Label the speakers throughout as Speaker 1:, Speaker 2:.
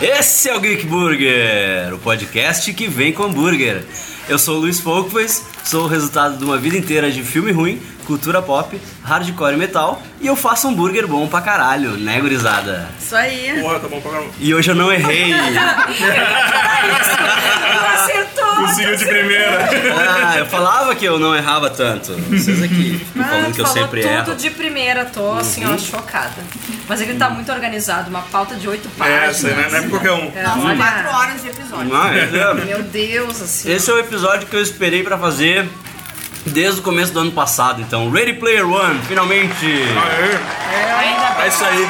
Speaker 1: Esse é o Geek Burger, o podcast que vem com hambúrguer. Eu sou o Luiz Folkways, sou o resultado de uma vida inteira de filme ruim, cultura pop, hardcore e metal, e eu faço hambúrguer bom pra caralho, né, gurizada?
Speaker 2: Isso aí.
Speaker 3: Porra, tá bom pra caramba.
Speaker 1: E hoje eu não errei.
Speaker 2: Acertou.
Speaker 3: Conseguiu de primeira.
Speaker 1: Ah, eu falava que eu não errava tanto. Vocês aqui ficam falando que eu
Speaker 2: falou
Speaker 1: sempre
Speaker 2: tudo
Speaker 1: erro. Uhum.
Speaker 2: de primeira, tô assim, ó, chocada. Mas ele tá muito organizado, uma pauta de oito
Speaker 3: É,
Speaker 2: páginas.
Speaker 3: essa, né? Não é pra qualquer um.
Speaker 2: É,
Speaker 4: São
Speaker 1: Uhum.
Speaker 4: quatro
Speaker 2: olha,
Speaker 4: horas de episódio.
Speaker 1: Não, é-
Speaker 2: meu Deus, assim.
Speaker 1: Esse é o episódio que eu esperei pra fazer desde o começo do ano passado, então. Ready Player One, finalmente!
Speaker 3: Aê,
Speaker 2: É, ainda bem,
Speaker 3: É isso aí.
Speaker 2: hein?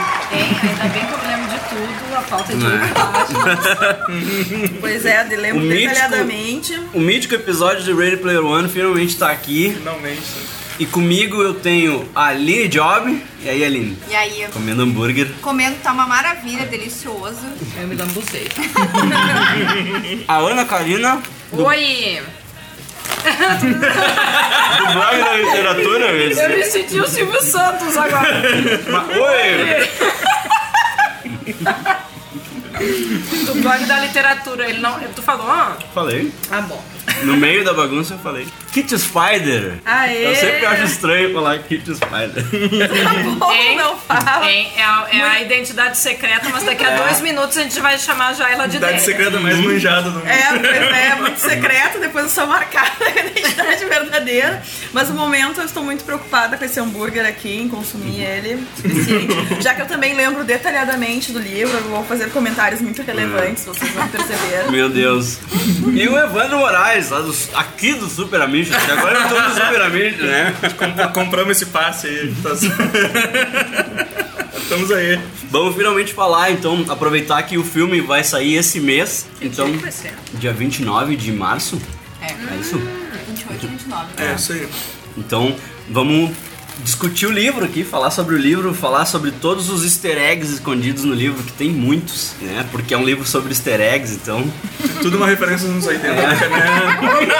Speaker 2: ainda bem que eu lembro de tudo, a pauta é de
Speaker 1: é?
Speaker 2: oito páginas.
Speaker 4: Pois é, de- lembro
Speaker 1: O mítico-
Speaker 4: detalhadamente.
Speaker 1: O mítico episódio de Ready Player One finalmente tá aqui.
Speaker 3: Finalmente.
Speaker 1: E comigo eu tenho a Aline Job. E aí, Aline?
Speaker 4: E aí,
Speaker 1: Comendo hambúrguer.
Speaker 4: comendo tá uma maravilha, delicioso.
Speaker 2: Eu me lambusei.
Speaker 1: A Ana Karina,
Speaker 2: Oi!
Speaker 1: do blog da literatura, mesmo.
Speaker 2: Eu me senti o Silvio Santos agora.
Speaker 1: Ma- Oi!
Speaker 2: Do blog da literatura. Ele não. Tu falou, ó?
Speaker 1: Falei.
Speaker 2: Ah, bom.
Speaker 1: No meio da bagunça eu falei. Kit Spider.
Speaker 2: Aê!
Speaker 1: Eu sempre acho assim. estranho falar Kit Spider.
Speaker 2: Hein?
Speaker 4: Não fala.
Speaker 2: Hein? É, a- é a identidade secreta, mas daqui
Speaker 1: É.
Speaker 2: a dois minutos a gente vai chamar a Jaila de
Speaker 3: Idade
Speaker 2: dentro.
Speaker 3: secreta Tá mais manjada do mundo.
Speaker 4: É, pois é, muito secreto, depois eu só marcar a identidade verdadeira. Mas no momento eu estou muito preocupada com esse hambúrguer aqui, em
Speaker 1: Uhum.
Speaker 4: consumir ele o suficiente. Já que eu também lembro detalhadamente do livro, eu vou fazer comentários
Speaker 1: É.
Speaker 4: muito relevantes, vocês vão perceber.
Speaker 1: Meu Deus. E o Evandro Moraes, lá do- aqui do Super Amigos, que agora eu tô no Super Amigos, né?
Speaker 3: Com- Compramos esse passe aí. Tá- Estamos aí.
Speaker 1: Vamos finalmente falar, então, aproveitar que o filme vai sair esse mês. Então,
Speaker 2: dia que vai ser?
Speaker 1: dia 29 de março.
Speaker 4: É,
Speaker 1: É isso?
Speaker 4: 28 e 29.
Speaker 3: É, isso aí.
Speaker 1: Então, vamos discutir o livro aqui, falar sobre o livro, falar sobre todos os easter eggs escondidos no livro, que tem muitos, né? Porque é um livro sobre easter eggs, então.
Speaker 3: É Tudo uma referência nos 80.
Speaker 1: É.
Speaker 3: né?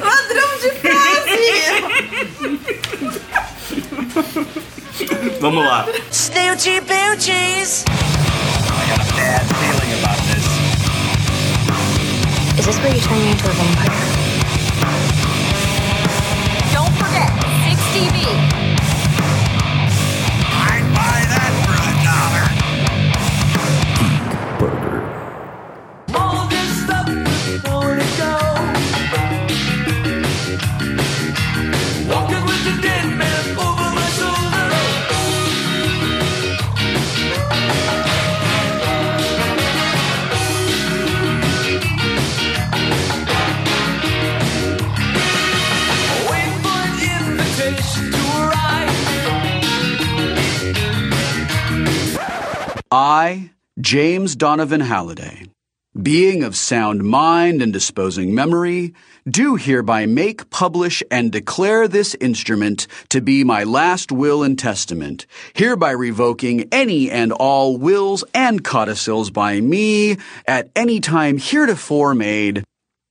Speaker 4: Ladrão de frase!
Speaker 1: Vamos lá.
Speaker 5: Snoochie Boochies!
Speaker 6: Is this where you turn me into a vampire?
Speaker 5: Don't forget, 6TV.
Speaker 7: I, James Donovan Halliday, being of sound mind and disposing memory, do hereby make, publish, and declare this instrument to be my last will and testament, hereby revoking any and all wills and codicils by me at any time heretofore made.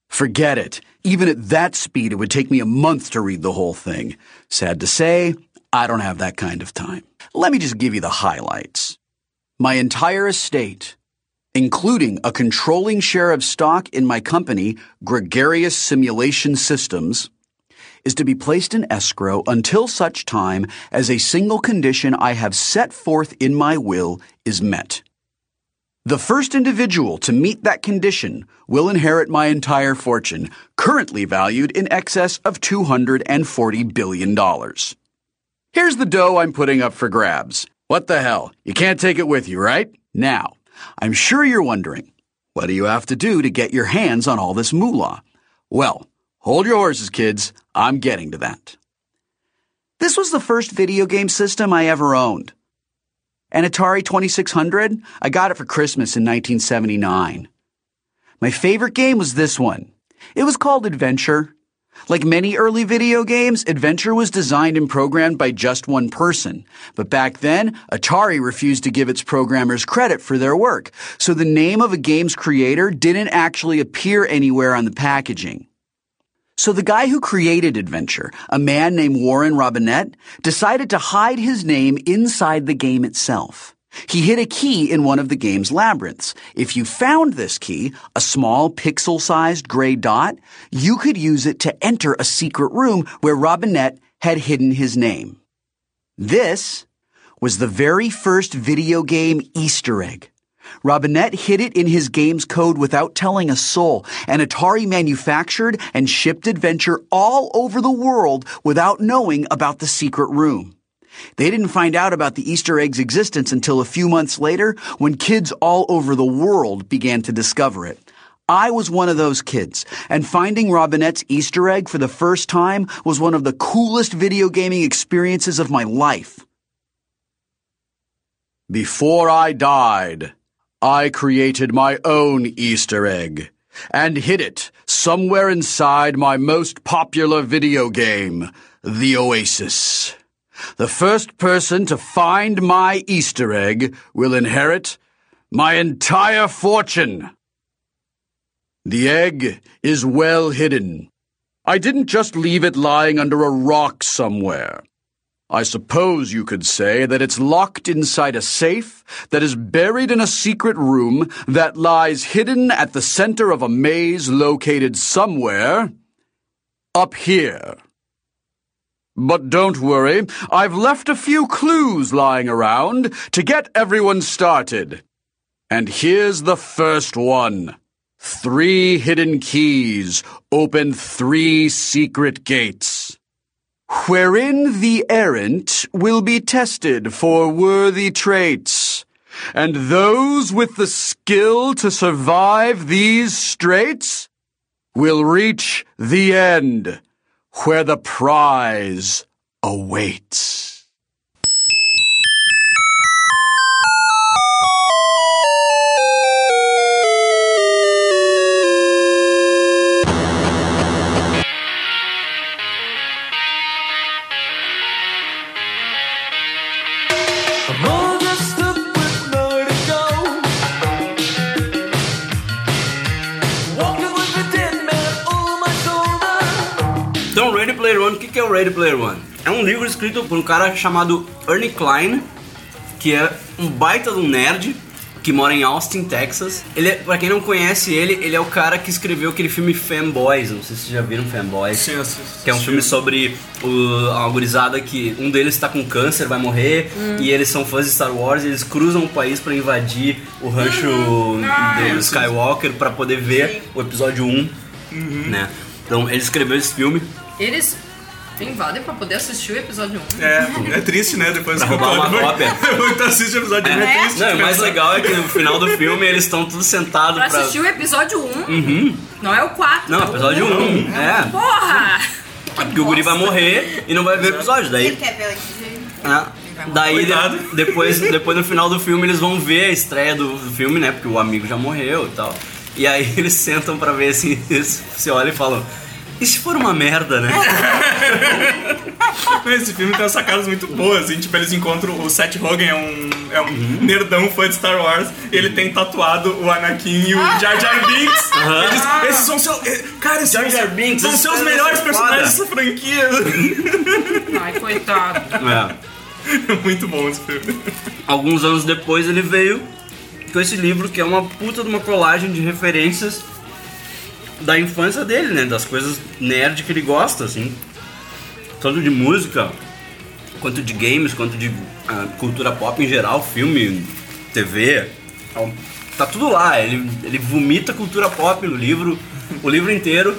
Speaker 7: Forget it. Even at that speed, it would take me a month to read the whole thing. Sad to say, I don't have that kind of time. Let me just give you the highlights my entire estate, including a controlling share of stock in my company, Gregarious Simulation Systems, is to be placed in escrow until such time as a single condition I have set forth in my will is met. The first individual to meet that condition will inherit my entire fortune, currently valued in excess of $240 billion. Here's the dough I'm putting up for grabs. What the hell? You can't take it with you, right? Now, I'm sure you're wondering, what do you have to do to get your hands on all this moolah? Well, hold your horses, kids. I'm getting to that. This was the first video game system I ever owned. An Atari 2600? I got it for Christmas in 1979. My favorite game was this one. It was called Adventure. Like many early video games, Adventure was designed and programmed by just one person. But back then, Atari refused to give its programmers credit for their work, so the name of a game's creator didn't actually appear anywhere on the packaging. So the guy who created Adventure, a man named Warren Robinette, decided to hide his name inside the game itself. He hid a key in one of the game's labyrinths. If you found this key, a small pixel sized gray dot, you could use it to enter a secret room where Robinette had hidden his name. This was the very first video game Easter egg. Robinette hid it in his game's code without telling a soul, and Atari manufactured and shipped Adventure all over the world without knowing about the secret room. They didn't find out about the Easter egg's existence until a few months later when kids all over the world began to discover it. I was one of those kids, and finding Robinette's Easter egg for the first time was one of the coolest video gaming experiences of my life. Before I died, I created my own Easter egg and hid it somewhere inside my most popular video game, The Oasis. The first person to find my Easter egg will inherit my entire fortune. The egg is well hidden. I didn't just leave it lying under a rock somewhere. I suppose you could say that it's locked inside a safe that is buried in a secret room that lies hidden at the center of a maze located somewhere up here. But don't worry, I've left a few clues lying around to get everyone started. And here's the first one. Three hidden keys open three secret gates wherein the errant will be tested for worthy traits, and those with the skill to survive these straits will reach the end, where the prize awaits.
Speaker 1: Então, Ready Player One, o que, que é o Ready Player One? É um livro escrito por um cara chamado Ernie Klein, que é um baita de um nerd que mora em Austin, Texas. Ele, é- pra quem não conhece ele, ele é o cara que escreveu aquele filme Fanboys. Não sei se vocês já viram Fanboys.
Speaker 3: Sim, assisto.
Speaker 1: Que é um filme sobre o, a gurizada que um deles tá com câncer, vai morrer, e eles são fãs de Star Wars, e eles cruzam o país pra invadir o rancho do Skywalker pra poder ver o episódio 1, né? Então ele escreveu esse filme
Speaker 2: Eles invadem pra poder assistir o episódio 1.
Speaker 3: É, é triste, né? Depois que eu
Speaker 1: roubar uma
Speaker 3: falo.
Speaker 1: cópia.
Speaker 3: Quando assiste o episódio,
Speaker 2: Né?
Speaker 3: é, é triste.
Speaker 1: Não, e o mais
Speaker 3: pensar.
Speaker 1: legal é que no final do filme eles estão todos sentados
Speaker 2: Pra
Speaker 1: pra. Uhum.
Speaker 2: assistir o episódio 1, não é o 4.
Speaker 1: Não, episódio 1. É.
Speaker 2: Porra!
Speaker 1: Porque o guri vai morrer e não vai ver o episódio. Daí
Speaker 8: Quer ver antes de...
Speaker 1: Ah, Daí
Speaker 3: Cuidado.
Speaker 1: de- depois, depois no final do filme eles vão ver a estreia do do filme, né? Porque o amigo já morreu e tal. E aí eles sentam pra ver assim, eles se olham e falam. E se for uma merda, né?
Speaker 3: Mas Esse filme tem umas sacadas muito boas, assim, tipo, eles encontram o Seth Rogen, é um, é um
Speaker 1: Uhum.
Speaker 3: nerdão fã de Star Wars, e ele tem tatuado o Anakin e o
Speaker 1: Ah!
Speaker 3: Jar Jar Binks. Ele diz, esses são seus... eh, Cara, esses
Speaker 1: Jar
Speaker 3: são-
Speaker 1: Jar Binks,
Speaker 3: são
Speaker 1: esses
Speaker 3: seus
Speaker 1: caras
Speaker 3: melhores
Speaker 1: são
Speaker 3: personagens dessa franquia.
Speaker 2: Ai, coitado.
Speaker 1: É.
Speaker 3: muito bom esse filme.
Speaker 1: Alguns anos depois ele veio com esse livro que é uma puta de uma colagem de referências da infância dele, né? Das coisas nerd que ele gosta, assim. Tanto de música, quanto de games, quanto de ah, cultura pop em geral, filme, TV. Então, Tá tudo lá. Ele, ele vomita cultura pop no livro, o livro inteiro.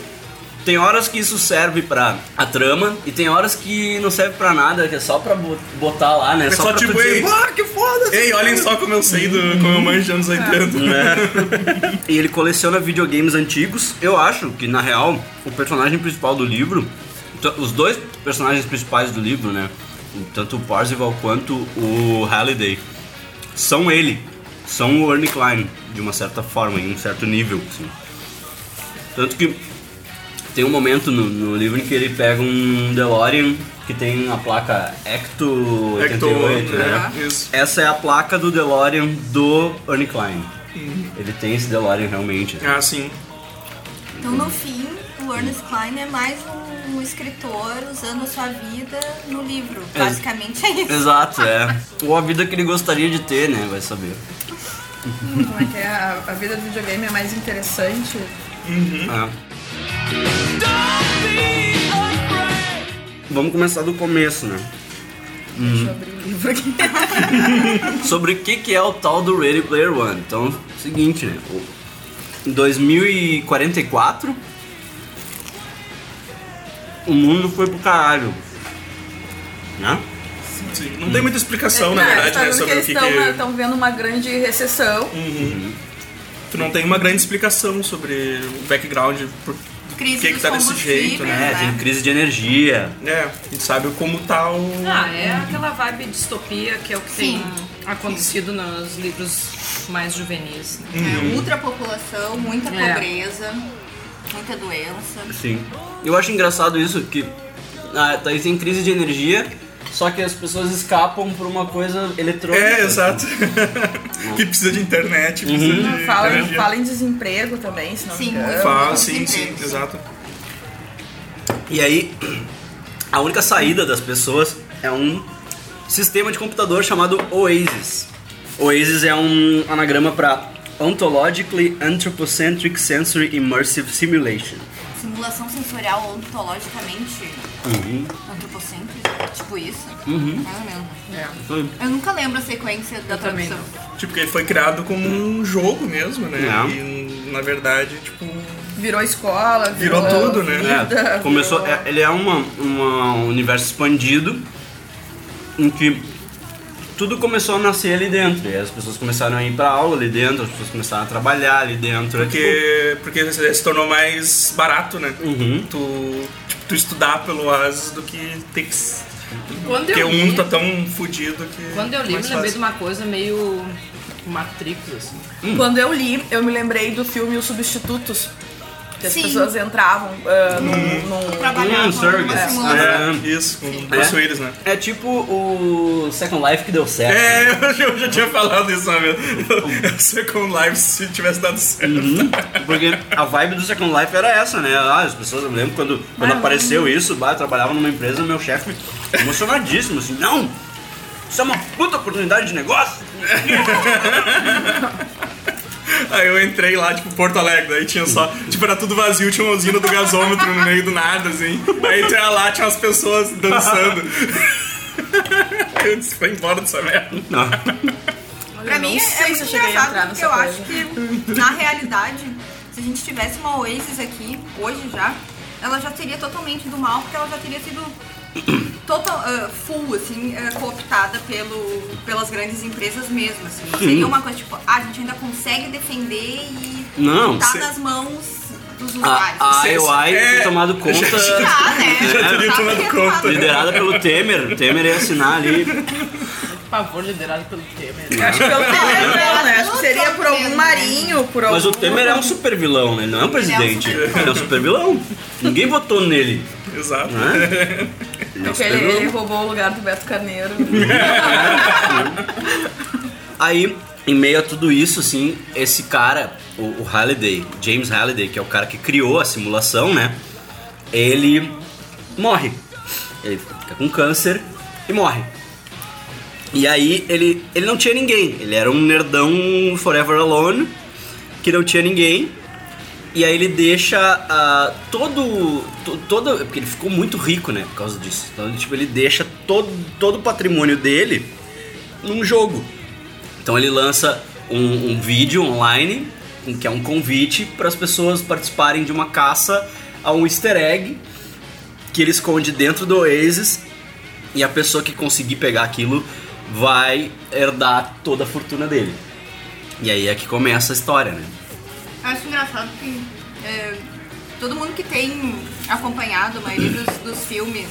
Speaker 1: Tem horas que isso serve pra a trama e tem horas que não serve pra nada, que é só pra bo- botar lá, né?
Speaker 3: É só
Speaker 1: pra tu
Speaker 3: tipo,
Speaker 1: dizer,
Speaker 3: "Ei,
Speaker 1: "Ah, que foda!
Speaker 3: Ei, olhem só como eu sei, do, como eu manjo de
Speaker 4: É.
Speaker 3: anos né? 80.
Speaker 1: E ele coleciona videogames antigos. Eu acho que, na real, o personagem principal do livro, t- os dois personagens principais do livro, né? Tanto o Parzival quanto o Halliday, são ele. São o Ernie Klein, de uma certa forma, em um certo nível. assim. Tanto que tem um momento no, no livro em que ele pega um DeLorean que tem a placa Ecto 88, né?
Speaker 3: é, isso.
Speaker 1: Essa é a placa do DeLorean do Ernie Klein. Ele tem esse DeLorean realmente. né?
Speaker 3: Ah, sim.
Speaker 8: Então, no fim, o Ernest Klein é mais um, um escritor usando a sua vida no livro. Basicamente é isso.
Speaker 1: Exato, é. Ou a vida que ele gostaria de ter, né? Vai saber.
Speaker 4: Como é que é? A, a vida do videogame é mais interessante.
Speaker 1: É. Vamos começar do começo, né?
Speaker 4: Deixa eu abrir o livro aqui.
Speaker 1: sobre o que, que é o tal do Ready Player One. Então, seguinte, né? o- Em 2044, o mundo foi pro caralho. Né?
Speaker 3: Sim, não tem muita explicação, na
Speaker 4: É, Não,
Speaker 3: verdade,
Speaker 4: sabe
Speaker 3: né, sobre o
Speaker 4: eles
Speaker 3: que,
Speaker 4: estão
Speaker 3: que-
Speaker 4: estão vendo uma grande recessão.
Speaker 3: Tu não tem uma grande explicação sobre o background, por que
Speaker 8: Crise
Speaker 3: que
Speaker 8: dos
Speaker 3: tá desse
Speaker 8: combustíveis,
Speaker 3: jeito, né?
Speaker 1: É, tem crise de energia.
Speaker 3: É, a gente sabe como tá o...
Speaker 2: Ah, é aquela vibe distopia que é o que tem
Speaker 8: Sim.
Speaker 2: acontecido nos livros mais juvenis. né?
Speaker 3: Uhum.
Speaker 8: É, ultrapopulação, muita
Speaker 2: É.
Speaker 8: pobreza, muita doença.
Speaker 1: Sim. Eu acho engraçado isso, que ah, daí tem crise de energia, só que as pessoas escapam por uma coisa eletrônica. assim.
Speaker 3: É, exato. que precisa de internet,
Speaker 1: Uhum.
Speaker 3: precisa de
Speaker 4: Fala, em-
Speaker 3: energia.
Speaker 4: fala em desemprego também, se não é. me
Speaker 8: Sim,
Speaker 4: engano.
Speaker 8: muito.
Speaker 3: Fala,
Speaker 8: Os
Speaker 3: sim, sim,
Speaker 8: empregos.
Speaker 3: exato.
Speaker 1: E aí, a única saída das pessoas é um sistema de computador chamado OASIS. OASIS é um anagrama para Ontologically Anthropocentric Sensory Immersive Simulation.
Speaker 8: Simulação sensorial ontologicamente
Speaker 3: Uhum.
Speaker 8: antropocêntrica, tipo isso. Mais ou menos.
Speaker 4: É.
Speaker 8: Eu nunca lembro a sequência da
Speaker 2: também
Speaker 8: tradução.
Speaker 3: Tipo, que ele foi criado como um jogo mesmo, né?
Speaker 1: Não.
Speaker 3: E, na verdade, tipo...
Speaker 4: Virou escola, virou,
Speaker 3: Virou tudo, né?
Speaker 1: É, começou, é, ele é uma, uma- um universo expandido em que tudo começou a nascer ali dentro. E as pessoas começaram a ir pra aula ali dentro, as pessoas começaram a trabalhar ali dentro. É tipo-
Speaker 3: Porque, porque se tornou mais barato, né?
Speaker 1: Uhum.
Speaker 3: Tu, tipo, tu estudar pelo Oasis do que ter que... s-
Speaker 2: Quando
Speaker 3: Porque
Speaker 2: eu
Speaker 3: o
Speaker 2: li,
Speaker 3: mundo tá tão fudido que...
Speaker 2: quando eu li,
Speaker 3: mais
Speaker 2: me lembrei de
Speaker 3: fácil.
Speaker 2: uma coisa meio Matrix, assim.
Speaker 4: Quando eu li, eu me lembrei do filme Os Substitutos. Que as
Speaker 8: Sim.
Speaker 4: pessoas entravam ah, num- num-
Speaker 8: Trabalhar
Speaker 1: Hum,
Speaker 8: com
Speaker 1: Sergus.
Speaker 8: uma simulação.
Speaker 1: É.
Speaker 3: Isso, com o Bruce
Speaker 1: É.
Speaker 3: Willis, né?
Speaker 1: É tipo o Second Life que deu certo.
Speaker 3: É, eu já- eu já
Speaker 2: Uhum.
Speaker 3: tinha falado isso, né, meu? Eu, eu Second Life, se tivesse dado certo.
Speaker 2: Uhum.
Speaker 1: Hum? Porque a vibe do Second Life era essa, né? Ah, as pessoas, eu me lembro quando,
Speaker 8: Ah,
Speaker 1: quando apareceu isso, bah, eu trabalhava numa empresa, meu chefe emocionadíssimo, assim, não! Isso é uma puta oportunidade de negócio!
Speaker 3: Aí eu entrei lá, tipo, Porto Alegre, aí tinha só. Tipo, era tudo vazio, tinha uma usina do gasômetro no meio do nada, assim. Aí tu ia lá, tinha umas pessoas dançando. Eu disse, foi embora dessa merda.
Speaker 1: Não.
Speaker 8: Pra
Speaker 4: Eu
Speaker 8: mim
Speaker 4: não
Speaker 8: é
Speaker 4: sei se
Speaker 8: muito
Speaker 4: eu cheguei a entrar
Speaker 8: engraçado, porque
Speaker 4: nessa
Speaker 8: eu
Speaker 4: coisa.
Speaker 8: acho que na realidade, se a gente tivesse uma Oasis aqui, hoje já, ela já seria totalmente do mal, porque ela já teria sido total, ah, full, assim, ah, cooptada pelo, pelas grandes empresas mesmo, assim. Seria uma coisa tipo, ah, a gente ainda consegue defender e
Speaker 1: Não,
Speaker 8: tá
Speaker 1: cê- Ah,
Speaker 8: nas mãos dos usuários.
Speaker 1: A, a
Speaker 3: Vocês-
Speaker 1: IOI
Speaker 3: é,
Speaker 1: tem tomado conta,
Speaker 8: Tá, né?
Speaker 3: Já teria
Speaker 8: Tá
Speaker 3: tomado
Speaker 8: resolvido.
Speaker 3: conta.
Speaker 1: liderada pelo Temer. O Temer ia assinar ali.
Speaker 2: Por favor, liderado pelo Temer.
Speaker 4: Acho que pelo
Speaker 8: É,
Speaker 4: Temer não, né? Acho que seria por algum marinho, por algum.
Speaker 1: Mas o Temer é um super vilão, né? Ele não é um presidente. Ele é um super vilão. Ninguém votou nele.
Speaker 3: Exato.
Speaker 1: Ele é um
Speaker 4: Porque
Speaker 1: super
Speaker 4: ele, ele
Speaker 1: vilão.
Speaker 4: roubou o lugar do Beto Carneiro.
Speaker 1: Aí, em meio a tudo isso, assim, esse cara, o, o Halliday, James Halliday, que é o cara que criou a simulação, né? Ele morre. Ele fica com câncer e morre. E aí ele, ele não tinha ninguém. Ele era um nerdão forever alone, que não tinha ninguém. E aí ele deixa ah, todo, to- todo. é Porque ele ficou muito rico, né? Por causa disso. Então, tipo, ele deixa todo, todo o patrimônio dele num jogo. Então ele lança um, um vídeo online, em que é um convite para as pessoas participarem de uma caça a um easter egg que ele esconde dentro do Oasis e a pessoa que conseguir pegar aquilo vai herdar toda a fortuna dele. E aí é que começa a história, né?
Speaker 8: Eu acho engraçado que é, todo mundo que tem acompanhado a maioria dos, dos filmes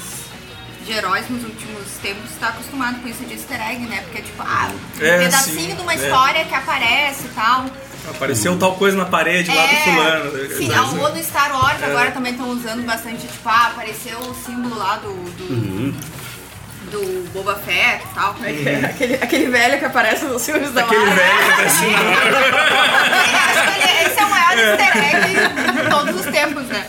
Speaker 8: de heróis nos últimos tempos está acostumado com isso de easter egg, né? Porque é tipo, ah, um
Speaker 3: É,
Speaker 8: pedacinho
Speaker 3: sim,
Speaker 8: de uma
Speaker 3: é.
Speaker 8: história que aparece e tal.
Speaker 3: Apareceu um tal coisa na parede lá do
Speaker 2: É,
Speaker 8: É,
Speaker 3: fulano. né? É.
Speaker 8: Sim, ao ou do um Star
Speaker 3: Uhum.
Speaker 8: Wars agora também estão usando bastante, tipo, ah, apareceu o símbolo lá do. do- do Boba Fett e tal. é
Speaker 4: Aquele, aquele velho que aparece nos filmes da
Speaker 3: Aquele
Speaker 4: Marvel.
Speaker 3: velho que tá assim,
Speaker 8: Acho que ele- esse é o maior easter egg de todos os tempos, né?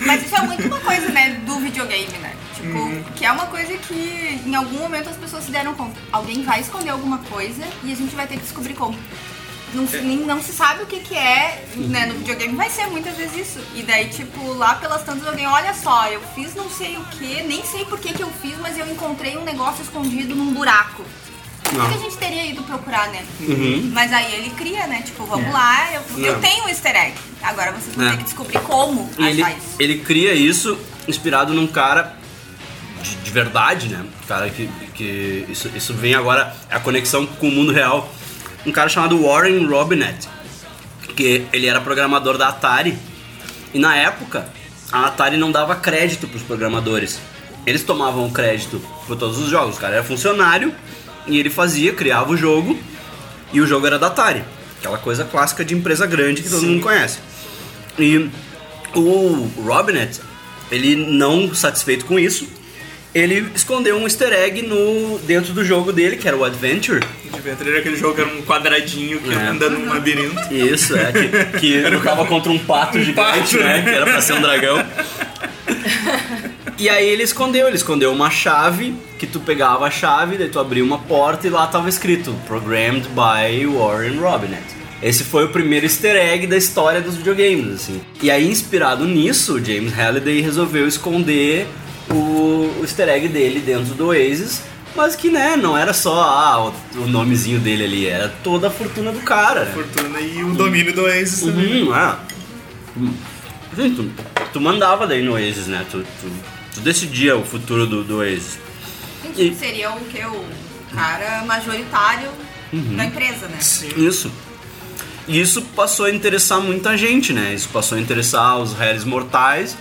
Speaker 8: Mas isso é muito uma coisa, né, do videogame, né? Tipo,
Speaker 1: Uhum.
Speaker 8: que é uma coisa que em algum momento as pessoas se deram conta. Alguém vai esconder alguma coisa e a gente vai ter que descobrir como. Não,
Speaker 1: É.
Speaker 8: se- nem- não se sabe o que, que é, né, no videogame vai ser muitas vezes isso. E daí, tipo, lá pelas tantas alguém, olha só, eu fiz não sei o que, nem sei por que, que eu fiz, mas eu encontrei um negócio escondido num buraco. Por que a gente teria ido procurar, né?
Speaker 1: Uhum.
Speaker 8: Mas aí ele cria, né? Tipo, vamos lá, eu, eu
Speaker 1: Não.
Speaker 8: tenho um easter egg. Agora vocês vão
Speaker 1: É.
Speaker 8: ter que descobrir como
Speaker 1: E ele,
Speaker 8: achar isso.
Speaker 1: ele cria isso inspirado num cara de, de verdade, né? Um cara que, que isso, isso vem agora, é a conexão com o mundo real. Um cara chamado Warren Robinett, que ele era programador da Atari. E na época, a Atari não dava crédito pros programadores. Eles tomavam o crédito por todos os jogos. O cara era funcionário e ele fazia, criava o jogo. E o jogo era da Atari. Aquela coisa clássica de empresa grande que todo mundo conhece. E o Robinet, ele não satisfeito com isso, ele escondeu um easter egg no, dentro do jogo dele, que era o Adventure.
Speaker 3: Adventure era aquele jogo que era um quadradinho que
Speaker 1: É.
Speaker 3: anda num labirinto.
Speaker 1: Isso, é, que, que lutava contra um pato gigante,
Speaker 3: pato.
Speaker 1: né? Que era pra ser um dragão. E aí ele escondeu, ele escondeu uma chave, que tu pegava a chave, daí tu abria uma porta e lá tava escrito Programmed by Warren Robinet. Esse foi o primeiro easter egg da história dos videogames, assim. E aí, inspirado nisso, o James Halliday resolveu esconder o, o easter egg dele dentro do Oasis, mas que, né, não era só ah, o, o nomezinho dele ali, era toda a fortuna do cara. né?
Speaker 3: Fortuna e o domínio do Oasis também.
Speaker 1: Uhum, é. Hum. Gente, tu, tu mandava daí no Oasis, né? Tu, tu, tu decidia o futuro do, do Oasis.
Speaker 8: Gente, seria o que? O cara majoritário
Speaker 1: Uhum.
Speaker 8: da empresa, né?
Speaker 1: Isso. E isso passou a interessar muita gente, né? Isso passou a interessar os réis mortais,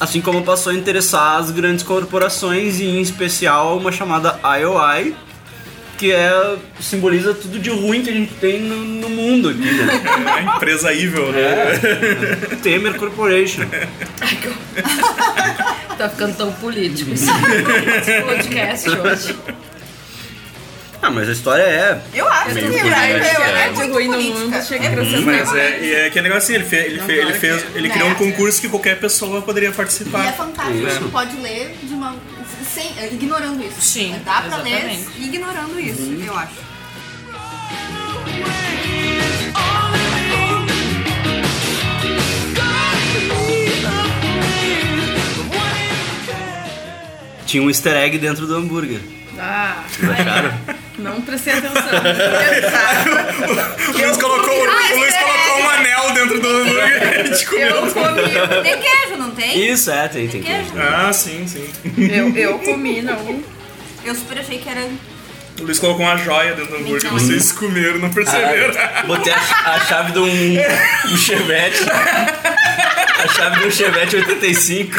Speaker 1: assim como passou a interessar as grandes corporações e, em especial, uma chamada IOI, que é, simboliza tudo de ruim que a gente tem no, no mundo aqui, né?
Speaker 3: É a empresa evil, né?
Speaker 1: É. Temer Corporation.
Speaker 2: Tá ficando tão político esse esse podcast hoje.
Speaker 1: Ah, mas a história é...
Speaker 8: Eu acho
Speaker 1: Meio
Speaker 8: que
Speaker 1: política,
Speaker 8: é,
Speaker 1: né?
Speaker 8: é,
Speaker 4: De
Speaker 8: muito
Speaker 4: ruim no
Speaker 8: política.
Speaker 4: mundo, chega a
Speaker 8: É
Speaker 4: crescer
Speaker 3: Mas é, e é aquele negócio assim, ele, fe, ele, fe- ele
Speaker 2: claro
Speaker 3: fez.
Speaker 2: que- é.
Speaker 3: Ele criou um
Speaker 8: né?
Speaker 3: concurso que qualquer pessoa poderia
Speaker 8: E é
Speaker 3: participar.
Speaker 8: fantástico,
Speaker 1: Isso.
Speaker 8: pode ler de uma. Sem, ignorando isso.
Speaker 2: Sim,
Speaker 8: Dá pra
Speaker 2: exatamente.
Speaker 8: ler ignorando isso,
Speaker 1: Uhum.
Speaker 8: eu acho.
Speaker 1: Tinha um easter egg dentro do hambúrguer.
Speaker 4: Ah,
Speaker 1: Acharam?
Speaker 4: não prestei atenção.
Speaker 3: O
Speaker 4: Eu,
Speaker 3: Luiz colocou,
Speaker 1: Ah,
Speaker 3: o Luiz colocou um anel dentro do hambúrguer. Ele te comeu.
Speaker 4: eu comi,
Speaker 8: Tem queijo, não tem?
Speaker 1: Isso, é, tem, tem queijo.
Speaker 3: Ah, sim, sim.
Speaker 4: eu, eu comi, não.
Speaker 8: Eu super achei que era.
Speaker 3: O Luiz colocou uma joia dentro do hambúrguer. Vocês comeram, não perceberam.
Speaker 1: Botei a, ch- a chave de um, um chevette. A chave de um chevette 85.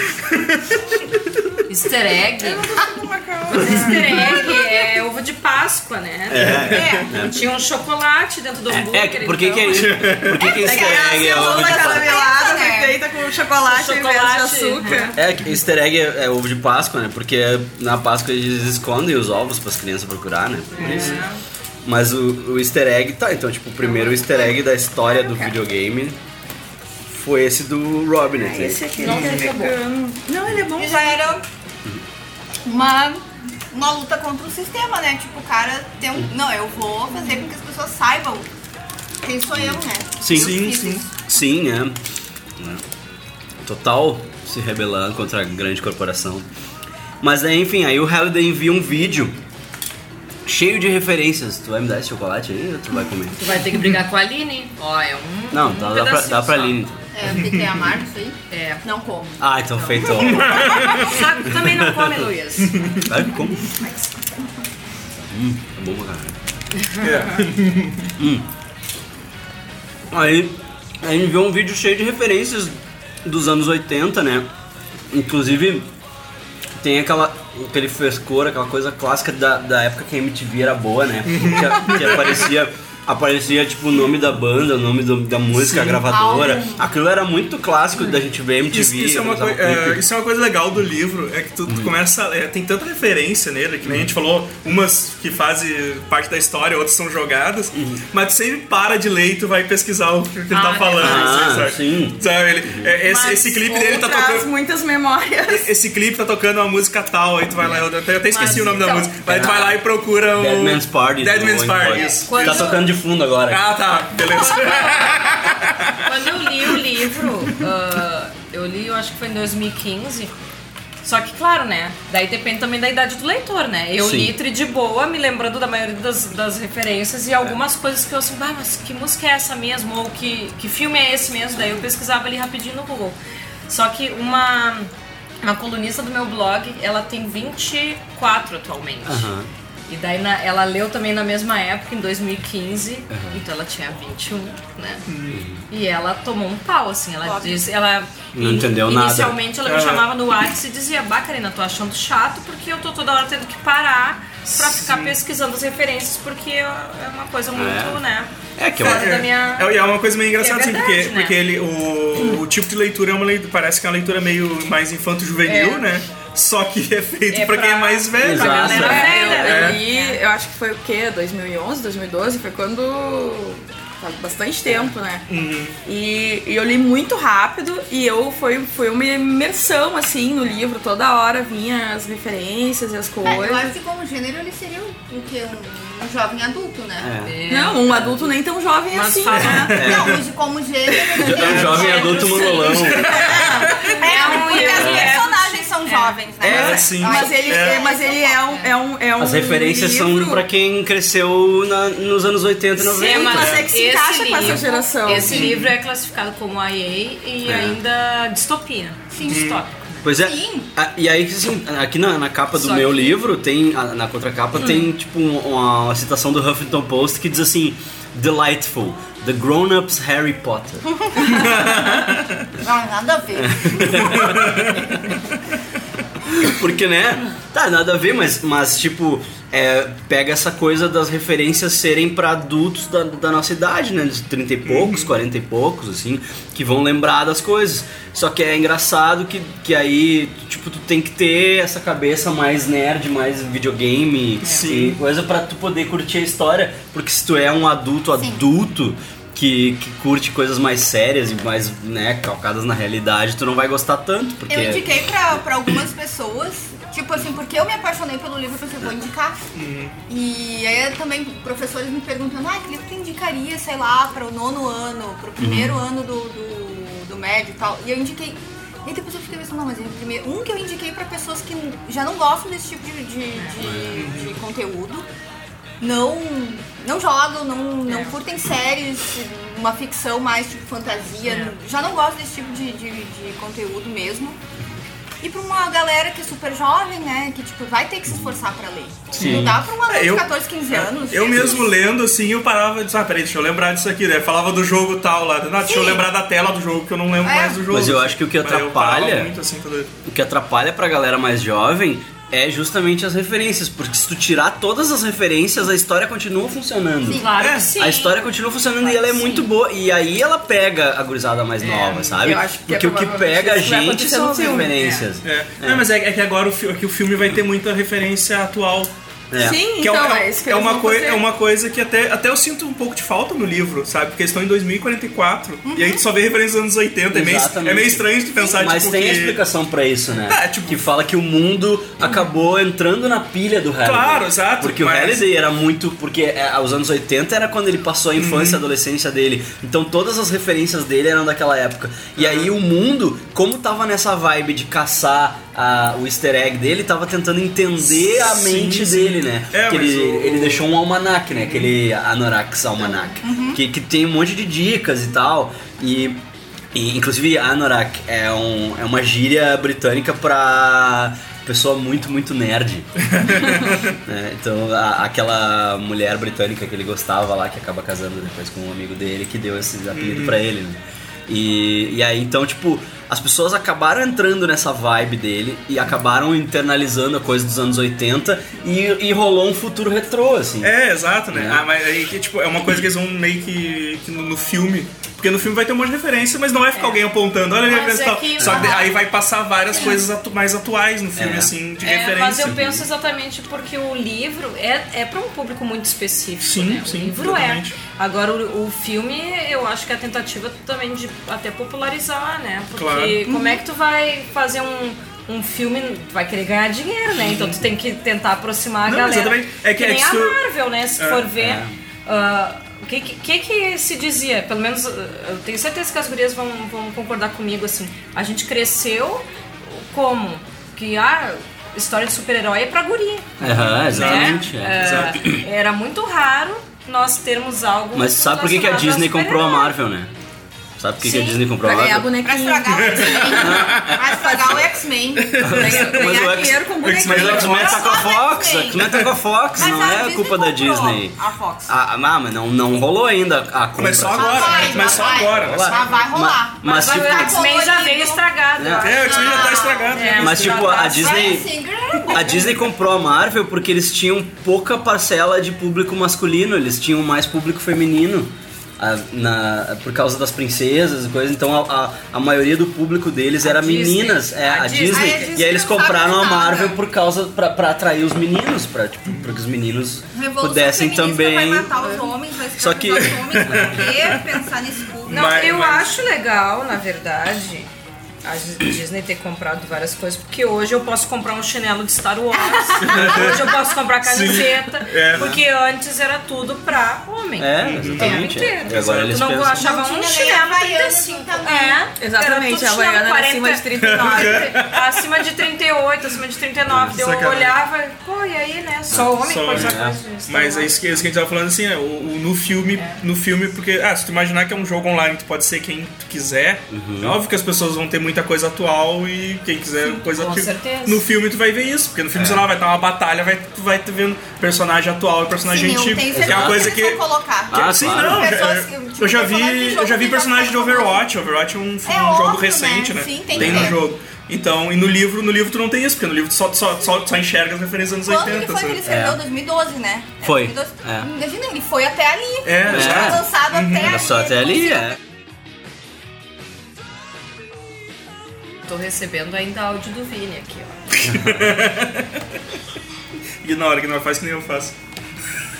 Speaker 2: Easter egg. Easter egg é ovo de Páscoa, né?
Speaker 8: É.
Speaker 2: Não Tinha um chocolate dentro do hambúrguer.
Speaker 1: É, por que que é
Speaker 2: então.
Speaker 1: isso? Por que que easter egg é ovo de
Speaker 4: Uma
Speaker 1: Páscoa?
Speaker 4: caramelada
Speaker 8: É.
Speaker 4: foi feita com chocolate ao invés de
Speaker 2: né? Chocolate.
Speaker 4: açúcar.
Speaker 1: É, que easter egg é, é ovo de Páscoa, né? Porque na Páscoa eles escondem os ovos para as crianças procurar, né? Por isso.
Speaker 4: É.
Speaker 1: Mas o, o easter egg, tá, então, tipo, o primeiro easter egg da história do videogame foi esse do Robinet. né?
Speaker 4: Esse aqui
Speaker 2: Não
Speaker 4: ele é
Speaker 2: fica bom.
Speaker 4: vegano. Não, ele é bom.
Speaker 8: E já era uma, uma luta contra o sistema, né? Tipo, o cara tem
Speaker 1: Uhum.
Speaker 8: um. Não, eu vou fazer com que as pessoas saibam quem sou eu, né?
Speaker 1: Sim,
Speaker 8: Eu
Speaker 1: sim,
Speaker 8: fiz
Speaker 1: sim.
Speaker 8: isso.
Speaker 1: Sim, é. É. Total se rebelando contra a grande corporação. Mas aí, enfim, aí o Halliday envia um vídeo cheio de referências. Tu vai me dar esse chocolate aí ou tu vai comer?
Speaker 2: Tu vai ter que brigar com a Aline. Ó, é um.
Speaker 1: Não,
Speaker 2: um
Speaker 1: dá, dá, pra,
Speaker 2: pedacinho
Speaker 1: dá pra
Speaker 2: só.
Speaker 1: Aline.
Speaker 8: É, o que que é amargo isso aí?
Speaker 2: É.
Speaker 8: Não como.
Speaker 1: Ah, então feito.
Speaker 2: Sabe, tu também não come, Luiz.
Speaker 1: Vai como? Hum, é bom pra caralho. Aí a gente viu um vídeo cheio de referências dos anos 80, né? Inclusive tem aquela, aquele frescor, aquela coisa clássica da, da época que a MTV era boa, né? Que, a- que aparecia aparecia tipo o nome da banda, o nome do- da música, a gravadora.
Speaker 8: Álbum.
Speaker 1: Aquilo era muito clássico da gente ver MTV.
Speaker 3: Isso, isso é uma
Speaker 1: botava
Speaker 3: coi- é,
Speaker 1: clipe.
Speaker 3: isso é uma coisa legal do livro, é que tu,
Speaker 1: Hum.
Speaker 3: tu começa. é, tem tanta referência nele, que nem a gente falou, umas que fazem parte da história, outras são jogadas,
Speaker 1: Hum.
Speaker 3: mas tu sempre para de ler e tu vai pesquisar o que ele
Speaker 2: Ah,
Speaker 3: tá falando.
Speaker 1: verdade.
Speaker 3: assim,
Speaker 1: Ah,
Speaker 3: sabe?
Speaker 1: sim. Hum.
Speaker 3: Sabe, ele- é, esse, esse clipe dele tá
Speaker 4: traz
Speaker 3: tocando.
Speaker 4: muitas memórias.
Speaker 3: Esse clipe tá tocando uma música tal, aí tu vai lá, eu até, eu até esqueci
Speaker 2: Mas
Speaker 3: o nome da
Speaker 2: então-
Speaker 3: música, mas tu vai lá e procura o.
Speaker 1: Dead Man's Party.
Speaker 3: É. Dead
Speaker 1: do
Speaker 3: Man's
Speaker 1: Oink
Speaker 3: Party,
Speaker 1: Boy.
Speaker 3: isso.
Speaker 1: Tá tocando de fundo agora.
Speaker 3: Ah, tá, beleza.
Speaker 2: Quando eu li o livro, ah, eu li, eu acho que foi em 2015. Só que, claro, né? Daí depende também da idade do leitor, né? Eu
Speaker 1: Sim.
Speaker 2: li Tri de boa, me lembrando da maioria das, das referências e algumas coisas que eu assim, ah, mas que música é essa mesmo? Ou que, que filme é esse mesmo? Daí eu pesquisava ali rapidinho no Google. Só que uma, uma colunista do meu blog, ela tem 24 atualmente.
Speaker 1: Aham.
Speaker 2: E daí na- ela leu também na mesma época, em 2015, então ela tinha 21, né? E ela tomou um pau, assim, ela disse, ela
Speaker 1: Uhum. Não
Speaker 2: in-
Speaker 1: entendeu nada. Ah.
Speaker 2: inicialmente ela me chamava no WhatsApp e dizia, bah, Karina, tô achando chato porque eu tô toda hora tendo que parar pra ficar pesquisando as referências, porque eu- é uma coisa muito,
Speaker 1: É.
Speaker 2: né?
Speaker 1: É que eu
Speaker 2: fora da minha.
Speaker 3: É, e é uma coisa meio engraçada,
Speaker 2: É
Speaker 3: assim,
Speaker 2: verdade,
Speaker 3: porque,
Speaker 2: né?
Speaker 3: porque ele, o, o tipo de leitura é uma leitura, parece que é uma leitura meio mais infanto-juvenil,
Speaker 2: É.
Speaker 3: né? Só que é feito
Speaker 2: É
Speaker 3: pra, quem é
Speaker 2: pra-
Speaker 3: mais velho.
Speaker 1: pra
Speaker 3: né?
Speaker 1: galera
Speaker 4: É,
Speaker 2: velha,
Speaker 4: eu
Speaker 2: né?
Speaker 4: li, eu acho que foi o quê? 2011, 2012? Foi quando. Faz bastante tempo, né?
Speaker 1: Uhum.
Speaker 4: E, e eu li muito rápido e eu foi, foi uma imersão, assim, no livro. Toda hora vinha as referências e as
Speaker 8: É, eu
Speaker 4: coisas.
Speaker 8: acho que como gênero ele seria o o quê? Um, um jovem adulto,
Speaker 3: é.
Speaker 8: né?
Speaker 1: É.
Speaker 4: Não, um adulto nem tão jovem
Speaker 2: Mas
Speaker 4: assim,
Speaker 2: fala-
Speaker 4: né?
Speaker 8: Não, mas como gênero. ele
Speaker 1: É um jovem
Speaker 2: É,
Speaker 1: adulto
Speaker 2: sim.
Speaker 1: mongolão.
Speaker 8: É, porque
Speaker 2: É.
Speaker 8: as personagens são jovens, né?
Speaker 3: É, sim.
Speaker 4: Mas ele é, mas ele é um, é um, é um
Speaker 1: As referências são
Speaker 4: livro-
Speaker 1: pra quem tá cresceu na- nos anos 80 e 90.
Speaker 2: Sim, mas
Speaker 1: né?
Speaker 4: é que se
Speaker 2: esse
Speaker 4: encaixa com essa
Speaker 2: livro-
Speaker 4: geração.
Speaker 2: Esse livro é classificado como IA e
Speaker 1: É. Uhum.
Speaker 2: ainda distopia.
Speaker 8: Sim.
Speaker 2: Distópico.
Speaker 1: Pois é.
Speaker 8: Sim.
Speaker 1: A- e aí, assim, aqui na, na capa do
Speaker 2: Só
Speaker 1: meu
Speaker 2: que- Hum.
Speaker 1: livro, tem a- na contracapa, tem tipo um- uma, uma citação do Huffington Post que diz assim: Delightful, The Grown-Ups Harry Potter.
Speaker 8: Não, nada a ver.
Speaker 1: Porque, né? Tá, nada a ver, mas, mas tipo, é, pega essa coisa das referências serem pra adultos da, da nossa idade, né? De 30 e poucos, 40 e poucos, assim, que vão lembrar das coisas. Só que é engraçado que, que aí, tipo, tu tem que ter essa cabeça mais nerd, mais videogame
Speaker 3: Sim.
Speaker 1: e coisa pra tu poder curtir a história. Porque se tu é um adulto adulto. Que, que curte coisas mais sérias e mais, né, calcadas na realidade, tu não vai gostar tanto, porque...
Speaker 8: Eu indiquei pra, pra algumas pessoas, tipo assim, porque eu me apaixonei pelo livro, eu pensei, vou indicar.
Speaker 1: Hum.
Speaker 8: E aí também professores me perguntando, ah, que livro tu indicaria, sei lá, para o nono ano, pro primeiro ano do, do, do médio e tal. E eu indiquei. E depois eu fiquei pensando, não, mas o primeiro, um que eu indiquei pra pessoas que já não gostam desse tipo de, de, de- de conteúdo, não, não jogam, não, não curtem séries, uma ficção mais tipo fantasia, já não gostam desse tipo de, de, de conteúdo mesmo. E pra uma galera que é super jovem, né, que tipo, vai ter que se esforçar pra ler. Não dá pra um aluno
Speaker 3: É,
Speaker 8: de
Speaker 3: eu-
Speaker 8: 14, 15 anos.
Speaker 3: Eu mesmo lendo, assim, eu parava e disse, ah, peraí, deixa eu lembrar disso aqui, né? Falava do jogo tal lá, ah, deixa eu
Speaker 8: Sim.
Speaker 3: lembrar da tela do jogo, que eu não lembro
Speaker 8: É.
Speaker 3: mais do jogo.
Speaker 1: Mas eu acho que o que
Speaker 3: Mas eu parava
Speaker 1: atrapalha-
Speaker 3: muito, assim, quando eu-
Speaker 1: o que atrapalha pra galera mais jovem é justamente as referências, porque se tu tirar todas as referências, a história continua funcionando.
Speaker 2: Claro
Speaker 3: É,
Speaker 2: que sim.
Speaker 1: A história continua funcionando e ela é muito boa. E aí ela pega a gurizada mais nova, sabe?
Speaker 4: eu acho que
Speaker 1: Porque
Speaker 4: é
Speaker 1: o que
Speaker 4: provavelmente
Speaker 1: pega a
Speaker 4: isso vai
Speaker 1: gente
Speaker 4: acontecer
Speaker 1: são
Speaker 4: no
Speaker 1: as
Speaker 4: filme,
Speaker 1: referências.
Speaker 3: É. Não, mas é, é que agora o, fi- é que o filme vai ter muita referência atual.
Speaker 1: É.
Speaker 4: Sim,
Speaker 3: Que é,
Speaker 4: então
Speaker 3: uma-
Speaker 4: é, isso que
Speaker 3: é
Speaker 4: eles
Speaker 3: uma
Speaker 4: vão
Speaker 3: coi-
Speaker 4: fazer.
Speaker 3: é uma coisa que até, até eu sinto um pouco de falta no livro, sabe? Porque eles estão em 2044 e aí tu só vê referência dos anos 80. É meio,
Speaker 1: Exatamente.
Speaker 3: é meio estranho de pensar,
Speaker 1: Mas
Speaker 3: tipo,
Speaker 1: tem a
Speaker 3: que-
Speaker 1: explicação pra isso, né?
Speaker 3: Tá, tipo-
Speaker 1: Que fala que o mundo acabou entrando na pilha do Halliday.
Speaker 3: Claro, exato,
Speaker 1: Porque o
Speaker 3: mas-
Speaker 1: Halliday era muito. Porque é, os anos 80 era quando ele passou a
Speaker 3: Uhum.
Speaker 1: infância e a adolescência dele. Então todas as referências dele eram daquela época. E aí
Speaker 3: Uhum.
Speaker 1: o mundo, como tava nessa vibe de caçar a- o easter egg dele, tava tentando entender a
Speaker 3: Sim,
Speaker 1: mente
Speaker 3: sim.
Speaker 1: dele, né?
Speaker 3: É,
Speaker 1: que
Speaker 3: mas
Speaker 1: ele,
Speaker 3: o-
Speaker 1: ele deixou um almanac, né? Aquele Anorax Almanac.
Speaker 3: Uhum.
Speaker 1: Que, que tem um monte de dicas e tal. E, e, inclusive Anorak é, um, é uma gíria britânica pra pessoa muito, muito nerd. né? Então a- aquela mulher britânica que ele gostava lá, que acaba casando depois com um amigo dele, que deu esse apelido pra ele, né? E, e aí, então, tipo, As pessoas acabaram entrando nessa vibe dele e acabaram internalizando a coisa dos anos 80 e, e rolou um futuro retrô, assim.
Speaker 3: É, exato, né? Ah, mas aí que, tipo, é uma coisa que eles vão meio que, que no, no filme. Porque no filme vai ter um monte de referência, mas não vai ficar alguém apontando, olha ali a
Speaker 2: É. Mas
Speaker 3: referência
Speaker 2: é
Speaker 3: e tal.
Speaker 2: que-
Speaker 3: Só que de- aí vai passar várias coisas atu- mais atuais no filme,
Speaker 1: É.
Speaker 3: assim, de
Speaker 2: É,
Speaker 3: referência.
Speaker 2: mas eu penso exatamente porque o livro é, é para um público muito específico.
Speaker 3: Sim,
Speaker 2: né?
Speaker 3: sim,
Speaker 2: O livro
Speaker 3: totalmente.
Speaker 2: é. Agora, o, o filme, eu acho que é a tentativa também de até popularizar, né? Porque
Speaker 3: Claro. Uhum.
Speaker 2: como é que tu vai fazer um, um filme. Tu vai querer ganhar dinheiro, né? Então tu tem que tentar aproximar a
Speaker 3: Não,
Speaker 2: galera.
Speaker 3: exatamente. É que- é
Speaker 2: nem
Speaker 3: que
Speaker 2: a
Speaker 3: isso-
Speaker 2: Marvel, né? Se
Speaker 3: É,
Speaker 2: for ver.
Speaker 1: é.
Speaker 2: ah, o que, que- que que se dizia? Pelo menos ah, eu tenho certeza que as gurias vão, vão concordar comigo assim. A gente cresceu como? Que a história de super-herói é pra guria.
Speaker 1: Aham, exatamente.
Speaker 2: né?
Speaker 1: é.
Speaker 2: Ah, Era muito raro nós termos algo.
Speaker 1: Mas sabe por que, que a
Speaker 2: relacionado
Speaker 1: Disney
Speaker 2: ao
Speaker 1: comprou a
Speaker 2: super-herói?
Speaker 1: Marvel, né? Sabe por que, que a
Speaker 2: é Sim,
Speaker 1: Disney comprou
Speaker 4: Pra
Speaker 1: a
Speaker 4: ganhar
Speaker 1: Marvel?
Speaker 8: Pra
Speaker 4: bonequinho.
Speaker 8: estragar o X-Men. Pra estragar o X-Men.
Speaker 4: Ganhar
Speaker 1: Mas o
Speaker 4: ganhar
Speaker 1: X-
Speaker 4: dinheiro com
Speaker 3: X-Men é
Speaker 1: Mas o
Speaker 4: bonequinho.
Speaker 1: X-Men tá com a
Speaker 8: Mas
Speaker 1: Fox,
Speaker 8: a
Speaker 1: o
Speaker 8: Disney-
Speaker 1: X-Men tá com a Fox,
Speaker 8: Mas
Speaker 1: não
Speaker 8: a
Speaker 1: é
Speaker 8: Disney
Speaker 1: culpa da
Speaker 8: comprou
Speaker 1: Disney.
Speaker 8: a Fox.
Speaker 1: Ah, ah, mas não, não rolou ainda a compra.
Speaker 3: Mas só agora,
Speaker 8: vai,
Speaker 3: mas só
Speaker 8: vai.
Speaker 3: agora. mas só-
Speaker 8: Mas vai rolar.
Speaker 1: Mas,
Speaker 2: Mas
Speaker 1: tipo,
Speaker 2: o X-Men já veio estragado. eu acho.
Speaker 3: É, o X-Men já tá estragado. né?
Speaker 2: É,
Speaker 1: mas,
Speaker 2: já
Speaker 1: tipo,
Speaker 2: tá-
Speaker 1: a Disney...
Speaker 8: é
Speaker 1: A Disney comprou a Marvel porque eles tinham pouca parcela de público masculino, eles tinham mais público feminino. a- na- por causa das princesas e coisas, então a, a- a maioria do público deles era
Speaker 2: Disney.
Speaker 1: meninas, é, a,
Speaker 2: A
Speaker 1: Disney,
Speaker 2: Disney.
Speaker 8: Aí a
Speaker 1: e
Speaker 8: Disney
Speaker 1: aí eles
Speaker 8: não sabe
Speaker 1: compraram a
Speaker 8: nada.
Speaker 1: Marvel por causa pra, pra atrair os meninos, para tipo, pra que os meninos
Speaker 8: Revolução
Speaker 1: pudessem
Speaker 8: feminista
Speaker 1: também. É.
Speaker 8: Vai matar os homens, vai
Speaker 1: Só que-
Speaker 8: escravizar os homens, por que pensar nesse público?
Speaker 2: Não,
Speaker 3: Mas-
Speaker 2: eu
Speaker 3: mas-
Speaker 2: acho legal, na verdade, a Disney ter comprado várias coisas, porque hoje eu posso comprar um chinelo de Star Wars, hoje eu posso comprar camiseta,
Speaker 3: É, né?
Speaker 2: porque antes era tudo pra homem.
Speaker 1: É,
Speaker 2: O tempo
Speaker 1: exatamente. é.
Speaker 2: inteiro.
Speaker 1: E agora
Speaker 2: Tu
Speaker 1: eles
Speaker 2: não
Speaker 1: pensam.
Speaker 2: achava
Speaker 8: Não
Speaker 2: um
Speaker 8: tinha
Speaker 2: chinelo
Speaker 8: nem Havaiana
Speaker 2: 35.
Speaker 8: também.
Speaker 2: É,
Speaker 4: Exatamente, a Havaiana era acima de 39.
Speaker 2: acima de 38, acima de 39. Daí eu
Speaker 3: Sacanagem.
Speaker 2: olhava, pô, e aí, né? Só homem
Speaker 3: Só
Speaker 2: pode usar
Speaker 3: homem,
Speaker 1: né?
Speaker 2: coisa de Star
Speaker 3: Mas é
Speaker 8: tá
Speaker 2: Wars.
Speaker 3: isso que, isso que a gente tava falando assim, né? O, o- no filme,
Speaker 8: É.
Speaker 3: no filme, porque ah, se tu imaginar que é um jogo online, tu pode ser quem tu quiser. É óbvio que as pessoas vão ter muita coisa atual e quem quiser coisa
Speaker 2: com
Speaker 3: atual.
Speaker 2: certeza.
Speaker 3: No filme tu vai ver isso, porque no filme, sei lá, vai estar uma batalha, vai tu vai ter vendo personagem atual e personagem
Speaker 8: Sim, eu
Speaker 3: antigo.
Speaker 8: tenho
Speaker 3: Que é
Speaker 8: certeza
Speaker 3: uma coisa
Speaker 8: que eles
Speaker 3: que é
Speaker 8: vão colocar.
Speaker 1: Ah,
Speaker 3: Sim,
Speaker 1: claro.
Speaker 3: não.
Speaker 8: Pessoas
Speaker 3: é-
Speaker 8: que- tipo,
Speaker 3: eu já vi,
Speaker 8: personagens de
Speaker 3: eu já
Speaker 8: jogo
Speaker 3: vi
Speaker 8: que
Speaker 3: personagem de
Speaker 8: já são
Speaker 3: Overwatch. Overwatch é um, um
Speaker 8: óbvio,
Speaker 3: jogo
Speaker 8: né?
Speaker 3: recente, né?
Speaker 8: Sim, tem que
Speaker 3: no
Speaker 8: ter.
Speaker 3: jogo. Então, e no livro, no livro tu não tem isso, porque no livro tu só, só, só, só enxerga as referências dos anos assim.
Speaker 8: Quando que
Speaker 3: 80.
Speaker 8: foi que ele
Speaker 3: sabe?
Speaker 8: escreveu?
Speaker 1: É.
Speaker 8: 2012, né? É,
Speaker 1: Foi.
Speaker 8: 2012.
Speaker 1: É.
Speaker 8: Imagina, ele foi até ali.
Speaker 3: É,
Speaker 8: Ele foi
Speaker 1: é.
Speaker 8: lançado até ali. né?
Speaker 1: Era só até ali, é.
Speaker 2: Tô recebendo ainda áudio do Vini aqui, ó.
Speaker 3: Ignora, ignora, faz que nem eu faço.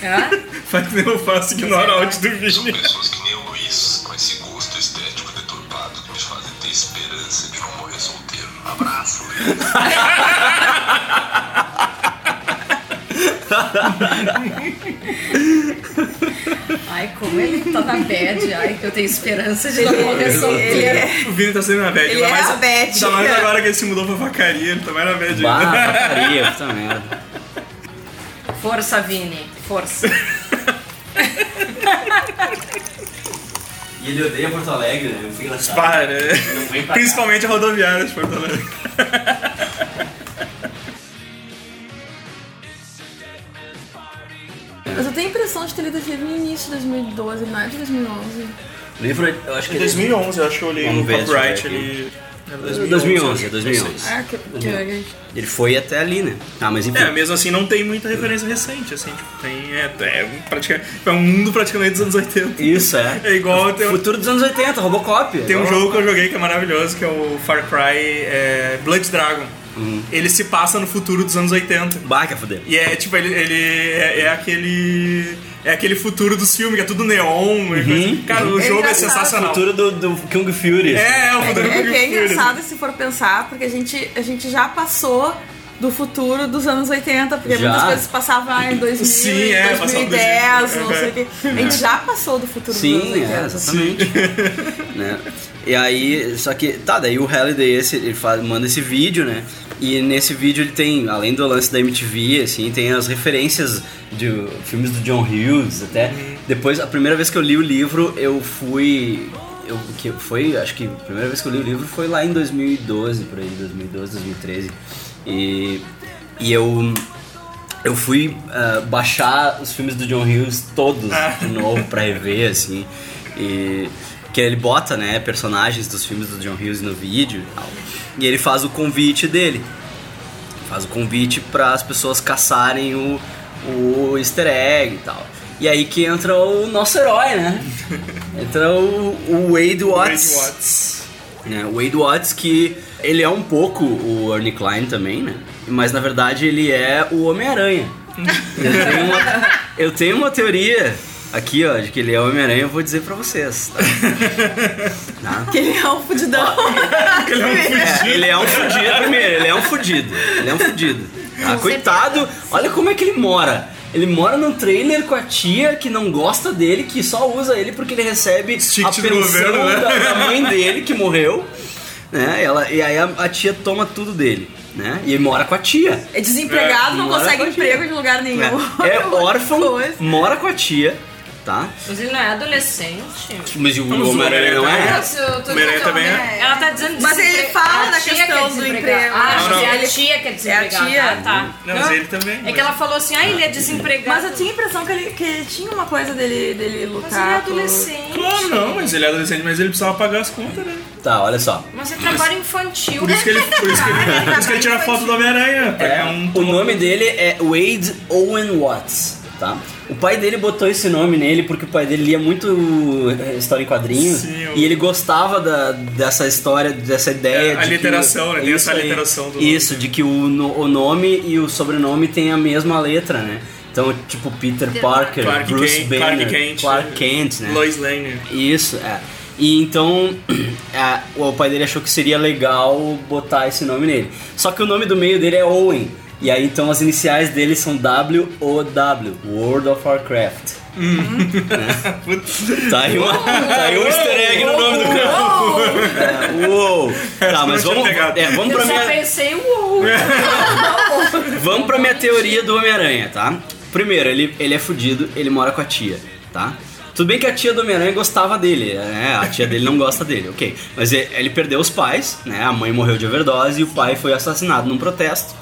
Speaker 2: Hã?
Speaker 3: Faz que nem eu faço, ignora o áudio do Vini.
Speaker 9: Pessoas que nem o Luiz, com esse gosto estético deturpado que me fazem ter esperança de não morrer solteiro. Abraço, Luiz.
Speaker 2: Ai, como ele tá na bad, ai, que eu tenho esperança de não morrer
Speaker 4: Ele
Speaker 2: solteiro.
Speaker 4: é-
Speaker 3: O Vini tá sempre na bad.
Speaker 4: Ele
Speaker 3: ainda
Speaker 4: é
Speaker 3: mais-
Speaker 4: a bad.
Speaker 3: Ainda mais agora que ele se mudou pra vacaria, ele tá mais na bad
Speaker 1: Bah,
Speaker 3: ainda.
Speaker 1: porcaria, puta merda.
Speaker 2: Força, Vini, força.
Speaker 1: E ele odeia Porto Alegre, né? Eu fico engraçado.
Speaker 3: Para, né?
Speaker 1: vem pra cá.
Speaker 3: Principalmente a rodoviária de Porto Alegre.
Speaker 4: Eu só tenho a impressão de ter lido esse livro no início de 2012, mais de 2011.
Speaker 1: O livro, eu acho que
Speaker 3: Em
Speaker 1: ele-
Speaker 3: 2011, eu acho que eu olhei
Speaker 1: Vamos
Speaker 3: o
Speaker 1: ver, É
Speaker 3: copyright
Speaker 1: deixa eu ver
Speaker 3: ali. Era
Speaker 1: 2011,
Speaker 3: eu
Speaker 1: 2011.
Speaker 4: Ah, que, que
Speaker 1: Ele foi até ali, né? Ah, mas enfim.
Speaker 3: É, mesmo assim não tem muita referência recente, assim, tipo, tem. É, é, praticamente, é um mundo praticamente dos anos 80.
Speaker 1: Isso, é.
Speaker 3: É igual tem, um-
Speaker 1: Futuro dos anos 80, Robocop.
Speaker 3: tem um
Speaker 1: Então,
Speaker 3: jogo que eu joguei que é maravilhoso, que é o Far Cry é, Blood Dragon.
Speaker 1: Uhum.
Speaker 3: Ele se passa no futuro dos anos 80.
Speaker 1: Bah, que é fuder.
Speaker 3: E é tipo, ele, ele é, é aquele. É aquele futuro dos filmes, que é tudo neon e coisa. Cara, o jogo é
Speaker 4: engraçado.
Speaker 3: sensacional.
Speaker 1: Uhum. Futuro do, do King Fury.
Speaker 3: É, é o futuro
Speaker 4: é
Speaker 3: do
Speaker 4: bem
Speaker 3: filme.
Speaker 4: engraçado se for pensar, porque a gente, a gente já passou do futuro dos anos 80, porque
Speaker 1: Já?
Speaker 4: muitas coisas passavam lá em 2000,
Speaker 3: Sim, é,
Speaker 4: em
Speaker 3: passava É.
Speaker 4: 2010,
Speaker 3: 2000,
Speaker 4: não sei o quê. A gente já passou do futuro dos
Speaker 1: Sim,
Speaker 4: anos 80.
Speaker 1: é, exatamente. né? E aí, só que, tá, daí o Halliday, esse, ele faz, manda esse vídeo, né? E nesse vídeo ele tem, além do lance da MTV, assim, tem as referências de filmes do John Hughes, até. Depois, a primeira vez que eu li o livro, eu fui. Eu, que foi, acho que a primeira vez que eu li o livro foi lá em 2012, por aí, 2012, 2013. E, e eu. Eu fui ah, baixar os filmes do John Hughes todos de novo pra rever, assim. E, que ele bota, né, personagens dos filmes do John Hughes no vídeo e tal. E ele faz o convite dele. Faz o convite para as pessoas caçarem o, o easter egg e tal. E aí que entra o nosso herói, né? Entra o, o Wade Watts.
Speaker 3: Wade Watts.
Speaker 1: Né? O Wade Watts, que ele é um pouco o Ernie Klein também, né? Mas na verdade ele é o Homem-Aranha. eu, tenho uma, eu tenho uma teoria aqui, ó, de que ele é o Homem-Aranha, eu vou dizer pra vocês. tá? Tá?
Speaker 4: Que ele é um fudidão.
Speaker 3: Ele
Speaker 1: É, ele é
Speaker 3: é um fudido.
Speaker 1: um fudido primeiro, ele é um fudido. Ele é um fudido. Ah, coitado, olha como é que ele mora. Ele mora num trailer com a tia que não gosta dele, que só usa ele porque ele recebe
Speaker 3: Stick
Speaker 1: a
Speaker 3: do
Speaker 1: pensão
Speaker 3: governo, né?
Speaker 1: da, da mãe dele que morreu. Né? Ela, e aí a, a tia toma tudo dele, né? E ele mora com a tia.
Speaker 4: É desempregado, não
Speaker 1: Mora com
Speaker 4: consegue
Speaker 1: a tia.
Speaker 4: emprego de lugar nenhum.
Speaker 1: É, é órfão,
Speaker 4: Coisa.
Speaker 1: mora com a tia, tá?
Speaker 2: Mas ele não é adolescente.
Speaker 1: Mas o
Speaker 3: o
Speaker 1: Homem-Aranha não
Speaker 3: tá?
Speaker 1: é?
Speaker 3: Homem-Aranha também é.
Speaker 2: Ela tá dizendo
Speaker 4: Mas ele
Speaker 2: desempre-
Speaker 4: fala
Speaker 2: a
Speaker 4: da
Speaker 2: tia
Speaker 4: questão
Speaker 2: quer
Speaker 4: do
Speaker 2: desempregar.
Speaker 4: emprego.
Speaker 2: Ah,
Speaker 4: Não,
Speaker 2: acho que
Speaker 4: não.
Speaker 2: é a tia que é desempregada.
Speaker 4: tia.
Speaker 2: Ah, tá.
Speaker 3: Não, mas ele também,
Speaker 2: É
Speaker 3: mas-
Speaker 2: que ela falou assim, ah, ele é desempregado.
Speaker 4: Mas eu tinha a impressão que ele, que ele tinha uma coisa dele, dele lutar.
Speaker 2: Mas ele é
Speaker 4: por-
Speaker 2: adolescente.
Speaker 3: Claro, não, mas ele é adolescente, mas ele precisava pagar as contas, né?
Speaker 1: Tá, olha só.
Speaker 2: Mas é trabalho infantil.
Speaker 3: Por isso que ele, por isso que ele, por isso que ele tira foto do Homem-Aranha. pra
Speaker 1: É,
Speaker 3: ganhar um
Speaker 1: o nome dele é Wade Owen Watts, tá? O pai dele botou esse nome nele porque o pai dele lia muito eh, história em quadrinhos
Speaker 3: Sim, eu-
Speaker 1: e ele gostava da- dessa história, dessa ideia.
Speaker 3: É, a
Speaker 1: de que
Speaker 3: literação,
Speaker 1: o-
Speaker 3: né? Tem
Speaker 1: isso
Speaker 3: essa
Speaker 1: aí.
Speaker 3: literação do-
Speaker 1: Isso, de que o, no- o nome e o sobrenome têm a mesma letra, né? Então, tipo, Peter Parker,
Speaker 3: Clark
Speaker 1: Bruce
Speaker 3: Kent- Clark
Speaker 1: Banner,
Speaker 3: Kent,
Speaker 1: Clark
Speaker 3: né?
Speaker 1: Kent, né?
Speaker 3: Lois Lane.
Speaker 1: Isso, é. E então é, o pai dele achou que seria legal botar esse nome nele. Só que o nome do meio dele é Owen. E aí então as iniciais dele são WOW, World of Warcraft.
Speaker 3: Hum. Putz.
Speaker 1: Tá aí, uma, tá aí um easter egg no nome do cara. É, Uou! Tá, mas
Speaker 3: não tinha
Speaker 1: vamos,
Speaker 3: pegado.
Speaker 1: é, vamos
Speaker 2: Eu
Speaker 1: pra
Speaker 2: só
Speaker 1: minha.
Speaker 2: pensei, uou.
Speaker 1: Vamos pra minha teoria do Homem-Aranha, tá? Primeiro, ele, ele é fudido, ele mora com a tia, tá? Tudo bem que a tia do Homem-Aranha gostava dele, né? A tia dele não gosta dele, ok. Mas e- ele perdeu os pais, né? A mãe morreu de overdose e o pai foi assassinado num protesto.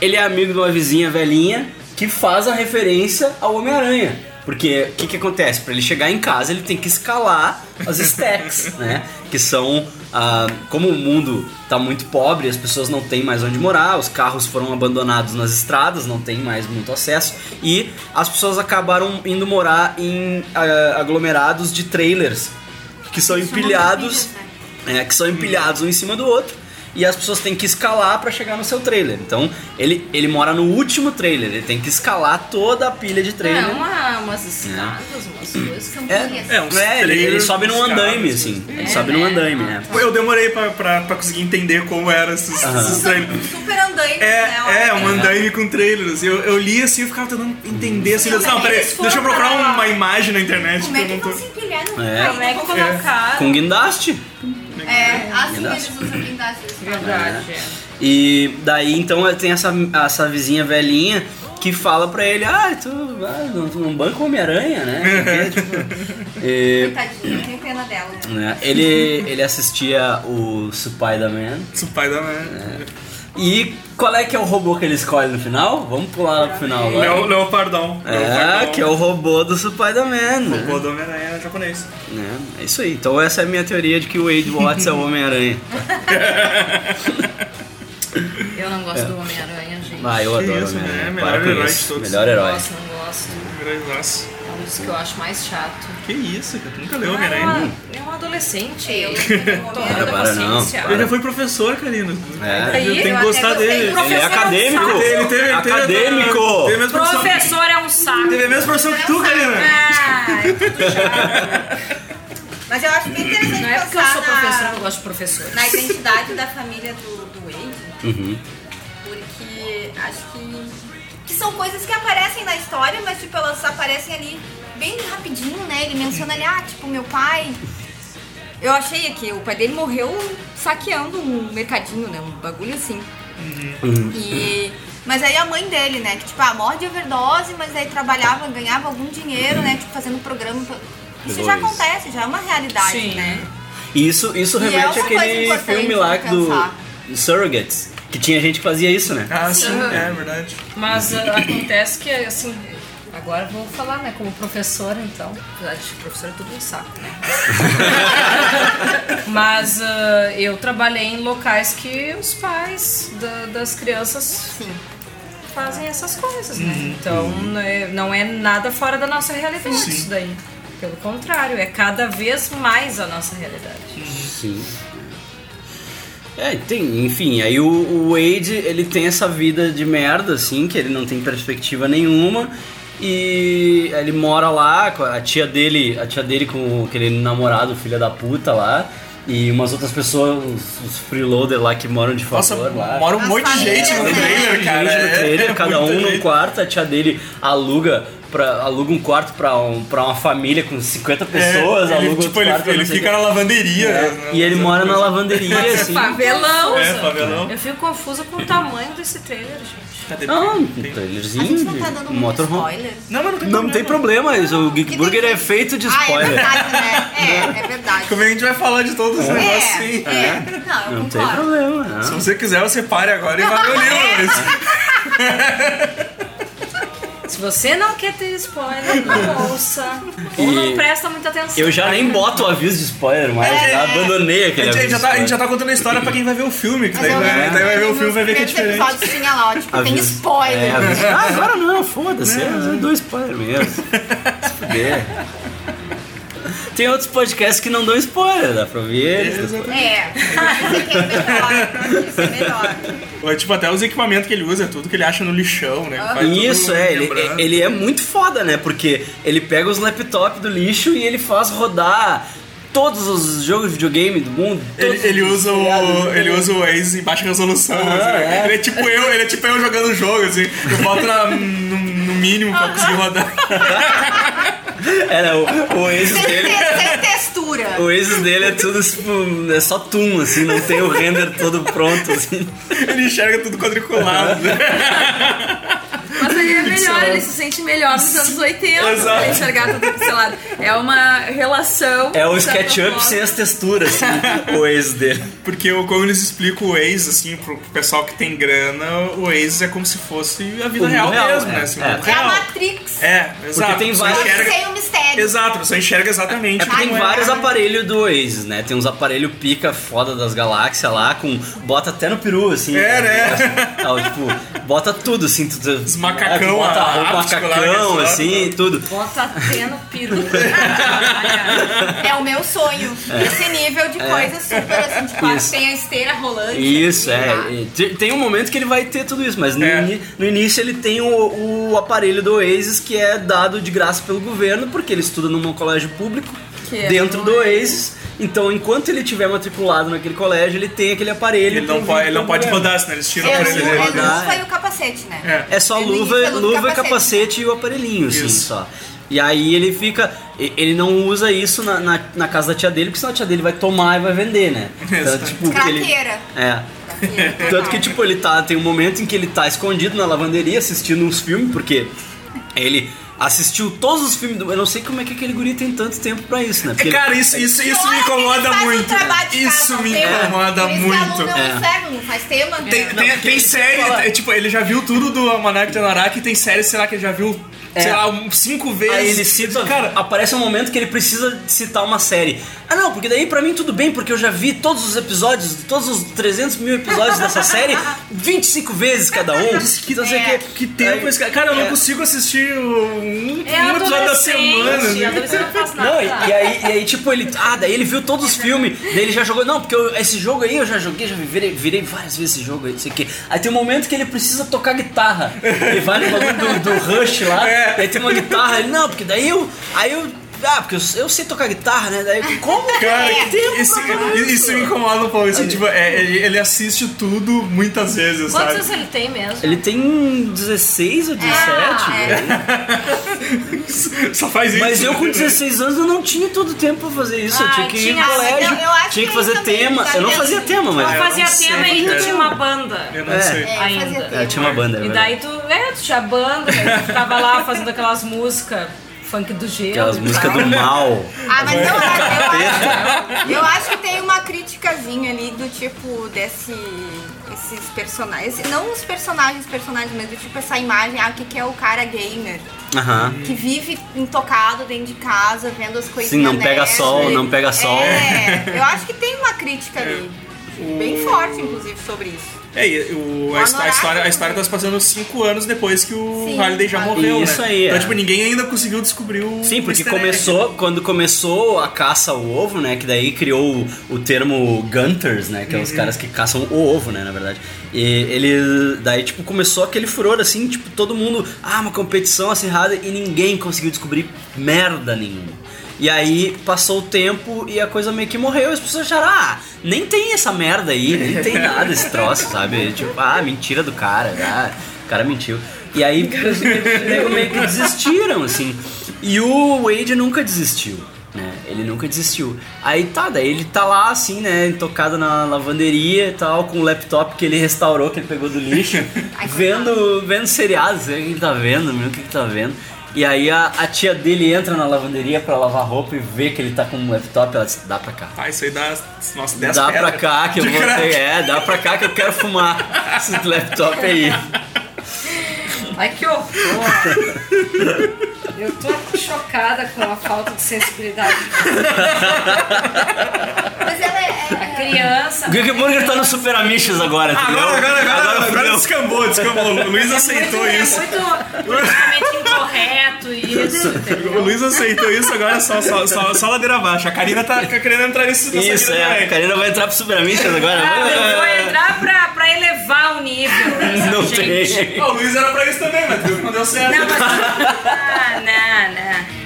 Speaker 1: Ele é amigo de uma vizinha velhinha que faz a referência ao Homem-Aranha. Porque o que, que acontece? Pra ele chegar em casa, ele tem que escalar as stacks, né? Que são. ah, como o mundo tá muito pobre, as pessoas não têm mais onde morar, os carros foram abandonados nas estradas, não tem mais muito acesso, e as pessoas acabaram indo morar em ah, aglomerados de trailers que são empilhados, é, que são empilhados um em cima do outro e as pessoas têm que escalar para chegar no seu trailer. Então ele, ele mora no último trailer, ele tem que escalar toda a pilha de
Speaker 2: É,
Speaker 1: trailer.
Speaker 2: uma, umas escadas, umas coisas.
Speaker 1: É,
Speaker 3: É, uns
Speaker 1: é, ele, ele
Speaker 3: trailers
Speaker 1: sobe num
Speaker 3: buscados,
Speaker 1: andaime,
Speaker 3: assim.
Speaker 1: assim. Ele sobe num andaime, né?
Speaker 3: Eu demorei pra, pra, pra conseguir entender como era esses, esses trailers.
Speaker 8: Super andaime, né? Olha,
Speaker 3: É, é, um
Speaker 8: tem-
Speaker 3: andaime com trailers. Eu, eu li assim e ficava tentando entender assim. eu disse, Não, peraí,
Speaker 8: Eles foram
Speaker 3: deixa eu procurar
Speaker 8: pra-
Speaker 3: uma imagem na internet.
Speaker 8: Como
Speaker 3: que
Speaker 8: é
Speaker 3: eu
Speaker 8: que
Speaker 3: não
Speaker 8: vão
Speaker 3: tô-
Speaker 8: se empilhar no
Speaker 1: É.
Speaker 8: Como é que
Speaker 2: colocar?
Speaker 1: Com guindaste.
Speaker 8: É, assim
Speaker 1: Guindaste.
Speaker 8: eles usam guindaste.
Speaker 2: É Verdade.
Speaker 1: E daí então ele tem essa, essa vizinha velhinha que fala pra ele: Ah, tu, ah, não, tu não banca o Homem-Aranha, né? Porque, tipo, e-
Speaker 8: Coitadinha, eu tenho pena dela.
Speaker 1: né? Ele, ele assistia o Spider-Man.
Speaker 3: Isso, pai da merda.
Speaker 1: É, E qual é que é o robô que ele escolhe no final? Vamos pular lá pro final
Speaker 3: Leo-
Speaker 1: agora.
Speaker 3: Leopardão.
Speaker 1: É,
Speaker 3: Leopardão.
Speaker 1: que é o robô do Spider-Man. né?
Speaker 3: Pô, do Homem-Aranha japonês.
Speaker 1: Né? É isso aí. Então essa é a minha teoria de que o Wade Watts é o Homem-Aranha.
Speaker 2: Eu não gosto do Homem-Aranha, gente.
Speaker 1: Ah, eu adoro
Speaker 3: isso, né?
Speaker 1: Homem-Aranha.
Speaker 3: Melhor
Speaker 1: Para com
Speaker 3: herói de
Speaker 1: isso.
Speaker 3: todos.
Speaker 1: Melhor herói.
Speaker 2: Nossa, não gosto.
Speaker 3: Nossa,
Speaker 2: É um dos que eu acho mais chato.
Speaker 3: que isso, cara. Tu nunca leu
Speaker 2: Ah, é
Speaker 3: Homem-Aranha.
Speaker 2: uma- é um adolescente.
Speaker 8: Eu tenho um
Speaker 2: Tomada
Speaker 1: Para, para, não.
Speaker 2: paciência.
Speaker 1: Para.
Speaker 3: Ele já foi professor, Karina.
Speaker 1: É.
Speaker 2: Aí,
Speaker 3: Tem
Speaker 2: eu
Speaker 3: que
Speaker 2: até
Speaker 3: gostar
Speaker 2: gostei.
Speaker 3: dele.
Speaker 1: Ele é
Speaker 2: Professor
Speaker 1: acadêmico!
Speaker 2: um saco.
Speaker 3: Ele teve, teve,
Speaker 1: Acadêmico!
Speaker 3: Teve a mesma profissão.
Speaker 2: Professor é um saco.
Speaker 3: Teve a mesma profissão que tu, Karina.
Speaker 8: Ah, é tudo chato. Mas eu acho bem interessante
Speaker 2: Não é porque eu
Speaker 8: pensar
Speaker 2: sou professora que eu
Speaker 8: na,
Speaker 2: gosto de professores.
Speaker 8: na identidade da família do, do Wade. Porque acho que, que são coisas que aparecem na história, mas tipo, elas aparecem ali bem rapidinho, né? Ele menciona ali, ah, tipo, meu pai. Eu achei aqui, o pai dele morreu saqueando um mercadinho, né? Um bagulho assim. E. Mas aí a mãe dele, né? Que tipo, ah, morre de overdose, mas aí trabalhava, ganhava algum dinheiro, né? Tipo, fazendo programa. pra- Isso já
Speaker 1: Dois.
Speaker 8: acontece, já é uma realidade,
Speaker 2: Sim.
Speaker 8: né?
Speaker 1: E Isso, isso
Speaker 8: E é
Speaker 1: remete
Speaker 8: outra coisa
Speaker 1: àquele
Speaker 8: importante
Speaker 1: filme lá
Speaker 8: pra
Speaker 1: do
Speaker 8: pensar.
Speaker 1: Surrogates, que tinha gente que fazia isso, né?
Speaker 3: Ah, sim, é verdade.
Speaker 2: Mas ah, acontece que, eh, assim, a Agora vou falar, né, como professora, então. Apesar de professora é tudo um saco, né? Mas ah, eu trabalhei em locais que os pais da- das crianças fazem essas coisas, né? Então não é- não é nada fora da nossa realidade isso daí. Pelo contrário, é cada vez mais a nossa realidade.
Speaker 1: Sim. É, tem, enfim, aí o, o Wade, ele tem essa vida de merda, assim, que ele não tem perspectiva nenhuma. E ele mora lá, com a tia dele, a tia dele com aquele namorado, filha da puta lá, e umas outras pessoas, os, os freeloader lá que moram de
Speaker 3: Nossa,
Speaker 1: favor lá.
Speaker 3: mora um monte de gente no trailer, cara.
Speaker 1: Gente no
Speaker 3: É,
Speaker 1: trailer,
Speaker 3: é
Speaker 1: cada
Speaker 3: muita
Speaker 1: um num
Speaker 3: gente.
Speaker 1: quarto, a tia dele aluga. Pra, aluga um quarto pra, um, pra uma família com 50
Speaker 3: É,
Speaker 1: pessoas,
Speaker 3: ele,
Speaker 1: aluga
Speaker 3: tipo,
Speaker 1: outro
Speaker 3: ele,
Speaker 1: quarto pra
Speaker 3: ele
Speaker 1: não sei
Speaker 3: fica
Speaker 1: quem.
Speaker 3: na lavanderia. né?
Speaker 1: E ele mora na lavanderia, assim.
Speaker 2: Favelão!
Speaker 3: É, favelão.
Speaker 2: Eu fico confusa com o tamanho desse trailer,
Speaker 8: É.
Speaker 2: gente.
Speaker 3: Cadê?
Speaker 1: Não, um
Speaker 8: A gente
Speaker 1: trailerzinho
Speaker 8: não tá dando
Speaker 1: de
Speaker 8: muito
Speaker 1: Uhum. motorhome.
Speaker 8: spoiler. né?
Speaker 3: Não, mas não tem
Speaker 1: Não tem problema, o Geek Burger é feito de spoiler.
Speaker 8: Ah, é verdade, né? É, é verdade.
Speaker 3: Como é que a gente vai falar de todos os
Speaker 8: É,
Speaker 3: negócios assim?
Speaker 8: é. Não, eu
Speaker 1: Não tem
Speaker 8: concordo.
Speaker 1: problema, né?
Speaker 3: Se você quiser, você pare agora e vai ler o
Speaker 8: É.
Speaker 3: livro.
Speaker 1: Ah,
Speaker 3: mas-
Speaker 2: Se você não quer ter spoiler, não ouça. Ou
Speaker 1: E
Speaker 2: não presta muita atenção. é
Speaker 1: Eu já nem boto o aviso de spoiler mais,
Speaker 8: É.
Speaker 1: já abandonei
Speaker 3: A
Speaker 1: aquele
Speaker 3: gente, a
Speaker 1: aviso.
Speaker 3: gente já
Speaker 1: de
Speaker 3: tá, a gente já
Speaker 1: spoiler.
Speaker 3: tá contando a história pra quem vai ver o filme. Que
Speaker 8: Mas
Speaker 3: daí,
Speaker 8: eu
Speaker 3: vai,
Speaker 8: lembro
Speaker 3: daí vai ver o
Speaker 8: nos
Speaker 3: filme e vai ver que é
Speaker 8: primeiros
Speaker 3: diferente.
Speaker 8: episódios tinha lá, ó, tipo, tem
Speaker 1: Aviso.
Speaker 8: spoiler.
Speaker 1: É, aviso. Ah, agora não, foda-se. Eu dou spoiler mesmo. Se fuder. Tem outros podcasts que não dão spoiler, dá pra ver.
Speaker 8: É, esse aqui é melhor. Esse é melhor.
Speaker 3: Ou, Tipo, até os equipamentos que ele usa, tudo que ele acha no lixão, né?
Speaker 8: Ah.
Speaker 3: Faz tudo
Speaker 1: Isso, é, ele,
Speaker 3: lembrando.
Speaker 1: ele é muito foda, né? Porque ele pega os laptops do lixo e ele faz rodar todos os jogos de videogame do mundo. todos
Speaker 3: Ele, ele
Speaker 1: os
Speaker 3: usa
Speaker 1: seriados do
Speaker 3: o, ele
Speaker 1: mundo.
Speaker 3: usa o Waze em baixa resolução. assim, né?
Speaker 1: é.
Speaker 3: Ele é tipo eu, ele é tipo eu jogando o jogo, assim. Eu boto na- no, no mínimo pra conseguir rodar.
Speaker 1: Era o, o Aces
Speaker 8: Sem,
Speaker 1: dele.
Speaker 8: te- sem textura.
Speaker 1: O Aces dele é tudo tipo, é só tum, assim, não tem o render todo pronto, assim.
Speaker 3: Ele enxerga tudo quadriculado. né?
Speaker 4: Mas ele é melhor, ele se sente melhor nos anos 80, pra
Speaker 3: Exato.
Speaker 4: enxergar tudo pixelado. É uma relação.
Speaker 1: É o
Speaker 4: de certa
Speaker 1: SketchUp
Speaker 4: forma.
Speaker 1: sem as texturas, assim, o Aces dele.
Speaker 3: Porque eu, como eles explicam o Waze, assim, pro pro pessoal que tem grana, o Waze é como se fosse a vida
Speaker 1: O mundo
Speaker 3: real,
Speaker 1: real,
Speaker 3: mesmo,
Speaker 1: é,
Speaker 3: né? Assim, o
Speaker 1: é.
Speaker 3: mundo
Speaker 8: É a
Speaker 3: real.
Speaker 8: Matrix.
Speaker 3: É, exato.
Speaker 1: tem
Speaker 3: Você
Speaker 1: vários-
Speaker 3: enxerga-
Speaker 8: Sem o mistério.
Speaker 3: Exato, você enxerga exatamente.
Speaker 1: É porque tem
Speaker 3: como é.
Speaker 1: vários aparelhos do Oasis, né? Tem uns aparelhos pica foda das galáxias lá, com. Bota até no peru, assim.
Speaker 3: É, né?
Speaker 1: Tal, tipo, bota tudo, assim. Tudo, Os
Speaker 3: macacão,
Speaker 1: bota
Speaker 3: a-
Speaker 1: roupa,
Speaker 3: áptico lá,
Speaker 1: macacão,
Speaker 3: que é
Speaker 1: assim, tudo.
Speaker 2: Bota até no peru.
Speaker 8: É o meu sonho. Esse nível de coisa super assim, tipo, ah,
Speaker 1: Isso.
Speaker 8: tem a esteira rolante.
Speaker 1: Isso,
Speaker 8: aqui,
Speaker 1: é.
Speaker 8: lá.
Speaker 1: E te- Tem um momento que ele vai ter tudo isso, mas no,
Speaker 3: É.
Speaker 1: ini- no início ele tem o, o aparelho do Oasis que é dado de graça pelo governo, porque ele estuda num colégio público
Speaker 4: Que é
Speaker 1: dentro
Speaker 4: do
Speaker 1: do Oasis. Então, enquanto ele tiver matriculado naquele colégio, ele tem aquele aparelho.
Speaker 3: Ele não,
Speaker 1: pro-
Speaker 3: pode, ele não
Speaker 1: pro
Speaker 3: pode
Speaker 1: governo.
Speaker 3: rodar, senão eles tiram o
Speaker 8: É,
Speaker 3: aparelho
Speaker 8: o-
Speaker 3: dele.
Speaker 8: é
Speaker 1: rodar,
Speaker 8: luva
Speaker 1: é.
Speaker 8: e o capacete, né?
Speaker 3: É.
Speaker 1: É só
Speaker 8: Ele inicia
Speaker 1: luva,
Speaker 8: pelo
Speaker 1: luva,
Speaker 8: capacete. né?
Speaker 1: capacete e o aparelhinho, assim,
Speaker 3: Isso.
Speaker 1: só. E aí ele fica. e- Ele não usa isso na, na, na casa da tia dele, porque senão a tia dele vai tomar e vai vender, né?
Speaker 3: Exato.
Speaker 1: tipo, que ele,
Speaker 8: Craqueira.
Speaker 1: é.
Speaker 8: Craqueira,
Speaker 1: Tanto que,
Speaker 8: total.
Speaker 1: tipo, ele tá. Tem um momento em que ele tá escondido na lavanderia assistindo uns filmes, porque ele assistiu todos os filmes do. Eu não sei como é que aquele guri tem tanto tempo pra isso, né? Porque ele-
Speaker 3: Cara, isso, isso, isso me
Speaker 8: Olha é que ele
Speaker 3: incomoda
Speaker 8: faz um
Speaker 3: muito.
Speaker 8: trabalho de casa,
Speaker 3: Isso me
Speaker 8: tem uma-
Speaker 3: incomoda
Speaker 8: Por isso que
Speaker 3: muito.
Speaker 8: aluno
Speaker 1: É.
Speaker 8: não serve, não faz tema.
Speaker 3: Tem,
Speaker 8: É.
Speaker 3: tem- tem série, é, tipo, ele já viu tudo do Almanac de Anorak, tem série, sei lá, que ele já viu, sei lá, um- cinco vezes.
Speaker 1: É. Aí ele cita,
Speaker 3: Cara,
Speaker 1: aparece um momento que ele precisa citar uma série. Ah, não, porque daí pra mim tudo bem, porque eu já vi todos os episódios, todos os 300 mil episódios dessa série, 25 vezes cada um.
Speaker 3: que,
Speaker 1: Então, sei o
Speaker 3: que,
Speaker 1: quê.
Speaker 3: que tempo
Speaker 1: Aí-
Speaker 3: esse cara. Cara, eu não
Speaker 1: É.
Speaker 3: consigo assistir um,
Speaker 2: É
Speaker 3: um episódio da semana.
Speaker 2: adolescente.
Speaker 3: né?
Speaker 2: Adolescente não faz nada.
Speaker 1: Não, e, e aí, e aí, tipo, ele. Ah, daí ele viu todos os filmes, daí ele já jogou. Não, porque eu- esse jogo aí eu já joguei, já virei, virei várias vezes esse jogo aí, não sei o quê. Aí tem um momento que ele precisa tocar guitarra. Ele vai no bagulho do, do Rush lá,
Speaker 3: É.
Speaker 1: daí tem uma guitarra. Ele, não, porque daí eu. Aí eu. Ah, porque eu, eu sei tocar guitarra, né? Daí eu, como?
Speaker 3: Cara,
Speaker 1: que tempo
Speaker 3: isso,
Speaker 1: pra fazer
Speaker 3: isso me incomoda um pouco. assim, tipo, é, ele, ele assiste tudo muitas vezes,
Speaker 2: Quantos
Speaker 3: sabe?
Speaker 2: anos ele tem mesmo?
Speaker 1: Ele tem 16 ou 17?
Speaker 8: é, Ah,
Speaker 3: Só faz isso. É,
Speaker 1: Mas eu com 16 anos eu não tinha todo o tempo pra fazer isso. eu
Speaker 2: Ah,
Speaker 1: tinha que ir
Speaker 2: tinha-
Speaker 1: no colégio,
Speaker 8: eu- eu acho
Speaker 1: tinha que
Speaker 8: que
Speaker 1: fazer
Speaker 8: também,
Speaker 1: tema.
Speaker 8: sabe?
Speaker 1: Eu não fazia tema, mas.
Speaker 2: Tu fazia tipo,
Speaker 3: não sei,
Speaker 2: tema e tu
Speaker 3: cara.
Speaker 2: tinha uma banda.
Speaker 3: Eu não
Speaker 1: É.
Speaker 3: sei.
Speaker 8: É, fazia
Speaker 2: Ainda.
Speaker 8: tempo.
Speaker 1: É, tinha uma banda. é
Speaker 2: E
Speaker 1: verdade.
Speaker 2: daí tu, é, tu tinha banda, daí tu ficava lá fazendo aquelas músicas funk do gelo.
Speaker 1: Aquelas
Speaker 2: e
Speaker 1: músicas
Speaker 2: tal.
Speaker 1: do mal.
Speaker 8: Ah, mas eu, acho- eu acho, eu acho que tem uma criticazinha ali do tipo desse. Esses personagens. Não os personagens, personagens, mas do tipo essa imagem, ah, o que, que é o cara gamer?
Speaker 1: Aham.
Speaker 3: Hum.
Speaker 8: Que vive intocado dentro de casa, vendo as coisinhas.
Speaker 1: Sim, não pega
Speaker 8: nerd.
Speaker 1: sol, não pega sol.
Speaker 8: É, eu acho que tem uma crítica ali. Bem forte, inclusive, sobre isso.
Speaker 3: É, e o, a,
Speaker 8: O
Speaker 3: histó- a história, a
Speaker 8: Honorário-
Speaker 3: história tá se passando cinco anos depois que o
Speaker 8: Sim.
Speaker 3: Halliday já
Speaker 8: Ah,
Speaker 3: morreu,
Speaker 1: isso
Speaker 3: né?
Speaker 1: aí,
Speaker 3: Então,
Speaker 1: é.
Speaker 3: tipo, ninguém ainda conseguiu descobrir o
Speaker 1: Sim, porque
Speaker 3: easter egg.
Speaker 1: começou, quando começou a caça ao ovo, né, que daí criou o, o termo gunters, né, que é
Speaker 3: Uhum.
Speaker 1: os caras que caçam o ovo, né, na verdade. E ele, daí, tipo, começou aquele furor, assim, tipo, todo mundo, ah, uma competição acirrada e ninguém conseguiu descobrir merda nenhuma. E aí passou o tempo e a coisa meio que morreu e as pessoas acharam, ah, nem tem essa merda aí, nem tem nada esse troço, sabe? Tipo, ah, mentira do cara, ah, o cara mentiu. E aí os nego meio que desistiram, assim. E o Wade nunca desistiu. Né? Ele nunca desistiu. Aí tá, daí ele tá lá assim, né? Tocado na lavanderia e tal, com o laptop que ele restaurou, que ele pegou do lixo, vendo, vendo seriados, sei o que ele tá vendo, meu, o que ele tá vendo. E aí a, a tia dele entra na lavanderia pra lavar roupa e vê que ele tá com um laptop, ela diz, dá pra cá.
Speaker 3: Ah, isso aí dá, nossa, 10
Speaker 1: dá
Speaker 3: pedras.
Speaker 1: pra cá que eu
Speaker 3: De
Speaker 1: vou
Speaker 3: crack.
Speaker 1: ter. É, dá pra cá que eu quero fumar esse laptop aí.
Speaker 2: Ai, que horror! Eu tô chocada com a falta de sensibilidade.
Speaker 8: Mas ela é- é
Speaker 2: A criança.
Speaker 1: O Geek Burger tá no Super Amiches agora, entendeu?
Speaker 3: Agora, agora, agora, agora,
Speaker 1: fudeu.
Speaker 3: descambou, descambou. O Luiz aceitou
Speaker 2: é
Speaker 3: isso.
Speaker 2: muito politicamente incorreto e
Speaker 3: O Luiz aceitou isso, agora é só, só, só, só ladeira abaixo. A Karina tá querendo entrar nesse nessa
Speaker 1: Isso,
Speaker 3: vida
Speaker 1: é.
Speaker 3: também.
Speaker 1: A Karina vai entrar pro Super Amiches agora.
Speaker 2: Ah, eu vou entrar pra, pra elevar o nível.
Speaker 1: Não
Speaker 2: gente.
Speaker 1: tem.
Speaker 3: Ah, o Luiz era pra isso também, mas viu que não deu certo.
Speaker 2: Não, mas... Ah, não, não.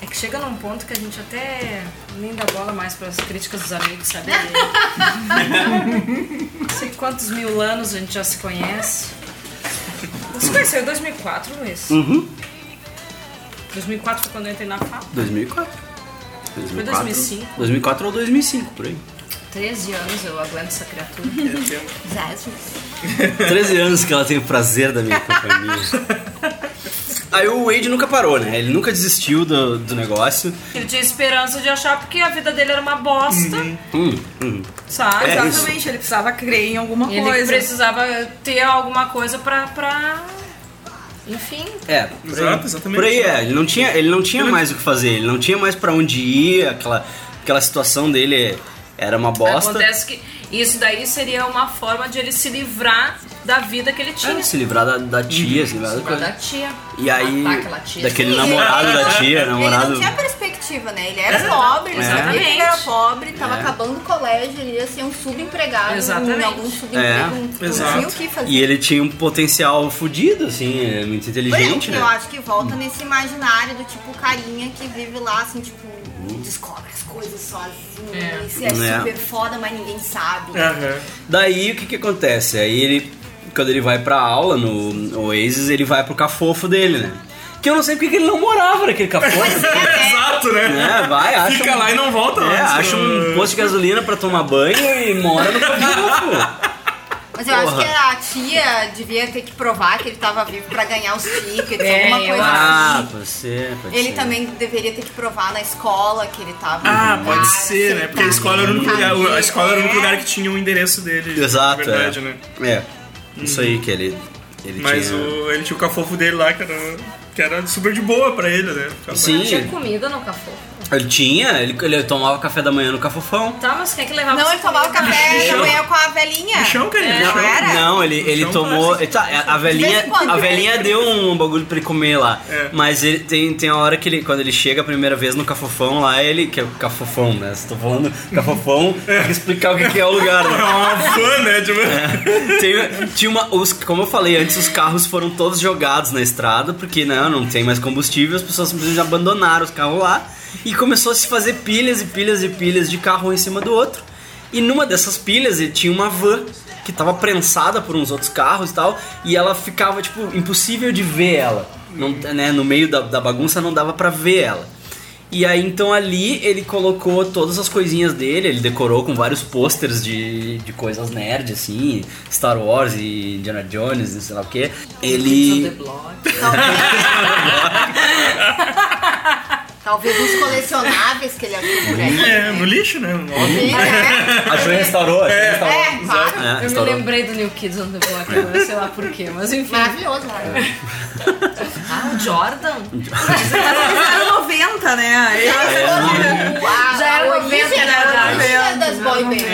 Speaker 2: É que chega num ponto que a gente até nem dá bola mais para as críticas dos amigos, sabe? Não sei quantos mil anos a gente já se conhece. Você se conheceu em 2004, Luiz? Uhum. 2004 foi quando eu entrei na FAP.
Speaker 1: 2004.
Speaker 2: 2005.
Speaker 1: 2004 ou 2005, por aí.
Speaker 2: 13 anos eu aguento essa criatura.
Speaker 8: Zaz.
Speaker 1: 13 anos que ela tem o prazer da minha companhia. Aí o Wade nunca parou, né? Ele nunca desistiu do, do negócio.
Speaker 2: Ele tinha esperança de achar porque a vida dele era uma bosta,
Speaker 1: Hum, hum.
Speaker 2: sabe?
Speaker 1: É isso.
Speaker 4: Exatamente, ele precisava crer em alguma
Speaker 2: Ele
Speaker 4: coisa.
Speaker 2: precisava ter alguma coisa pra. pra... Enfim,
Speaker 1: É, por aí.
Speaker 3: Exato, exatamente.
Speaker 1: Por aí é, ele não tinha, ele não tinha mais o que fazer, ele não tinha mais pra onde ir, aquela, aquela situação dele era uma bosta.
Speaker 2: Acontece que isso daí seria uma forma de ele se livrar da vida que ele tinha.
Speaker 1: É, se livrar da, da tia, se livrar da
Speaker 2: Livrar da
Speaker 1: coisa.
Speaker 2: tia.
Speaker 1: E aí,
Speaker 2: Matar aquela tia.
Speaker 1: daquele namorado da tia,
Speaker 8: Ele
Speaker 1: namorado.
Speaker 8: não tinha perspectiva, né? Ele era pobre, ele sabia que ele era
Speaker 2: Exatamente. É.
Speaker 8: pobre, tava acabando o colégio, ele ia ser um subempregado
Speaker 2: Exatamente.
Speaker 8: em algum subemprego,
Speaker 1: É,
Speaker 8: não não
Speaker 3: exato.
Speaker 8: tinha o que fazer.
Speaker 1: E ele tinha um potencial fudido, assim, é, muito
Speaker 8: Por
Speaker 1: inteligente,
Speaker 8: isso,
Speaker 1: né?
Speaker 8: eu acho que volta nesse imaginário do tipo carinha que vive lá, assim, tipo, descobre as coisas sozinho,
Speaker 2: É.
Speaker 8: isso é,
Speaker 1: É.
Speaker 8: super foda, mas ninguém sabe.
Speaker 3: Aham.
Speaker 1: Daí o que que acontece? Aí ele, quando ele vai pra aula no Oasis, ele vai pro cafofo dele, né? Que eu não sei porque que ele não morava naquele cafofo.
Speaker 2: é.
Speaker 3: Exato, né?
Speaker 1: né?
Speaker 8: é.
Speaker 1: Vai, acha.
Speaker 3: Fica
Speaker 1: um-
Speaker 3: lá e não volta
Speaker 1: É,
Speaker 3: mais. Ah.
Speaker 1: acha um posto de gasolina pra tomar banho e mora no cafofo.
Speaker 8: Mas eu acho que a tia devia ter que provar que ele tava vivo pra ganhar os tickets,
Speaker 2: É,
Speaker 8: alguma
Speaker 2: eu
Speaker 8: coisa
Speaker 1: Ah,
Speaker 8: assim.
Speaker 1: pode ser, pode
Speaker 8: Ele
Speaker 1: ser.
Speaker 8: também deveria ter que provar na escola que ele tava.
Speaker 3: Ah,
Speaker 8: no lugar, assim,
Speaker 3: pode ser, né?
Speaker 8: aceitar
Speaker 3: Porque a escola era o único
Speaker 8: ele
Speaker 3: lugar,
Speaker 8: tá
Speaker 3: a escola era o único
Speaker 8: ali,
Speaker 3: lugar
Speaker 8: é.
Speaker 3: que tinha o endereço dele.
Speaker 1: Exato,
Speaker 3: na verdade,
Speaker 1: é.
Speaker 3: né?
Speaker 1: É, isso aí que ele, ele
Speaker 3: Mas
Speaker 1: tinha.
Speaker 3: o, ele tinha o cafofo dele lá, que era, que era super de boa pra ele, né? Ficava-
Speaker 1: Sim,
Speaker 2: Tinha comida no café.
Speaker 1: ele tinha, ele, ele tomava café da manhã no cafofão.
Speaker 2: Tá, mas quem é que levava
Speaker 8: Não,
Speaker 2: essa
Speaker 8: ele tomava
Speaker 2: comida?
Speaker 8: café da manhã com a velhinha.
Speaker 3: Chão, carinha,
Speaker 8: Não
Speaker 3: chão.
Speaker 8: era?
Speaker 1: Não, ele, ele
Speaker 3: Então,
Speaker 1: tomou.
Speaker 3: parece-
Speaker 1: tá, a a
Speaker 8: De vez
Speaker 1: velhinha,
Speaker 8: em quando,
Speaker 1: a
Speaker 8: né?
Speaker 1: velhinha deu um bagulho pra ele comer lá.
Speaker 3: É.
Speaker 1: Mas ele tem, tem a hora que ele, quando ele chega a primeira vez no cafofão lá, ele. Que é o cafofão, né? Se tô falando cafofão, tem que explicar o que, que é o lugar, né?
Speaker 3: É uma fã, né? Tipo,
Speaker 1: Tem- tinha uma, os, como eu falei antes, os carros foram todos jogados na estrada, porque né, não tem mais combustível, as pessoas simplesmente abandonaram os carros lá. E começou a se fazer pilhas e pilhas e pilhas de carro um em cima do outro. E numa dessas pilhas ele tinha uma van que tava prensada por uns outros carros e tal. E ela ficava, tipo, impossível de ver ela. Não, né, no meio da, da bagunça não dava pra ver ela. E aí então ali ele colocou todas as coisinhas dele, ele decorou com vários pôsteres de, de coisas nerd, assim, Star Wars e Indiana Jones e sei lá o que. Ele.
Speaker 10: Talvez uns colecionáveis que ele achou por aí.
Speaker 3: É, no lixo, né?
Speaker 8: É,
Speaker 10: Sim, né?
Speaker 1: Achou e restaurou? achou e restaurou.
Speaker 10: É, claro.
Speaker 1: É,
Speaker 2: Eu me
Speaker 1: restaurou.
Speaker 2: lembrei do New Kids on the Block,
Speaker 3: É.
Speaker 2: agora, sei lá porquê, mas enfim.
Speaker 10: Maravilhoso,
Speaker 8: né?
Speaker 10: maravilhoso.
Speaker 2: Ah, o Jordan?
Speaker 4: Era 90, né?
Speaker 10: Uau,
Speaker 8: é
Speaker 2: Já era
Speaker 10: a
Speaker 2: 90,
Speaker 8: né?
Speaker 10: origem
Speaker 2: na
Speaker 10: da-
Speaker 4: verdade.
Speaker 10: a origem das boy bands.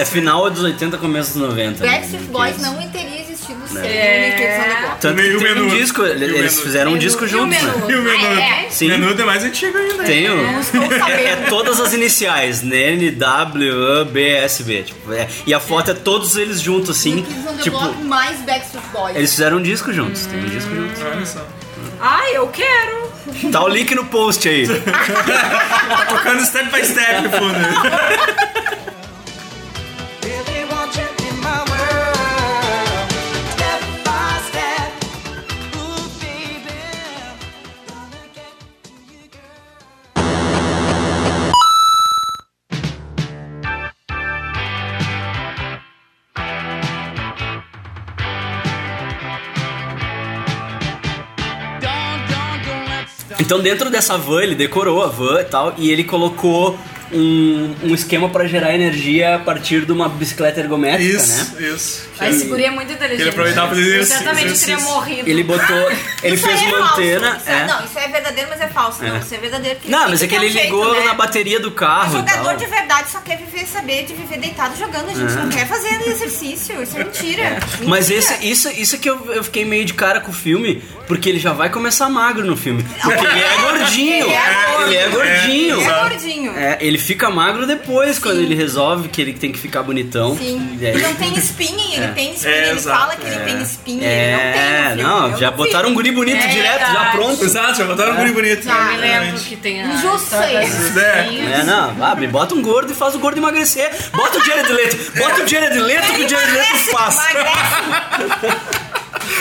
Speaker 1: É final dos 80, começo dos 90. né,
Speaker 10: Backstreet
Speaker 1: que
Speaker 10: Boys
Speaker 1: eles-
Speaker 10: não teria existido sem
Speaker 2: É.
Speaker 10: o Nick Kids on the Block.
Speaker 1: Tanto
Speaker 3: Nem
Speaker 1: que
Speaker 3: o
Speaker 1: teve um
Speaker 3: Menudo.
Speaker 1: disco, ele-
Speaker 3: E o
Speaker 1: eles
Speaker 3: Menudo.
Speaker 1: fizeram um disco juntos, né?
Speaker 3: E o
Speaker 2: Ah,
Speaker 3: Menudo?
Speaker 1: Sim.
Speaker 3: Menudo é mais antigo ainda.
Speaker 1: Tem o-
Speaker 10: Estou
Speaker 1: É
Speaker 10: sabendo.
Speaker 1: todas as iniciais, né? N, W, A, B, S, B. Tipo, é- e a foto é todos eles juntos, assim.
Speaker 10: Nick Kids
Speaker 8: um
Speaker 10: on the
Speaker 1: Tipo,
Speaker 10: Block mais Backstreet Boys.
Speaker 1: eles fizeram um disco juntos. Tem um disco juntos.
Speaker 3: né? Olha só.
Speaker 2: Ai, eu quero!
Speaker 1: Tá o link no post aí.
Speaker 3: Tá tocando step by step, no fundo.
Speaker 1: Então dentro dessa van, ele decorou a van e tal, e ele colocou um, um esquema pra gerar energia a partir de uma bicicleta ergométrica, né?
Speaker 3: Isso, isso.
Speaker 2: Ai, esse guri é muito inteligente.
Speaker 3: Ele aproveitava pra fazer
Speaker 2: Eu
Speaker 3: exercício,
Speaker 2: certamente teria
Speaker 3: exercício.
Speaker 2: morrido.
Speaker 1: Ele botou. Ele
Speaker 8: Isso
Speaker 1: fez
Speaker 8: aí é
Speaker 1: uma
Speaker 8: falso.
Speaker 1: antena.
Speaker 8: Isso é-
Speaker 1: É.
Speaker 8: Não, isso é verdadeiro, mas é falso. Não, isso é verdadeiro. porque
Speaker 1: Não,
Speaker 8: tem
Speaker 1: mas é que
Speaker 8: ter
Speaker 1: ele
Speaker 8: um jeito,
Speaker 1: ligou
Speaker 8: né?
Speaker 1: na bateria do carro. e
Speaker 8: jogador
Speaker 1: tal.
Speaker 8: de verdade só quer viver, saber de viver deitado jogando. A gente não quer fazer exercício. Isso é mentira. Mentira.
Speaker 1: É. Mas esse, isso, isso é que eu, eu fiquei meio de cara com o filme, porque ele já vai começar magro no filme. Porque ele é gordinho.
Speaker 8: Ele é gordo.
Speaker 1: ele é gordinho.
Speaker 8: É
Speaker 3: Exato.
Speaker 8: gordinho.
Speaker 1: É, ele fica magro depois, quando ele resolve que ele tem que ficar bonitão. É.
Speaker 8: Sim. Então,
Speaker 1: E aí-
Speaker 8: Não tem espinha, ele tem espinha.
Speaker 3: É,
Speaker 8: ele
Speaker 3: exato.
Speaker 8: fala que ele tem espinha.
Speaker 1: É,
Speaker 8: ele não tem. no filme,
Speaker 1: não,
Speaker 8: eu
Speaker 1: já botaram um guri bonito
Speaker 2: É
Speaker 1: direto, já
Speaker 2: verdade.
Speaker 1: pronto. né?
Speaker 3: Exato, já botaram um guri bonito.
Speaker 2: Eu me lembro que
Speaker 8: Ah,
Speaker 2: tem
Speaker 8: então
Speaker 2: a
Speaker 10: Justo
Speaker 8: tá.
Speaker 2: história
Speaker 10: isso.
Speaker 2: das
Speaker 3: É.
Speaker 2: espinhas.
Speaker 1: É, não, abre, bota um gordo e faz o gordo emagrecer. Bota o Jared Leto, bota o Jared Leto que o Jared Leto faz.
Speaker 8: Emagrece.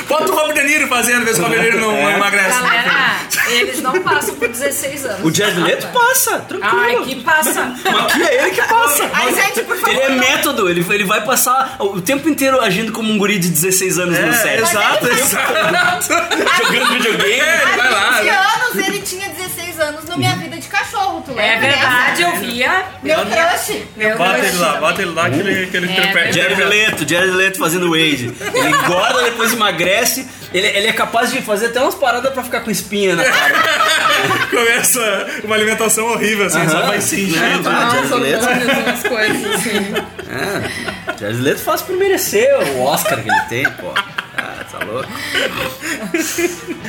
Speaker 3: Bota o Rob De Niro fazendo, ver se o Rob De Niro não emagrece.
Speaker 2: Galera, eles não passam por 16 anos.
Speaker 1: O Jared Leto passa,
Speaker 2: Ai,
Speaker 1: tranquilo.
Speaker 2: que passa.
Speaker 1: Aqui é ele que passa.
Speaker 8: Ai, gente, por favor.
Speaker 1: Ele é método, ele, ele vai passar o tempo inteiro agindo como um guri de 16 anos no set.
Speaker 3: É, Exato, exato.
Speaker 1: Jogando
Speaker 8: É,
Speaker 1: videogame.
Speaker 3: Vai
Speaker 1: Ah,
Speaker 3: lá.
Speaker 1: né?
Speaker 10: Esse anos ele tinha 16 anos no Minha Vida de Cachorro, tu
Speaker 2: É
Speaker 10: lembra?
Speaker 2: verdade, eu via.
Speaker 10: Meu crush.
Speaker 2: Meu
Speaker 3: Bota
Speaker 2: Deus.
Speaker 3: ele lá, bota ele lá que ele, que ele
Speaker 2: É,
Speaker 3: perde.
Speaker 1: Jared Leto, Jared Leto fazendo Wade. Ele engorda, depois emagrece. Ele, ele é capaz de fazer até umas paradas pra ficar com espinha na cara.
Speaker 3: Começa uma alimentação horrível, assim, só vai se enchendo.
Speaker 1: Ah, Jared Leto.
Speaker 4: umas coisas assim.
Speaker 1: É, Jared Leto faz por merecer o Oscar que ele tem, pô. Ah, tá louco.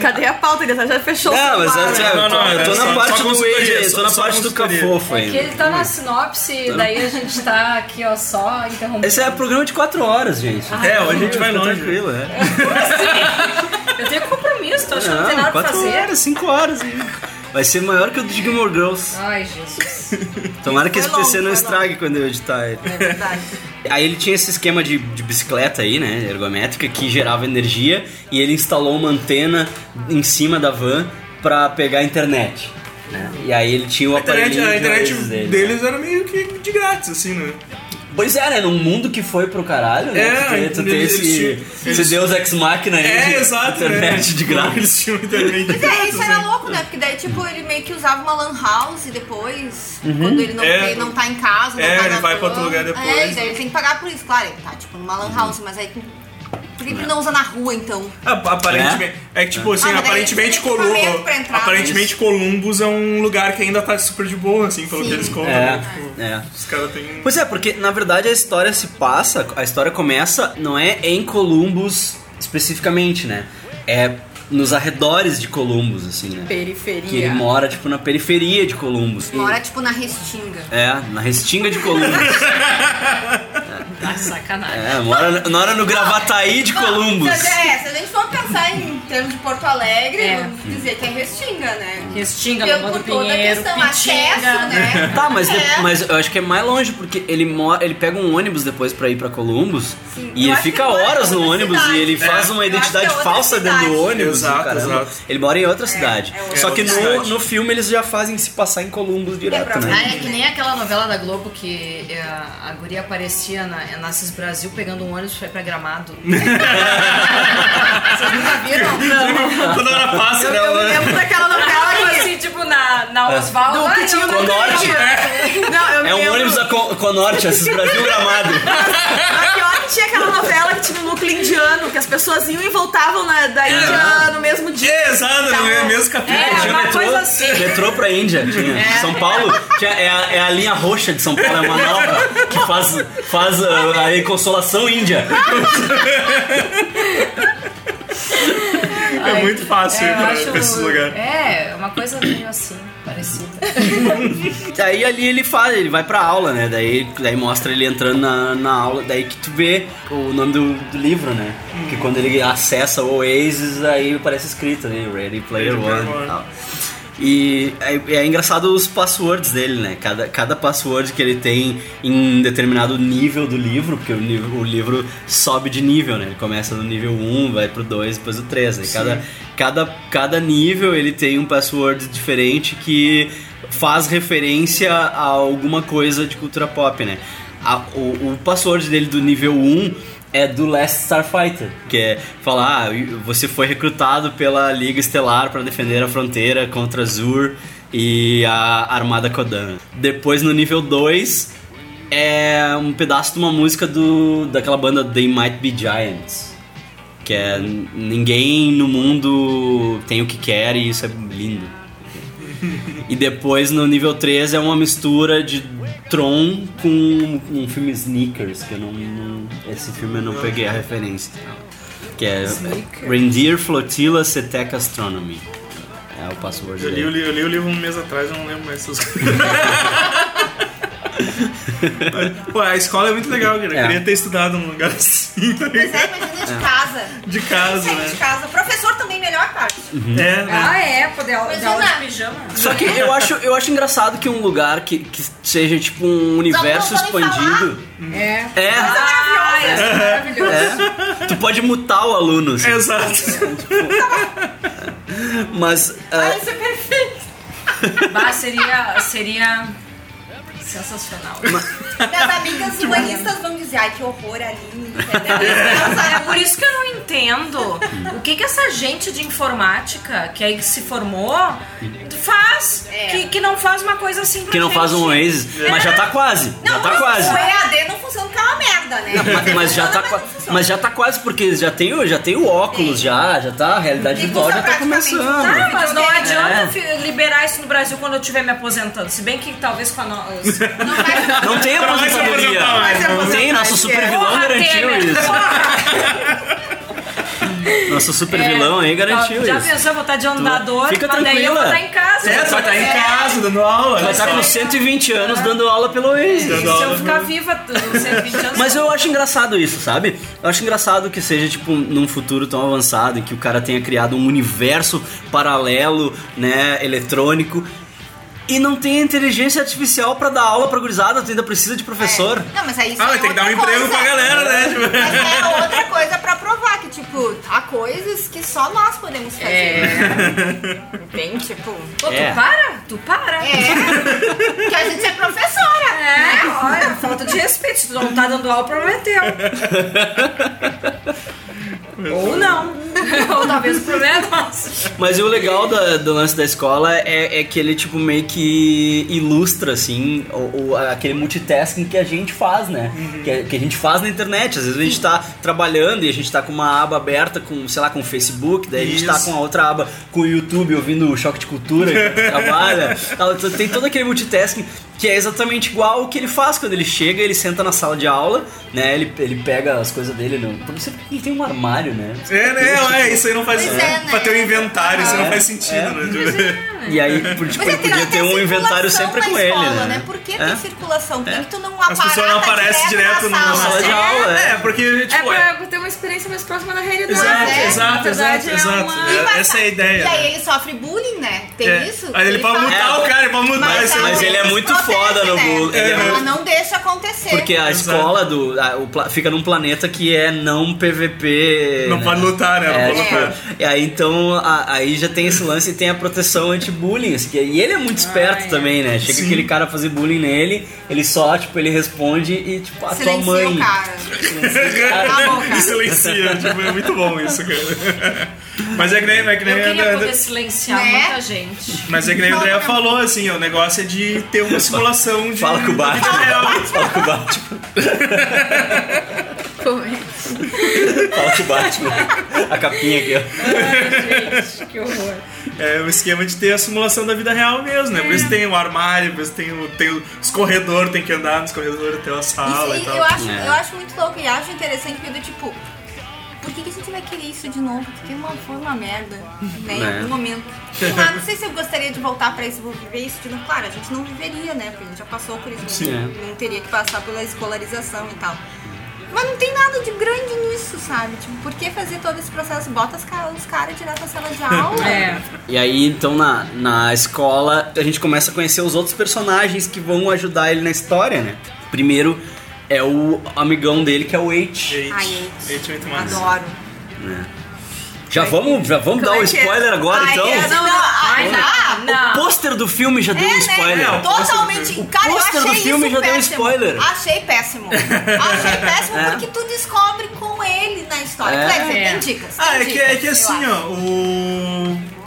Speaker 4: Cadê a pauta? Ele já fechou
Speaker 1: Não,
Speaker 4: o
Speaker 1: Ah, mas
Speaker 4: celular.
Speaker 1: eu, eu,
Speaker 3: Não, não,
Speaker 1: tô, eu tô na
Speaker 3: é só-
Speaker 1: parte
Speaker 3: só
Speaker 1: do
Speaker 3: consultoria,
Speaker 1: Wade, eu tô
Speaker 3: só-
Speaker 1: na
Speaker 3: só
Speaker 1: parte do
Speaker 3: consultoria.
Speaker 1: Cafofo
Speaker 2: Que ele
Speaker 1: ainda.
Speaker 2: tá na sinopse, daí a gente tá aqui, ó, só interrompendo.
Speaker 1: Esse é programa de 4 horas, gente.
Speaker 3: É, hoje a gente vai
Speaker 1: Fica
Speaker 3: longe.
Speaker 1: Tranquilo, é.
Speaker 2: Eu tenho compromisso, tô achando que não tem
Speaker 1: Não,
Speaker 2: nada pra
Speaker 1: 4
Speaker 2: fazer.
Speaker 1: horas, 5 horas. hein? Vai ser maior que o do Gilmore Girls.
Speaker 2: Ai, Jesus.
Speaker 1: Tomara que esse
Speaker 8: Foi longo,
Speaker 1: PC não
Speaker 8: foi
Speaker 1: estrague quando eu editar ele.
Speaker 8: É verdade.
Speaker 1: Aí ele tinha esse esquema de, de bicicleta aí, né, ergométrica, que gerava energia e ele instalou uma antena em cima da van pra pegar a internet. né? E aí ele tinha o
Speaker 3: A internet,
Speaker 1: aparelhinho
Speaker 3: a
Speaker 1: de
Speaker 3: internet
Speaker 1: raízes dele.
Speaker 3: deles né? era meio que de grátis, assim, né?
Speaker 1: Pois é, né? Num mundo que foi pro caralho, né?
Speaker 3: É,
Speaker 1: tu ter, tu ter
Speaker 3: eles-
Speaker 1: esse,
Speaker 3: eles-
Speaker 1: esse Deus Ex Machina aí de
Speaker 3: É, exato.
Speaker 1: internet
Speaker 3: né?
Speaker 1: de grátis.
Speaker 3: Eles tinham internet de
Speaker 8: Mas é, isso
Speaker 3: grátis,
Speaker 8: era
Speaker 3: né?
Speaker 8: louco, né? Porque daí, tipo, ele meio que usava uma lan house depois, quando ele não,
Speaker 3: É.
Speaker 8: ele não tá em casa, não
Speaker 3: É,
Speaker 8: tá
Speaker 3: ele
Speaker 8: na
Speaker 3: vai pra
Speaker 8: van.
Speaker 3: outro lugar depois. Uhum.
Speaker 8: É, e daí ele tem que pagar por isso, claro, ele tá, tipo, numa lan house, mas aí... Por que que não usa na rua, então?
Speaker 3: A- Aparentemente, é que tipo assim,
Speaker 8: Ah, mas daí
Speaker 3: aparentemente
Speaker 8: eles têm equipamento
Speaker 3: Colombo,
Speaker 8: pra entrar,
Speaker 3: aparentemente Columbus é um lugar que ainda tá super de boa assim, pelo que eles
Speaker 1: É,
Speaker 3: contam. né? Tipo,
Speaker 1: é.
Speaker 3: Os caras têm
Speaker 1: Pois é, porque na verdade a história se passa, a história começa, não é em Columbus especificamente, né? É nos arredores de Columbus, assim, né? Que ele
Speaker 4: Periferia.
Speaker 1: mora, tipo, na periferia de Columbus.
Speaker 8: Mora, tipo, na restinga.
Speaker 1: É, na restinga de Columbus.
Speaker 2: Ah, Sacanagem.
Speaker 1: É, mora, mora no Gravataí
Speaker 3: É,
Speaker 1: de Columbus.
Speaker 8: Se a, gente- é, se a gente for pensar em termos de Porto Alegre,
Speaker 2: É.
Speaker 8: vamos dizer que é Restinga, né?
Speaker 2: Restinga,
Speaker 8: Pelo-
Speaker 2: Lomba do
Speaker 8: por toda a
Speaker 2: Pinheiro,
Speaker 8: questão,
Speaker 2: Pitinga.
Speaker 8: acesso, né?
Speaker 1: Tá, mas, de-
Speaker 8: É.
Speaker 1: mas eu acho que é mais longe, porque ele, mora, ele pega um ônibus depois pra ir pra Columbus
Speaker 8: Sim.
Speaker 1: e
Speaker 8: Eu
Speaker 1: ele
Speaker 8: acho que
Speaker 1: fica
Speaker 8: ele mora em
Speaker 1: horas no
Speaker 8: outra
Speaker 1: ônibus
Speaker 8: cidade.
Speaker 1: e ele
Speaker 8: É.
Speaker 1: faz uma
Speaker 8: Eu acho
Speaker 1: identidade
Speaker 8: que é outra
Speaker 1: falsa dentro do
Speaker 8: cidade.
Speaker 1: ônibus.
Speaker 3: Exato,
Speaker 1: caramba.
Speaker 3: exato.
Speaker 1: Ele mora em outra cidade.
Speaker 8: é outra
Speaker 1: Só que no,
Speaker 3: cidade.
Speaker 1: no filme eles já fazem se passar em Columbus direto,
Speaker 8: pra-
Speaker 1: né?
Speaker 8: Ah,
Speaker 10: Ah, é que nem aquela novela da Globo que é, a guria aparecia na é, Nasces Brasil pegando um ônibus e foi pra Gramado. Vocês nunca viram?
Speaker 3: Toda hora passa, né?
Speaker 4: Eu me lembro daquela novela
Speaker 2: Ela,
Speaker 4: que.
Speaker 2: assim, tipo, na, na
Speaker 3: É.
Speaker 2: Osvaldo.
Speaker 4: Do
Speaker 2: ah,
Speaker 4: que
Speaker 2: eu
Speaker 4: tinha
Speaker 2: não
Speaker 4: um
Speaker 1: Conorte.
Speaker 4: contador. Não, eu me
Speaker 1: É um
Speaker 4: lembro-
Speaker 1: ônibus da Co- Conorte, esses Brasil Gramado.
Speaker 4: A pior que tinha aquela novela que tinha um núcleo indiano, que as pessoas iam e voltavam na-
Speaker 1: É.
Speaker 4: da Índia no mesmo dia.
Speaker 3: É, Exato, no
Speaker 4: Então,
Speaker 3: mesmo capítulo.
Speaker 2: É,
Speaker 1: Tinha
Speaker 2: uma
Speaker 1: metrô,
Speaker 2: coisa assim.
Speaker 1: metrô pra Índia, tinha. São Paulo tinha- é, a, é a linha roxa de São Paulo, é uma nova que faz, faz ah, aí, consolação Índia.
Speaker 3: É muito fácil ir
Speaker 10: Eu
Speaker 3: pra,
Speaker 10: acho-
Speaker 3: pra
Speaker 2: um-
Speaker 3: esse lugar.
Speaker 10: É, uma coisa meio assim, parecida.
Speaker 1: Daí ali ele faz, ele vai pra aula, né? Daí, daí mostra ele entrando na, na aula, daí que tu vê o nome do, do livro, né? Que quando ele acessa o Oasis, aí aparece escrito, né? Ready Player
Speaker 3: Ready Player
Speaker 1: One
Speaker 3: One.
Speaker 1: e tal. E é, é engraçado os passwords dele, né? Cada, cada password que ele tem em um determinado nível do livro, porque o, nível, o livro sobe de nível, né? Ele começa no nível 1, vai pro 2, depois o 3, né? Cada, cada, cada nível ele tem um password diferente que faz referência a alguma coisa de cultura pop, né? A- o, o password dele do nível 1 é do Last Starfighter, que é falar, ah, você foi recrutado pela Liga Estelar para defender a fronteira contra Zur e a Armada Kodan. Depois no nível 2 é um pedaço de uma música do daquela banda They Might Be Giants, que é "N- ninguém no mundo tem o que quer e isso é lindo. E depois no nível 3 é uma mistura de Tron com um filme Sneakers, que eu não. não- esse filme eu não peguei a referência. Que é Reindeer Flotilla Setec Astronomy. É o password
Speaker 3: Eu li, eu,
Speaker 1: dele.
Speaker 3: li, eu li o livro um mês atrás, eu não lembro mais essas coisas. Pô, a escola é muito legal, cara. Eu
Speaker 1: É.
Speaker 3: queria ter estudado num lugar assim, tá
Speaker 8: Pois
Speaker 3: ligado?
Speaker 8: é, imagina de casa.
Speaker 3: de casa,
Speaker 8: Sair de
Speaker 3: né?
Speaker 8: casa. Professor também, melhor parte.
Speaker 3: É, né?
Speaker 2: Ah, é, poder dar
Speaker 8: Mas
Speaker 2: aula
Speaker 8: não
Speaker 2: de
Speaker 8: dá.
Speaker 2: pijama.
Speaker 1: Só que eu acho, eu acho engraçado que um lugar que, que seja tipo um universo
Speaker 8: não podem
Speaker 1: expandido.
Speaker 10: É.
Speaker 1: É,
Speaker 2: Ah, é maravilhoso.
Speaker 1: é. Tu pode mutar o aluno. assim.
Speaker 3: É. Exato.
Speaker 1: Mas. ah,
Speaker 8: Isso é perfeito.
Speaker 2: Bah, seria, seria sensacional.
Speaker 8: Minhas amigas humanistas vão dizer, ai, que horror ali, entendeu?
Speaker 2: É por isso que eu não entendo o que que essa gente de informática que aí se formou faz, que, que não faz uma coisa assim pra
Speaker 1: que não faz um
Speaker 2: gente.
Speaker 1: Oasis, mas já tá quase. já
Speaker 8: Não,
Speaker 1: tá
Speaker 8: mas
Speaker 1: quase.
Speaker 8: o EAD não funciona porque é uma merda, né?
Speaker 1: Mas, mas já tá, qua- mas já tá quase, porque já tem, o- já tem o óculos, já, já tá, a realidade
Speaker 8: E
Speaker 1: virtual já
Speaker 8: custa
Speaker 1: tá
Speaker 8: praticamente
Speaker 2: Ah,
Speaker 1: começando.
Speaker 8: nada.
Speaker 2: mas não
Speaker 8: É.
Speaker 2: adianta eu fi- liberar isso no Brasil quando eu estiver me aposentando. Se bem que talvez com a nossa.
Speaker 8: Não vai
Speaker 1: Não tem
Speaker 3: Pra mais
Speaker 1: aposentadoria.
Speaker 3: aposentar mais,
Speaker 1: Não tem, nosso
Speaker 8: É,
Speaker 1: super vilão garantiu
Speaker 8: né?
Speaker 1: isso. Nosso super
Speaker 8: É.
Speaker 1: vilão aí garantiu
Speaker 2: É. Já
Speaker 1: isso.
Speaker 2: pensou, vou estar de andador,
Speaker 1: Fica
Speaker 2: mas daí eu vou
Speaker 1: tranquila.
Speaker 2: estar em casa. né?
Speaker 3: É, tu vai estar em casa, dando aula. né?
Speaker 1: Vai estar tá com 120 anos dando aula pelo Oasis.
Speaker 3: Dando
Speaker 2: Se
Speaker 3: aula.
Speaker 2: eu ficar viva, tu- 120 anos.
Speaker 1: Mas eu acho engraçado isso, sabe? Eu acho engraçado que seja, tipo, num futuro tão avançado em que o cara tenha criado um universo paralelo, né, eletrônico. E não tem inteligência artificial pra dar aula pra gurizada, tu ainda precisa de professor.
Speaker 8: Não, mas aí isso
Speaker 3: Ah,
Speaker 8: é
Speaker 3: vai ter que dar um
Speaker 8: outra
Speaker 3: emprego pra
Speaker 8: coisa.
Speaker 3: galera, né? Tipo,
Speaker 8: Mas é outra coisa pra provar que, tipo, há coisas que só nós podemos fazer. Bem, tipo.
Speaker 2: Pô,
Speaker 1: É.
Speaker 2: É. tu para? Tu para?
Speaker 8: É. que a gente é professora.
Speaker 2: É, olha, falta de respeito. Se tu não tá dando aula, o problema é teu. Ou não. Ou talvez o problema é nosso.
Speaker 1: Mas o legal da- do lance da escola é, é que ele, tipo, meio que ilustra, assim, o, o- aquele multitasking que a gente faz, né? Que, a- que a gente faz na internet. Às vezes a gente tá trabalhando e a gente tá com uma aba aberta com, sei lá, com o Facebook, daí a gente tá
Speaker 3: Isso.
Speaker 1: com a outra aba com o YouTube ouvindo o Choque de Cultura que trabalha. tal. Então Tem todo aquele multitasking que é exatamente igual o que ele faz quando ele chega, ele senta na sala de aula, né? Ele, ele pega as coisas dele, não. Por isso que ele tem um armário, né?
Speaker 3: É, né? É, isso aí não faz
Speaker 8: Pois é, né?
Speaker 3: Pra ter um inventário, isso aí não
Speaker 1: É,
Speaker 3: faz sentido,
Speaker 1: é.
Speaker 3: né?
Speaker 1: E aí, por- tipo,
Speaker 8: Mas
Speaker 1: ele
Speaker 8: é que
Speaker 1: podia
Speaker 8: tem
Speaker 1: ter um
Speaker 8: circulação
Speaker 1: inventário sempre
Speaker 8: na
Speaker 1: com ele,
Speaker 8: escola,
Speaker 1: né?
Speaker 8: Por que
Speaker 1: É.
Speaker 8: tem circulação? Por que que tu não
Speaker 3: As pessoas não aparecem direto
Speaker 8: na
Speaker 3: na
Speaker 8: sala? né?
Speaker 1: sala de aula, é.
Speaker 3: É, porque,
Speaker 4: É
Speaker 3: tipo, é.
Speaker 4: pra ter uma experiência mais próxima da realidade.
Speaker 3: Exato,
Speaker 4: né? Na
Speaker 3: exato, exato,
Speaker 4: verdade, é
Speaker 3: exato.
Speaker 4: uma-
Speaker 3: É, Essa é a ideia.
Speaker 8: E aí
Speaker 3: né?
Speaker 8: ele sofre bullying, né? Tem
Speaker 3: É.
Speaker 8: isso?
Speaker 3: Aí ele pode
Speaker 8: fala-
Speaker 3: mudar
Speaker 1: É.
Speaker 3: o cara, ele pode mudar.
Speaker 1: Mas-
Speaker 3: isso aí
Speaker 1: mas
Speaker 3: não-
Speaker 1: ele é muito
Speaker 8: protege, né?"
Speaker 1: foda no bullying, ele
Speaker 3: é muito-
Speaker 8: Ela não deixa acontecer.
Speaker 1: Porque a
Speaker 3: Exato.
Speaker 1: escola do, a- o pla- fica num planeta que é não PVP.
Speaker 3: Não
Speaker 1: né?
Speaker 3: pode lutar, né?
Speaker 1: É,
Speaker 3: Não pode
Speaker 1: tipo,
Speaker 3: lutar.
Speaker 1: E aí então a- aí já tem esse lance e tem a proteção anti-bullying. assim, que- E ele é muito esperto também, né? Chega
Speaker 3: Sim.
Speaker 1: aquele cara a fazer bullying nele, ele só, tipo, ele responde e, tipo, a tua
Speaker 8: Silencia
Speaker 1: mãe.
Speaker 8: o cara. Cala a boca.
Speaker 3: E silencia, tipo, é muito bom isso, cara. Mas é que nem, é que nem
Speaker 2: Eu
Speaker 3: a
Speaker 2: queria
Speaker 3: Andrea-
Speaker 2: poder silenciar
Speaker 8: Né?
Speaker 2: muita gente.
Speaker 3: Mas é que nem a Andrea falou, assim, o negócio é de ter uma simulação de.
Speaker 1: Fala com o
Speaker 3: da vida
Speaker 1: Batman.
Speaker 3: real.
Speaker 1: Fala com o Batman.
Speaker 2: é?
Speaker 1: Fala com o Batman. A capinha aqui, ó.
Speaker 2: Que horror.
Speaker 3: É o esquema de ter a simulação da vida real mesmo, né? Por isso tem o armário, por isso tem, o, tem os corredores, tem que andar nos corredores até a sala
Speaker 8: Isso,
Speaker 3: e tal.
Speaker 8: eu, acho,
Speaker 1: É.
Speaker 8: eu acho muito louco e acho interessante porque do tipo. Por que, que a gente vai querer isso de novo? Porque uma, foi uma merda, né? Em
Speaker 1: Né.
Speaker 8: algum momento. Sei lá, não sei se eu gostaria de voltar pra isso, vou viver isso de novo. Claro, a gente não viveria, né? Porque a gente já passou por isso. né?
Speaker 1: Sim.
Speaker 8: Não teria que passar pela escolarização e tal. Mas não tem nada de grande nisso, sabe? Tipo, por que fazer todo esse processo? Bota os caras cara direto da sala de aula.
Speaker 2: É.
Speaker 1: E aí, então, na, na escola, a gente começa a conhecer os outros personagens que vão ajudar ele na história, né? Primeiro é o amigão dele, que é o H.
Speaker 3: Gente,
Speaker 8: Ai,
Speaker 3: gente, muito massa.
Speaker 8: Adoro.
Speaker 1: Já vamos, já vamos dar
Speaker 4: Como
Speaker 1: o
Speaker 4: é que é?
Speaker 1: spoiler agora,
Speaker 8: Ai,
Speaker 1: então?
Speaker 8: eu não, ai, não.
Speaker 1: O pôster do filme já deu um spoiler.
Speaker 3: É, o
Speaker 8: né? Totalmente.
Speaker 3: pôster-
Speaker 8: Cara,
Speaker 1: o
Speaker 8: eu
Speaker 1: pôster
Speaker 8: achei
Speaker 1: do filme
Speaker 8: isso
Speaker 1: já deu um
Speaker 8: péssimo.
Speaker 1: spoiler.
Speaker 8: Achei péssimo. Achei péssimo
Speaker 1: É.
Speaker 8: porque tu descobre com ele na história.
Speaker 1: É.
Speaker 8: Claro, você
Speaker 2: É.
Speaker 8: tem dicas.
Speaker 3: Ah,
Speaker 8: tem
Speaker 3: é que, é
Speaker 8: dicas,
Speaker 3: que
Speaker 8: eu
Speaker 3: assim,
Speaker 8: acho.
Speaker 3: ó, o.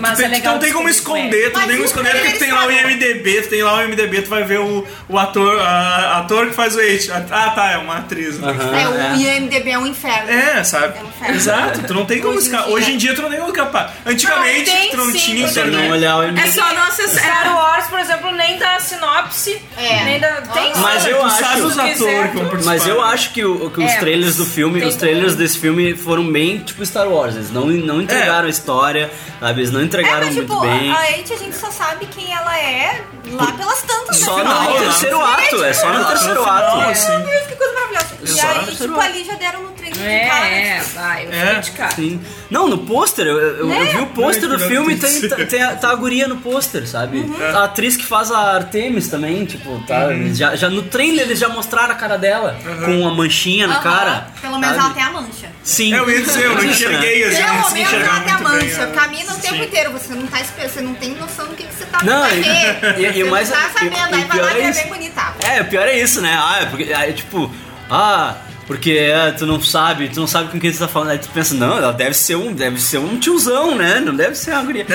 Speaker 2: Mas
Speaker 3: tu
Speaker 2: é legal
Speaker 3: não tem como
Speaker 2: descobrir
Speaker 3: esconder, tu não
Speaker 8: Mas
Speaker 3: tem como
Speaker 8: o
Speaker 3: esconder, porque tu tem lá o
Speaker 8: primeiro
Speaker 3: IMDB, tu tem lá o IMDB, tu vai ver o, o ator, a- ator que faz o H. Ah, tá, é uma atriz. né?
Speaker 1: Aham,
Speaker 8: É, o
Speaker 1: é.
Speaker 8: IMDB é um inferno.
Speaker 3: É, sabe?
Speaker 8: É um inferno.
Speaker 3: Exato, tu não tem como
Speaker 8: Hoje em
Speaker 3: escapar.
Speaker 8: dia.
Speaker 3: Hoje em dia tu não tem como escapar. Antigamente
Speaker 2: Não, tem
Speaker 3: tu não
Speaker 2: sim,
Speaker 3: tinha
Speaker 1: Só não
Speaker 3: internet.
Speaker 1: olhar o
Speaker 4: É só não
Speaker 2: Star
Speaker 4: acessar.
Speaker 2: Wars, por exemplo, nem da sinopse,
Speaker 8: É.
Speaker 2: nem da. Tem
Speaker 1: Mas eu
Speaker 3: tu sabe
Speaker 1: acho-
Speaker 3: os atores que vão participar.
Speaker 1: Mas eu acho que, o, que os
Speaker 2: É,
Speaker 1: trailers do filme,
Speaker 2: tem
Speaker 1: os trailers desse filme foram bem tipo Star Wars. Eles não, não entregaram a história, sabe? Eles não
Speaker 8: É,
Speaker 1: entregaram
Speaker 8: mas tipo,
Speaker 1: muito bem.
Speaker 8: a Age a gente só sabe quem ela é lá pelas tantas.
Speaker 1: Só
Speaker 8: né?
Speaker 1: no
Speaker 3: Não,
Speaker 8: Ai,
Speaker 1: terceiro
Speaker 8: gente,
Speaker 1: ato, é só no terceiro ato.
Speaker 3: Não, assim.
Speaker 8: Meu Deus, que coisa maravilhosa. E
Speaker 1: Só no
Speaker 8: aí,
Speaker 1: terceiro
Speaker 8: tipo,
Speaker 1: ato.
Speaker 8: ali já deram no trailer
Speaker 2: É,
Speaker 8: de cara.
Speaker 2: é, vai, eu
Speaker 3: É.
Speaker 2: fiquei de cara.
Speaker 1: Sim. Não, no pôster, eu, eu-
Speaker 8: Né?
Speaker 1: eu vi o pôster
Speaker 3: Não, é
Speaker 1: do filme e
Speaker 3: não
Speaker 1: tem,
Speaker 3: sei.
Speaker 1: tá- tem a, tá a guria no pôster, sabe?
Speaker 8: Uhum.
Speaker 1: A atriz que faz a Artemis também, tipo, tá.
Speaker 3: Uhum.
Speaker 1: Já, já no trailer eles já mostraram a cara dela, com a manchinha na
Speaker 8: Aham.
Speaker 1: cara.
Speaker 8: Pelo menos ela
Speaker 1: sabe?
Speaker 8: tem a mancha.
Speaker 1: Sim.
Speaker 3: É, Eu ia dizer, eu não enxerguei, assim,
Speaker 1: É,
Speaker 3: eu não
Speaker 8: Pelo
Speaker 3: consegui
Speaker 8: menos
Speaker 3: enxergar
Speaker 8: ela tem a
Speaker 3: muito bem,
Speaker 8: mancha.
Speaker 3: né?
Speaker 8: Camina o tempo
Speaker 3: Sim.
Speaker 8: inteiro. Você não tá esperando, você não tem noção do que, que você tá
Speaker 1: Não,
Speaker 8: pra
Speaker 1: e-
Speaker 8: ver.
Speaker 1: e- e
Speaker 8: você
Speaker 1: mais-
Speaker 8: não tá
Speaker 1: e-
Speaker 8: sabendo.
Speaker 1: e
Speaker 8: aí vai
Speaker 1: pior
Speaker 8: lá
Speaker 1: é
Speaker 8: e é
Speaker 1: isso.
Speaker 8: bem bonita.
Speaker 1: É, o pior é isso, né? Ah, é porque. Aí, tipo, ah, porque é, tu não sabe, tu não sabe com quem tu tá falando. Aí tu pensa, não, ela deve ser um, deve ser um tiozão, né? Não deve ser uma guria.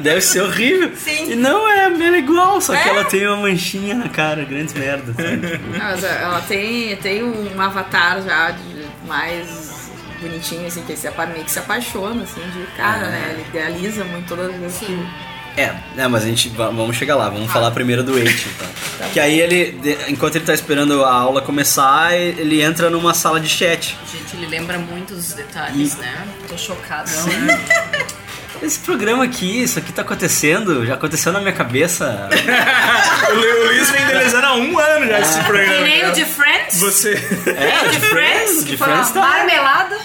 Speaker 1: deve ser horrível.
Speaker 8: Sim.
Speaker 1: E não é, ela é igual, só que ela tem uma manchinha na cara, grandes né? merda. sabe?
Speaker 11: Mas é, ela tem, tem um avatar já de- mais bonitinho, assim, que se, apa- meio que se apaixona, assim, de cara, né? Ele idealiza muito todas as vezes que...
Speaker 1: É, é, mas a gente va- vamos chegar lá,
Speaker 8: Tá.
Speaker 1: vamos falar primeiro do Eight, então. que aí ele, de- enquanto ele tá esperando a aula começar, e- ele entra numa sala de chat.
Speaker 10: Gente, ele lembra muito dos detalhes, né? Tô chocada.
Speaker 1: né? Esse programa aqui, isso aqui tá acontecendo, já aconteceu na minha cabeça.
Speaker 3: Ah, O Lu- o Luiz vem idealizando há um ano já esse programa.
Speaker 2: Que nem
Speaker 3: cara.
Speaker 2: o de Friends.
Speaker 3: Você.
Speaker 1: É, de Friends, de Friends tá.
Speaker 2: Marmelada.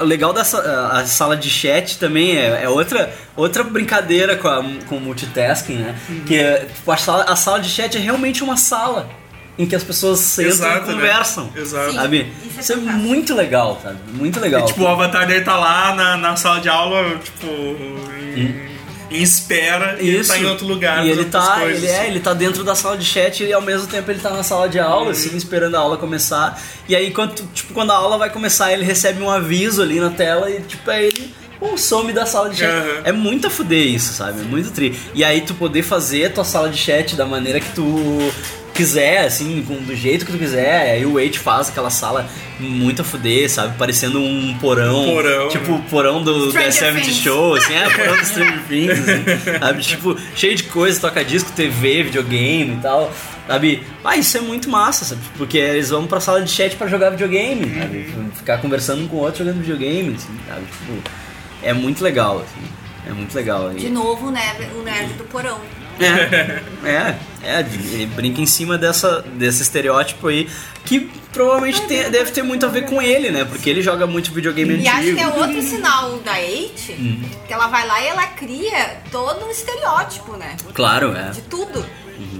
Speaker 1: O legal da sa- a sala de chat também é, é outra, outra brincadeira com, a, com o multitasking, né?
Speaker 3: Uhum.
Speaker 1: Que é, tipo, a, sala, a sala de chat é realmente uma sala em que as pessoas sentam
Speaker 3: Exato,
Speaker 1: e
Speaker 3: né?
Speaker 1: conversam.
Speaker 3: Exato.
Speaker 1: Sabe?
Speaker 8: Sim, isso é
Speaker 1: Isso é
Speaker 8: fantástico.
Speaker 1: muito legal, sabe? Muito legal.
Speaker 3: E, tipo, o avatar dele tá lá na, na sala de aula, tipo, em, em espera, e ele tá em outro lugar.
Speaker 1: E ele
Speaker 3: fazendo outras
Speaker 1: tá,
Speaker 3: coisas. assim.
Speaker 1: ele é, ele tá dentro da sala de chat e ao mesmo tempo ele tá na sala de
Speaker 3: Uhum.
Speaker 1: aula, assim, esperando a aula começar. E aí, quando, tipo, quando a aula vai começar, ele recebe um aviso ali na tela e, tipo, aí ele pum, some da sala de chat.
Speaker 3: Aham.
Speaker 1: É muito a fuder isso, sabe? É muito tri. E aí tu poder fazer a tua sala de chat da maneira que tu quiser, assim, com, do jeito que tu quiser. Aí o Wade faz aquela sala muito a fuder, sabe? Parecendo um porão.
Speaker 3: Um porão,
Speaker 1: Tipo, o porão do The
Speaker 8: Stranger
Speaker 1: 70
Speaker 8: Things.
Speaker 1: Show, assim, é, porão do Stranger Things, assim, sabe? Tipo, cheio de coisa, toca disco, TV, videogame e tal. Sabe? Ah, isso é muito massa, sabe? Porque eles vão pra sala de chat pra jogar videogame, sabe? Ficar conversando um com o outro jogando videogame, assim, sabe? Tipo, é muito legal, assim. É muito legal.
Speaker 8: De
Speaker 1: E-
Speaker 8: novo, o nerd, o nerd do porão.
Speaker 1: É, é, é, ele brinca em cima dessa, desse estereótipo aí, que provavelmente tem- deve ter muito a ver com ele, né? Porque ele joga muito videogame
Speaker 8: E acho
Speaker 1: antigo.
Speaker 8: que é outro sinal da Eight,
Speaker 1: Uhum.
Speaker 8: que ela vai lá e ela cria todo um estereótipo, né?
Speaker 1: Claro, é. Uhum.
Speaker 8: De tudo.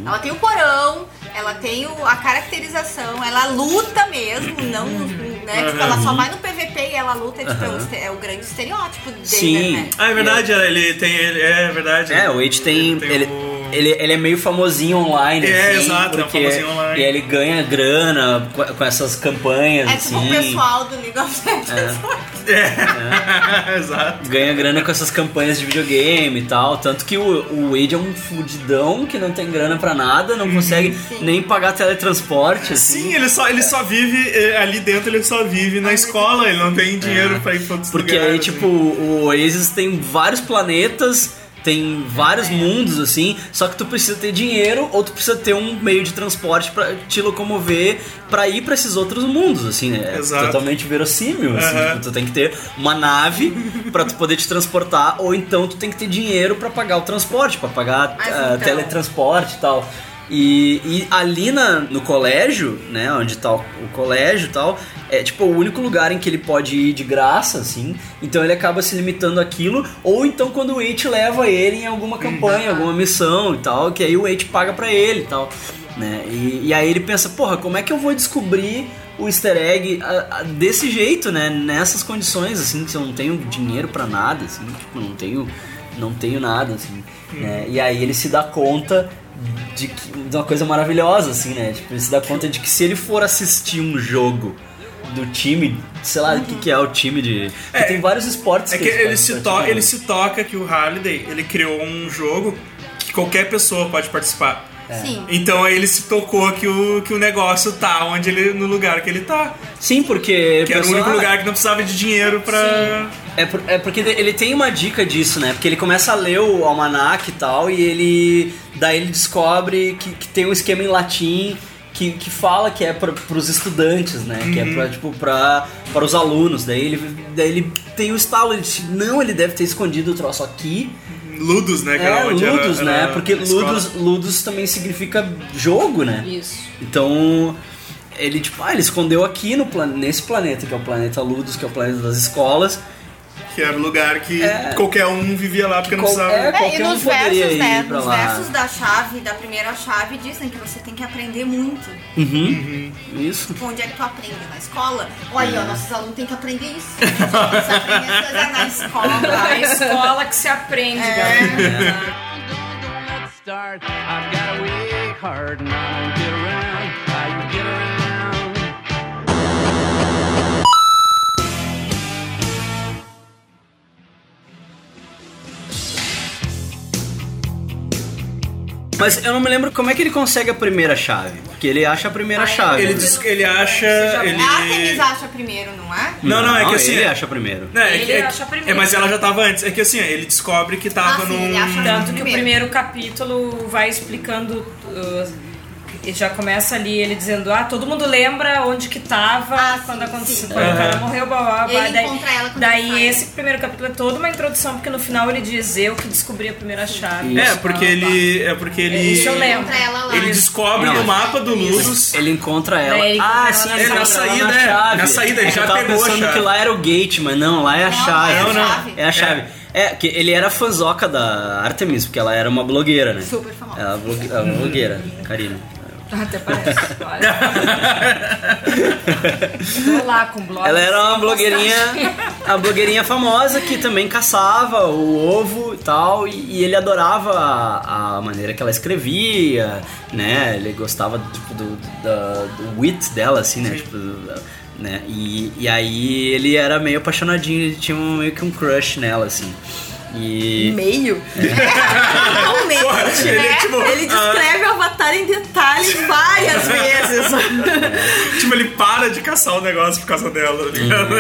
Speaker 8: Ela tem o porão, ela tem o- a caracterização, ela luta mesmo, não, né? Tipo, ela só
Speaker 3: Uhum.
Speaker 8: vai no PVP e ela luta, tipo, é, o,
Speaker 1: Uhum.
Speaker 8: este- é o grande estereótipo dele, né?
Speaker 3: Ah, é verdade, ele tem. Ele, é verdade.
Speaker 1: É, o It tem. ele, ele, ele é meio famosinho online.
Speaker 3: É,
Speaker 1: assim,
Speaker 3: exato, é um
Speaker 1: porque
Speaker 3: famosinho online.
Speaker 1: E ele ganha grana com, com essas campanhas,
Speaker 8: É tipo
Speaker 1: assim.
Speaker 8: o pessoal do League of Legends.
Speaker 1: É.
Speaker 3: Exato.
Speaker 1: Ganha grana com essas campanhas de videogame e tal. Tanto que o, o Wade é um fudidão que não tem grana pra nada, não consegue nem pagar teletransporte. Assim.
Speaker 3: Uhum. Sim, ele só, ele só vive eh, ali dentro, ele só vive na escola, ele não tem dinheiro pra ir pra outros
Speaker 1: É. Porque
Speaker 3: lugares.
Speaker 1: aí, tipo, o Oasis tem vários planetas, tem
Speaker 3: É.
Speaker 1: vários mundos, assim, só que tu precisa ter dinheiro ou tu precisa ter um meio de transporte pra te locomover pra ir pra esses outros mundos, assim, né? É
Speaker 3: Exato.
Speaker 1: totalmente verossímil, assim,
Speaker 3: Aham.
Speaker 1: tipo, tu tem que ter uma nave pra tu poder te transportar ou então tu tem que ter dinheiro pra pagar o transporte, pra pagar
Speaker 12: Mas
Speaker 1: ah,
Speaker 12: então.
Speaker 1: teletransporte e tal. E, e ali na, no colégio, né, onde tá o, o colégio e tal, é tipo o único lugar em que ele pode ir de graça, assim, então ele acaba se limitando àquilo, ou então quando o Eight leva ele em alguma campanha, alguma missão e tal, que aí o Eight paga pra ele e tal, né, e, e aí ele pensa, porra, como é que eu vou descobrir o easter egg a- a- desse jeito, né, nessas condições, assim, que eu não tenho dinheiro pra nada, assim, tipo, não tenho, não tenho nada, assim,
Speaker 3: Uhum.
Speaker 1: né, e aí ele se dá conta de, que- de uma coisa maravilhosa, assim, né? Tipo, ele se dá conta de que se ele for assistir um jogo do time, sei lá o que, que é o time de. que tem vários esportes
Speaker 3: Uhum. É que
Speaker 1: eles
Speaker 3: ele
Speaker 1: podem
Speaker 3: se, to
Speaker 1: praticar,
Speaker 3: ele
Speaker 1: né?
Speaker 3: se toca que o Halliday ele criou um jogo que qualquer pessoa pode participar.
Speaker 1: É.
Speaker 8: Sim.
Speaker 3: Então aí ele se tocou que o, que o negócio tá onde ele no lugar que ele tá.
Speaker 1: Sim, porque.
Speaker 3: Que era o
Speaker 1: pessoa-
Speaker 3: único lugar que não precisava de dinheiro pra.
Speaker 1: É, por- é porque ele tem uma dica disso, né? Porque ele começa a ler o almanac e tal, e ele. Daí ele descobre que, que tem um esquema em latim que, que fala que é pra, pros estudantes, né? Que é
Speaker 12: Uhum.
Speaker 1: pra, tipo, pra, para os alunos. Daí ele, daí ele tem o estalo, ele diz, não, ele deve ter escondido o troço aqui.
Speaker 3: Ludus, né? Que
Speaker 1: É,
Speaker 3: era onde era-
Speaker 1: Ludus, né?
Speaker 3: era
Speaker 1: Porque
Speaker 3: a escola.
Speaker 1: Ludus, Ludus também significa jogo, né?
Speaker 10: Isso.
Speaker 1: Então, ele tipo, ah, ele escondeu aqui no plan nesse planeta, que é o planeta Ludus, que é o planeta das escolas.
Speaker 3: Que era o lugar que
Speaker 2: É.
Speaker 3: qualquer um vivia lá porque não precisava.
Speaker 1: É,
Speaker 8: e
Speaker 1: qualquer um
Speaker 8: nos
Speaker 1: poderia
Speaker 8: versos,
Speaker 1: ir
Speaker 8: né?
Speaker 1: pra
Speaker 8: Nos
Speaker 1: lá.
Speaker 8: versos da chave, da primeira chave, dizem que você tem que aprender muito.
Speaker 1: Uhum. Isso.
Speaker 8: Tipo, onde é que tu aprende? Na escola? Olha, aí, ó,
Speaker 1: É.
Speaker 8: nossos alunos têm que aprender isso. Você aprende as coisas é na escola.
Speaker 2: Na escola que se
Speaker 11: É.
Speaker 2: aprende, galera.
Speaker 13: I've got to work hard and I don't get around. I get around.
Speaker 1: Mas eu não me lembro como é que ele consegue a primeira chave. Porque ele acha a primeira
Speaker 2: é.
Speaker 1: chave.
Speaker 3: Ah, Ele
Speaker 1: né?
Speaker 3: diz que ele acha. Ele...
Speaker 8: A Artemis acha primeiro, não é?
Speaker 3: Não, não, é que assim,
Speaker 1: Ele
Speaker 3: é-
Speaker 1: acha primeiro.
Speaker 3: Não, é,
Speaker 2: Ele
Speaker 3: que- é,
Speaker 2: acha
Speaker 3: que-
Speaker 2: primeiro. Ah,
Speaker 3: é, mas ela já tava antes. É que assim, ele descobre que
Speaker 8: Ah,
Speaker 3: tava num.
Speaker 2: Tanto que o primeiro capítulo vai explicando. uh, e já começa ali ele dizendo: Ah, todo mundo lembra onde que tava quando aconteceu. Quando o cara
Speaker 10: Aham.
Speaker 2: morreu, blá, blá, blá.
Speaker 10: Ele
Speaker 2: daí,
Speaker 10: encontra ela quando
Speaker 2: daí
Speaker 10: ele sai.
Speaker 2: esse primeiro capítulo é toda uma introdução, porque no final ele diz: Eu que descobri a primeira chave.
Speaker 3: É, porque ele. É porque ele.
Speaker 2: Ah, tá. Isso eu lembro.
Speaker 8: um.
Speaker 2: Ela lá.
Speaker 3: Ele descobre
Speaker 1: Não,
Speaker 3: no mapa do Ludus.
Speaker 1: Ele encontra ela.
Speaker 2: Daí ele
Speaker 1: ah,
Speaker 2: encontra
Speaker 1: sim,
Speaker 2: ela
Speaker 1: ele
Speaker 2: na
Speaker 1: encontra
Speaker 2: saída.
Speaker 1: ela
Speaker 2: Na
Speaker 1: chave.
Speaker 3: na saída, ele
Speaker 1: É que
Speaker 3: já
Speaker 1: eu tava
Speaker 3: pegou a
Speaker 1: pensando
Speaker 3: chave.
Speaker 1: que lá era o gate, mas não, lá é a chave.
Speaker 3: é a Não, não. chave.
Speaker 1: É a chave. É, que ele era fanzoca da Artemis, porque ela era uma blogueira, né?
Speaker 10: Super
Speaker 1: famosa. Ela é blo- ela é uma blogueira, Karina.
Speaker 2: Ah, tá.
Speaker 10: Até parece. Olha. Tô lá com blog.
Speaker 1: Ela era uma blogueirinha, a blogueirinha famosa que também caçava o ovo e tal, e, e ele adorava a, a maneira que ela escrevia, né? Ele gostava tipo, do, do, da- do wit dela, assim, né? Tipo, do- né? E, e aí ele era meio apaixonadinho, ele tinha um- meio que um crush nela, assim. E...
Speaker 11: Meio?
Speaker 1: É.
Speaker 11: Realmente,
Speaker 1: Porra, ele
Speaker 11: né?
Speaker 1: é tipo-
Speaker 11: Ele descreve o Avatar em detalhes várias vezes.
Speaker 3: tipo, ele para de caçar
Speaker 1: Uhum. É.
Speaker 3: o negócio por causa dela, tá ligado?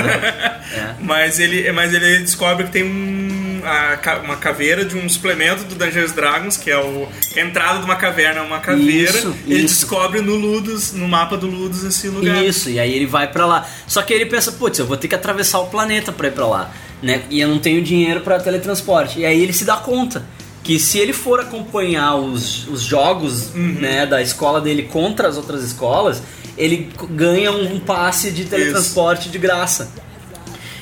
Speaker 3: mas, ele, mas ele descobre que tem um um- a ca- uma caveira de um suplemento do Dungeons Dragons, que é o a entrada de uma caverna, é uma caveira.
Speaker 1: Isso,
Speaker 3: ele
Speaker 1: isso.
Speaker 3: descobre no Ludus, no mapa do Ludus, esse lugar.
Speaker 1: Isso, e aí ele vai pra lá. Só que aí ele pensa, putz, eu vou ter que atravessar o planeta pra ir pra lá, né? E eu não tenho dinheiro pra teletransporte. E aí ele se dá conta que se ele for acompanhar os, os jogos, né, da escola dele contra as outras escolas, ele c- ganha um, um passe de teletransporte de graça.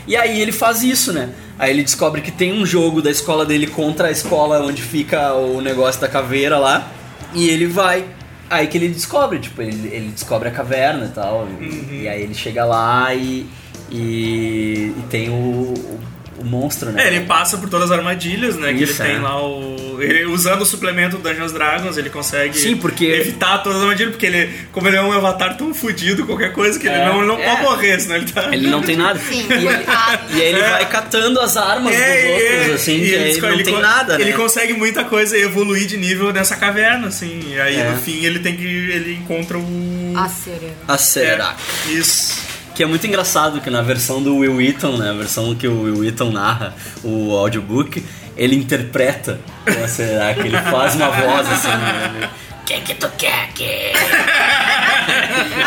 Speaker 1: E aí ele faz isso, né? Aí ele descobre que tem um jogo da escola dele contra a escola onde fica o negócio da caveira lá. E ele vai. Aí que ele descobre, tipo, ele, ele descobre a caverna e tal. e-
Speaker 3: Uhum.
Speaker 1: E aí ele chega lá e. E, e tem o, o, o monstro, né?
Speaker 3: É, ele passa por todas as armadilhas, né?
Speaker 1: Isso,
Speaker 3: que ele
Speaker 1: é.
Speaker 3: tem lá o. Ele, usando o suplemento do Dungeons Dragons, ele consegue
Speaker 1: Sim, porque-
Speaker 3: evitar todas as armadilhas, porque ele, como ele é um avatar tão fodido, qualquer coisa que
Speaker 1: É,
Speaker 3: ele não, não
Speaker 1: é.
Speaker 3: pode morrer, senão ele tá.
Speaker 1: Ele não tem nada.
Speaker 3: Sim,
Speaker 1: e,
Speaker 8: Ah,
Speaker 1: ele, e aí ele
Speaker 3: É.
Speaker 1: vai catando as armas dos
Speaker 3: É,
Speaker 1: outros,
Speaker 3: é,
Speaker 1: assim,
Speaker 3: e
Speaker 1: que aí ele
Speaker 3: escolhe-
Speaker 1: não tem
Speaker 3: co-
Speaker 1: nada, né?
Speaker 3: Ele consegue muita coisa e evoluir de nível nessa caverna, assim. E aí,
Speaker 1: É.
Speaker 3: no fim, ele tem que. Ele encontra o.
Speaker 10: A serena.
Speaker 1: A Ah,
Speaker 3: É.
Speaker 1: Será.
Speaker 3: Isso.
Speaker 1: Que é muito engraçado que na versão do Will Wheaton, né, a versão que o Will Wheaton narra o audiobook, ele interpreta o A Será, que ele faz uma voz assim. né? Quem que tu quer aqui?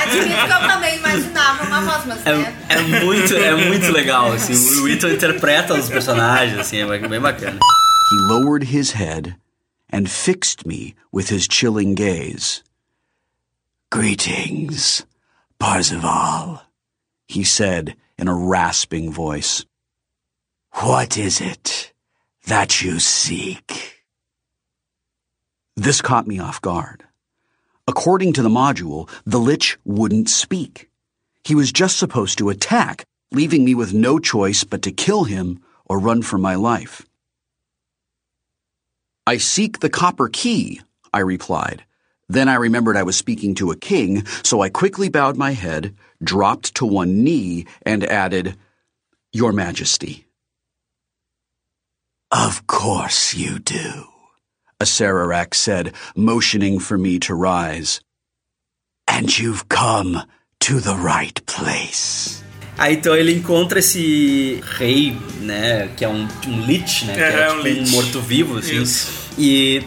Speaker 8: Admito que eu também imaginava uma voz, mas né?
Speaker 1: É, é muito, é muito legal, assim, o Will Wheaton interpreta os personagens, assim, é bem bacana.
Speaker 7: He lowered his head and fixed me with his chilling gaze. Greetings, Parzival, he said in a rasping voice. What is it that you seek? This caught me off guard. According to the module, the Lich wouldn't speak. He was just supposed to attack, leaving me with no choice but to kill him or run for my life. I seek the copper key, I replied. Then I remembered I was speaking to a king, so I quickly bowed my head, dropped to one knee, and added, Your Majesty. Of course you do, Acerarak said, motioning for me to rise. And you've come to the right place.
Speaker 1: Aí então ele encontra esse rei, né? Que é um, um lich, né? que
Speaker 3: É, é um
Speaker 1: tipo
Speaker 3: lich.
Speaker 1: morto-vivo, assim.
Speaker 3: Isso.
Speaker 1: E,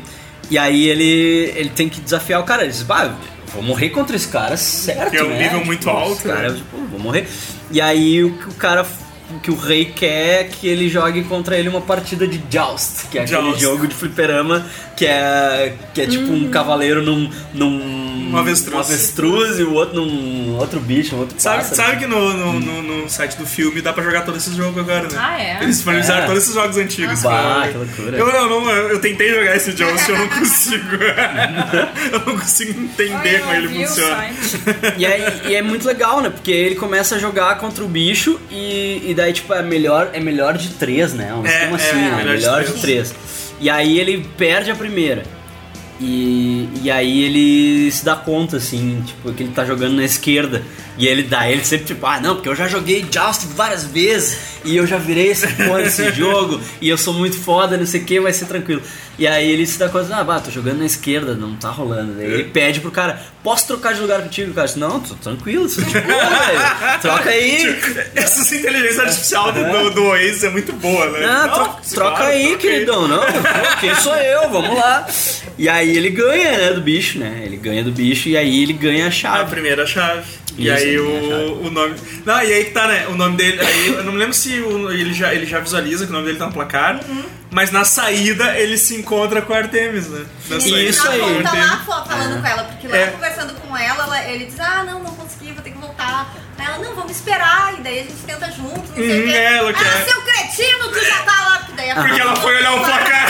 Speaker 1: e aí ele, ele tem que desafiar o cara. Ele diz, bah, eu vou morrer contra esse cara, certo?
Speaker 3: Que é um
Speaker 1: né?
Speaker 3: nível
Speaker 1: esse
Speaker 3: muito alto,
Speaker 1: Cara,
Speaker 3: né?
Speaker 1: tipo, vou morrer. E aí o que o cara. o Que o rei quer é que ele jogue contra ele uma partida de Joust, que é aquele
Speaker 3: Joust.
Speaker 1: jogo de fliperama que é, que é tipo um cavaleiro num, num.
Speaker 3: Um avestruz.
Speaker 1: um avestruz e o outro num outro bicho, um outro
Speaker 3: Sabe,
Speaker 1: pássaro.
Speaker 3: sabe que no,
Speaker 1: Hum.
Speaker 3: no, no- no site do filme dá pra jogar todos esses jogos agora, né?
Speaker 2: Ah, é?
Speaker 3: Eles disponibilizaram
Speaker 1: É.
Speaker 3: todos esses jogos antigos.
Speaker 1: Bah,
Speaker 3: cara.
Speaker 1: que loucura.
Speaker 3: Eu não, não, eu eu tentei jogar esse jogo, eu não consigo. eu não consigo entender como ele funciona.
Speaker 1: E é, e é muito legal, né? Porque ele começa a jogar contra o bicho e, e daí, tipo, é melhor, é melhor de três, né? Um
Speaker 3: É,
Speaker 1: esquema
Speaker 3: é,
Speaker 1: assim, né? melhor, de, três. E aí ele perde a primeira. E, e aí ele se dá conta, assim, tipo, que ele tá jogando na esquerda. E ele dá, ele sempre tipo, ah não, porque eu já joguei Joust várias vezes e eu já virei esse porra desse jogo e eu sou muito foda, não sei o que, vai ser tranquilo. E aí ele se dá conta, ah, bah, tô jogando na esquerda, não tá rolando. Daí ele pede pro cara, posso trocar de lugar contigo? O cara diz, não, tô tranquilo, tô de boa, velho. Troca
Speaker 3: Tipo,
Speaker 1: aí.
Speaker 3: Essa inteligência artificial do, do, do Oasis é muito boa, né?
Speaker 1: Não, tro-
Speaker 3: se
Speaker 1: Ah, troca
Speaker 3: fala,
Speaker 1: aí,
Speaker 3: troca
Speaker 1: queridão, não. Pô, Quem sou eu? Vamos lá. E aí ele ganha, né, do bicho, né? Ele ganha do bicho e aí ele ganha a
Speaker 3: A
Speaker 1: chave.
Speaker 3: primeira chave. E
Speaker 1: Isso,
Speaker 3: aí
Speaker 1: a
Speaker 3: o, o nome. Não, e aí que tá, né? O nome dele. Aí, eu não me lembro se o- ele, já, ele já visualiza que o nome dele tá no placar.
Speaker 8: Uhum.
Speaker 3: Mas na saída ele se encontra com a Artemis, né? Na
Speaker 8: E
Speaker 3: saída,
Speaker 8: Isso
Speaker 3: ele
Speaker 8: aí.
Speaker 3: encontra
Speaker 8: Tá
Speaker 3: a
Speaker 8: lá
Speaker 3: Artemis.
Speaker 8: fo- falando com ela, porque lá
Speaker 3: É.
Speaker 8: conversando com ela, ela- ele diz, ah, não, não consegui, vou ter que voltar. Aí ela, não, vamos esperar, e daí a gente tenta junto, não sei o
Speaker 3: Uhum,
Speaker 8: quê.
Speaker 3: é, ela
Speaker 8: Ah,
Speaker 3: quer.
Speaker 8: seu cretino, tu já tá lá. Porque, daí a
Speaker 3: Porque ela foi olhar o placar.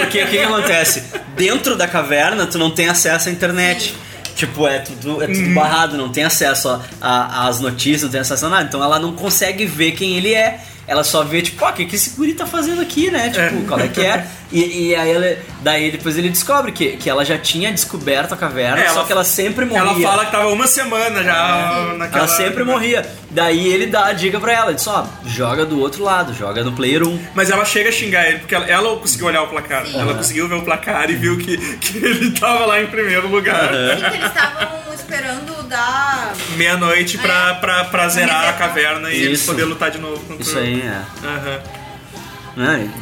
Speaker 1: Porque o que, que acontece? Dentro da caverna, tu não tem acesso à internet. Tipo, é tudo, é tudo barrado, não tem acesso a- a- às notícias, não tem acesso a nada. Então ela não consegue ver quem ele é. Ela só vê, tipo, ó, o que, que esse guri tá fazendo aqui, né? Tipo, qual é que é? E, e aí ela, daí depois ele descobre que, que ela já tinha descoberto a caverna,
Speaker 3: É,
Speaker 1: só
Speaker 3: ela-
Speaker 1: que ela sempre morria.
Speaker 3: Ela fala que tava uma semana já naquela.
Speaker 1: Ela sempre morria. Daí ele dá a dica pra ela, ele diz, ó, joga do outro lado, joga no player 1.
Speaker 3: Mas ela chega a xingar ele, porque ela, ela conseguiu olhar o placar.
Speaker 8: Sim.
Speaker 3: Ela
Speaker 1: Uhum.
Speaker 3: conseguiu ver o placar e viu que, que ele tava lá em primeiro lugar.
Speaker 8: Sim, que eles estavam esperando dar...
Speaker 3: Meia-noite pra, pra, pra zerar a caverna e eles
Speaker 1: Isso.
Speaker 3: poder lutar de novo contra
Speaker 1: Isso aí, é.
Speaker 3: Aham.
Speaker 1: né?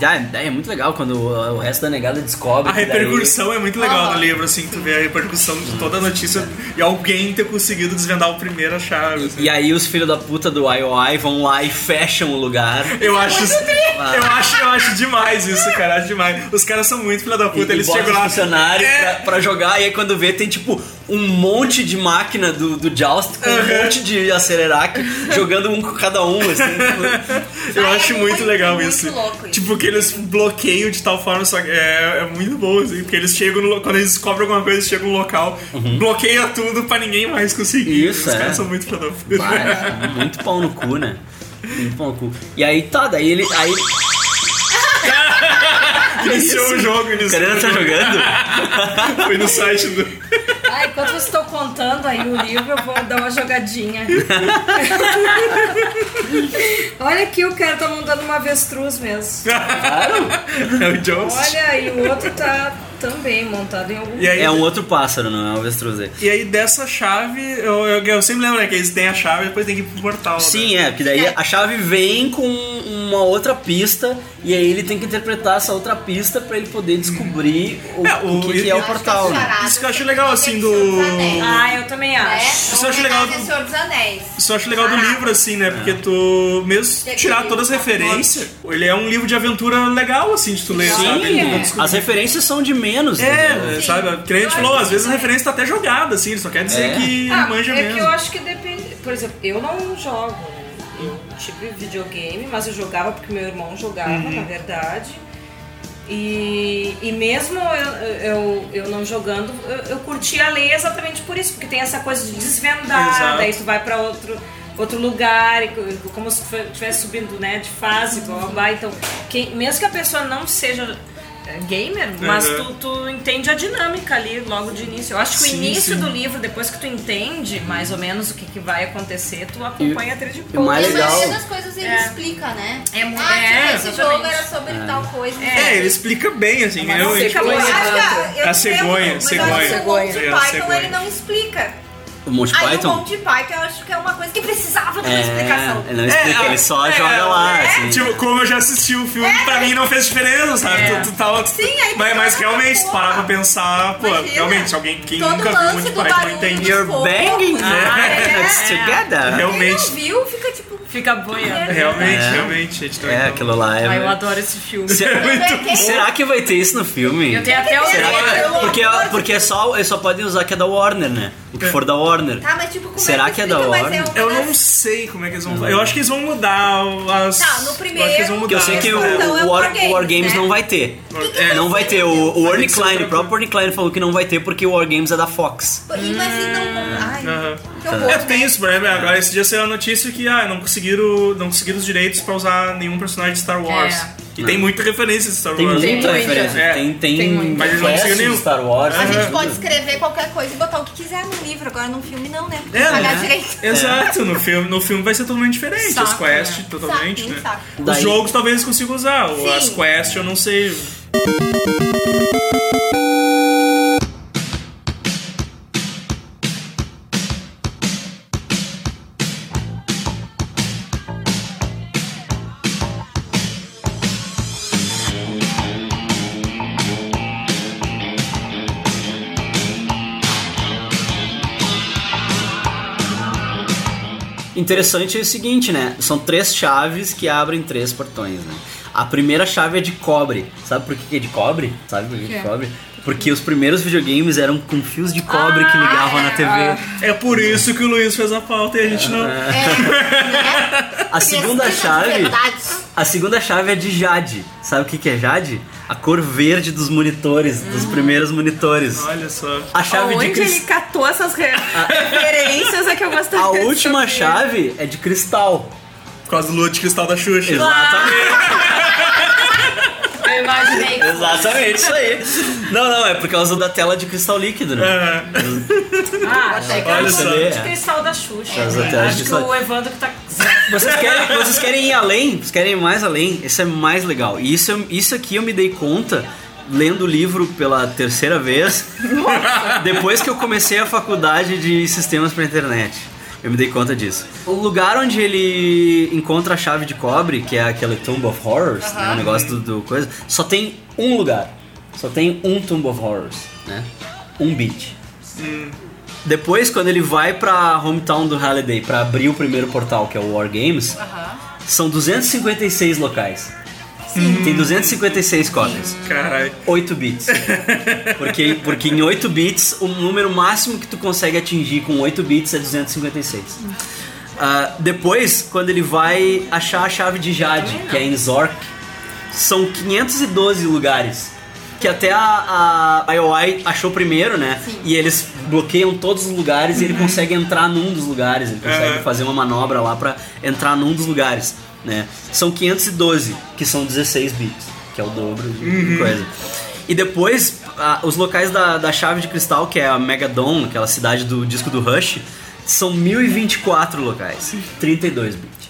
Speaker 1: Ah, É muito legal quando o o resto da negada descobre.
Speaker 3: A
Speaker 1: que daí-
Speaker 3: repercussão é muito legal do livro, assim, tu vê a repercussão de toda a notícia e alguém ter conseguido desvendar o primeiro a chave. assim.
Speaker 1: E aí os filhos da puta do IOI vão lá e fecham o lugar.
Speaker 3: Eu acho,
Speaker 1: Muito triste.
Speaker 3: eu acho, eu acho demais isso, cara, acho demais. Os caras são muito filha da puta,
Speaker 1: e
Speaker 3: eles
Speaker 1: bota
Speaker 3: chegam
Speaker 1: os
Speaker 3: lá.
Speaker 1: funcionários
Speaker 3: É.
Speaker 1: pra, pra jogar, e aí quando vê tem tipo um monte de máquina do, do Joust com um monte de acelerac jogando um com cada um, assim.
Speaker 3: Eu acho muito legal isso.
Speaker 8: louco isso.
Speaker 3: Tipo, que eles bloqueiam de tal forma, só que é, é muito bom, assim, porque eles chegam no, lo- quando eles descobrem alguma coisa, eles chegam no local, bloqueia tudo pra ninguém mais conseguir.
Speaker 1: Uhum. Isso,
Speaker 3: Os
Speaker 1: é.
Speaker 3: caras são muito filha da puta.
Speaker 1: Bah, muito pau no cu, né? Muito pau no cu. E aí tá, daí ele. Aí...
Speaker 3: Iniciou o um jogo,
Speaker 1: O
Speaker 3: iniciou.
Speaker 1: Karina tá jogando?
Speaker 3: Foi no site do.
Speaker 2: Ah, enquanto vocês estão contando aí o livro, eu vou dar uma jogadinha. Olha aqui, o cara tá montando uma avestruz mesmo.
Speaker 3: É o Jones.
Speaker 2: Olha, e o outro tá também montado em algum
Speaker 1: É um outro pássaro, não é um avestruz aí.
Speaker 3: E aí dessa chave, eu, eu, eu sempre lembro né, que eles têm a chave e depois tem que ir pro portal. né?
Speaker 1: Sim, é, porque daí a chave vem com uma outra pista e aí ele tem que interpretar essa outra pista pra ele poder descobrir o, o que, que é o portal. né?
Speaker 3: Isso que eu acho legal, assim, do.
Speaker 2: Ah, eu também acho.
Speaker 3: Isso eu acho legal
Speaker 8: Homenagem ao
Speaker 3: do-
Speaker 8: né, Senhor dos Anéis.
Speaker 3: Isso eu acho legal do livro, assim, né?
Speaker 1: É.
Speaker 3: Porque tu, mesmo se tirar todas as referências, ele é um livro de aventura legal, assim, de tu ler,
Speaker 1: Sim,
Speaker 3: sabe?
Speaker 1: é.
Speaker 3: Tu descobre-
Speaker 1: As referências são de menos.
Speaker 3: É,
Speaker 1: né?
Speaker 3: sabe? Que nem a gente falou, às vezes a referência tá até jogada, assim, ele só quer dizer
Speaker 1: É.
Speaker 3: que
Speaker 2: Ah,
Speaker 3: manja
Speaker 2: é
Speaker 3: mesmo.
Speaker 2: que eu acho que depende. Por exemplo, eu não jogo. né? Eu tive videogame, mas eu jogava porque meu irmão jogava,
Speaker 10: Uhum.
Speaker 2: na verdade. E, e mesmo eu, eu, eu não jogando, eu, eu curtia ler exatamente por isso, porque tem essa coisa de desvendar,
Speaker 10: Exato.
Speaker 2: daí tu vai pra outro, outro lugar, e co- como se tu estivesse subindo né, de fase, blá blá blá. Então, quem, mesmo que a pessoa não seja eh, gamer, mas
Speaker 10: Uhum.
Speaker 2: tu, tu entende a dinâmica ali logo de início. Eu acho que
Speaker 10: Sim,
Speaker 2: o Tipo, início
Speaker 10: sim.
Speaker 2: do livro, depois que tu entende mais ou menos o que, que vai acontecer, tu
Speaker 1: E-
Speaker 2: acompanha a trilha de
Speaker 1: e o mais
Speaker 8: A maioria
Speaker 1: legal-
Speaker 8: das coisas ele
Speaker 2: É.
Speaker 8: explica, né?
Speaker 2: É muito-
Speaker 8: ah, tipo,
Speaker 2: é,
Speaker 8: esse jogo
Speaker 2: exatamente.
Speaker 8: era sobre
Speaker 1: É.
Speaker 8: tal coisa.
Speaker 3: É, ele explica bem, assim, né?
Speaker 8: não fica
Speaker 3: Tipo,
Speaker 8: boiando.
Speaker 3: a cegonha,
Speaker 8: Mas eu acho que o
Speaker 3: cegonha.
Speaker 8: Monty
Speaker 3: É, a
Speaker 8: Python ele
Speaker 3: cegonha.
Speaker 8: não explica.
Speaker 1: O Monty
Speaker 8: Aí o
Speaker 1: Python?
Speaker 8: Monty Python eu acho que é uma coisa que precisava de uma
Speaker 1: É,
Speaker 8: explicação.
Speaker 1: ele não explica, ele só joga lá, assim.
Speaker 3: é, Tipo, como eu já assisti o filme, pra mim não fez diferença, sabe?
Speaker 1: É.
Speaker 3: Tu, tu tava- tu-
Speaker 8: É. Sim, aí tu
Speaker 3: mas, mas realmente, se parar pra pensar, pô,
Speaker 8: Imagina.
Speaker 3: realmente, alguém quem
Speaker 8: Todo
Speaker 3: nunca viu
Speaker 8: lance
Speaker 3: muito é
Speaker 8: do
Speaker 3: Python não
Speaker 8: barulho
Speaker 3: entende.
Speaker 8: de You're fogo.
Speaker 1: é,
Speaker 8: banging
Speaker 1: heads né? together.
Speaker 3: Realmente.
Speaker 8: Quem não viu, fica tipo.
Speaker 2: Fica boiando.
Speaker 3: Realmente,
Speaker 1: É.
Speaker 3: realmente, gente É
Speaker 1: É, aquilo lá é.
Speaker 2: Ai, eu adoro esse filme.
Speaker 1: Se-
Speaker 8: é
Speaker 1: Será que vai ter isso no filme?
Speaker 2: Eu tenho até o
Speaker 1: Será que é
Speaker 2: trailer.
Speaker 1: vai- Porque, porque é só, eles só podem usar que é da Warner, né? O que for da Warner.
Speaker 8: Tá, mas tipo, como
Speaker 1: Será
Speaker 8: é que,
Speaker 1: que é da
Speaker 8: explica? Mas
Speaker 1: Warner?
Speaker 8: É
Speaker 3: Eu
Speaker 8: uma das-
Speaker 3: não sei como é que eles vão fazer. Eu acho que eles vão mudar as.
Speaker 8: Tá, no
Speaker 3: eu acho que eles
Speaker 8: primeiro,
Speaker 3: vão
Speaker 1: Porque
Speaker 3: mudar.
Speaker 1: eu sei que o,
Speaker 8: Então é
Speaker 1: o
Speaker 8: o
Speaker 1: War,
Speaker 8: War Games,
Speaker 1: o War Games
Speaker 8: né?
Speaker 1: não vai ter.
Speaker 3: É.
Speaker 1: Não vai ter. O, o Orny
Speaker 3: tem que ser
Speaker 1: Klein,
Speaker 3: outra
Speaker 1: o próprio Orny Klein falou que não vai ter porque o War Games é da Fox.
Speaker 8: Pô, e- Mas e não. um Ai,
Speaker 3: Hum. Aham.
Speaker 8: que horror. né?
Speaker 3: É, tem isso, por exemplo, agora esse dia saiu a notícia que ah, não, conseguiram, não conseguiram os direitos pra usar nenhum personagem de Star Wars.
Speaker 1: É.
Speaker 3: E tem muita referência de Star
Speaker 1: Tem
Speaker 3: Wars.
Speaker 1: muita referência.
Speaker 3: É.
Speaker 1: Tem, tem,
Speaker 3: Mas eles
Speaker 1: versos
Speaker 3: não conseguiram
Speaker 1: de
Speaker 3: nenhum.
Speaker 1: Star Wars. né?
Speaker 8: A gente
Speaker 1: Aham.
Speaker 8: pode escrever qualquer coisa e botar o que quiser no livro, agora num filme não, né? Porque
Speaker 3: É,
Speaker 8: pagar
Speaker 3: né?
Speaker 8: direito.
Speaker 3: Exato, no filme, no filme vai ser totalmente diferente.
Speaker 8: Saco,
Speaker 3: as quests,
Speaker 8: né?
Speaker 3: totalmente,
Speaker 8: Saco,
Speaker 3: né?
Speaker 8: saco.
Speaker 3: Os
Speaker 1: Daí-
Speaker 3: jogos talvez eles consigam usar, ou
Speaker 8: Sim.
Speaker 3: as quests, eu não sei.
Speaker 1: Interessante é o seguinte, né? São três chaves que abrem três portões, né? A primeira chave é de cobre. Sabe por que que é de cobre? Sabe por que que é de
Speaker 3: Por quê?
Speaker 1: cobre? Porque os primeiros videogames eram com fios de cobre que ligavam
Speaker 8: Ah!
Speaker 1: na TV.
Speaker 3: É por isso que o Luiz fez a pauta e a gente não.
Speaker 1: É.
Speaker 8: É,
Speaker 1: A segunda
Speaker 8: assim,
Speaker 1: chave. A segunda chave é de Jade. Sabe o que, que é Jade? A cor verde dos monitores, dos primeiros monitores.
Speaker 3: Olha só.
Speaker 1: A chave
Speaker 11: Onde
Speaker 1: de
Speaker 11: ele
Speaker 1: cristal.
Speaker 11: catou essas re- referências é que eu
Speaker 2: tá
Speaker 11: gostaria
Speaker 1: A
Speaker 11: de
Speaker 1: última
Speaker 11: saber.
Speaker 1: chave é de cristal.
Speaker 3: Por causa do lua de cristal da Xuxa.
Speaker 1: Exatamente.
Speaker 2: Eu imaginei.
Speaker 1: Exatamente, isso aí. Não, não, é por causa da tela de cristal líquido,
Speaker 3: É.
Speaker 1: né?
Speaker 2: Ah, achei que era
Speaker 1: Olha
Speaker 2: o
Speaker 1: só.
Speaker 2: de cristal da Xuxa. né?
Speaker 1: As
Speaker 2: Acho
Speaker 1: laterais de
Speaker 2: que
Speaker 1: cristal.
Speaker 2: o Evandro que tá.
Speaker 1: Vocês querem, vocês querem ir além? Vocês querem ir mais além? Isso é mais legal. E isso, eu- isso aqui eu me dei conta lendo o livro pela terceira vez, depois que eu comecei a faculdade de sistemas para internet. Eu me dei conta disso. O lugar onde ele encontra a chave de cobre, que é aquele Tomb of Horrors, né, o negócio do, do coisa, só tem um lugar. Só tem um Tomb of Horrors, né? Um beat. Depois, quando ele vai pra hometown do Halliday pra abrir o primeiro portal, que é o War Games, são 256 locais. Tem 256 cópias.
Speaker 3: Caralho.
Speaker 1: 8 bits. Porque, porque em 8 bits, o número máximo que tu consegue atingir com 8 bits é 256. Ah, depois, quando ele vai achar a chave de Jade, que é em Zork, são 512 lugares. Que até a, a IOI achou primeiro, né? E eles bloqueiam todos os lugares e ele consegue entrar num dos lugares. Ele consegue
Speaker 3: Aham.
Speaker 1: fazer uma manobra lá pra entrar num dos lugares, né? São 512, que são 16 bits, que é o dobro de
Speaker 3: Uhum.
Speaker 1: coisa. E depois, a- os locais da, da chave de cristal, que é a Megadon, aquela cidade do disco do Rush, são 1024 locais, 32 bits.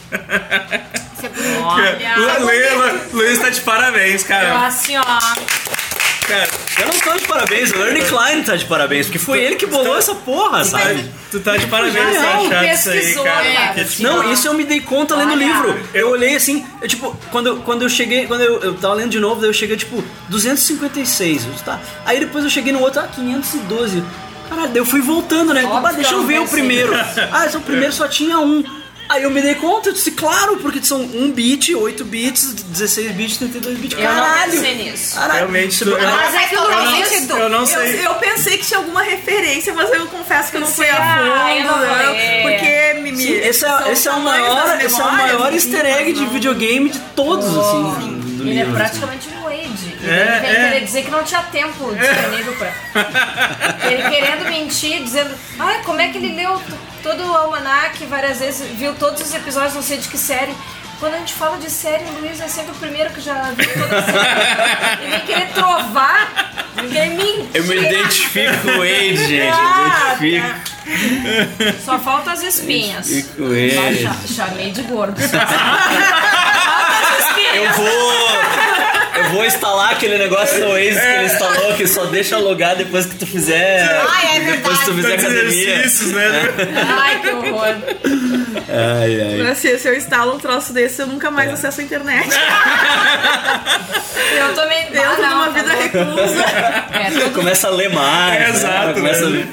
Speaker 3: Olha. Leila, Luiz tá de parabéns,
Speaker 2: Eu
Speaker 3: cara.
Speaker 2: assim, ó.
Speaker 3: Cara,
Speaker 1: Eu não tô de parabéns, o Ernie Klein tá de parabéns, porque foi ele que bolou essa porra, sabe?
Speaker 3: Tu tá de parabéns
Speaker 1: Genial.
Speaker 3: por achar isso aí,
Speaker 2: pesquisou,
Speaker 3: cara.
Speaker 8: é.
Speaker 2: né?
Speaker 3: porque, tipo,
Speaker 1: Não, isso eu me dei conta lendo o livro. Eu olhei assim, eu, tipo, quando eu, quando eu cheguei, quando eu, eu tava lendo de novo, daí eu cheguei, tipo, 256, eu disse, tá? Aí depois eu cheguei no outro, ah, 512. Caralho, daí eu fui voltando, né?
Speaker 2: Óbvio
Speaker 1: Ah, deixa
Speaker 2: que eu
Speaker 1: eu
Speaker 2: não
Speaker 1: ver o
Speaker 2: pensei.
Speaker 1: primeiro. Ah, então o primeiro só tinha um. Aí eu me dei conta, eu disse, claro, porque são 1 bit, 8 bits, 16 bits, 32 bits.
Speaker 2: Eu não
Speaker 1: Caralho!
Speaker 2: pensei nisso.
Speaker 1: Caralho!
Speaker 3: Realmente, tu- eu-
Speaker 2: Mas é que o
Speaker 3: não-
Speaker 2: Luiz-
Speaker 3: eu não sei.
Speaker 4: Eu, eu pensei que tinha alguma referência, mas eu confesso que eu não fui a
Speaker 2: Ah, eu
Speaker 4: fundo,
Speaker 2: não
Speaker 4: né?
Speaker 2: falei.
Speaker 4: Porque me.
Speaker 1: Sim, esse é,
Speaker 4: são
Speaker 1: esse é o
Speaker 4: tamanhos
Speaker 1: maior,
Speaker 4: das
Speaker 1: esse é o
Speaker 4: memórias,
Speaker 1: maior easter egg de videogame de todos, assim, do, do
Speaker 2: Ele é
Speaker 1: livro. assim.
Speaker 2: praticamente um Wade. Ele
Speaker 1: É,
Speaker 2: vem
Speaker 1: é.
Speaker 2: querer dizer que não tinha tempo
Speaker 3: É.
Speaker 2: disponível pra. Ele querendo mentir, dizendo. Ah, como é que ele leu t- todo o almanac várias vezes, viu todos os episódios, não sei de que série. Quando a gente fala de série, o Luiz é sempre o primeiro que já viu toda a série. Ele vem querer trovar, ele querer mentir.
Speaker 1: Eu me identifico com o Wade, gente.
Speaker 2: Ah,
Speaker 1: Eu me identifico
Speaker 2: Só falta as espinhas.
Speaker 1: identifico com ele.
Speaker 2: Mas já- Chamei de gordo.
Speaker 1: Eu vou. Eu vou instalar aquele negócio do Waze que ele instalou, que só deixa logar depois que tu fizer.
Speaker 2: Ai, é
Speaker 1: depois que tu fizer
Speaker 3: Tantos
Speaker 1: academia.
Speaker 3: exercícios, né?
Speaker 2: Ai, que horror.
Speaker 1: Ai, ai.
Speaker 4: Mas, assim, se eu instalo um troço desse, eu nunca
Speaker 3: É.
Speaker 4: mais acesso a internet.
Speaker 2: Eu também.
Speaker 4: Dentro
Speaker 2: Ah,
Speaker 4: de
Speaker 2: não,
Speaker 4: uma
Speaker 2: tá
Speaker 4: vida
Speaker 2: bom.
Speaker 4: reclusa.
Speaker 1: É, Começa a ler mais. né?
Speaker 3: Exato,
Speaker 1: Começa a ler.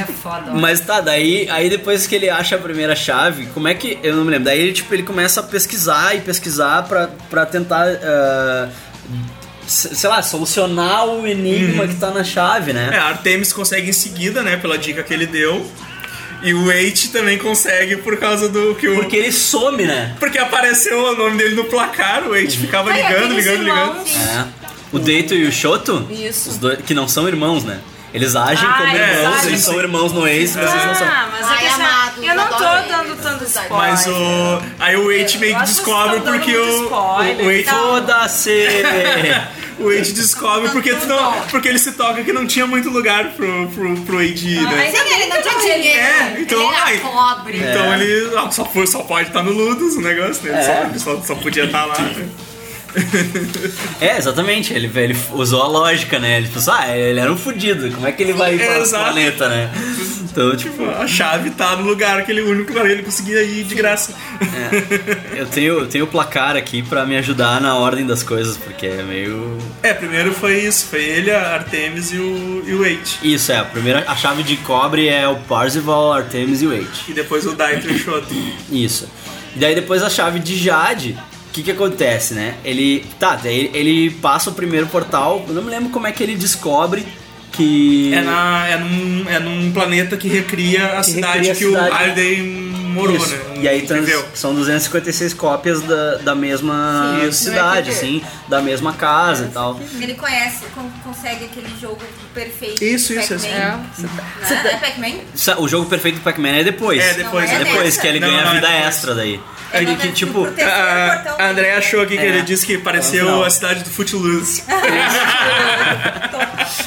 Speaker 2: É foda.
Speaker 1: Mas tá, daí aí depois que ele acha a primeira chave, como é que. Eu não me lembro. Daí ele, tipo, ele começa a pesquisar e pesquisar pra, pra tentar. ah, se- sei lá, solucionar o enigma que tá na chave,
Speaker 3: É,
Speaker 1: né?
Speaker 3: a Artemis consegue em seguida, né? Pela dica que ele deu. E o Wait também consegue por causa do que o.
Speaker 1: Porque ele some, né?
Speaker 3: Porque apareceu o nome dele no placar, o Wait ficava
Speaker 2: Ai,
Speaker 3: ligando,
Speaker 2: aqueles
Speaker 3: ligando, ligando.
Speaker 2: irmãos.
Speaker 1: É. O Deito e o Shoto,
Speaker 2: Isso.
Speaker 1: os dois, que não são irmãos, né? Eles agem
Speaker 2: Ah,
Speaker 1: como
Speaker 2: eles
Speaker 1: irmãos,
Speaker 2: agem,
Speaker 1: eles são
Speaker 3: sim.
Speaker 1: irmãos no Ace, vocês não são.
Speaker 2: Ah, mas é
Speaker 5: Ai,
Speaker 2: que
Speaker 3: assim,
Speaker 2: essa-
Speaker 5: amado,
Speaker 2: eu não tô
Speaker 5: adoro
Speaker 2: dando tanto spoiler.
Speaker 3: Mas o. Aí o Wait meio que
Speaker 2: acho que
Speaker 3: descobre
Speaker 2: vocês estão
Speaker 3: porque
Speaker 2: dando muito
Speaker 3: o.
Speaker 2: spoiler tá
Speaker 3: O Wait.
Speaker 1: Foda-se!
Speaker 3: O Wade descobre porque, tu não, porque ele se toca que não tinha muito lugar pro, pro, pro Wade ir, né?
Speaker 5: Sim, ele não tinha dinheiro.
Speaker 3: É, então,
Speaker 5: ele era
Speaker 3: ai.
Speaker 5: pobre.
Speaker 1: É.
Speaker 3: Então ele ah, só, foi- só pode estar no Ludus o negócio, né? Ele só, só, só podia estar lá. né?
Speaker 1: é, exatamente, ele, ele usou a lógica, né? Ele pensou, ah, ele era um fudido, como é que ele vai ir para outro
Speaker 3: Exato.
Speaker 1: planeta, né? Então, tipo,
Speaker 3: A chave tá no lugar, aquele único lugar que ele conseguia ir de graça.
Speaker 1: eu tenho eu tenho o placar aqui pra me ajudar na ordem das coisas, porque é meio.
Speaker 3: É, primeiro foi isso, foi ele, a Artemis e o, e o Wade.
Speaker 1: Isso, é, a primeira. A chave de cobre é o Parzival, Artemis e Wade.
Speaker 3: E depois o Daito e o Shoto.
Speaker 1: Isso. E daí depois a chave de Jade, o que que acontece, né? Ele, tá, daí ele passa o primeiro portal, eu não me lembro como é que ele descobre que...
Speaker 3: É, na, é, num, é num planeta que recria a cidade
Speaker 1: recria a
Speaker 3: que
Speaker 1: cidade.
Speaker 3: o Harley morou,
Speaker 1: Isso.
Speaker 3: né?
Speaker 1: E aí trans,
Speaker 3: Viveu.
Speaker 1: são 256 cópias da, da mesma
Speaker 3: Sim, isso.
Speaker 1: cidade, assim, da mesma casa e tal.
Speaker 8: Ele conhece, con- consegue aquele jogo perfeito.
Speaker 3: Isso, isso,
Speaker 8: Pac-Man.
Speaker 3: isso.
Speaker 8: Não é- não é Pac-man?
Speaker 1: Sa- O jogo perfeito do Pac-Man é depois.
Speaker 3: É, depois,
Speaker 1: É
Speaker 8: é
Speaker 1: depois
Speaker 8: nessa.
Speaker 1: que ele
Speaker 3: Não,
Speaker 1: ganha
Speaker 3: não,
Speaker 1: a
Speaker 3: é
Speaker 1: vida
Speaker 3: depois.
Speaker 1: extra daí.
Speaker 8: É,
Speaker 1: Ele
Speaker 8: não,
Speaker 1: que,
Speaker 8: não,
Speaker 1: tipo...
Speaker 8: não, não, não.
Speaker 3: A, a Andrea achou aqui que
Speaker 1: É.
Speaker 3: ele disse que
Speaker 1: Não.
Speaker 3: pareceu a cidade do Footloose.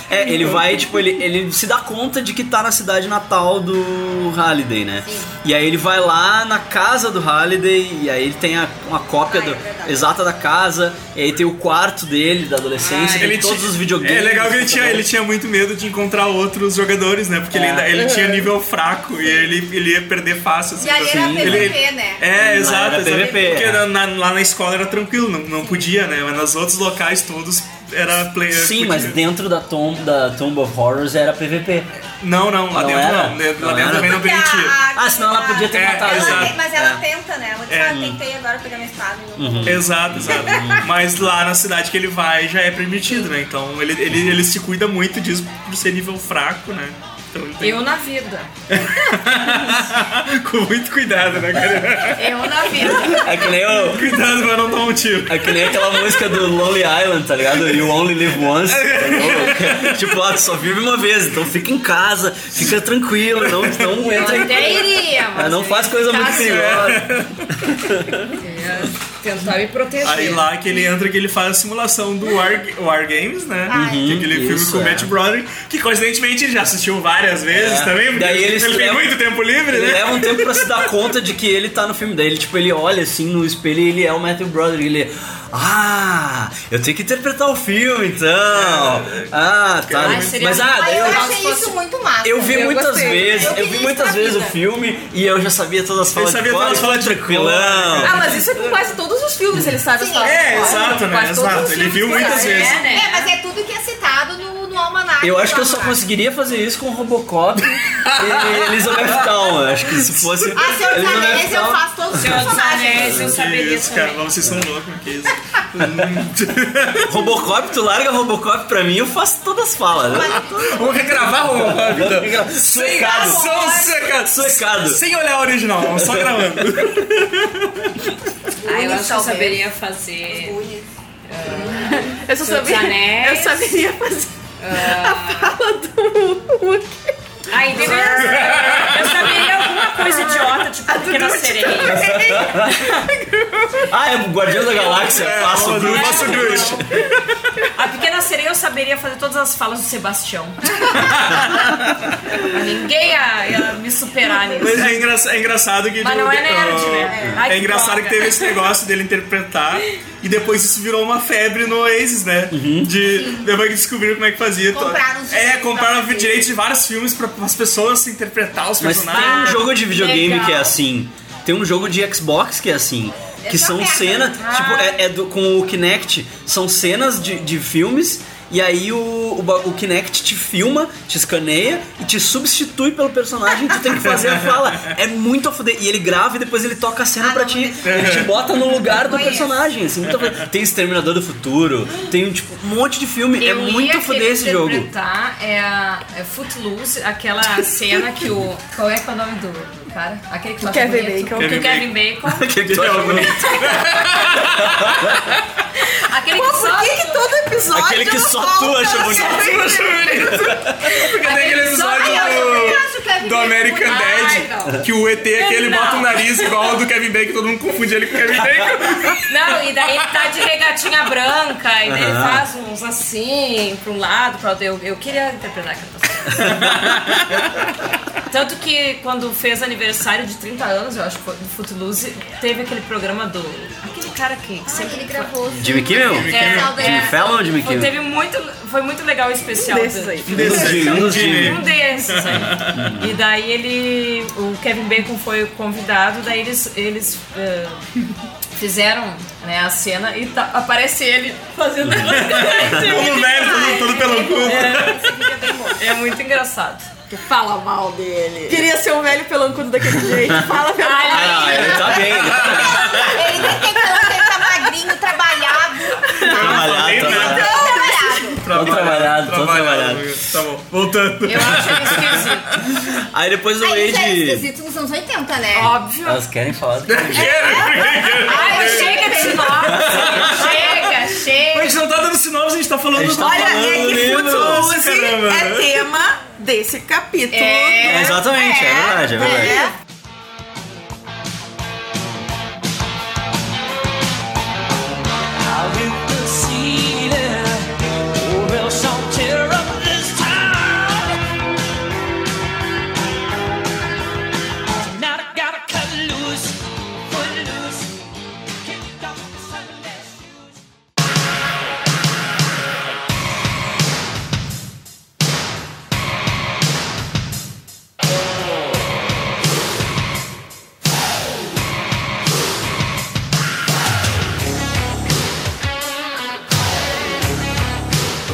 Speaker 1: É, ele vai, tipo, ele, ele se dá conta de que tá na cidade natal do Halliday, né? E aí ele vai vai lá na casa do Halliday e aí ele tem a- uma
Speaker 3: Ah,
Speaker 1: cópia
Speaker 3: é
Speaker 1: do- exata da casa, e aí tem o quarto dele, da adolescência, tem todos
Speaker 3: Ah, tinha-
Speaker 1: os videogames.
Speaker 3: É legal que ele tinha,
Speaker 1: tá
Speaker 3: ele tinha muito medo de encontrar outros jogadores, né? Porque ele,
Speaker 1: É.
Speaker 3: ainda- ele
Speaker 1: Uhum.
Speaker 3: tinha nível fraco e ele, ele ia perder fácil. Assim,
Speaker 8: E ali era
Speaker 3: pra-
Speaker 8: PVP,
Speaker 3: ele-
Speaker 8: né?
Speaker 3: É,
Speaker 1: Lá
Speaker 3: exato.
Speaker 1: era
Speaker 3: exato.
Speaker 1: PVP,
Speaker 3: Porque
Speaker 1: é.
Speaker 3: na- na- lá na escola era tranquilo, não, não podia, né? Mas nos outros locais todos era player.
Speaker 1: Sim,
Speaker 3: podia.
Speaker 1: mas dentro da, tom, da Tomb of Horrors era PVP.
Speaker 3: Não, não, lá dentro não. Dentro- lá dentro também não Porque permitia. a-
Speaker 1: Ah, senão ela podia ter
Speaker 3: É,
Speaker 1: matado.
Speaker 3: exato.
Speaker 8: Ela- Mas ela
Speaker 3: É.
Speaker 8: tenta, né? Ela diz,
Speaker 3: É.
Speaker 8: ah, tentei agora pegar minha espada e não
Speaker 1: Uhum.
Speaker 3: Exato, exato. Mas lá na cidade que ele vai já é permitido, né? Então ele, ele, ele se cuida muito disso por ser nível fraco, né? Então, ele tem-
Speaker 10: Eu na vida.
Speaker 3: Com muito cuidado, né, cara?
Speaker 10: Eu na vida.
Speaker 1: É que nem o...
Speaker 3: Cuidado pra não tomar um tiro.
Speaker 1: É que nem aquela música do Lonely Island, tá ligado? You only live once. tipo, ah, tu só vive uma vez, então fica em casa, fica tranquilo, não,
Speaker 10: Eu
Speaker 1: não entra em...
Speaker 10: até iria, mas
Speaker 1: Ah, não faz coisa muito
Speaker 10: Casou.
Speaker 1: perigosa.
Speaker 10: tentar me proteger.
Speaker 3: Aí lá que ele entra que ele faz a simulação do War, War Games, né?
Speaker 10: Ah, é.
Speaker 3: Que é aquele filme
Speaker 1: Isso,
Speaker 3: com o
Speaker 1: é.
Speaker 3: Matt Broderick, que coincidentemente ele já assistiu várias vezes
Speaker 1: É.
Speaker 3: também, porque
Speaker 1: Daí ele
Speaker 3: ele,
Speaker 1: se
Speaker 3: tem
Speaker 1: leva-
Speaker 3: muito tempo livre,
Speaker 1: Ele
Speaker 3: né?
Speaker 1: leva um tempo pra se dar conta de que ele tá no filme. Daí ele, tipo, ele olha assim no espelho e ele é o Matthew Broderick. Ele, ah, eu tenho que interpretar o filme, então.
Speaker 3: É,
Speaker 1: Ah, tá.
Speaker 8: Ai, seria-
Speaker 1: Mas, ah, daí
Speaker 8: eu,
Speaker 1: eu...
Speaker 8: achei isso muito massa.
Speaker 1: Eu vi muitas vezes, eu,
Speaker 8: queria
Speaker 1: vi
Speaker 8: isso
Speaker 1: muitas
Speaker 8: pra
Speaker 1: vezes o
Speaker 8: vida.
Speaker 1: filme e eu já sabia todas as falas
Speaker 3: sabia
Speaker 1: de
Speaker 3: todas
Speaker 1: cor,
Speaker 3: as falas de
Speaker 1: tranquilão.
Speaker 11: Ah, mas isso é com quase todos os filmes, ele sabe as palavras.
Speaker 3: É, exato, né?
Speaker 11: Quase todos
Speaker 3: Exato.
Speaker 11: os
Speaker 3: Ele
Speaker 11: filmes
Speaker 3: viu
Speaker 11: por aí,
Speaker 3: muitas vezes.
Speaker 11: É, né?
Speaker 8: É, mas é tudo que é citado no, no almanac.
Speaker 1: Eu acho que eu
Speaker 8: do
Speaker 1: só
Speaker 8: almanac.
Speaker 1: conseguiria fazer isso com Robocop e Elizabeth Town. Eu Acho que se fosse.
Speaker 8: Ah, Senhor dos
Speaker 1: Elizabeth
Speaker 8: Anéis, eu
Speaker 1: Town-
Speaker 8: faço todos os
Speaker 1: Senhor dos
Speaker 8: personagens.
Speaker 3: Que isso, cara, vocês são loucos, que isso.
Speaker 1: Robocop, tu larga Robocop pra mim, eu faço todas as falas. né?
Speaker 3: Vamos regravar o
Speaker 1: Regra-
Speaker 3: Sem
Speaker 1: Secado.
Speaker 3: só secado.
Speaker 1: Secado.
Speaker 3: Sem olhar o original, vamos só gravando.
Speaker 10: Ah, eu acho que eu
Speaker 11: Talvez.
Speaker 10: saberia fazer. ah,
Speaker 11: Eu só
Speaker 10: Senhor dos
Speaker 11: sabia-
Speaker 10: Anéis.
Speaker 11: eu saberia fazer
Speaker 10: ah,
Speaker 2: Ah, entendeu? Eu saberia alguma coisa idiota, tipo Pequena Sereia.
Speaker 1: Ah, é o Guardião da Galáxia,
Speaker 3: É,
Speaker 1: faço o Groot.
Speaker 3: Faço Groot.
Speaker 2: A Pequena Sereia eu saberia fazer todas as falas do Sebastião. Mas Ninguém ia, ia me superar nisso.
Speaker 3: Mas é, engra- é engraçado que.
Speaker 2: Mas não é nerd,
Speaker 3: oh,
Speaker 2: né?
Speaker 3: É,
Speaker 2: Ai, que
Speaker 3: engraçado
Speaker 2: droga.
Speaker 3: que teve esse negócio dele interpretar e depois isso virou uma febre no Oasis, né?
Speaker 1: Uhum.
Speaker 3: De depois que descobriram como é que fazia. to-
Speaker 8: Compraram os
Speaker 3: É,
Speaker 8: direitos pra
Speaker 3: compraram
Speaker 8: fazer.
Speaker 3: direitos de vários filmes para as pessoas se interpretar os
Speaker 1: Mas
Speaker 3: personagens.
Speaker 1: tem
Speaker 10: Ah,
Speaker 1: um jogo de videogame
Speaker 2: legal.
Speaker 1: que é assim. Tem um jogo de Xbox que é assim. Que são
Speaker 8: Joguei.
Speaker 1: cenas. Tipo, é, é do- com o Kinect. São cenas de, de filmes. E aí o, o, ba- o Kinect te filma, te escaneia e te substitui pelo personagem. Tu tem que fazer a fala. É muito a fuder. E ele grava e depois ele toca a
Speaker 10: Ah,
Speaker 1: cena pra ti. Ele te bota no lugar do personagem. Assim, muito a fuder. tem Exterminador do Futuro. Tem tipo, um monte de filme. é
Speaker 10: eu
Speaker 1: muito
Speaker 10: ia
Speaker 1: a fuder
Speaker 10: querer
Speaker 1: esse jogo.
Speaker 10: interpretar é, a- é Footloose, aquela cena que o. Qual é que é o nome do, do cara? Aquele que tu acha
Speaker 11: Kevin
Speaker 10: bonito.
Speaker 11: Bacon.
Speaker 10: Que o Kevin
Speaker 3: Kevin
Speaker 10: Bacon.
Speaker 1: que é que tu acha bonito?
Speaker 10: Aquele que
Speaker 11: Pô,
Speaker 10: só.
Speaker 11: por que, que todo episódio. é
Speaker 1: Aquele que
Speaker 11: eu
Speaker 1: só
Speaker 11: falo
Speaker 1: tu
Speaker 11: pra
Speaker 1: acha
Speaker 11: você?
Speaker 1: bonito.
Speaker 3: Porque tem aquele episódio
Speaker 8: acho que é
Speaker 3: do, do American
Speaker 10: Ai,
Speaker 3: Dad que o ET aquele
Speaker 10: Não.
Speaker 3: bota um nariz igual ao do Kevin Bacon, todo mundo confunde ele com o Kevin Bacon.
Speaker 10: Não, e daí ele tá de regatinha branca, e daí ele faz uns assim, pra um lado, pra outro. Eu, eu queria interpretar aquela cena. Tanto que quando fez aniversário de 30 anos, eu acho que foi do Footloose, teve aquele programa do. Aquele cara que sempre
Speaker 8: Ele gravou. os-
Speaker 1: Jimmy Kimmel?
Speaker 8: Kimmel.
Speaker 1: Jimmy Fallon ou Jimmy
Speaker 2: Foi,
Speaker 1: Kimmel?
Speaker 2: teve muito, foi muito legal o especial.
Speaker 11: Desses
Speaker 2: do-
Speaker 11: aí.
Speaker 1: Jimmy, um dos Jimmy.
Speaker 2: Um desses aí. E daí ele. O Kevin Bacon foi convidado, daí eles, eles eh, fizeram né, a cena e tá- aparece ele fazendo.
Speaker 3: Como velho, todo, todo pelancudo.
Speaker 2: é muito engraçado.
Speaker 11: Fala mal dele. Queria ser um velho pelancudo daquele jeito. Fala pelo
Speaker 1: Ah, ele tá bem, ele tá bem.
Speaker 8: Ele tem que ter ele tá magrinho, trabalhado.
Speaker 1: Trabalhado,
Speaker 3: né?
Speaker 1: trabalhado. Tô
Speaker 8: trabalhado.
Speaker 1: trabalhado, tô trabalhado.
Speaker 3: Tá bom, voltando.
Speaker 10: Eu acho ele esquisito.
Speaker 1: Aí depois o
Speaker 8: Aí isso era
Speaker 1: Wade. É,
Speaker 8: esquisito nos anos 80, né?
Speaker 10: Óbvio.
Speaker 1: Elas querem falar do
Speaker 10: Ai, chega de nossa. Chega,
Speaker 3: A
Speaker 10: chega.
Speaker 3: gente não tá dando sinônimos, a gente tá falando
Speaker 1: A gente tá
Speaker 11: Olha,
Speaker 1: falando
Speaker 11: é que
Speaker 1: livro.
Speaker 11: Footloose
Speaker 3: Caramba.
Speaker 11: é
Speaker 1: né?
Speaker 11: tema desse capítulo.
Speaker 1: É, Exatamente, é verdade, é verdade.
Speaker 11: É.
Speaker 13: Now I gotta cut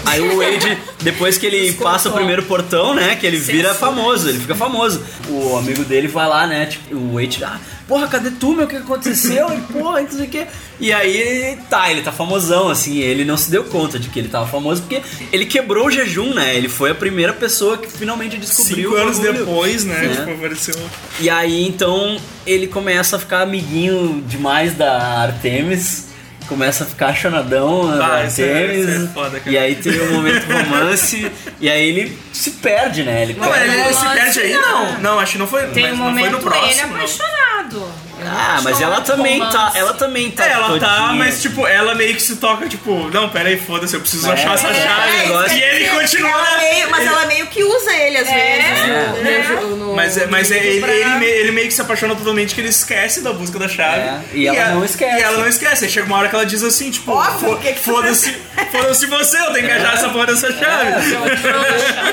Speaker 1: Aí o Wade, depois que ele passa o primeiro portão, né? Que ele vira famoso, ele fica famoso. O amigo dele vai lá, né? Tipo, o Wade, ah, porra, cadê tu, meu? O que aconteceu? E porra, e não sei o quê. E aí, tá, ele tá famosão, assim. Ele não se deu conta de que ele tava famoso, porque ele quebrou o jejum, né? Ele foi a primeira pessoa que finalmente descobriu.
Speaker 3: Cinco
Speaker 1: o
Speaker 3: anos
Speaker 1: bagulho.
Speaker 3: depois, né?
Speaker 1: É.
Speaker 3: Tipo, apareceu.
Speaker 1: E aí então ele começa a ficar amiguinho demais da Artemis. Começa a ficar achonadão da
Speaker 3: Ah, isso é-
Speaker 1: Artemis.
Speaker 3: isso é foda, cara.
Speaker 1: e aí tem um momento romance. e aí ele se perde, né? Ele
Speaker 3: Não,
Speaker 1: perde-
Speaker 3: ele se perde aí? Não. Não, acho que não foi.
Speaker 2: Tem um
Speaker 3: mas não foi
Speaker 2: momento
Speaker 3: no próximo.
Speaker 2: ele
Speaker 3: não.
Speaker 2: apaixonado. Eu não
Speaker 1: Ah,
Speaker 2: acho
Speaker 1: mas
Speaker 2: que é um
Speaker 1: ela também tá.
Speaker 2: romance.
Speaker 1: Ela também tá.
Speaker 3: É, ela tá,
Speaker 1: todinha.
Speaker 3: mas tipo, ela meio que se toca, tipo, não, pera aí, foda-se, eu preciso
Speaker 1: É.
Speaker 3: achar essa
Speaker 1: É,
Speaker 3: chave.
Speaker 1: negócio-
Speaker 3: e ele continua.
Speaker 4: Ela meio- mas
Speaker 3: ele-
Speaker 4: ela meio que usa ele às vezes.
Speaker 3: É.
Speaker 4: no- no jogo, no-
Speaker 3: Mas, é, mas é, ele, ele, me- ele meio que se apaixona totalmente que ele esquece da busca da chave.
Speaker 1: É, e ela não esquece.
Speaker 3: E ela não esquece. Aí chega uma hora que ela diz assim, tipo,
Speaker 4: Óbvio,
Speaker 3: "Fo-
Speaker 4: que que tu
Speaker 3: foda-se foda-se você, eu tenho que
Speaker 1: É.
Speaker 3: achar essa porra dessa chave.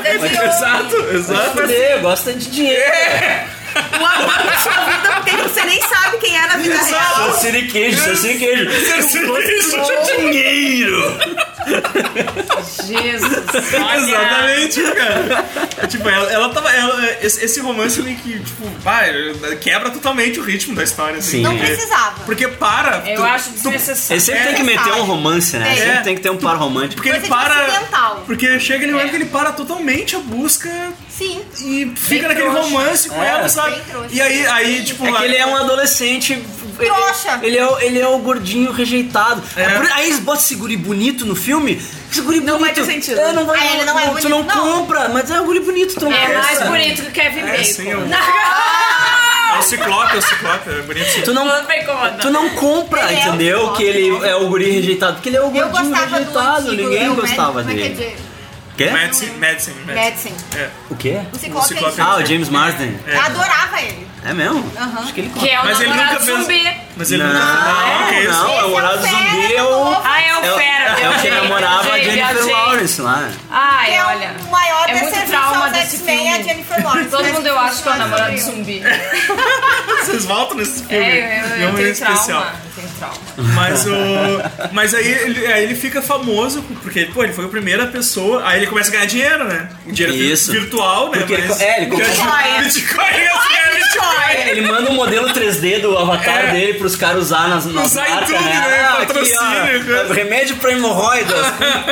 Speaker 3: exato,
Speaker 1: Vai
Speaker 3: exato.
Speaker 1: fuder, gosta de dinheiro.
Speaker 3: É.
Speaker 4: O amor da sua vida, porque você nem sabe quem é na vida
Speaker 1: Seu
Speaker 4: real.
Speaker 1: siriquejo, seu siriquejo.
Speaker 3: Isso, isso,
Speaker 1: Dinheiro!
Speaker 2: Jesus. olha.
Speaker 3: Exatamente, cara. É, Tipo, ela, ela tava. ela- esse, esse romance meio que, tipo, vai, quebra totalmente o ritmo da história, assim.
Speaker 1: Sim. Não
Speaker 3: Porque-
Speaker 8: precisava.
Speaker 3: Porque para.
Speaker 2: Eu
Speaker 3: tu-
Speaker 2: acho
Speaker 3: tu-
Speaker 1: Ele
Speaker 2: desnecessário.
Speaker 1: sempre tem que meter um romance, né?
Speaker 3: É.
Speaker 1: Sempre tem que ter um par romântico.
Speaker 3: Porque ele
Speaker 2: tipo
Speaker 8: Coisa de
Speaker 3: para.
Speaker 8: ocidental.
Speaker 3: Porque chega
Speaker 2: É.
Speaker 3: em um momento que ele para totalmente a busca
Speaker 8: Sim.
Speaker 3: e fica naquele
Speaker 2: trouxa.
Speaker 3: romance com
Speaker 1: É.
Speaker 3: ela, sabe?
Speaker 8: Bem trouxa.
Speaker 3: E aí, aí tipo.
Speaker 1: É que
Speaker 3: lá-
Speaker 1: ele é um adolescente. ele-
Speaker 8: Trouxa.
Speaker 1: Ele, é, o- ele é o gordinho rejeitado.
Speaker 3: É.
Speaker 1: É por- aí eles botam esse guri bonito no filme. Esse guri bonito.
Speaker 4: vai ter sentido.
Speaker 1: É, não vai,
Speaker 8: Ah, ele não é
Speaker 1: tu
Speaker 8: bonito,
Speaker 1: não,
Speaker 8: não.
Speaker 1: compra, mas é um guri bonito, tu não
Speaker 2: É
Speaker 1: compra.
Speaker 2: mais bonito que o Kevin
Speaker 3: É, sim, eu-
Speaker 2: Bacon. Ah!
Speaker 3: É o Ciclope, é o Ciclope, é bonito. sim.
Speaker 1: Tu não,
Speaker 2: Não me incomoda.
Speaker 1: tu não compra,
Speaker 8: Ele é
Speaker 1: entendeu?
Speaker 8: um
Speaker 1: que ele é o guri rejeitado. Porque ele é o
Speaker 8: Eu
Speaker 1: gordinho
Speaker 8: gostava do
Speaker 1: rejeitado.
Speaker 8: antigo,
Speaker 1: Ninguém
Speaker 8: do Mad-
Speaker 1: gostava
Speaker 8: como é que é
Speaker 1: dele.
Speaker 8: de-
Speaker 1: Quê?
Speaker 3: Madsen, Madsen, Madsen.
Speaker 8: Madsen.
Speaker 3: É.
Speaker 1: O quê?
Speaker 8: O Ciclope,
Speaker 3: O Ciclope
Speaker 8: é
Speaker 1: Ah, o
Speaker 8: isso.
Speaker 1: James Marsden.
Speaker 8: Eu adorava ele.
Speaker 1: É mesmo?
Speaker 8: Aham.
Speaker 1: Acho que ele
Speaker 2: Que
Speaker 1: compra.
Speaker 2: é o
Speaker 3: Mas ele
Speaker 2: namorado
Speaker 3: nunca fez.
Speaker 2: zumbi.
Speaker 3: Mas ele
Speaker 1: não,
Speaker 3: nunca fez. Não, que isso?
Speaker 1: não, é o Horário do
Speaker 8: Esse é o
Speaker 1: Zumbi,
Speaker 8: fera
Speaker 1: é
Speaker 8: do
Speaker 1: o.
Speaker 8: novo.
Speaker 2: Ah, é o
Speaker 1: É o-
Speaker 2: Fera.
Speaker 1: é
Speaker 2: meu
Speaker 1: o que
Speaker 2: jeito,
Speaker 1: namorava
Speaker 2: meu
Speaker 1: a
Speaker 2: jeito, meu
Speaker 1: Jennifer
Speaker 2: jeito.
Speaker 1: Lawrence lá.
Speaker 2: Ai,
Speaker 8: É
Speaker 2: olha.
Speaker 8: o maior
Speaker 2: é muito
Speaker 8: desserviço
Speaker 2: trauma
Speaker 8: aos
Speaker 2: desse
Speaker 8: X-Men é a
Speaker 2: filme.
Speaker 8: Jennifer Lawrence.
Speaker 2: Todo
Speaker 8: Mas
Speaker 2: mundo eu
Speaker 8: isso
Speaker 2: acho que é o
Speaker 8: não
Speaker 2: namorado
Speaker 8: sobre
Speaker 2: zumbi.
Speaker 3: Vocês voltam nesse filme.
Speaker 2: É, eu, eu,
Speaker 3: Em um
Speaker 2: eu tenho
Speaker 3: momento especial.
Speaker 2: trauma. Eu tenho trauma.
Speaker 3: Mas o. Mas aí ele, aí ele fica famoso, porque pô, ele foi a primeira pessoa. Aí ele começa a ganhar dinheiro, né? Dinheiro vi-
Speaker 1: Isso.
Speaker 3: virtual, né?
Speaker 1: Porque ele
Speaker 3: Mas-
Speaker 1: co- é, ele
Speaker 3: Bitcoin.
Speaker 1: compra-
Speaker 3: Bitcoin, esse cara é Bitcoin.
Speaker 1: Ele manda um modelo 3D do avatar
Speaker 3: É.
Speaker 1: dele pros caras usar nas nas
Speaker 3: Usar em
Speaker 1: marcas,
Speaker 3: tudo,
Speaker 1: né?
Speaker 3: né?
Speaker 1: Ah, aqui,
Speaker 3: Patrocínio, né?
Speaker 1: ó,
Speaker 3: coisa.
Speaker 1: remédio pra hemorroidas,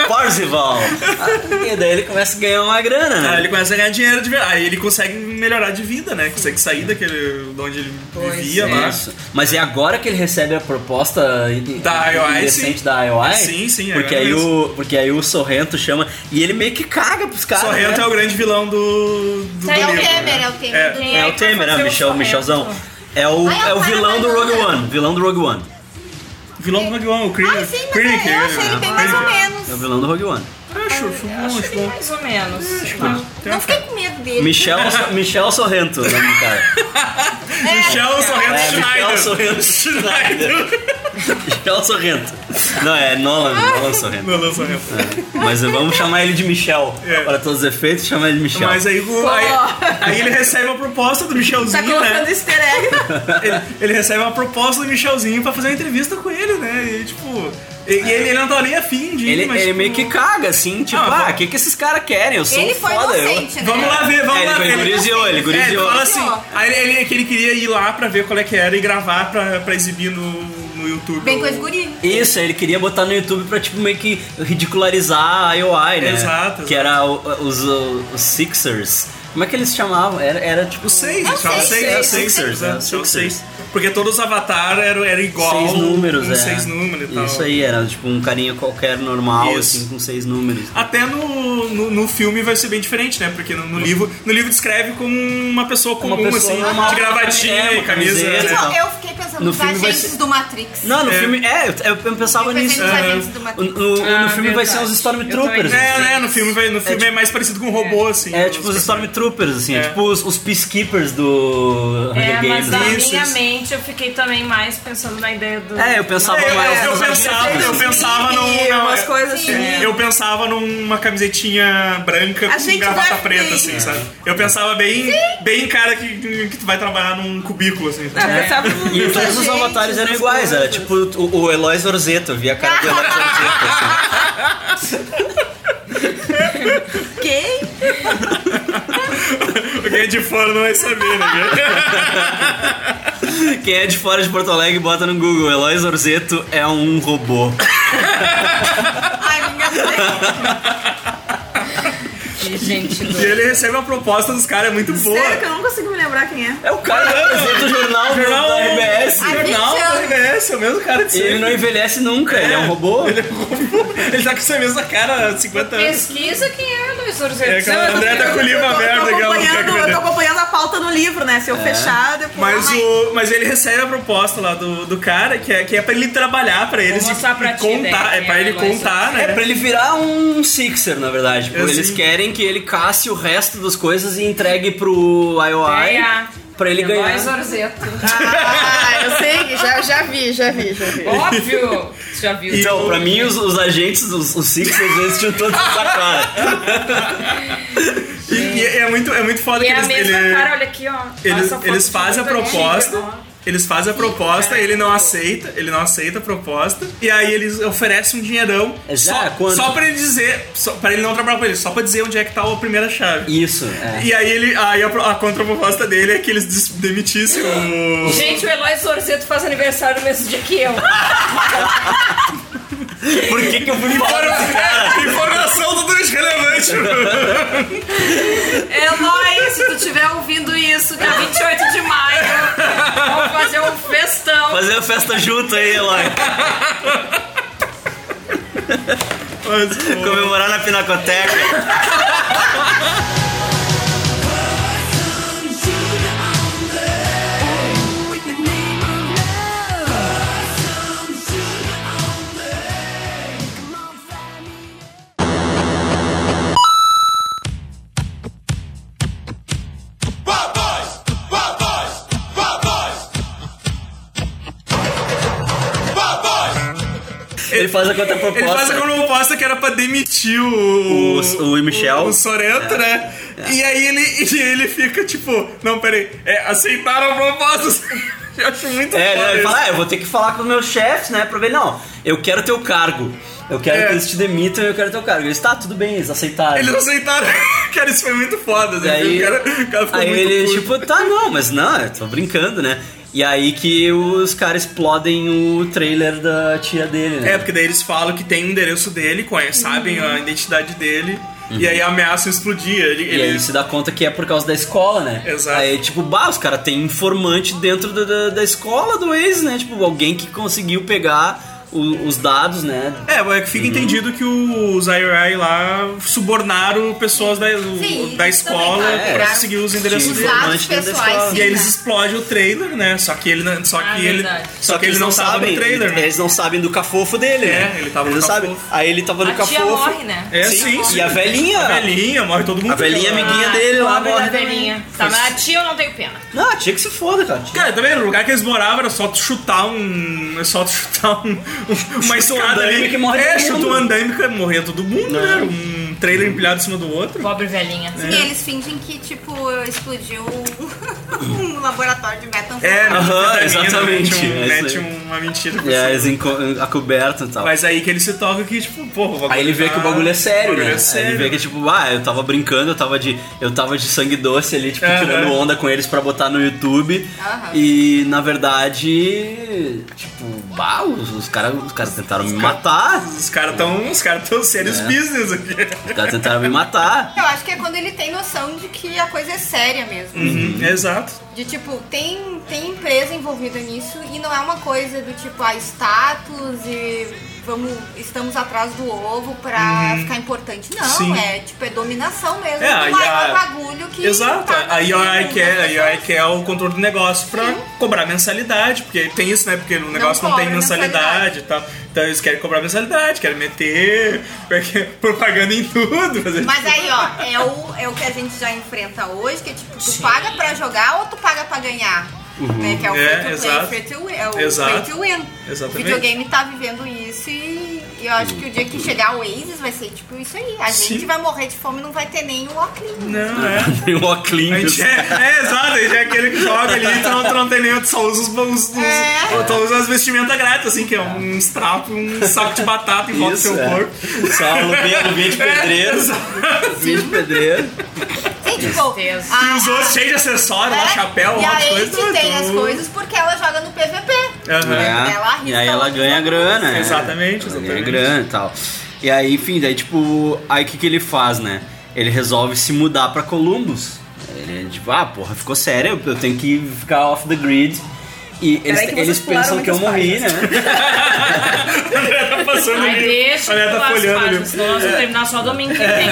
Speaker 1: com Parzival. Ah, e daí ele começa a ganhar uma grana, né?
Speaker 3: Aí ele começa a ganhar dinheiro de verdade. Aí ele consegue melhorar de vida, né? Consegue sair daquele. de onde ele vivia lá.
Speaker 1: Isso. Mas é agora que ele recebe a proposta
Speaker 3: Da IOI,
Speaker 1: indecente
Speaker 3: sim.
Speaker 1: da IOI?
Speaker 3: Sim, sim, é
Speaker 1: Porque
Speaker 3: agora
Speaker 1: aí,
Speaker 3: mesmo.
Speaker 1: o, porque aí o Sorrento chama. E ele meio que caga pros caras.
Speaker 3: Sorrento
Speaker 1: né?
Speaker 3: é o grande vilão do. do, do
Speaker 8: É o
Speaker 3: livro, né?
Speaker 8: Temer, é o Temer.
Speaker 3: É.
Speaker 2: Quem
Speaker 1: É
Speaker 2: que
Speaker 1: o
Speaker 2: vai
Speaker 1: Temer, é
Speaker 2: fazer
Speaker 1: o Michel,
Speaker 2: Sorrento?
Speaker 1: Michelzão. É o,
Speaker 8: Ai,
Speaker 1: é o
Speaker 8: o cara
Speaker 1: vilão do
Speaker 8: vai
Speaker 1: Rogue
Speaker 8: mandar.
Speaker 1: One. Vilão do Rogue One.
Speaker 3: Vilão do Rogue One, o Krennic.
Speaker 8: Ah, sim, mas eu achei ele bem mais ou menos.
Speaker 1: É o vilão do Rogue One.
Speaker 3: Acho, acho bom,
Speaker 2: Acho
Speaker 3: acho
Speaker 2: que
Speaker 3: bom.
Speaker 2: mais ou menos.
Speaker 3: Hum, Tem
Speaker 8: Não
Speaker 3: uma
Speaker 8: fiquei com medo dele.
Speaker 1: Michel, Michel Sorrento, o nome do cara.
Speaker 3: Michel Sorrento
Speaker 1: É, Michel
Speaker 3: Schneider.
Speaker 1: Sorrento Schneider. Michel Sorrento. Não, é Nolan, Nolan Sorrento.
Speaker 3: Não, não, Sorrento.
Speaker 1: Mas vamos chamar ele de Michel.
Speaker 3: É.
Speaker 1: Para todos os efeitos, chamar ele de Michel.
Speaker 3: Mas é aí, o- aí, aí ele recebe uma proposta do
Speaker 4: Tá
Speaker 3: Michelzinho, né?
Speaker 4: colocando easter egg.
Speaker 3: Ele, ele recebe uma proposta do Michelzinho pra fazer uma entrevista com ele, né? E tipo. E, e ele, ele não tá nem afim de ir,
Speaker 1: ele,
Speaker 3: mas,
Speaker 1: ele
Speaker 3: tipo,
Speaker 1: meio que caga, assim, tipo,
Speaker 3: Ah,
Speaker 1: ah, o
Speaker 3: vamos-
Speaker 1: que, que esses caras querem? Eu sou
Speaker 8: Ele
Speaker 1: um
Speaker 8: foi
Speaker 1: foda. eu-
Speaker 8: inocente, né?
Speaker 3: Vamos lá ver, vamos
Speaker 1: É, ele
Speaker 3: lá
Speaker 1: foi
Speaker 3: ver.
Speaker 1: guriziou, ele
Speaker 3: É, ele
Speaker 1: guriziou.
Speaker 3: fala assim. Aí ele, ele- que ele queria ir lá pra ver qual é que era e gravar pra, pra exibir no, no YouTube.
Speaker 8: Bem com
Speaker 3: o-
Speaker 8: esse guri. Tipo,
Speaker 1: Isso, ele queria botar no YouTube pra, tipo, meio que ridicularizar a IOI, né?
Speaker 3: Exato,
Speaker 1: Que
Speaker 3: exato.
Speaker 1: era o- os, os Sixers. Como é que eles chamavam? Era, era tipo...
Speaker 3: Os seis,
Speaker 8: É
Speaker 3: eles chamavam seis,
Speaker 8: seis, seis,
Speaker 3: seis,
Speaker 1: Sixers,
Speaker 3: né?
Speaker 1: é,
Speaker 3: Chamavam
Speaker 1: Sixers.
Speaker 3: seis. Porque todos os avatar eram era igual.
Speaker 1: seis números,
Speaker 3: com
Speaker 1: é.
Speaker 3: um, Seis números e tal.
Speaker 1: Isso aí, era tipo um carinha qualquer normal,
Speaker 3: Isso.
Speaker 1: assim, com seis números.
Speaker 3: Até no, no, no filme vai ser bem diferente, né? Porque no, no livro no livro descreve como uma pessoa comum, assim,
Speaker 1: normal.
Speaker 3: de gravatinha,
Speaker 1: É, uma
Speaker 3: camisa.
Speaker 1: camiseta e
Speaker 3: né?
Speaker 1: tal.
Speaker 8: Tipo, eu fiquei pensando
Speaker 1: No
Speaker 8: nos
Speaker 1: filme vai
Speaker 8: agentes
Speaker 1: ser-
Speaker 8: do Matrix.
Speaker 1: Não, no
Speaker 3: É.
Speaker 1: filme. É, eu, eu pensava
Speaker 8: Eu pensei
Speaker 1: nisso.
Speaker 8: nos
Speaker 1: É.
Speaker 8: agentes do
Speaker 1: No,
Speaker 8: Matrix.
Speaker 1: no- no
Speaker 2: Ah,
Speaker 1: filme vai ser os
Speaker 2: verdade.
Speaker 1: Stormtroopers.
Speaker 2: Eu também
Speaker 3: É,
Speaker 1: assim.
Speaker 3: né? No filme, vai- no filme é,
Speaker 1: tipo-
Speaker 3: mais parecido com um robô, assim.
Speaker 1: É tipo os
Speaker 3: personagens.
Speaker 1: Stormtroopers, assim, é,
Speaker 3: É.
Speaker 1: tipo os, os Peacekeepers do Hunger
Speaker 2: É,
Speaker 1: Games.
Speaker 2: mas na
Speaker 1: né?
Speaker 3: Isso,
Speaker 2: minha
Speaker 3: isso.
Speaker 2: mente eu fiquei também mais pensando na ideia do.
Speaker 1: É, eu pensava
Speaker 3: É, eu-
Speaker 1: mais.
Speaker 3: eu
Speaker 1: nos
Speaker 3: pensava,
Speaker 1: agentes,
Speaker 3: eu
Speaker 1: assim.
Speaker 3: pensava num.
Speaker 4: E
Speaker 3: não,
Speaker 4: umas
Speaker 3: é-
Speaker 4: coisas assim.
Speaker 3: é, Eu pensava numa camisetinha branca
Speaker 4: A
Speaker 3: com
Speaker 4: gente
Speaker 3: gravata
Speaker 4: vai
Speaker 3: preta,
Speaker 4: bem.
Speaker 3: assim, sabe? Eu pensava bem, bem cara que, que tu vai trabalhar num cubículo, assim. sabe?
Speaker 4: Eu pensava
Speaker 1: E
Speaker 4: nos
Speaker 1: todos os
Speaker 4: agentes,
Speaker 1: avatares eram
Speaker 4: nas
Speaker 1: iguais, era
Speaker 4: coisas.
Speaker 1: tipo o, o Eloy Zorzeto, eu via a cara do Eloy Zorzeto.
Speaker 4: Quem?
Speaker 3: Quem é de fora não vai saber, né?
Speaker 1: Quem é de fora de Porto Alegre, bota no Google. Eloy Zorzeto é um robô.
Speaker 8: Ai, me
Speaker 2: Que gente
Speaker 3: E ele recebe a proposta dos caras, é muito boa.
Speaker 4: Sério que eu não consigo me lembrar quem é.
Speaker 1: É o cara que apresenta o jornal, do-
Speaker 3: Jornal
Speaker 1: da RBS.
Speaker 3: Há 20 Jornal da anos. RBS, é o mesmo cara de
Speaker 1: E Ele
Speaker 3: sempre.
Speaker 1: não envelhece nunca, ele é um robô. Ele é um robô.
Speaker 3: Ele tá com essa mesma cara há 50 anos.
Speaker 2: Pesquisa quem é Luiz Orzeto.
Speaker 3: É, aquela
Speaker 2: Eu não
Speaker 3: André
Speaker 2: sei.
Speaker 3: tá com o livro
Speaker 4: Eu tô,
Speaker 3: aberto,
Speaker 4: tô
Speaker 3: aquela do
Speaker 4: acompanhando,
Speaker 3: Caco
Speaker 4: eu tô
Speaker 3: Medeiros.
Speaker 4: acompanhando a pauta no livro, né? Se eu fechar, depois.
Speaker 3: É. Mas,
Speaker 4: Ai,
Speaker 3: o, mas ele recebe a proposta lá do, do cara, que é, que é pra ele trabalhar pra eles e,
Speaker 1: mostrar pra
Speaker 3: e
Speaker 1: ti,
Speaker 3: contar.
Speaker 1: né,
Speaker 3: É pra ele
Speaker 1: Eloy
Speaker 3: contar, né?
Speaker 1: É pra ele virar um Sixer, na verdade. Porque
Speaker 3: Eu
Speaker 1: eles
Speaker 3: sim.
Speaker 1: querem que ele casse o resto das coisas e entregue pro IOI
Speaker 2: Ganhar.
Speaker 1: pra ele ganhar.
Speaker 2: Eloy
Speaker 3: né?
Speaker 2: Zorzeto.
Speaker 4: Ah, eu sei, que já, já vi, já vi, já vi.
Speaker 2: Óbvio. Já viu.
Speaker 1: Então, pra mim, os, os agentes, os, os Sixers, eles tinham todos essa cara.
Speaker 3: E, e é, muito, é muito foda
Speaker 2: E
Speaker 3: que
Speaker 2: é a
Speaker 3: eles,
Speaker 2: mesma
Speaker 3: ele-
Speaker 2: cara, olha aqui, ó.
Speaker 3: eles,
Speaker 2: Essa foto
Speaker 3: eles fazem a
Speaker 2: tá muito
Speaker 3: proposta.
Speaker 2: antiga, ó.
Speaker 3: Eles fazem a proposta, ele não aceita, ele não aceita a proposta, e aí eles oferecem um dinheirão
Speaker 1: É já?
Speaker 3: só,
Speaker 1: Quanto?
Speaker 3: só pra ele dizer, só, pra ele não trabalhar com ele, só pra dizer onde é que tá a primeira chave.
Speaker 1: Isso, é.
Speaker 3: E aí ele. Aí a, pro- a contraproposta dele é que eles des- demitissem o.
Speaker 2: Gente, o Eloy Zorzeto faz aniversário no mesmo dia que eu.
Speaker 1: Por que, que eu fui
Speaker 3: Informa- Informação totalmente relevante.
Speaker 2: Eloy, se tu estiver ouvindo isso, dia 28 de maio, vamos fazer um festão.
Speaker 1: Fazer a festa junto aí, Eloy. Comemorar na Pinacoteca. Ele faz a contraproposta.
Speaker 3: Ele faz a contraproposta que era pra demitir o.
Speaker 1: O- o Michel.
Speaker 3: O Sorento,
Speaker 1: É.
Speaker 3: né? E aí ele, e ele fica tipo: Não, peraí, é, aceitaram a proposta. Eu acho muito
Speaker 1: É,
Speaker 3: foda
Speaker 1: né? ele
Speaker 3: isso.
Speaker 1: fala, ah, eu vou ter que falar com o meu chefe, né? Pra ver, não, eu quero teu cargo. Eu quero
Speaker 3: É.
Speaker 1: que eles te demitam eu quero teu cargo. Eles, tá, tudo bem, eles aceitaram.
Speaker 3: Eles aceitaram. Cara, isso foi muito foda.
Speaker 1: E
Speaker 3: Assim,
Speaker 1: aí,
Speaker 3: o cara, o cara ficou
Speaker 1: aí
Speaker 3: muito
Speaker 1: ele,
Speaker 3: puto.
Speaker 1: tipo, tá, não, mas não, eu tô brincando, né? E aí que os caras explodem o trailer da tia dele, né?
Speaker 3: É, porque daí eles falam que tem o endereço dele, conhecem, sabem a identidade dele, e aí ameaçam explodir. Ele,
Speaker 1: Uhum. E aí ele
Speaker 3: ele-
Speaker 1: se dá conta que é por causa da escola, né?
Speaker 3: Exato.
Speaker 1: Aí, tipo, bah, os caras têm informante dentro da, da, da escola do ex, né? Tipo, alguém que conseguiu pegar o- os dados, né?
Speaker 3: É, mas é que fica entendido que os IRI lá subornaram pessoas da, o-
Speaker 8: Sim,
Speaker 3: da
Speaker 8: isso também,
Speaker 3: escola
Speaker 8: claro.
Speaker 3: pra
Speaker 8: É,
Speaker 3: conseguir os endereços
Speaker 1: tinha
Speaker 3: dele.
Speaker 8: Dados pessoais, sim,
Speaker 3: E aí eles
Speaker 8: né?
Speaker 3: explodem o trailer, né? Só que ele não- só
Speaker 2: Ah,
Speaker 3: que ele
Speaker 2: verdade.
Speaker 3: só que eles não sabem o trailer, né?
Speaker 1: Eles não sabem do cafofo dele,
Speaker 3: É,
Speaker 1: né?
Speaker 3: ele tava
Speaker 1: eles
Speaker 3: no
Speaker 1: não sabem.
Speaker 3: cafofo.
Speaker 1: Aí ele tava no
Speaker 2: A
Speaker 1: um cafofo.
Speaker 2: tia morre, né?
Speaker 3: É, sim, sim.
Speaker 1: E a velhinha?
Speaker 3: A velhinha, morre todo mundo.
Speaker 1: É A velhinha amiguinha dele lá
Speaker 2: Pobre da
Speaker 1: morre.
Speaker 2: velhinha. Tá, mas a tia eu não tenho pena.
Speaker 1: Não, tinha que se foda, cara. Tinha-
Speaker 3: Cara, também no lugar que eles moravam era só tu chutar um. É só tu chutar um. um- uma escada
Speaker 1: andaime
Speaker 3: ali.
Speaker 1: que morre
Speaker 3: é,
Speaker 1: todo
Speaker 3: chuta
Speaker 1: mundo. É.
Speaker 3: um andaime que morria todo mundo, né? Um trailer empilhado em cima do outro.
Speaker 2: Pobre velhinha.
Speaker 8: tá. E eles fingem que, tipo, explodiu um, um laboratório de
Speaker 3: É,
Speaker 8: metanfetamina.
Speaker 1: Aham,
Speaker 3: mete um-
Speaker 1: exatamente, é isso aí.
Speaker 3: Mete, um- uma mentira
Speaker 1: E aí
Speaker 3: pra
Speaker 1: É, eles
Speaker 3: cima.
Speaker 1: enco- a coberta e tal.
Speaker 3: Mas aí que ele se toca que, tipo, porra, o bagulho
Speaker 1: Aí ele vê
Speaker 3: tá-
Speaker 1: que o bagulho é sério,
Speaker 3: o
Speaker 1: né?
Speaker 3: bagulho
Speaker 1: Aí
Speaker 3: é
Speaker 1: ele
Speaker 3: sério.
Speaker 1: vê que, tipo, ah, eu tava brincando, eu tava de, eu tava de sangue doce ali, tipo,
Speaker 3: Aham.
Speaker 1: tirando onda com eles pra botar no YouTube. E, na verdade, tipo, bah, os, os caras os caras tentaram me matar.
Speaker 3: Os caras tão, os caras tão sérios
Speaker 1: É.
Speaker 3: business aqui.
Speaker 1: Os caras tentaram me matar.
Speaker 8: Eu acho que é quando ele tem noção de que a coisa é séria mesmo.
Speaker 3: Uhum, Exato.
Speaker 8: De tipo, tem, tem empresa envolvida nisso e não é uma coisa do tipo, ah, status e vamos, estamos atrás do ovo pra ficar importante. Não,
Speaker 3: Uhum. Sim.
Speaker 8: é tipo, é dominação mesmo.
Speaker 3: É,
Speaker 8: É,
Speaker 3: aí
Speaker 8: do maior
Speaker 3: a-
Speaker 8: bagulho que.
Speaker 3: Exato.
Speaker 8: tá
Speaker 3: A IOI
Speaker 8: nas
Speaker 3: quer, a
Speaker 8: pessoas.
Speaker 3: IOI quer o controle do negócio pra cobrar mensalidade, porque tem isso, né? Porque o negócio não,
Speaker 8: cobra
Speaker 3: tem mensalidade e tal. Então eles querem cobrar mensalidade, querem meter porque- propaganda em tudo. fazer-
Speaker 8: Mas aí, ó, tipo, é o, é o que a gente já enfrenta hoje, que é tipo, tu paga pra jogar ou tu paga pra ganhar? né, que é o
Speaker 3: É,
Speaker 8: free to play,
Speaker 3: exato.
Speaker 8: free to win, é o
Speaker 3: Exato.
Speaker 8: free to win.
Speaker 3: Exatamente.
Speaker 8: O videogame tá vivendo isso e eu acho que o dia que chegar o Oasis vai ser tipo isso aí. A gente
Speaker 3: Sim.
Speaker 8: vai morrer de fome e não vai ter nem o óculos.
Speaker 3: Não, é.
Speaker 1: Tem um óculos.
Speaker 3: A gente é, é, exato, a gente é aquele que joga ali, então tu não tem nem, tu só usa os, os, os-
Speaker 8: É.
Speaker 3: tu usa as vestimentas grátis, assim, que é um trapo, um saco de É, batata em volta do
Speaker 1: Isso,
Speaker 3: teu
Speaker 1: é.
Speaker 3: corpo.
Speaker 1: Só alumínio, alumínio de pedreiro. Alumínio de pedreiro.
Speaker 8: Sim, tipo,
Speaker 3: E
Speaker 8: a-
Speaker 3: os outros cheios de acessório, lá, chapéu, um
Speaker 8: É.
Speaker 3: monte
Speaker 8: e a
Speaker 3: de
Speaker 8: Ace
Speaker 3: coisa.
Speaker 8: tem
Speaker 3: tu-
Speaker 8: as coisas porque ela joga no PVP.
Speaker 1: Aham.
Speaker 8: Ela arrisca
Speaker 1: né? E aí ela ganha grana. né?
Speaker 3: É. Exatamente,
Speaker 1: Ela
Speaker 3: exatamente.
Speaker 1: Ganha grana e tal. E aí, enfim, daí tipo, aí o que, que ele faz, né? Ele resolve se mudar pra Columbus. Ele, tipo, ah, porra, ficou sério, eu tenho que ficar off the grid. E eles,
Speaker 3: que vocês
Speaker 1: eles
Speaker 3: pularam
Speaker 1: pensam que eu
Speaker 3: muitas
Speaker 1: morri, né?
Speaker 3: André tá passando
Speaker 2: Ai,
Speaker 3: ali.
Speaker 2: deixa
Speaker 3: André
Speaker 2: eu
Speaker 3: tá
Speaker 2: pular as
Speaker 3: folhando
Speaker 2: páginas, senão nós vamos
Speaker 3: ali.
Speaker 2: terminar só domingo que
Speaker 1: É.
Speaker 2: vem.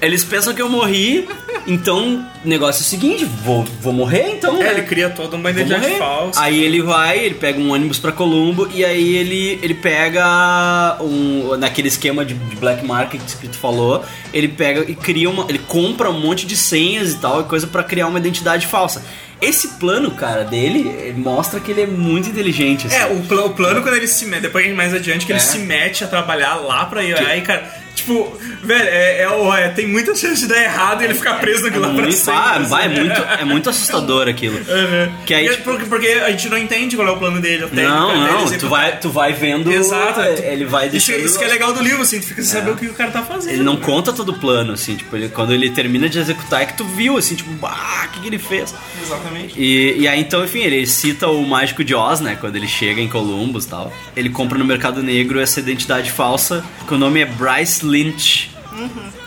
Speaker 1: Eles pensam que eu morri, então o negócio é o seguinte, vou, vou morrer então,
Speaker 3: É,
Speaker 1: né?
Speaker 3: ele cria toda uma
Speaker 1: Vou
Speaker 3: identidade
Speaker 1: morrer.
Speaker 3: falsa.
Speaker 1: Aí ele vai, ele pega um ônibus pra Colombo e aí ele, ele pega um naquele esquema de, de black market que tu falou, ele pega e cria uma, ele compra um monte de senhas e tal, e coisa pra criar uma identidade falsa. Esse plano, cara, dele, ele mostra que ele é muito inteligente. assim.
Speaker 3: É, o, pla- o plano quando ele se mete, depois mais adiante, que
Speaker 1: É.
Speaker 3: ele se mete a trabalhar lá pra ir aí, cara, tipo, velho, é, é, ó, é- tem muita chance de dar errado e ele ficar preso naquilo lá pra
Speaker 1: Muito-
Speaker 3: sempre.
Speaker 1: ah,
Speaker 3: assim.
Speaker 1: vai, é muito, é muito assustador aquilo.
Speaker 3: Uhum.
Speaker 1: Que aí,
Speaker 3: Porque-
Speaker 1: tipo-
Speaker 3: porque, porque a gente não entende qual é o plano dele até.
Speaker 1: Não,
Speaker 3: cara, ele
Speaker 1: não,
Speaker 3: sempre
Speaker 1: tu vai, tu vai vendo.
Speaker 3: Exato.
Speaker 1: Ele vai
Speaker 3: Isso,
Speaker 1: deixando.
Speaker 3: isso que é legal do livro, assim, tu fica sem saber o que o cara tá fazendo.
Speaker 1: Ele não conta todo o plano, assim, tipo, ele- quando ele termina de executar é que tu viu, assim, tipo, bah, o que, que ele fez?
Speaker 3: Exatamente.
Speaker 1: E, e aí então, enfim, ele cita o Mágico de Oz, né, quando ele chega em Columbus e tal. Ele compra no Mercado Negro essa identidade falsa, que o nome é Bryce Lynch,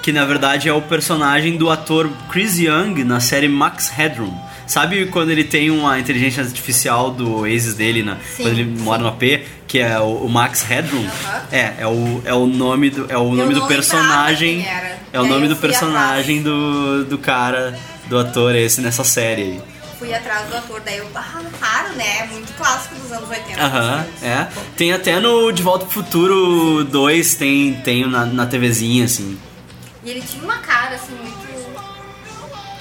Speaker 1: que na verdade é o personagem do ator Chris Young na série Max Headroom. Sabe quando ele tem uma inteligência artificial do Oasis dele, né?
Speaker 12: Sim,
Speaker 1: quando ele
Speaker 12: sim.
Speaker 1: mora no AP, que é o, o Max Headroom?
Speaker 12: Aham.
Speaker 1: É, é o, é o nome do, é o
Speaker 12: Eu
Speaker 1: nome do
Speaker 12: não
Speaker 1: personagem.
Speaker 12: lembrava quem era.
Speaker 1: É o
Speaker 12: E aí
Speaker 1: nome
Speaker 12: eu
Speaker 1: do
Speaker 12: fui atrás.
Speaker 1: personagem do, do cara, do ator esse nessa série aí.
Speaker 8: Fui atrás do ator, daí eu, ah, raro, né? É muito clássico dos anos assim. 80.
Speaker 1: Aham, é. Tem até no De Volta pro Futuro 2, tem, tem na, na TVzinha, assim.
Speaker 8: E ele tinha uma cara, assim, muito.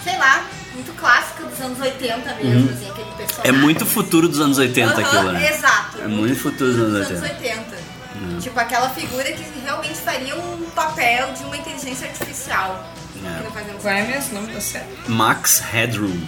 Speaker 8: Sei lá, muito clássica dos anos 80 mesmo,
Speaker 1: Uhum.
Speaker 8: assim, aquele
Speaker 1: É
Speaker 8: personagem.
Speaker 1: muito futuro dos anos 80
Speaker 8: Aham,
Speaker 1: aquilo, né?
Speaker 8: Exato.
Speaker 1: É muito futuro dos anos 80.
Speaker 8: 80.
Speaker 1: Hum.
Speaker 8: Tipo aquela figura que realmente faria um papel de uma inteligência artificial. Que não faz nenhum
Speaker 2: Qual é
Speaker 8: sentido.
Speaker 2: mesmo o nome da série?
Speaker 1: Max Headroom.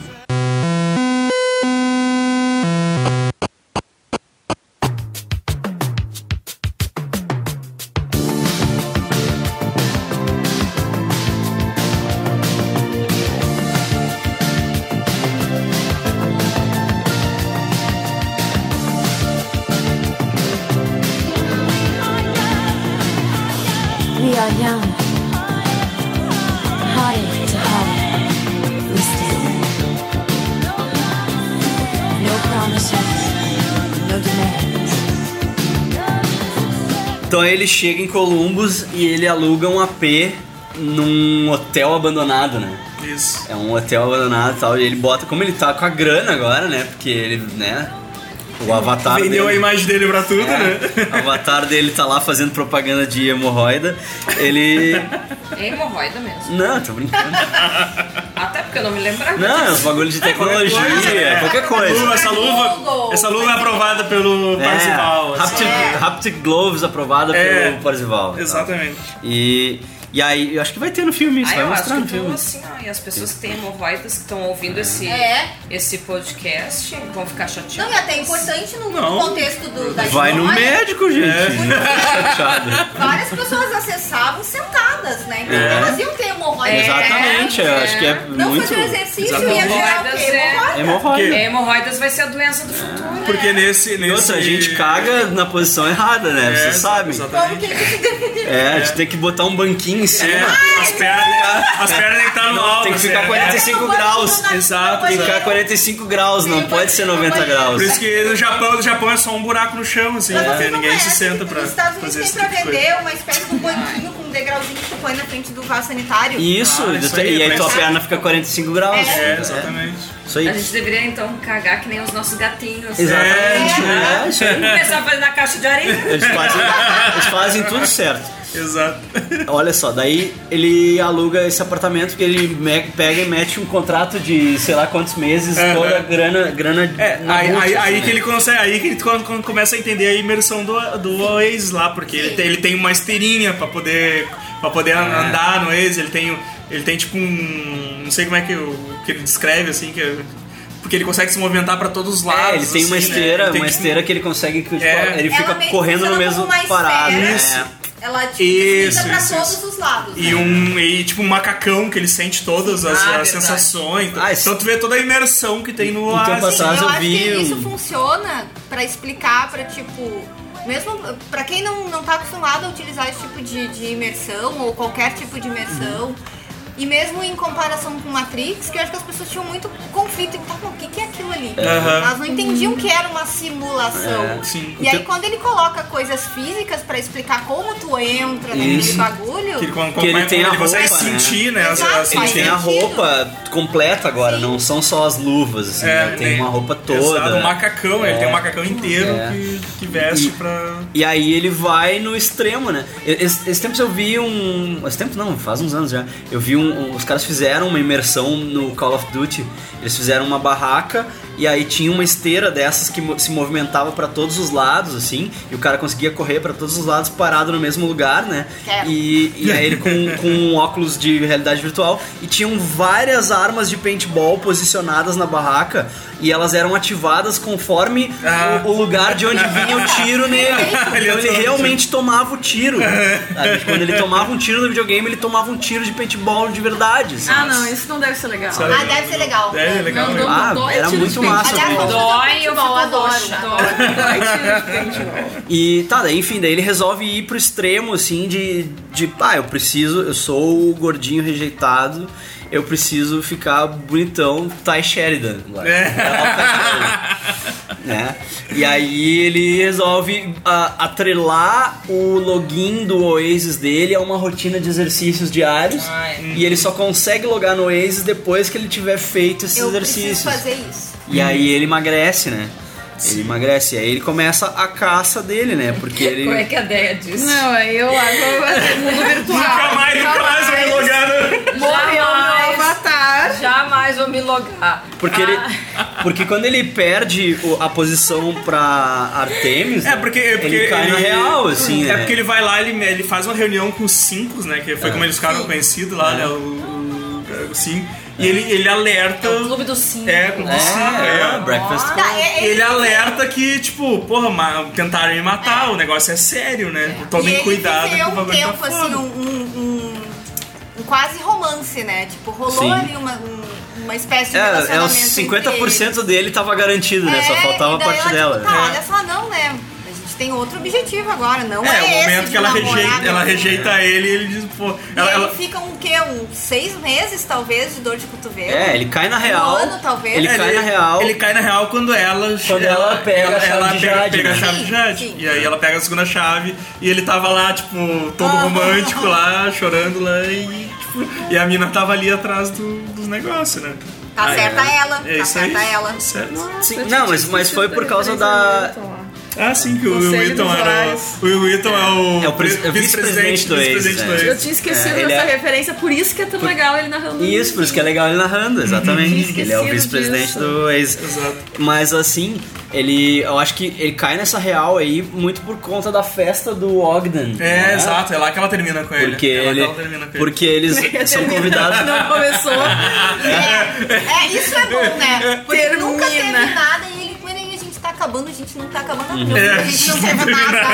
Speaker 6: We are young. Hearted to heart. We stand. No promises. No demands.
Speaker 1: Então aí ele chega em Columbus e ele aluga um AP num hotel abandonado, né?
Speaker 3: Isso.
Speaker 1: É um hotel abandonado e tal. E ele bota, como ele tá com a grana agora, né? Porque ele, né? O avatar
Speaker 3: Vendeu
Speaker 1: dele.
Speaker 3: a imagem dele pra tudo,
Speaker 1: né? É,
Speaker 3: né?
Speaker 1: O avatar dele tá lá fazendo propaganda de hemorroida. Ele.
Speaker 2: É hemorroida mesmo.
Speaker 1: Não, tô brincando.
Speaker 2: Até porque eu não me lembrava.
Speaker 1: Não, é um bagulho de tecnologia,
Speaker 3: né?
Speaker 1: qualquer coisa.
Speaker 3: Luva, É. essa luva, essa luva é aprovada pelo Parzival. assim.
Speaker 1: É, Haptic, Haptic Gloves aprovada
Speaker 3: É,
Speaker 1: pelo Parzival. tá?
Speaker 3: exatamente.
Speaker 1: E, e aí, eu acho que vai ter no filme isso,
Speaker 2: Ah,
Speaker 1: vai
Speaker 2: eu
Speaker 1: mostrar
Speaker 2: acho
Speaker 1: no
Speaker 2: que tu,
Speaker 1: filme. É.
Speaker 2: assim, ó, e as pessoas que têm hemorroidas que estão ouvindo esse, esse podcast vão ficar chateadas.
Speaker 8: É. Não, e até é importante no
Speaker 2: Não.
Speaker 8: contexto do, da
Speaker 1: Vai no
Speaker 8: história.
Speaker 1: médico, gente.
Speaker 8: É.
Speaker 1: Chateado.
Speaker 8: Várias pessoas acessavam sentadas, né? Então
Speaker 1: É.
Speaker 8: elas iam ter hemorroida.
Speaker 1: Exatamente, eu acho que é
Speaker 8: É. Não
Speaker 1: muito.
Speaker 8: fazer um exercício ia gerar o
Speaker 2: Hemorroidas
Speaker 8: quê?
Speaker 2: é...
Speaker 1: Hemorroida.
Speaker 2: É, Hemorroidas vai ser a doença do futuro.
Speaker 3: Porque nesse. É,
Speaker 1: E outra, a gente caga na posição errada, né? Vocês sabem. É, a gente tem que botar um banquinho em cima.
Speaker 3: É, as pernas, tá, as pernas tem que estar no
Speaker 1: Não,
Speaker 3: alto.
Speaker 1: Tem que
Speaker 3: assim,
Speaker 1: ficar
Speaker 3: é.
Speaker 1: 45 graus.
Speaker 3: Exato.
Speaker 1: Tem que ficar 45 graus, não pode ser 90 graus.
Speaker 3: Por isso que no Japão, no Japão é só um buraco no chão, assim,
Speaker 1: Mas
Speaker 3: porque
Speaker 1: vocês não
Speaker 3: ninguém se senta pra
Speaker 8: Nos Estados
Speaker 3: fazer
Speaker 8: Unidos
Speaker 3: esse
Speaker 8: tem pra
Speaker 3: tipo de coisa.
Speaker 8: vender uma espécie de um banquinho com um degrauzinho que tu põe na frente do vaso sanitário.
Speaker 1: Isso,
Speaker 3: isso aí,
Speaker 1: e aí
Speaker 3: mas-
Speaker 1: tua perna fica 45 graus.
Speaker 8: É.
Speaker 3: É, exatamente.
Speaker 1: Isso aí.
Speaker 2: A gente deveria então cagar que nem os nossos gatinhos.
Speaker 1: Exatamente,
Speaker 2: né?
Speaker 1: é, isso aí.
Speaker 2: Começar a fazer na caixa de areia.
Speaker 1: Eles fazem, eles fazem tudo certo.
Speaker 3: Exato.
Speaker 1: Olha só, daí ele aluga esse apartamento que ele me- pega e mete um contrato de sei lá quantos meses,
Speaker 3: Aham.
Speaker 1: toda a grana, grana
Speaker 3: É,
Speaker 1: na
Speaker 3: aí,
Speaker 1: bucha,
Speaker 3: aí- aí
Speaker 1: assim,
Speaker 3: que
Speaker 1: né?
Speaker 3: ele consegue, aí que ele co- co- começa a entender a imersão do, do Oasis lá, porque ele tem, ele tem uma esteirinha pra poder, pra
Speaker 1: É.
Speaker 3: poder an- andar no Oasis, ele tem, ele tem tipo um. Não sei como é que, o- que ele descreve, assim, que é- porque ele consegue se movimentar pra todos os lados.
Speaker 1: É, ele tem uma
Speaker 3: assim, né?
Speaker 1: esteira,
Speaker 3: Ele tem,
Speaker 1: uma
Speaker 3: tipo,
Speaker 1: esteira que ele consegue, tipo,
Speaker 3: É.
Speaker 1: ele
Speaker 8: Ela
Speaker 1: fica
Speaker 8: meio que
Speaker 1: correndo no
Speaker 8: funciona
Speaker 1: mesmo
Speaker 8: como uma
Speaker 1: parado. né?
Speaker 8: esfera. Ela tipo,
Speaker 3: Isso,
Speaker 8: desliza pra
Speaker 3: isso,
Speaker 8: todos
Speaker 3: isso.
Speaker 8: os lados.
Speaker 3: E
Speaker 8: né?
Speaker 3: um e, tipo um macacão que ele sente todas as,
Speaker 8: Ah,
Speaker 3: as
Speaker 8: verdade.
Speaker 3: sensações.
Speaker 1: Ah,
Speaker 3: então tu vê toda a imersão que tem no assim,
Speaker 1: Um tempo
Speaker 3: Oasis.
Speaker 1: atrás
Speaker 8: eu acho que isso funciona pra explicar pra tipo mesmo pra quem não, não tá acostumado a utilizar esse tipo de, de imersão ou qualquer tipo de imersão e mesmo em comparação com Matrix que eu acho que as pessoas tinham muito conflito tá bom, o que que é aquilo ali
Speaker 3: Aham.
Speaker 8: elas não
Speaker 1: Uhum.
Speaker 8: entendiam que era uma simulação
Speaker 3: É, sim.
Speaker 8: e aí
Speaker 3: Então-
Speaker 8: quando ele coloca coisas físicas pra explicar como tu entra naquele
Speaker 1: Isso.
Speaker 8: bagulho
Speaker 1: Que ele
Speaker 3: Como-
Speaker 1: Que
Speaker 3: como
Speaker 1: ele
Speaker 3: é-
Speaker 1: tem
Speaker 3: como
Speaker 1: a
Speaker 3: ele consegue
Speaker 1: roupa, né?
Speaker 3: sentir, né? as-
Speaker 8: Exato,
Speaker 3: as-
Speaker 1: Ele
Speaker 8: Faz
Speaker 1: tem a
Speaker 8: sentido.
Speaker 1: roupa completa agora, não são só as luvas, assim,
Speaker 3: É,
Speaker 1: né? tem
Speaker 3: tem-
Speaker 1: uma roupa toda.
Speaker 3: Exato, um macacão, ele tem um macacão inteiro
Speaker 1: É.
Speaker 3: que, que veste
Speaker 1: E-
Speaker 3: pra.
Speaker 1: E aí ele vai no extremo, né? Esse, esse tempo eu vi um. Esse tempo não, faz uns anos já. Eu vi um. um- Os caras fizeram uma imersão no Call of Duty. Eles fizeram uma barraca e aí tinha uma esteira dessas que mo- se movimentava pra todos os lados, assim. E o cara conseguia correr pra todos os lados parado no mesmo lugar, né?
Speaker 13: Quero.
Speaker 1: E, e aí ele com, com um óculos de realidade virtual. E tinham várias armas de paintball posicionadas na barraca. E elas eram ativadas conforme o, o lugar de onde vinha o tiro nele. Então
Speaker 3: Ele
Speaker 1: ele
Speaker 3: atirou no
Speaker 1: realmente tomava o tiro. sabe? Quando ele tomava um tiro no videogame, ele tomava um tiro de paintball de verdade. assim.
Speaker 4: Ah, não, isso não deve ser legal.
Speaker 1: Sabe? Ah, deve
Speaker 8: ser legal.
Speaker 1: Deve ser legal, né? Ah, era muito massa
Speaker 4: Aliás,
Speaker 1: mesmo.
Speaker 4: vamos fazer um
Speaker 2: Dói, eu
Speaker 4: futebol,
Speaker 2: fico
Speaker 4: adoro.
Speaker 2: roxa.
Speaker 4: Dói, dói, tiro de paintball.
Speaker 1: E tá, daí, enfim, daí ele resolve ir pro extremo, assim, de, de ah, eu preciso, eu sou o gordinho rejeitado, eu preciso ficar bonitão, Ty Sheridan. agora.
Speaker 3: É.
Speaker 1: tá né? E aí ele resolve ah, atrelar o login do Oasis dele a uma rotina de exercícios diários. E ele só consegue logar no Oasis depois que ele tiver feito esses
Speaker 8: eu
Speaker 1: exercícios.
Speaker 8: preciso fazer isso
Speaker 1: E aí ele emagrece, né? Ele emagrece. E aí ele começa a caça dele, né? Porque ele.
Speaker 2: Como é que é a ideia disso?
Speaker 11: Não, aí eu agora eu vou mundo virtual.
Speaker 2: Nunca mais, nunca mais
Speaker 11: Jamais.
Speaker 2: vou me logar
Speaker 11: Morreu meu
Speaker 2: Jamais.
Speaker 11: avatar.
Speaker 2: Jamais vou me logar. Ah,
Speaker 1: Porque ele. Porque quando ele perde o- a posição pra Artemis.
Speaker 3: É porque, é porque
Speaker 1: ele cai na real, assim,
Speaker 3: É
Speaker 1: né?
Speaker 3: porque ele vai lá, ele, ele faz uma reunião com os cinco, né? Que foi
Speaker 1: É.
Speaker 3: como eles ficaram conhecidos lá, né? O, o, o Sim. E ele, ele alerta. o
Speaker 2: clube dos cinco.
Speaker 3: É, clube dos
Speaker 1: É,
Speaker 3: cinco.
Speaker 1: é, Breakfast Club.
Speaker 8: Tá, é- é-
Speaker 3: Ele alerta que, tipo, porra, ma- tentaram me matar, o negócio é sério, né?
Speaker 8: E
Speaker 3: Tomem
Speaker 8: ele
Speaker 3: cuidado
Speaker 8: viveu
Speaker 3: com o
Speaker 8: um
Speaker 3: bagulho.
Speaker 8: tempo,
Speaker 3: tá
Speaker 8: assim,
Speaker 3: foda.
Speaker 8: um, um- um- um quase romance, né? Tipo, rolou
Speaker 1: Sim.
Speaker 8: ali uma, um- uma espécie de
Speaker 1: É, é, os
Speaker 8: relacionamento entre
Speaker 1: 50% dele tava garantido, né? Só
Speaker 8: É,
Speaker 1: faltava
Speaker 8: e
Speaker 1: a
Speaker 8: daí
Speaker 1: parte dela.
Speaker 8: ela, Tipo, tá,
Speaker 3: É.
Speaker 8: olha só, não, né? A gente tem outro objetivo agora, não é,
Speaker 3: É, o
Speaker 8: esse
Speaker 3: momento
Speaker 8: de
Speaker 3: que ela
Speaker 8: namorar,
Speaker 3: rejeita,
Speaker 8: meu
Speaker 3: ela
Speaker 8: filho.
Speaker 3: rejeita
Speaker 1: É.
Speaker 3: ele e ele diz, pô.
Speaker 8: E
Speaker 3: Ela,
Speaker 8: aí
Speaker 3: ela-
Speaker 8: fica um quê? Um seis meses, talvez, de dor de cotovelo?
Speaker 1: É, ele cai na real.
Speaker 8: Um ano, talvez?
Speaker 1: É, Ele cai na real.
Speaker 3: Ele cai na real quando ela.
Speaker 1: Quando ela pega a chave de
Speaker 3: pega,
Speaker 1: Jade,
Speaker 3: pega a
Speaker 1: né?
Speaker 3: chave de
Speaker 1: Sim,
Speaker 3: Jade. E aí ela pega a segunda chave e ele tava lá, tipo, todo romântico lá, chorando lá e. tipo, e a mina tava ali atrás do, dos negócios, né?
Speaker 8: Tá
Speaker 3: Aí,
Speaker 8: certa
Speaker 3: é,
Speaker 8: ela,
Speaker 3: É
Speaker 8: tá
Speaker 3: isso é- aí.
Speaker 8: certa ela.
Speaker 1: Sim, não, mas, mas foi por causa da.
Speaker 3: Ah, sim, que o Will
Speaker 1: Conselho
Speaker 3: Wheaton
Speaker 1: dos
Speaker 3: era.
Speaker 1: Morais.
Speaker 3: O Will Wheaton é o,
Speaker 1: É o pres- é o vice-presidente do ex,
Speaker 3: vice-presidente
Speaker 1: né?
Speaker 3: do
Speaker 11: Eu
Speaker 3: ex.
Speaker 11: tinha esquecido
Speaker 1: É, ele
Speaker 11: dessa
Speaker 1: é-
Speaker 11: referência, por isso que é tão legal ele narrando.
Speaker 1: Isso, por isso que é legal ele narrando, exatamente.
Speaker 11: Tinha
Speaker 1: ele é o
Speaker 11: esquecido
Speaker 1: vice-presidente
Speaker 11: disso.
Speaker 1: do ex. Mas assim, ele. Eu acho que ele cai nessa real aí muito por conta da festa do Ogden. né?
Speaker 3: É, exato, é lá que ela termina com ele.
Speaker 1: Porque
Speaker 3: é lá que
Speaker 1: ele-
Speaker 3: ela termina com ele.
Speaker 1: Porque eles são convidados.
Speaker 11: Não começou.
Speaker 8: É, isso é bom, né? Porque
Speaker 11: Termina.
Speaker 8: nunca teve nada e ele, peraí, a gente tá acabando, a gente não tá acabando,
Speaker 1: Uhum.
Speaker 8: não,
Speaker 1: É,
Speaker 8: a gente não teve nada.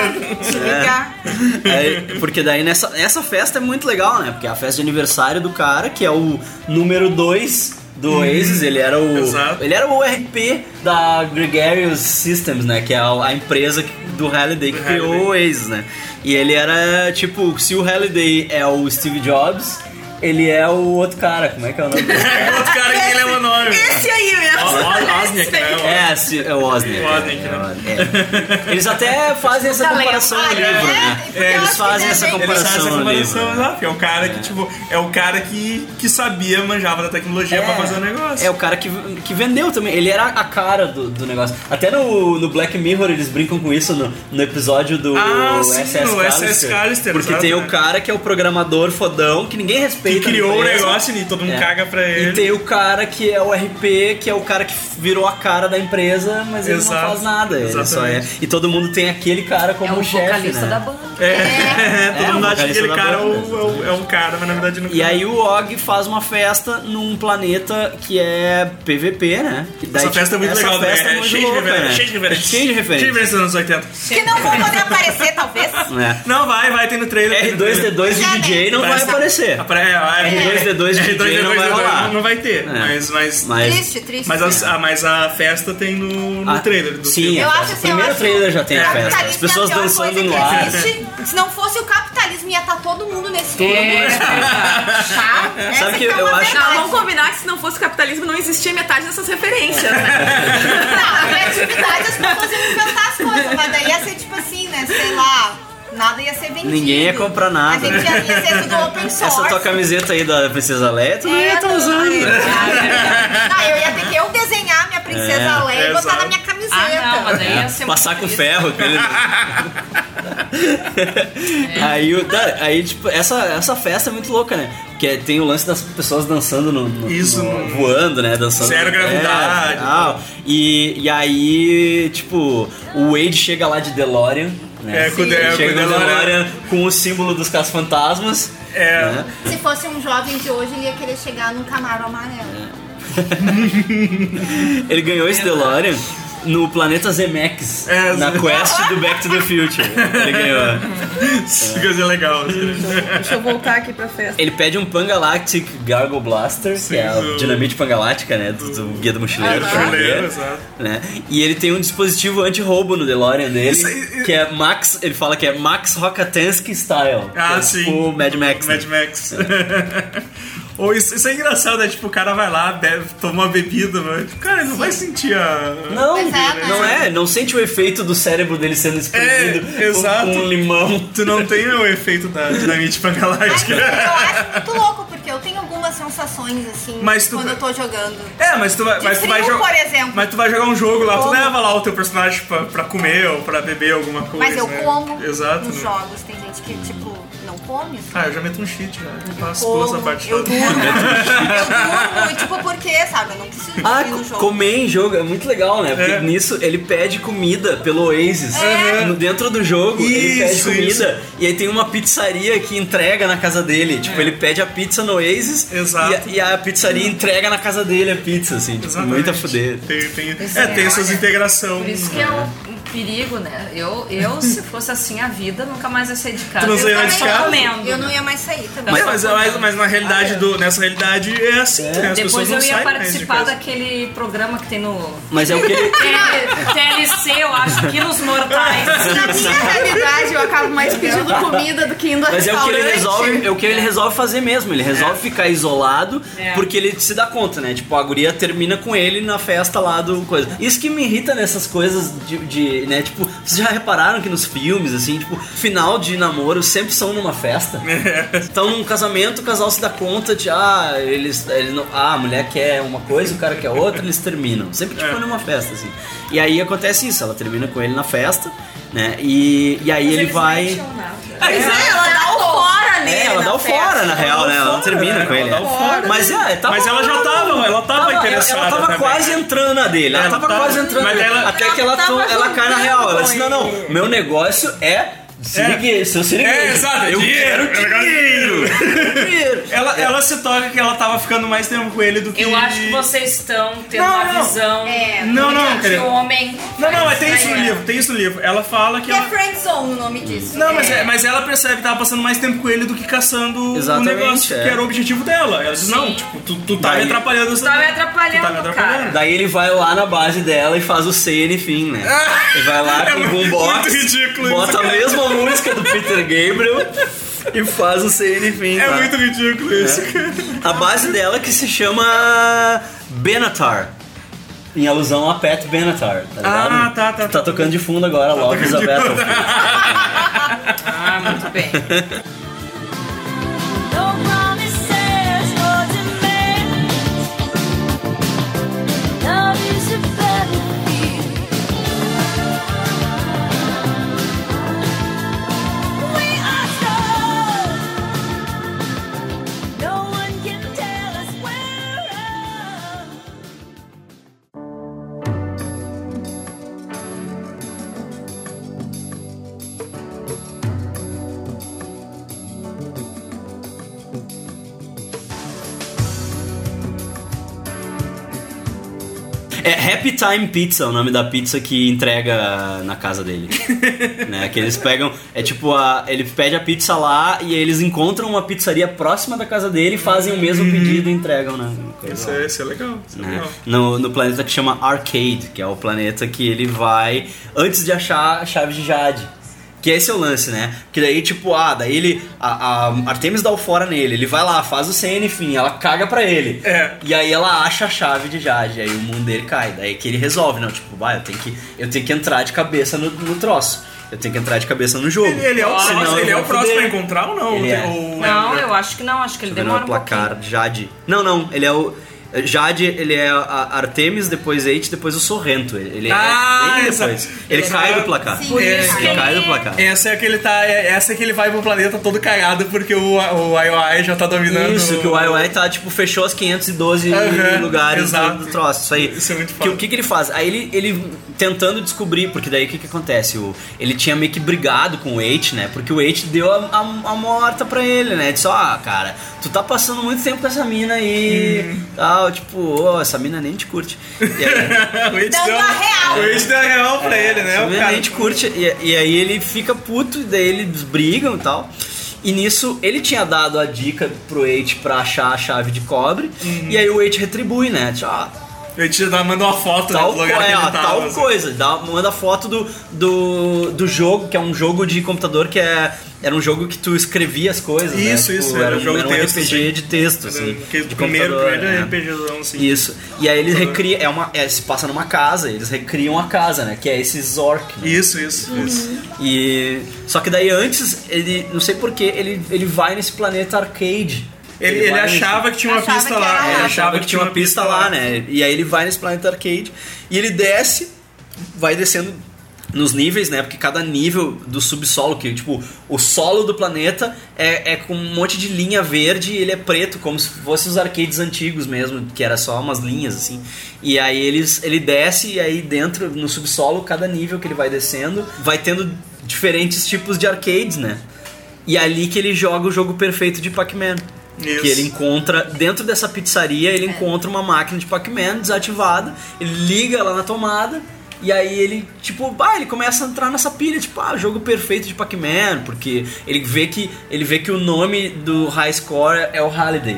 Speaker 8: Se
Speaker 1: É.
Speaker 8: ligar.
Speaker 1: Aí, porque daí nessa essa festa é muito legal, né? Porque é a festa de aniversário do cara, que é o número 2
Speaker 3: Uhum.
Speaker 1: do Oasis, ele era o ele era o RP da Gregarious Systems, né, que é a, a empresa que- do Halliday que criou o Oasis, né? E ele era tipo, se o Halliday é o Steve Jobs, Ele é o outro cara, como é que é o nome dele?
Speaker 3: É, o outro cara que nem lembra o nome.
Speaker 4: Esse aí mesmo.
Speaker 3: O- o- Osniak, né?
Speaker 1: É, se- é o Osniak.
Speaker 3: O né? Osniak,
Speaker 1: é, é o Osniak. Eles até fazem essa comparação no livro, né? Eles fazem essa
Speaker 3: Eles fazem essa
Speaker 1: comparação no livro. né?
Speaker 3: comparação, exato. É o cara que, tipo, é o cara que, que sabia, manjava da tecnologia pra fazer o negócio.
Speaker 1: É o cara que, que vendeu também. Ele era a cara do, do negócio. Até no, no Black Mirror eles brincam com isso no, no episódio do
Speaker 3: Ah, sim,
Speaker 1: SS,
Speaker 3: no
Speaker 1: Callister,
Speaker 3: SS Callister,
Speaker 1: Porque
Speaker 3: exato,
Speaker 1: tem o
Speaker 3: né?
Speaker 1: cara que é o programador fodão, que ninguém respeita.
Speaker 3: Que criou
Speaker 1: na
Speaker 3: o
Speaker 1: empresa.
Speaker 3: negócio e
Speaker 1: É.
Speaker 3: todo mundo caga pra ele.
Speaker 1: E tem o cara que é o RP, que é o cara que virou a cara da empresa, mas ele não
Speaker 3: Exato,
Speaker 1: faz nada. Ele só é.
Speaker 3: exatamente.
Speaker 1: E todo mundo tem aquele cara como
Speaker 10: É o
Speaker 1: chefe.
Speaker 10: vocalista
Speaker 1: né?
Speaker 10: da banda.
Speaker 3: É, todo
Speaker 1: É,
Speaker 3: mundo acha que
Speaker 1: vocalista
Speaker 3: aquele
Speaker 1: da
Speaker 3: cara é,
Speaker 1: banda,
Speaker 3: o- é o- é um cara, mas na verdade não
Speaker 1: E aí o Og faz uma festa num planeta que é PVP, né? Que daí,
Speaker 3: Essa festa é muito
Speaker 1: essa
Speaker 3: legal, né?
Speaker 1: festa é
Speaker 3: É
Speaker 1: muito
Speaker 3: cheio de
Speaker 1: louca,
Speaker 3: referência.
Speaker 1: né?
Speaker 3: Cheio de referência.
Speaker 1: É cheio de referência.
Speaker 3: Cheio de referência nos anos 80.
Speaker 8: Que não vão poder aparecer, talvez.
Speaker 1: É.
Speaker 3: Não, vai, vai, tem no trailer. tem no trailer.
Speaker 1: R2D2 de DJ não vai
Speaker 3: Parece-
Speaker 1: aparecer.
Speaker 3: Apare- ah,
Speaker 1: R2D2 de DJ não vai rolar. É.
Speaker 3: Não vai ter, mas, mas,
Speaker 1: Mas-
Speaker 8: Triste, triste.
Speaker 3: Mas, as- a, mas a festa tem no, no
Speaker 1: Ah,
Speaker 3: trailer do
Speaker 1: sim,
Speaker 3: filme.
Speaker 1: é.
Speaker 8: Eu acho
Speaker 1: O
Speaker 8: assim,
Speaker 1: primeiro
Speaker 8: eu acho
Speaker 1: trailer já tem a festa.
Speaker 8: capitalismo
Speaker 1: As pessoas
Speaker 8: é a pior
Speaker 1: dançando
Speaker 8: coisa
Speaker 1: no
Speaker 8: que
Speaker 1: ar.
Speaker 8: existe. Se não fosse o capitalismo, ia estar todo mundo nesse
Speaker 1: Todo
Speaker 8: mundo.
Speaker 1: mundo.
Speaker 8: Tá? Essa
Speaker 1: Sabe que
Speaker 8: é
Speaker 1: eu
Speaker 8: uma
Speaker 1: acho-
Speaker 8: verdade.
Speaker 11: Não, Ah, vamos combinar que se não fosse o capitalismo não existia metade dessas referências, né?
Speaker 8: Não, a criatividade as pessoas iam inventar as coisas, mas daí ia ser tipo assim, né? Sei lá, nada ia ser vendido.
Speaker 1: Ninguém ia comprar nada.
Speaker 8: A gente ia, ia ser tudo open source.
Speaker 1: Essa tua camiseta aí da Princesa Leia, tu não
Speaker 4: É
Speaker 1: ia estar usando.
Speaker 8: Não, eu ia ter que eu desenhar minha princesa
Speaker 1: É,
Speaker 8: Leia e botar
Speaker 3: exato.
Speaker 8: na minha camiseta.
Speaker 2: Ah, não, mas daí ia ser
Speaker 1: Passar com
Speaker 2: muito
Speaker 1: ferro, aquele. aí, o- tá, aí, tipo, essa, essa festa é muito louca, né? Porque é- tem o lance das pessoas dançando no. no-
Speaker 3: Isso,
Speaker 1: no-
Speaker 3: no-
Speaker 1: voando, né? Dançando.
Speaker 3: Zero
Speaker 1: no-
Speaker 3: gravidade.
Speaker 1: é, tal. E, e aí, tipo, o Wade chega lá de DeLorean. Né?
Speaker 3: É, com o De-
Speaker 1: Ele
Speaker 3: é, com
Speaker 1: chega
Speaker 3: o
Speaker 1: no
Speaker 3: DeLorean.
Speaker 1: DeLorean com o símbolo dos caça-fantasmas.
Speaker 3: É.
Speaker 1: né?
Speaker 8: Se fosse um jovem de hoje, ele ia querer chegar num camaro
Speaker 1: É.
Speaker 8: amarelo.
Speaker 1: Ele ganhou esse DeLorean no planeta Zemex,
Speaker 3: É,
Speaker 1: na
Speaker 3: Zemex.
Speaker 1: quest do Back to the Future. Ele ganhou.
Speaker 3: Que coisa legal. assim.
Speaker 8: Uhum.
Speaker 4: Deixa eu voltar aqui pra festa.
Speaker 1: Ele pede um Pangalactic Gargle Blaster, que é a
Speaker 3: do-
Speaker 1: dinamite pangaláctica, né? Do, do guia do mochileiro. pra
Speaker 3: Brasileiro,
Speaker 1: ver,
Speaker 3: exato.
Speaker 1: né? E ele tem um dispositivo anti-roubo no DeLorean dele,
Speaker 3: Isso aí-
Speaker 1: que é Max. Ele fala que é Max Rockatansky Style.
Speaker 3: Ah,
Speaker 1: que é
Speaker 3: sim.
Speaker 1: tipo Mad Max. né?
Speaker 3: Mad Max. Ou isso, isso é engraçado, né? Tipo, o cara vai lá, bebe, toma uma bebida, mas, tipo, cara, ele não vai sentir a.
Speaker 1: Não,
Speaker 8: Pois é,
Speaker 1: não
Speaker 8: né?
Speaker 1: é, não sente o efeito do cérebro dele sendo
Speaker 3: É,
Speaker 1: espremido com-
Speaker 3: exato.
Speaker 1: com um limão.
Speaker 3: Tu não tem o efeito da dinamite
Speaker 8: Mas eu
Speaker 3: pangaláctica.
Speaker 8: acho muito louco, porque eu tenho algumas sensações assim
Speaker 3: Mas tu-
Speaker 8: quando eu tô jogando.
Speaker 3: É, mas tu vai,
Speaker 8: De
Speaker 3: mas tu vai
Speaker 8: frio,
Speaker 3: jogar.
Speaker 8: por exemplo.
Speaker 3: Mas tu vai jogar um jogo lá, tu
Speaker 8: Como?
Speaker 3: leva lá o teu personagem pra, pra comer ou pra beber alguma coisa.
Speaker 8: Mas eu
Speaker 3: né?
Speaker 8: como
Speaker 3: Exato.
Speaker 8: nos
Speaker 3: né?
Speaker 8: jogos. Tem gente que, tipo, não come. assim.
Speaker 3: Ah, eu já meto um cheat, já. Eu passo
Speaker 8: Como,
Speaker 3: pula essa parte
Speaker 8: eu
Speaker 3: toda.
Speaker 8: durmo, eu durmo, e tipo, por quê, sabe? Eu não preciso
Speaker 1: Ah,
Speaker 8: dormir no jogo.
Speaker 1: comer em jogo é muito legal, né? Porque
Speaker 3: É.
Speaker 1: nisso ele pede comida pelo Oasis. No, dentro do jogo, ele pede
Speaker 3: Isso,
Speaker 1: comida. E aí tem uma pizzaria que entrega na casa dele. Tipo, ele pede a pizza no Oasis.
Speaker 3: É. Exato.
Speaker 1: E a, e a pizzaria entrega na casa dele a pizza, assim. Tipo,
Speaker 3: Exatamente.
Speaker 1: muito a fuder.
Speaker 3: Tem, tem,
Speaker 10: Esse
Speaker 3: é, tem
Speaker 10: é,
Speaker 3: essas
Speaker 10: olha,
Speaker 3: integrações.
Speaker 10: Por isso que é um, um perigo, né? Eu, eu, se fosse assim a vida, nunca mais ia sair de casa.
Speaker 3: Tu não
Speaker 10: Eu
Speaker 3: sairia de
Speaker 10: só
Speaker 3: casa?
Speaker 10: comendo.
Speaker 8: Eu não ia mais sair também.
Speaker 3: Mas,
Speaker 1: é
Speaker 3: mas, mas, mas na realidade, do, nessa realidade é assim, né? As pessoas
Speaker 10: Depois
Speaker 3: não
Speaker 10: eu ia
Speaker 3: saem mais de
Speaker 10: participar
Speaker 3: casa.
Speaker 10: daquele programa que tem no
Speaker 1: Mas é o que ele.
Speaker 11: Ah,
Speaker 10: T- TLC, eu acho, Quilos Mortais.
Speaker 4: Na minha realidade, eu acabo mais pedindo comida do que indo a
Speaker 1: Mas é o que ele
Speaker 4: restaurante.
Speaker 1: resolve, é o que ele resolve fazer mesmo. Ele resolve ficar isolado
Speaker 10: É.
Speaker 1: porque ele se dá conta, né? Tipo, a guria termina com ele na festa lá do coisa. Isso que me irrita nessas coisas de, de, né? Tipo, vocês já repararam que nos filmes, assim, tipo, final de namoro sempre são numa festa. Então, num casamento, o casal se dá conta de, ah, eles, ele não, ah, a mulher quer uma coisa, o cara quer outra, eles terminam. Sempre, tipo, numa festa, assim. E aí acontece isso, ela termina com ele na festa, né? E, e aí ele vai...
Speaker 4: Pois é, ela dá o fora nele.
Speaker 1: É, ela
Speaker 4: na
Speaker 1: dá o
Speaker 4: festa.
Speaker 1: fora, na real, né? Ela não termina
Speaker 3: né?
Speaker 1: com ele.
Speaker 3: Ela dá o fora.
Speaker 1: Mas, é, tava,
Speaker 3: Mas ela já tava, ela tava interessada
Speaker 1: Ela tava
Speaker 3: também.
Speaker 1: quase entrando na dele. Ela,
Speaker 3: Ela
Speaker 1: tava,
Speaker 3: tava-
Speaker 1: quase entrando
Speaker 3: mas
Speaker 1: na dele.
Speaker 3: ela-
Speaker 1: Até que ela,
Speaker 4: Ela tava
Speaker 1: ela cai na
Speaker 4: jogando
Speaker 1: real. Ela disse:
Speaker 4: com
Speaker 1: não, não, meu negócio é. Sirigueiro, seu sirigueiro.
Speaker 3: É, exato,
Speaker 1: Eu
Speaker 3: dinheiro,
Speaker 1: quero dinheiro. dinheiro.
Speaker 3: Ela, ela se toca que ela tava ficando mais tempo com ele do que.
Speaker 10: Eu acho que vocês estão tendo
Speaker 3: Não,
Speaker 10: uma
Speaker 3: não.
Speaker 10: visão
Speaker 8: É,
Speaker 3: Não, não,
Speaker 10: de
Speaker 3: querida.
Speaker 10: um homem.
Speaker 3: Não, não, mas tem isso no
Speaker 10: É.
Speaker 3: livro, tem isso no livro. Ela fala que
Speaker 8: Que é
Speaker 3: ela.
Speaker 8: friendzone o nome disso.
Speaker 3: Não, mas, é- mas ela percebe que tava passando mais tempo com ele do que caçando
Speaker 1: Exatamente,
Speaker 3: o negócio,
Speaker 1: é.
Speaker 3: que era o objetivo dela. Ela diz, não,
Speaker 10: Sim.
Speaker 3: tipo, tu, tu tá
Speaker 1: Daí-
Speaker 3: me atrapalhando.
Speaker 10: Tu tá me atrapalhando,
Speaker 3: Tu tá me atrapalhando.
Speaker 1: Daí ele vai lá na base dela e faz o CN fim, né? Ele vai lá
Speaker 3: É
Speaker 1: com o
Speaker 3: muito
Speaker 1: boombox,
Speaker 3: ridículo isso,
Speaker 1: bota a
Speaker 3: cara.
Speaker 1: mesma música do Peter Gabriel e faz o Say Anything.
Speaker 3: É
Speaker 1: lá.
Speaker 3: muito ridículo isso,
Speaker 1: É.
Speaker 3: cara.
Speaker 1: A base dela que se chama Benatar. Em alusão a Pat Benatar, tá ligado?
Speaker 3: Ah, tá, tá.
Speaker 1: Tá tocando de fundo agora, Love is a Battlefield.
Speaker 2: Ah, muito bem.
Speaker 6: No promises, no demands. Love is a battlefield. We are strong. No one can tell us we're wrong.
Speaker 1: É Happy Time Pizza, o nome da pizza que entrega na casa dele. né? Que eles pegam. É tipo, a, ele pede a pizza lá e eles encontram uma pizzaria próxima da casa dele e fazem o mesmo pedido e entregam, né? Coisa
Speaker 3: Isso
Speaker 1: lá.
Speaker 3: é, isso é legal. Isso é
Speaker 1: né?
Speaker 3: legal.
Speaker 1: No, no planeta que chama Arcade, que é o planeta que ele vai antes de achar a chave de Jade. Que esse é o lance, né? Que daí, tipo, ah, daí ele. A, a Artemis dá o fora nele, ele vai lá, faz o CN, enfim, ela caga pra ele. É. E aí ela acha a chave de Jade, aí o mundo dele cai. Daí que ele resolve, não, tipo, vai, eu tenho que, eu tenho que entrar de cabeça no, no troço. Eu tenho que entrar de cabeça no jogo.
Speaker 3: Ele, ele é o,
Speaker 1: Senão
Speaker 3: próximo,
Speaker 1: eu
Speaker 3: ele é
Speaker 1: vou
Speaker 3: o próximo a
Speaker 1: fuder.
Speaker 3: encontrar ou não?
Speaker 1: Ele é.
Speaker 3: Ou-
Speaker 2: Não, eu acho que não, acho que ele
Speaker 1: Deixa eu ver
Speaker 2: demora
Speaker 1: no
Speaker 2: um
Speaker 1: placar, Jade. Não, não, ele é o. Jade, ele é a Artemis, depois Eite, depois o Sorrento. Ele ele é
Speaker 3: Ah,
Speaker 1: bem
Speaker 3: essa-
Speaker 1: depois. Ele
Speaker 3: essa-
Speaker 1: cai do placar.
Speaker 3: Sim, Por isso que
Speaker 1: ele
Speaker 3: ele-
Speaker 1: cai do placar.
Speaker 3: Essa é que ele tá. é- Essa é que ele vai pro planeta todo cagado porque o, o IOI já tá dominando.
Speaker 1: Isso, que o IOI tá, tipo, fechou as 512
Speaker 3: Aham,
Speaker 1: lugares
Speaker 3: exato.
Speaker 1: do, do troço. Isso aí. Isso é muito que, O que, que ele faz? Aí ele, ele tentando descobrir, porque daí o que, que acontece? O, ele tinha meio que brigado com o Eight, né? Porque o Eight deu a, a, a morta pra ele, né? Disse, ó, cara, tu tá passando muito tempo com essa mina aí. Tal, tipo, ô, essa mina nem te curte. E aí,
Speaker 3: o Eight Dando deu- a real. o Eight deu a real pra ele, né?
Speaker 1: essa
Speaker 3: O
Speaker 1: mina
Speaker 3: cara-
Speaker 1: nem te curte. E, e aí ele fica puto, e daí eles brigam e tal. E nisso ele tinha dado a dica pro Eight pra achar a chave de cobre.
Speaker 3: Uhum.
Speaker 1: E aí o Eight retribui, né? Tipo, ah,
Speaker 3: Ele te dá, manda uma foto
Speaker 1: tal,
Speaker 3: né, do lugar
Speaker 1: co-
Speaker 3: que
Speaker 1: é,
Speaker 3: ele
Speaker 1: ó,
Speaker 3: tava.
Speaker 1: tal
Speaker 3: assim.
Speaker 1: coisa. Dá, manda foto do, do, do jogo, que é um jogo de computador que é, era um jogo que tu escrevia as coisas. né?
Speaker 3: Isso,
Speaker 1: Tipo,
Speaker 3: isso, era um jogo
Speaker 1: era um
Speaker 3: texto,
Speaker 1: RPG
Speaker 3: sim.
Speaker 1: de texto,
Speaker 3: Era
Speaker 1: assim.
Speaker 3: aquele
Speaker 1: de
Speaker 3: primeiro-
Speaker 1: computador,
Speaker 3: primeiro
Speaker 1: né?
Speaker 3: RPGzão, assim.
Speaker 1: Isso. E aí eles recriam. É uma, é, se passa numa casa, eles recriam a casa, né? Que é esse Zork.
Speaker 3: Isso, isso, isso.
Speaker 1: E. Só que daí antes, ele. Não sei porquê, ele, ele vai nesse planeta arcade.
Speaker 3: Ele- ele
Speaker 1: vai nesse-
Speaker 3: achava que tinha uma Achava pista que lá. era
Speaker 1: É,
Speaker 3: lá.
Speaker 1: ele achava que tinha uma pista lá, né? E aí ele vai nesse planeta arcade e ele desce, vai descendo nos níveis, né? Porque cada nível do subsolo, que tipo, o solo do planeta é, é com um monte de linha verde e ele é preto, como se fossem os arcades antigos mesmo, que era só umas linhas assim. E aí eles, ele desce e aí dentro, no subsolo, cada nível que ele vai descendo, vai tendo diferentes tipos de arcades, né? E ali que ele joga o jogo perfeito de Pac-Man.
Speaker 3: Isso.
Speaker 1: Que ele encontra, dentro dessa pizzaria, ele encontra uma máquina de Pac-Man desativada, ele liga ela na tomada, e aí ele, tipo, ah, ele começa a entrar nessa pilha, tipo, ah, jogo perfeito de Pac-Man, porque ele vê que ele vê que o nome do high score é o Halliday,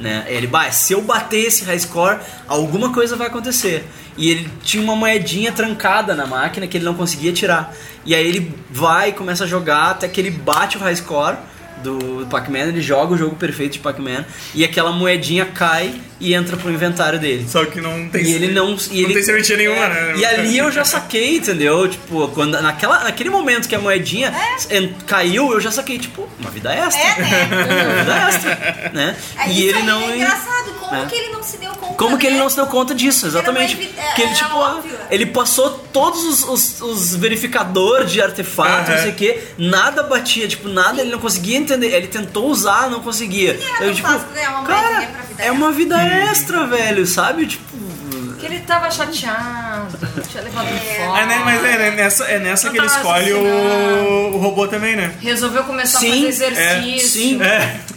Speaker 1: né? Ele, bah, se eu bater esse high score, alguma coisa vai acontecer. E ele tinha uma moedinha trancada na máquina que ele não conseguia tirar. E aí ele vai, começa a jogar até que ele bate o high score do Pac-Man, ele joga o jogo perfeito de Pac-Man e aquela moedinha cai e entra pro inventário dele.
Speaker 3: Só que não tem
Speaker 1: e ele não, e
Speaker 3: não
Speaker 1: ele, É,
Speaker 3: tem serventia nenhuma, né?
Speaker 1: E ali eu já saquei, entendeu? Tipo, quando naquela, naquele momento que a moedinha en- caiu, eu já saquei, tipo, uma vida extra.
Speaker 8: É, né?
Speaker 1: uma vida extra, né?
Speaker 8: É
Speaker 1: e
Speaker 8: isso
Speaker 1: ele
Speaker 8: aí,
Speaker 1: não
Speaker 8: É engraçado, como
Speaker 1: né?
Speaker 8: que ele não se deu conta?
Speaker 1: como que ele
Speaker 8: né?
Speaker 1: não se deu conta disso, exatamente?
Speaker 8: Era uma evi- é,
Speaker 1: Porque ele,
Speaker 8: era
Speaker 1: tipo,
Speaker 8: óbvio.
Speaker 1: ele passou todos os, os, os verificadores de artefatos, não sei o que, nada batia, tipo, nada, ele não conseguia entender. Ele tentou usar, não conseguia.
Speaker 8: era
Speaker 1: Eu,
Speaker 8: é tão
Speaker 1: tipo,
Speaker 8: fácil ganhar uma
Speaker 1: cara,
Speaker 8: moedinha pra vida
Speaker 1: é uma vida extra, velho, sabe? Tipo,
Speaker 2: Que ele tava chateado, tinha levado fora.
Speaker 3: É, né, mas é, né, nessa, é nessa
Speaker 2: Não
Speaker 3: que ele
Speaker 2: tava
Speaker 3: escolhe o, o robô também, né?
Speaker 2: Resolveu começar a fazer
Speaker 3: é,
Speaker 2: exercício.
Speaker 1: sim.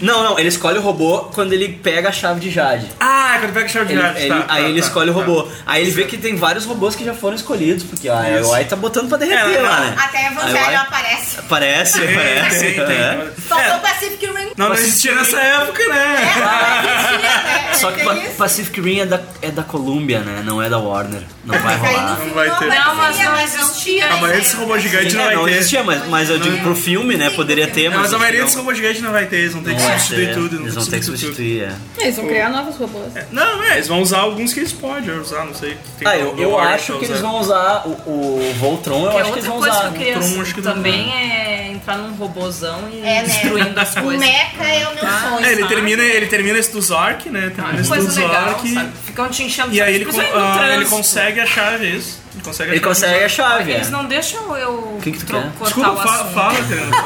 Speaker 1: Não, não, ele escolhe o robô quando ele pega a chave de Jade.
Speaker 3: Ah, quando pega o chave de
Speaker 1: Ele-
Speaker 3: gato,
Speaker 1: ele-
Speaker 3: tá, tá,
Speaker 1: aí ele
Speaker 3: tá,
Speaker 1: escolhe
Speaker 3: tá.
Speaker 1: o robô. Aí ele vê que tem vários robôs que já foram escolhidos, porque a
Speaker 3: Isso.
Speaker 1: AI tá botando pra derreter
Speaker 3: É,
Speaker 1: lá, né?
Speaker 8: Até
Speaker 1: Aí
Speaker 8: Evangelho
Speaker 1: vai-
Speaker 8: aparece.
Speaker 1: Aparece,
Speaker 3: Tem,
Speaker 1: aparece.
Speaker 3: tem, tem.
Speaker 1: é.
Speaker 8: Faltou Pacific Rim.
Speaker 3: Não, não existia nessa época, né?
Speaker 8: É, não existia, né?
Speaker 1: Só que
Speaker 8: Tem
Speaker 1: Pa-
Speaker 8: isso.
Speaker 1: Pacific Rim é da, é da Colômbia, né? É, não é da Warner. Não vai Ah, rolar.
Speaker 3: Não vai ter.
Speaker 2: Não, mas
Speaker 8: é,
Speaker 2: não existia.
Speaker 3: A maioria desses robôs gigantes
Speaker 1: Sim,
Speaker 3: não
Speaker 1: é,
Speaker 3: vai
Speaker 1: não
Speaker 3: ter.
Speaker 1: existia, mas, mas eu digo pro filme, né? Poderia ter,
Speaker 3: Não,
Speaker 1: mas.
Speaker 3: mas a maioria desses
Speaker 1: não-
Speaker 3: robôs gigantes não vai ter, eles vão ter que
Speaker 1: não vai
Speaker 3: substituir
Speaker 1: ter.
Speaker 3: tudo. não
Speaker 1: Eles vão ter que substituir, é.
Speaker 11: Eles vão criar novos robôs.
Speaker 3: Não, é, eles vão usar alguns que eles podem usar, não sei. Tem
Speaker 1: Ah, eu,
Speaker 3: robô
Speaker 1: eu
Speaker 3: Warner
Speaker 1: acho
Speaker 3: pra
Speaker 1: que eles
Speaker 3: usar.
Speaker 1: vão usar o, o Voltron, eu
Speaker 2: Que é
Speaker 1: acho que eles
Speaker 2: outra
Speaker 1: vão
Speaker 2: coisa
Speaker 1: usar. né?
Speaker 2: que eu queria
Speaker 3: Voltron, acho um que não
Speaker 2: também é entrar num robozão e
Speaker 12: É, né?
Speaker 2: destruindo as
Speaker 12: O
Speaker 2: coisas.
Speaker 12: Mecha é o meu
Speaker 2: Ah,
Speaker 12: sonho.
Speaker 3: É, ele termina, ele termina esse do Zork, né? Termina esse do
Speaker 2: coisa legal,
Speaker 3: Zork.
Speaker 2: sabe? Ficam te enchendo
Speaker 3: E
Speaker 2: de
Speaker 3: aí ele,
Speaker 2: coisa
Speaker 3: con-
Speaker 2: no
Speaker 3: ah, ele
Speaker 2: trânsito.
Speaker 3: consegue a chave, isso. Ele consegue a
Speaker 1: Ele
Speaker 3: chave.
Speaker 1: consegue a chave, é.
Speaker 2: Eles não deixam eu
Speaker 1: Que que tu
Speaker 2: tro-
Speaker 1: quer?
Speaker 2: cortar
Speaker 3: Desculpa,
Speaker 2: o
Speaker 3: fala,
Speaker 2: assunto.
Speaker 3: fala, Adriana.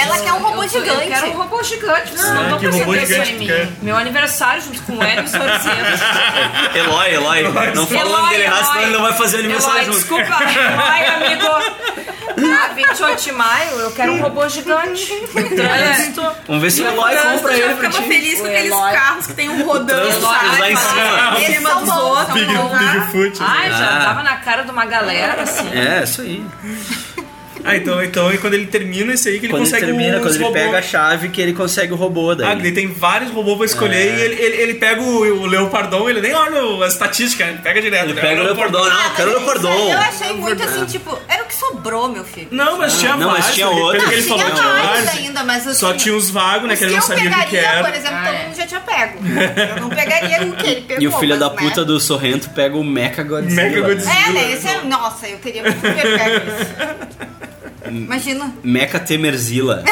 Speaker 12: Ela quer um robô
Speaker 2: eu,
Speaker 12: gigante.
Speaker 2: Eu quero um robô gigante. Vocês
Speaker 3: Ah,
Speaker 2: não
Speaker 3: que
Speaker 2: estão
Speaker 3: robô
Speaker 2: percebendo isso
Speaker 3: gigante
Speaker 2: em
Speaker 3: tu
Speaker 2: mim.
Speaker 3: quer?
Speaker 2: Meu aniversário junto com o Hélio e Sorzinho.
Speaker 1: Eloy, Eloy, não fala o nome dele errado, senão ele não vai fazer o aniversário junto.
Speaker 2: Desculpa, Eloy, amigo. A 28 de maio, eu quero um robô gigante. No trânsito.
Speaker 1: Vamos ver se o
Speaker 2: No
Speaker 1: Eloy
Speaker 2: trânsito,
Speaker 1: compra
Speaker 2: já
Speaker 1: ele pra
Speaker 2: ficava
Speaker 1: ti.
Speaker 4: feliz com aqueles carros que tem um rodando,
Speaker 1: trânsito
Speaker 4: sabe?
Speaker 1: lá em cima.
Speaker 4: Em cima dos outros.
Speaker 3: Big, né? Bigfoot.
Speaker 2: Ai, já
Speaker 1: Ah.
Speaker 2: tava na cara de uma galera, assim.
Speaker 1: É, isso aí.
Speaker 3: Ah, então, então é quando ele termina esse aí que ele
Speaker 1: Quando ele
Speaker 3: consegue um
Speaker 1: termina,
Speaker 3: os
Speaker 1: quando ele
Speaker 3: robôs.
Speaker 1: pega a chave, que ele consegue o robô
Speaker 3: Ah,
Speaker 1: daí.
Speaker 3: ele tem vários robôs pra escolher
Speaker 1: É.
Speaker 3: e ele, ele, ele pega o, o Leopardon, ele nem olha a estatística, ele pega direto.
Speaker 1: Ele
Speaker 3: né?
Speaker 1: pega o Leopardon, não, eu quero o Leopardon.
Speaker 8: Eu achei muito assim, tipo, era o que sobrou, meu filho.
Speaker 3: Não, mas
Speaker 1: Ah,
Speaker 3: tinha
Speaker 1: não, mas
Speaker 3: vários.
Speaker 1: tinha
Speaker 3: ele-
Speaker 1: outros.
Speaker 3: pelo que Ele
Speaker 1: Tinha
Speaker 3: falou, tinha
Speaker 1: vários
Speaker 3: vários.
Speaker 12: ainda, mas assim,
Speaker 3: Só tinha uns vagos, né?
Speaker 12: os
Speaker 3: Que ele não
Speaker 12: eu
Speaker 3: sabia o que que
Speaker 12: pegaria,
Speaker 3: era.
Speaker 12: por exemplo, todo
Speaker 3: é.
Speaker 12: mundo já tinha pego. Eu não pegaria o que ele pegou.
Speaker 1: E o filho
Speaker 12: mas,
Speaker 1: da
Speaker 8: é.
Speaker 12: né?
Speaker 1: puta do Sorrento pega o Mecha Godzilla.
Speaker 3: Mecha Godzilla.
Speaker 12: É, né? Esse é... Nossa, eu teria muito super pego isso.
Speaker 1: Hum.
Speaker 12: Imagina.
Speaker 1: Mecha Temerzilla.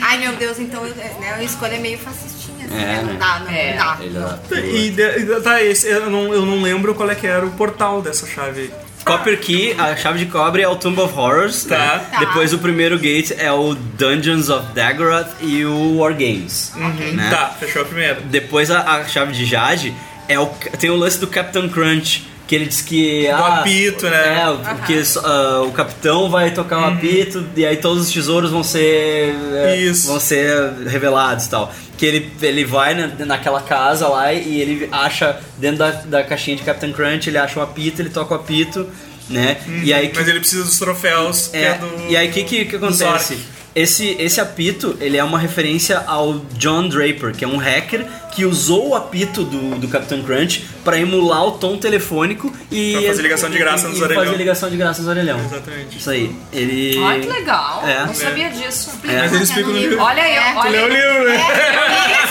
Speaker 12: Ai, meu Deus, então eu, né, a escolha é meio fascistinha, assim,
Speaker 1: É,
Speaker 12: né?
Speaker 1: né?
Speaker 12: Não dá, não
Speaker 2: É.
Speaker 12: dá.
Speaker 1: Ele lá.
Speaker 3: Tá, E de- tá, esse, eu, não, eu não lembro qual é que era o portal dessa chave.
Speaker 1: Copper Key, a chave de cobre é o Tomb of Horrors.
Speaker 3: Tá.
Speaker 1: né?
Speaker 12: Tá.
Speaker 1: Depois o primeiro gate é o Dungeons of Daggerath e o War Games. né?
Speaker 3: Tá, fechou a primeira.
Speaker 1: Depois a, a chave de Jade é o, tem o lance do Captain Crunch. Que ele diz que. ah,
Speaker 3: Do apito, né? Uhum.
Speaker 1: É, o- que só- ah, o capitão vai tocar um apito e aí todos os tesouros vão ser. é,
Speaker 3: Isso.
Speaker 1: Vão ser revelados e tal. Que ele, ele vai na- naquela casa lá e ele acha, dentro da, da caixinha de Captain Crunch, ele acha um apito, ele toca o apito, né? E aí. que-
Speaker 3: Uhum. Mas ele precisa dos troféus. que
Speaker 1: é,
Speaker 3: é do-
Speaker 1: e aí o que, que, que
Speaker 3: do
Speaker 1: acontece?
Speaker 3: Zork.
Speaker 1: Esse, esse apito, ele é uma referência ao John Draper, que é um hacker que usou o apito do, do Capitão Crunch pra emular o tom telefônico e...
Speaker 3: Pra fazer ligação de graça nos
Speaker 1: e- e
Speaker 3: orelhão.
Speaker 1: fazer ligação de graça nos orelhão.
Speaker 3: Exatamente.
Speaker 1: Isso aí. Ele...
Speaker 2: Ai, que legal.
Speaker 1: É.
Speaker 2: Não sabia disso.
Speaker 3: Mas ele explica no livro.
Speaker 2: Olha eu,
Speaker 12: É.
Speaker 3: Tu
Speaker 2: olha
Speaker 3: leu o
Speaker 2: eu.
Speaker 3: livro, né?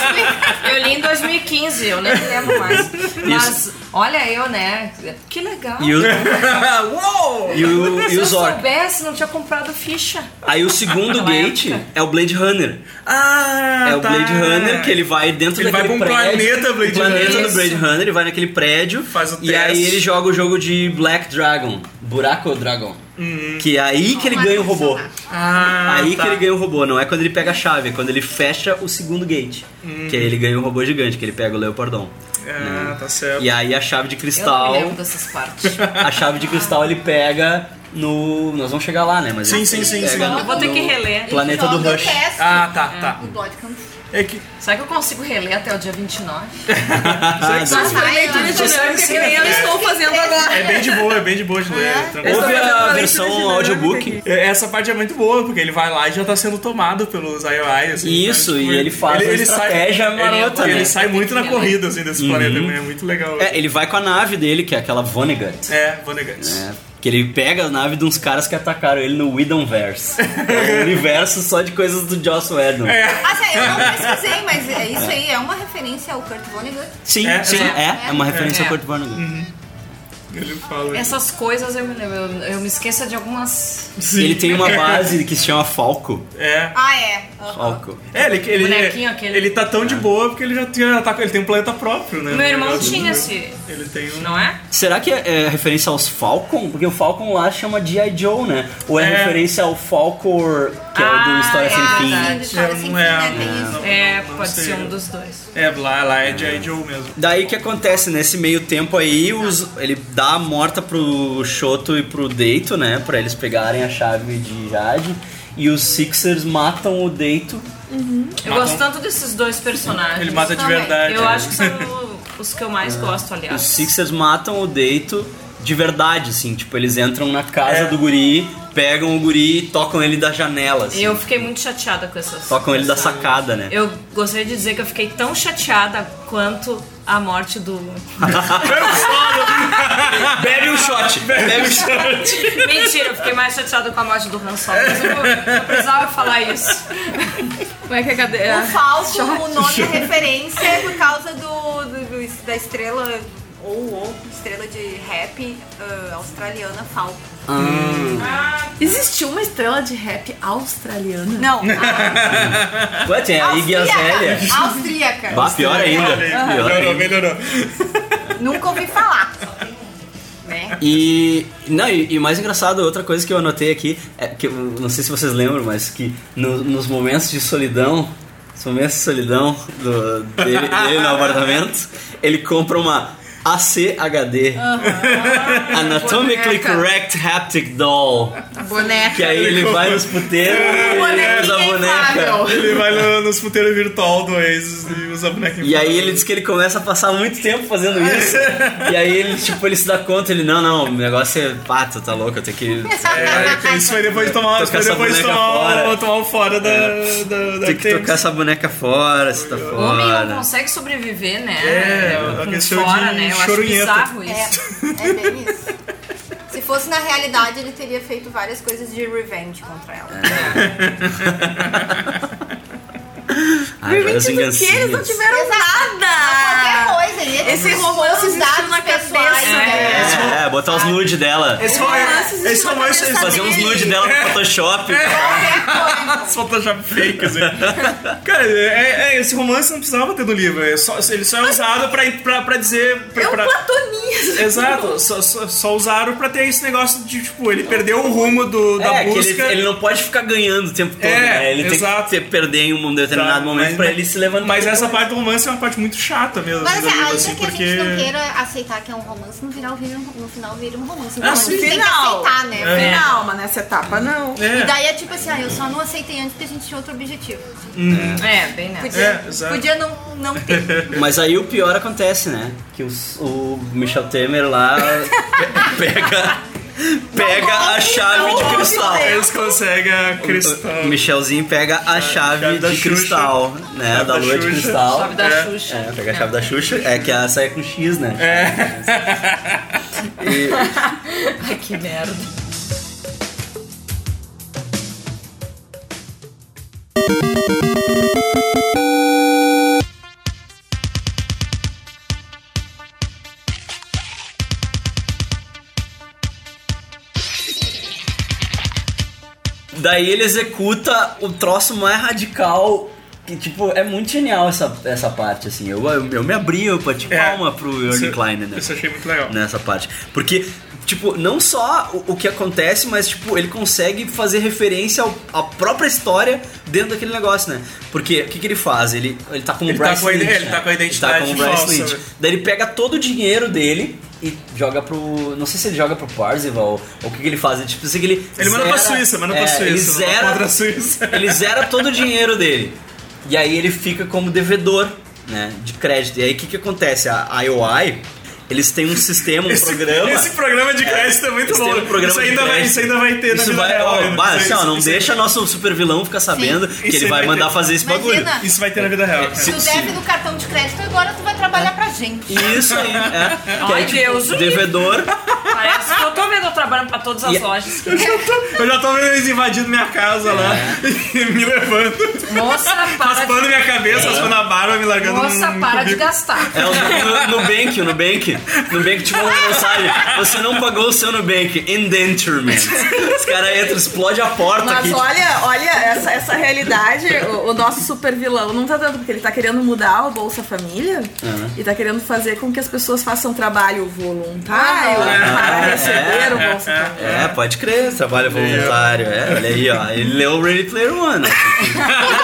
Speaker 2: Eu li em 2015, eu nem lembro mais. Mas olha eu, né? Que legal.
Speaker 1: E o,
Speaker 3: Uou!
Speaker 1: e o,
Speaker 2: Se
Speaker 1: e o
Speaker 2: eu
Speaker 1: Zork.
Speaker 2: soubesse, não tinha comprado ficha.
Speaker 1: Aí o segundo
Speaker 2: Naquela
Speaker 1: gate
Speaker 2: época.
Speaker 1: é o Blade Runner.
Speaker 3: Ah,
Speaker 1: É o Blade Runner que ele vai dentro
Speaker 3: Ele vai
Speaker 1: daquele
Speaker 3: pra um
Speaker 1: prédio.
Speaker 3: planeta Blade
Speaker 1: o planeta
Speaker 3: Runner.
Speaker 1: do Blade Runner, ele vai naquele prédio.
Speaker 3: Faz o
Speaker 1: e aí
Speaker 3: teste.
Speaker 1: ele joga o jogo de Black Dragon, Buraco Dragon. Que é aí que ele ganha o robô.
Speaker 3: Hum. Ah,
Speaker 1: aí
Speaker 3: tá.
Speaker 1: que ele ganha o robô, não é quando ele pega a chave, é quando ele fecha o segundo gate.
Speaker 3: Hum.
Speaker 1: Que aí ele ganha o robô gigante, que ele pega o Leopardon.
Speaker 3: Ah, tá certo.
Speaker 1: E aí a chave de cristal.
Speaker 2: Eu não me lembro dessas partes.
Speaker 1: A chave de cristal ele pega no. Nós vamos chegar lá, né? Mas
Speaker 3: Sim,
Speaker 1: ele
Speaker 3: sim, sim,
Speaker 1: pega
Speaker 3: sim.
Speaker 1: no-
Speaker 2: Eu vou ter que reler.
Speaker 1: Planeta do
Speaker 12: Joga o
Speaker 1: Rush.
Speaker 12: teste,
Speaker 3: Ah, tá, tá.
Speaker 12: O Blood Country.
Speaker 3: É que.
Speaker 2: Será que eu consigo reler até o dia 29?
Speaker 1: Ah,
Speaker 12: Nossa, ai, eu-
Speaker 4: dinâmica é que nem eu estou fazendo agora.
Speaker 3: É bem de boa, é bem de boa de ler. tranquilo.
Speaker 1: Ouve a versão
Speaker 4: dinâmica
Speaker 1: audiobook.
Speaker 3: um É, Essa parte é muito boa, porque ele vai lá e já tá sendo tomado pelos IOI, assim.
Speaker 1: Isso,
Speaker 3: sabe? Tipo,
Speaker 1: e ele faz uma estratégia
Speaker 3: sai,
Speaker 1: marota,
Speaker 3: ele,
Speaker 1: né?
Speaker 3: ele sai muito
Speaker 2: é
Speaker 3: na corrida, assim, desse planeta, né? É muito legal.
Speaker 1: É, ele vai com a nave dele, que é aquela Vonnegut.
Speaker 3: É, Vonnegut.
Speaker 1: né? Que ele pega a nave de uns caras que atacaram ele no Widonverse. É um universo só de coisas do Joss Whedon.
Speaker 3: É,
Speaker 12: Assim,
Speaker 8: Eu não pesquisei, mas é isso aí é uma referência ao Kurt Vonnegut.
Speaker 1: Sim,
Speaker 3: É,
Speaker 1: sim,
Speaker 3: é.
Speaker 1: é. É uma referência ao Kurt Vonnegut.
Speaker 3: Ele fala.
Speaker 2: Essas coisas eu me lembro. Eu, eu me esqueço de algumas.
Speaker 3: Sim.
Speaker 1: Ele tem uma base que se chama Falco.
Speaker 3: É.
Speaker 12: Ah, é.
Speaker 1: Falco.
Speaker 3: É, ele, ele,
Speaker 2: Bonequinho aquele.
Speaker 3: ele tá
Speaker 1: É.
Speaker 3: tão de boa porque ele já, tinha- já tá, ele tem um planeta próprio, né?
Speaker 2: Meu irmão
Speaker 3: Ele-
Speaker 2: tinha esse.
Speaker 3: Ele tem um.
Speaker 2: Não é?
Speaker 1: Será que é, é referência aos Falcon? Porque o Falcon lá chama G.I. Joe, né? Ou é,
Speaker 3: É.
Speaker 1: referência ao Falcor, que é o do
Speaker 2: Ah,
Speaker 1: História
Speaker 2: é
Speaker 1: Sem Fim.
Speaker 2: verdade.
Speaker 12: História
Speaker 3: Eu
Speaker 12: sem
Speaker 3: não
Speaker 12: fim,
Speaker 3: lembro.
Speaker 12: né? Tem isso.
Speaker 2: É,
Speaker 3: não
Speaker 2: pode
Speaker 3: sei.
Speaker 2: ser um dos dois.
Speaker 3: É, lá, lá é G.I. Joe mesmo.
Speaker 1: Daí o que acontece nesse meio tempo aí, os- ele dá a morta pro Shoto e pro Deito, né, Pra eles pegarem a chave de Jade, e os Sixers matam o Deito.
Speaker 2: Eu gosto tanto desses dois personagens.
Speaker 3: um- Ele mata de
Speaker 12: Também.
Speaker 3: verdade.
Speaker 2: Eu
Speaker 3: né?
Speaker 2: acho que são os que eu
Speaker 3: É.
Speaker 2: mais gosto,
Speaker 1: Os
Speaker 2: aliás.
Speaker 1: Sixers matam o Deito de verdade, assim, tipo, eles entram na casa
Speaker 3: É.
Speaker 1: do guri, pegam o guri e tocam ele da janela, assim.
Speaker 2: Eu fiquei muito chateada com essas.
Speaker 1: Tocam ele da sacada, né?
Speaker 2: Eu gostaria de dizer que eu fiquei tão chateada quanto a morte do.
Speaker 1: um Bebe um shot. Bebe um shot.
Speaker 2: Mentira, eu fiquei mais chateada com a morte do Han Solo. Mas eu, vou- eu precisava falar isso.
Speaker 11: Como é que é a cadeira?
Speaker 8: O Falco, o nome é referência por causa do, do- do- da estrela, ou ou estrela de rap ah, australiana Falco.
Speaker 11: Existiu uma estrela de rap australiana?
Speaker 8: Não.
Speaker 1: Ué, tem a Iggy Azalea.
Speaker 8: Austríaca. Austríaca.
Speaker 1: Bah, pior ainda. Pior
Speaker 3: Melhorou,
Speaker 1: ainda.
Speaker 3: melhorou.
Speaker 8: Nunca ouvi falar. só tem- Né?
Speaker 1: E, não, e, e mais engraçado, outra coisa que eu anotei aqui, é que eu não sei se vocês lembram, mas que no- nos momentos de solidão, nos momentos de solidão do- dele, dele no apartamento, ele compra uma ACHD Anatomically
Speaker 11: Boneca.
Speaker 1: Correct Haptic Doll.
Speaker 11: Boneca. É,
Speaker 1: Que aí ele vai nos puteiros e usa a boneca.
Speaker 3: Ele vai no- nos puteiros virtual do Oasis e usa boneca
Speaker 1: E aí ele diz que ele começa a passar muito tempo fazendo isso. e aí ele, tipo, ele se dá conta, ele, não, não, o negócio é pato, tá louco, eu tenho que.
Speaker 3: É, que isso foi depois de tomar,
Speaker 1: Tocar
Speaker 3: foi
Speaker 1: essa
Speaker 3: depois de
Speaker 1: boneca
Speaker 3: tomar,
Speaker 1: fora.
Speaker 3: o- tomar o fora da,
Speaker 1: É.
Speaker 3: da, da
Speaker 1: Tem que
Speaker 3: Thames.
Speaker 1: tocar essa boneca fora, se tá
Speaker 2: O homem não
Speaker 1: fora.
Speaker 2: consegue sobreviver, né?
Speaker 1: É,
Speaker 2: Com
Speaker 1: aquele show
Speaker 2: fora,
Speaker 1: de
Speaker 2: né? Eu acho
Speaker 1: chorunheta.
Speaker 2: bizarro isso.
Speaker 8: É, é bem isso. Se fosse na realidade, ele teria feito várias coisas de revenge contra ela.
Speaker 1: Ai, Ah, agora as
Speaker 4: Que eles não
Speaker 1: vingancinhas.
Speaker 4: tiveram
Speaker 8: nada!
Speaker 4: Não,
Speaker 8: qualquer coisa, ele ia
Speaker 4: Esse
Speaker 8: ter
Speaker 4: romance
Speaker 8: uns
Speaker 4: existiu
Speaker 8: dados
Speaker 4: na
Speaker 8: pessoais,
Speaker 4: cabeça,
Speaker 8: né?
Speaker 4: né?
Speaker 1: É, botar os nude dela.
Speaker 3: Esse romance, esse romance
Speaker 4: É.
Speaker 1: Fazer uns nude dela
Speaker 3: É.
Speaker 1: no Photoshop.
Speaker 3: Os É, Photoshop fake, assim. Cara, é, é, esse romance não precisava ter do livro. é só- ele só é usado pra, pra, pra dizer. Pra,
Speaker 4: É um
Speaker 3: pra-
Speaker 4: platonismo.
Speaker 3: Exato, só, só, só usaram pra ter esse negócio de, tipo, ele perdeu o rumo do, da
Speaker 1: É, que
Speaker 3: busca.
Speaker 1: ele, ele não pode ficar ganhando o tempo todo,
Speaker 3: É,
Speaker 1: né? Ele
Speaker 3: exato.
Speaker 1: tem que ter, perder em um determinado
Speaker 3: Tá,
Speaker 1: momento
Speaker 3: mas-
Speaker 1: pra ele se levantar.
Speaker 3: Mas essa parte do romance é uma parte muito chata mesmo.
Speaker 8: Mas
Speaker 3: do
Speaker 8: assim,
Speaker 3: livro,
Speaker 8: ainda
Speaker 3: assim,
Speaker 8: que
Speaker 3: porque...
Speaker 8: a gente não queira aceitar que é um romance, no final vira um, no final vira um romance. Então,
Speaker 4: Ah,
Speaker 8: a gente
Speaker 4: sim.
Speaker 8: tem que
Speaker 4: Final.
Speaker 8: aceitar, né?
Speaker 4: É. Final, mas nessa etapa não.
Speaker 8: E daí é tipo assim, ah, eu só não aceitei antes porque a gente tinha outro objetivo.
Speaker 2: É, bem nessa.
Speaker 8: Podia,
Speaker 3: assim,
Speaker 1: É, exato.
Speaker 8: podia não, não ter.
Speaker 1: Mas aí o pior acontece, né? Que os- o Michel Temer lá pe- pega, pega a chave de cristal.
Speaker 3: Eles conseguem a cristal.
Speaker 1: O Michelzinho pega a chave,
Speaker 3: É, chave da
Speaker 1: de
Speaker 3: Xuxa.
Speaker 1: cristal, né?
Speaker 3: Chave
Speaker 1: da
Speaker 3: da
Speaker 1: lua de
Speaker 3: Xuxa.
Speaker 1: cristal.
Speaker 2: Chave da
Speaker 1: é.
Speaker 2: Xuxa.
Speaker 3: Né?
Speaker 1: É, pega a chave da Xuxa, é que ela sai com X, né?
Speaker 3: É.
Speaker 2: Ai, que merda.
Speaker 1: Daí ele executa o troço mais radical. Que, tipo, é muito genial essa, essa parte, assim. Eu, eu, eu me abri, eu bati palma pro Ernie
Speaker 3: É. isso-
Speaker 1: Klein, né?
Speaker 3: Isso é eu achei muito legal.
Speaker 1: nessa parte. Porque, tipo, não só o, o que acontece, mas, tipo, ele consegue fazer referência ao- à própria história dentro daquele negócio, né? Porque o que, que ele faz? Ele, ele tá com o
Speaker 3: Ele tá
Speaker 1: Bryce
Speaker 3: com a ide-
Speaker 1: Lynch.
Speaker 3: ele
Speaker 1: né?
Speaker 3: tá com a
Speaker 1: Ele
Speaker 3: identidade
Speaker 1: com o Bryce
Speaker 3: falsa,
Speaker 1: Lynch.
Speaker 3: né?
Speaker 1: Daí ele pega todo o dinheiro dele e joga pro. Não sei se ele joga pro Parzival ou o que, que ele faz. Ele, tipo, sei que ele.
Speaker 3: Ele manda pra Suíça, manda pra
Speaker 1: é, Ele
Speaker 3: Suíça, manda
Speaker 1: zera,
Speaker 3: contra a Suíça.
Speaker 1: ele zera todo o dinheiro dele. E aí ele fica como devedor, né? De crédito. E aí o que, que acontece? A IOI, eles têm um sistema, um programa.
Speaker 3: Esse programa de crédito é, muito
Speaker 1: Eles têm
Speaker 3: bom.
Speaker 1: um programa
Speaker 3: isso,
Speaker 1: de
Speaker 3: ainda vai,
Speaker 1: crédito.
Speaker 3: isso ainda vai ter na
Speaker 1: Isso
Speaker 3: vida
Speaker 1: vai,
Speaker 3: real.
Speaker 1: ó,
Speaker 3: ainda.
Speaker 1: bah, assim,
Speaker 3: Isso-
Speaker 1: ó, não
Speaker 3: isso-
Speaker 1: deixa nosso super vilão ficar sabendo que
Speaker 3: Isso
Speaker 1: ele vai
Speaker 3: vai
Speaker 1: mandar
Speaker 3: ter.
Speaker 1: fazer esse bagulho.
Speaker 8: Imagina.
Speaker 3: Isso vai ter na vida real. cara.
Speaker 8: Tu deve no cartão de crédito, agora tu vai
Speaker 3: É.
Speaker 8: trabalhar pra gente.
Speaker 1: Isso aí, é. Que
Speaker 2: Ai,
Speaker 1: aí, tipo,
Speaker 2: Deus, o
Speaker 1: devedor.
Speaker 2: Parece que eu tô vendo eu trabalhando pra todas as
Speaker 1: E- é.
Speaker 2: lojas.
Speaker 3: Eu já tô, eu já tô vendo eles invadindo minha casa lá
Speaker 1: É.
Speaker 3: e me levando,
Speaker 2: Moça, para
Speaker 3: raspando
Speaker 2: de...
Speaker 3: minha cabeça, raspando a barba, me largando
Speaker 2: Moça,
Speaker 3: no- no
Speaker 2: para de
Speaker 3: bico.
Speaker 2: gastar.
Speaker 1: É o Nu- Nu- Nubank, o Nubank. Nubank te manda uma mensagem. Você não pagou o seu Nubank. Indenturement. Os caras entram, explode a porta aqui.
Speaker 4: Mas
Speaker 1: tipo,
Speaker 4: olha, olha essa, essa realidade, o, o nosso super vilão não tá dando, porque ele tá querendo mudar o Bolsa Família
Speaker 1: Aham.
Speaker 4: e tá querendo fazer com que as pessoas façam trabalho voluntário
Speaker 1: Ah,
Speaker 4: para
Speaker 1: é.
Speaker 4: receber o Bolsa Família.
Speaker 1: É, pode crer, trabalho voluntário. É, olha aí, ó. Ele leu o Ready Player One.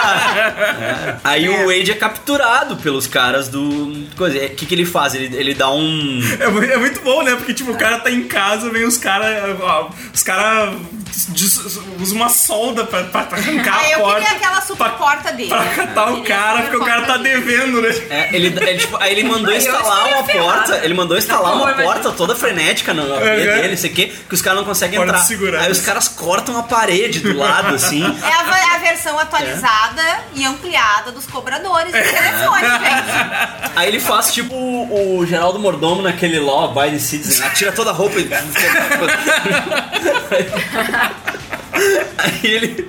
Speaker 1: É. Aí o Wade é capturado pelos caras do. coisa. O que, que ele faz? Ele, ele dá um.
Speaker 3: É, mu- é muito bom, né? Porque, tipo, o cara tá em casa, vem os caras. Os caras des- usa uma solda pra, pra- pra arrancar
Speaker 8: Ah,
Speaker 3: a
Speaker 8: eu
Speaker 3: porta.
Speaker 8: queria aquela super porta dele.
Speaker 3: Pra catar o cara, porque o cara tá devendo, né?
Speaker 1: É, ele, ele, tipo, aí ele mandou
Speaker 8: Eu
Speaker 1: instalar
Speaker 8: estaria
Speaker 1: uma
Speaker 8: ferrada.
Speaker 1: porta, ele mandou instalar
Speaker 8: Não,
Speaker 1: uma
Speaker 8: mas-
Speaker 1: porta toda frenética no AP
Speaker 3: Aham.
Speaker 1: dele, não sei o quê, que os caras não conseguem
Speaker 3: Porta
Speaker 1: entrar.
Speaker 3: de segurança.
Speaker 1: Aí os caras cortam a parede do lado, assim.
Speaker 8: É a, va- a versão atualizada e ampliada dos cobradores
Speaker 3: É.
Speaker 8: do telefone, gente.
Speaker 1: Aí ele faz tipo o, o Geraldo Mordomo naquele Law Abiding Citizen, atira toda a roupa e. Aí ele.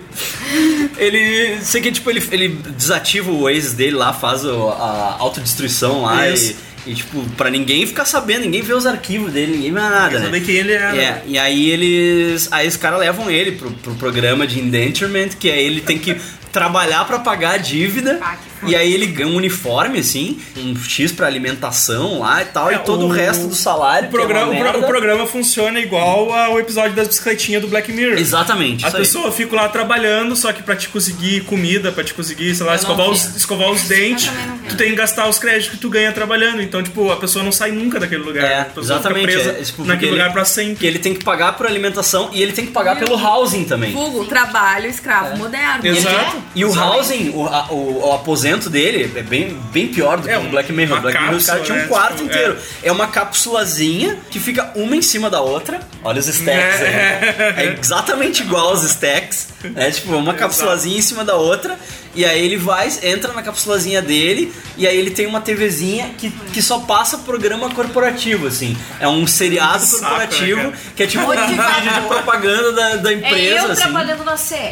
Speaker 1: Ele. Sei que tipo, ele, ele desativa o Waze dele lá, faz o- a autodestruição lá
Speaker 3: Isso.
Speaker 1: e, e, tipo, pra ninguém ficar sabendo, ninguém vê os arquivos dele, ninguém vê nada.
Speaker 3: Quer
Speaker 1: né?
Speaker 3: saber quem ele era.
Speaker 1: É, e aí eles. Aí os caras levam ele pro, pro programa de indenturement, que aí ele tem que trabalhar pra pagar a dívida. E aí ele ganha um uniforme, assim, um X pra alimentação lá e tal, e todo o, resto do salário.
Speaker 3: É, O
Speaker 1: que é uma
Speaker 3: programa, o pro-
Speaker 1: merda.
Speaker 3: o programa funciona igual ao episódio das bicicletinhas do Black Mirror.
Speaker 1: Exatamente.
Speaker 3: As
Speaker 1: isso aí.
Speaker 3: pessoas ficam lá trabalhando, só que pra te conseguir comida, pra te conseguir, sei lá,
Speaker 1: Eu não
Speaker 3: escovar
Speaker 1: vi.
Speaker 3: os, escovar os dentes, tu tem que gastar os créditos que tu ganha trabalhando. Então, tipo, a pessoa não sai nunca daquele lugar. a pessoa
Speaker 1: É, Exatamente.
Speaker 3: fica presa
Speaker 1: é, tipo, porque
Speaker 3: naquele
Speaker 1: ele-
Speaker 3: lugar pra sempre.
Speaker 1: Que ele tem que pagar por alimentação e ele tem que pagar pelo housing também.
Speaker 11: Vulgo, trabalho escravo moderno.
Speaker 1: E ele- E o housing, o, a- o- o aposento dele é bem, bem pior do que o Black Mirror. O Black Mirror os caras
Speaker 3: um cápsula,
Speaker 1: tinham um
Speaker 3: né?
Speaker 1: quarto
Speaker 3: Tipo,
Speaker 1: inteiro. É. uma cápsulazinha que fica uma em cima da outra. Olha os stacks aí. né? É exatamente igual aos stacks. É tipo uma cápsulazinha em cima da outra. E aí ele vai, entra na cápsulazinha dele. E aí ele tem uma TVzinha que, que só passa programa corporativo, assim. É um seriado
Speaker 3: Saco, né,
Speaker 1: corporativo
Speaker 3: cara?
Speaker 1: que é tipo um
Speaker 3: Motivador.
Speaker 1: vídeo de propaganda da, da
Speaker 10: É
Speaker 1: empresa.
Speaker 10: eu
Speaker 1: assim.
Speaker 10: trabalhando na CE.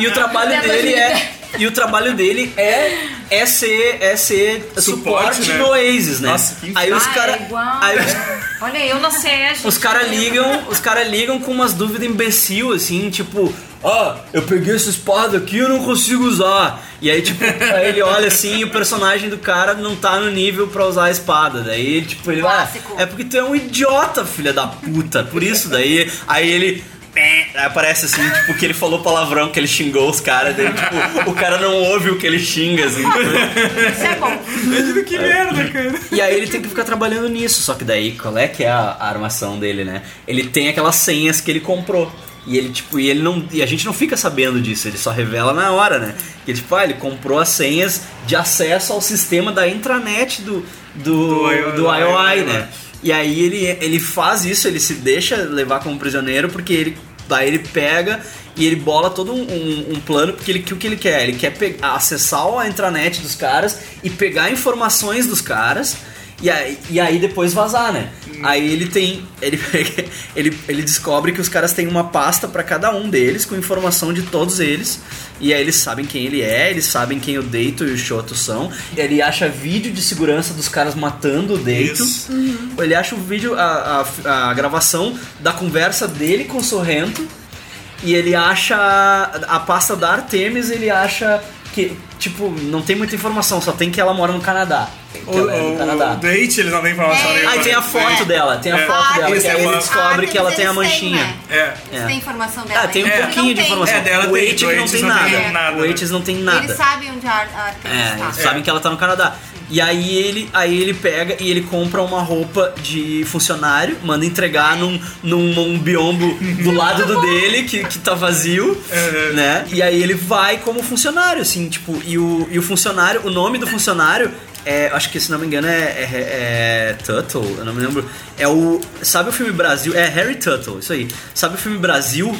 Speaker 1: E o trabalho
Speaker 10: Até
Speaker 1: dele é
Speaker 10: 2010.
Speaker 1: e o trabalho dele é é ser é ser suporte,
Speaker 3: Suporte, né?
Speaker 1: no Oasis, né?
Speaker 3: Nossa, que
Speaker 1: aí os
Speaker 10: Ah,
Speaker 1: cara
Speaker 10: é igual.
Speaker 1: aí os-
Speaker 10: Olha, eu na CE, gente.
Speaker 1: os cara ligam, os cara ligam com umas dúvidas imbecil assim, tipo, ah, eu peguei essa espada aqui, eu não consigo usar. E aí tipo, aí ele olha assim, e o personagem do cara não tá no nível pra usar a espada. Daí ele tipo, ele ah, é porque tu é um idiota, filha da puta. Por isso daí, aí ele Aí aparece assim, tipo, que ele falou palavrão, que ele xingou os caras, daí, tipo, o cara não ouve o que ele xinga, assim.
Speaker 8: Isso é bom.
Speaker 3: Que merda, cara.
Speaker 1: E aí ele tem que ficar trabalhando nisso, só que daí, qual é que é a, a armação dele, né? Ele tem aquelas senhas que ele comprou. E ele, tipo, e ele não. E a gente não fica sabendo disso, ele só revela na hora, né? Que tipo, ah, ele comprou as senhas de acesso ao sistema da intranet do. do.
Speaker 3: Do
Speaker 1: do IOI,
Speaker 3: IOI,
Speaker 1: né? E aí ele, ele faz isso, ele se deixa levar como prisioneiro, porque ele. Daí ele pega e ele bola todo um, um- um plano, porque ele, que, o que ele quer? Ele quer pe- acessar a intranet dos caras e pegar informações dos caras e aí, e aí depois vazar, né? Aí ele tem. Ele, ele, ele descobre que os caras têm uma pasta pra cada um deles, com informação de todos eles. E aí eles sabem quem ele é, eles sabem quem o Deito e o Shoto são. Ele acha vídeo de segurança dos caras matando o Deito. Uhum. Ele acha o vídeo, a, a, a gravação da conversa dele com o Sorrento. E ele acha a pasta da Artemis, ele acha que, tipo, não tem muita informação, só tem que ela mora no Canadá. Que
Speaker 3: O,
Speaker 1: ela é do
Speaker 3: o,
Speaker 1: Canadá.
Speaker 3: o date, eles não têm informação
Speaker 8: É.
Speaker 3: nenhuma.
Speaker 1: Aí tem a foto dela, tem a
Speaker 3: né? É.
Speaker 1: foto dela,
Speaker 3: Eles
Speaker 1: que aí
Speaker 3: têm
Speaker 1: ele
Speaker 3: uma-
Speaker 1: descobre
Speaker 8: Ah,
Speaker 1: que ela tem a
Speaker 8: eles têm,
Speaker 1: manchinha.
Speaker 8: né?
Speaker 3: É.
Speaker 8: Você tem informação dela?
Speaker 1: Ah, tem um
Speaker 8: ainda?
Speaker 1: pouquinho
Speaker 8: Não
Speaker 1: de
Speaker 8: tem.
Speaker 1: informação.
Speaker 3: É, dela
Speaker 1: o
Speaker 3: tem,
Speaker 1: Eight
Speaker 3: do
Speaker 1: que não
Speaker 3: Eight
Speaker 1: tem
Speaker 3: não tem um
Speaker 1: nada.
Speaker 3: nada. né?
Speaker 1: O Eight não tem nada.
Speaker 8: Eles sabem onde a a
Speaker 1: É,
Speaker 8: Artemis
Speaker 1: eles
Speaker 8: está.
Speaker 1: sabem que ela tá no Canadá. E aí ele, aí ele pega e ele compra uma roupa de funcionário, manda entregar num, num, num biombo do lado do dele, que, que tá vazio, né? E aí ele vai como funcionário, assim, tipo, e o, e o funcionário, o nome do funcionário é, acho que se não me engano é, é, é Tuttle, eu não me lembro. É o. Sabe o filme Brasil? É Harry Tuttle, isso aí. Sabe o filme Brasil?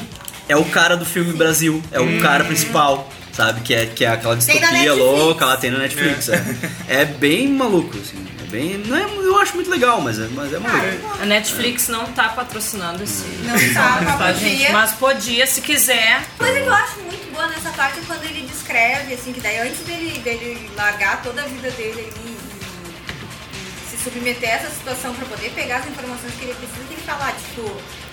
Speaker 1: É o cara do filme Brasil, é o cara principal, sabe? Que é, que é aquela
Speaker 8: Tem na
Speaker 1: distopia
Speaker 8: Netflix.
Speaker 1: louca, ela tem na Netflix. É, É bem maluco, assim. É bem. Não é, eu acho muito legal, mas é, mas é maluco.
Speaker 2: A Netflix não tá patrocinando esse.
Speaker 8: Não tá, mas
Speaker 2: tá,
Speaker 8: podia.
Speaker 2: gente? Mas podia, se quiser.
Speaker 8: coisa que eu acho muito boa nessa parte é quando ele descreve, assim, que daí antes dele, dele largar toda a vida dele ali e- e se submeter a essa situação pra poder pegar as informações que ele precisa, que ele fala, ah, tipo,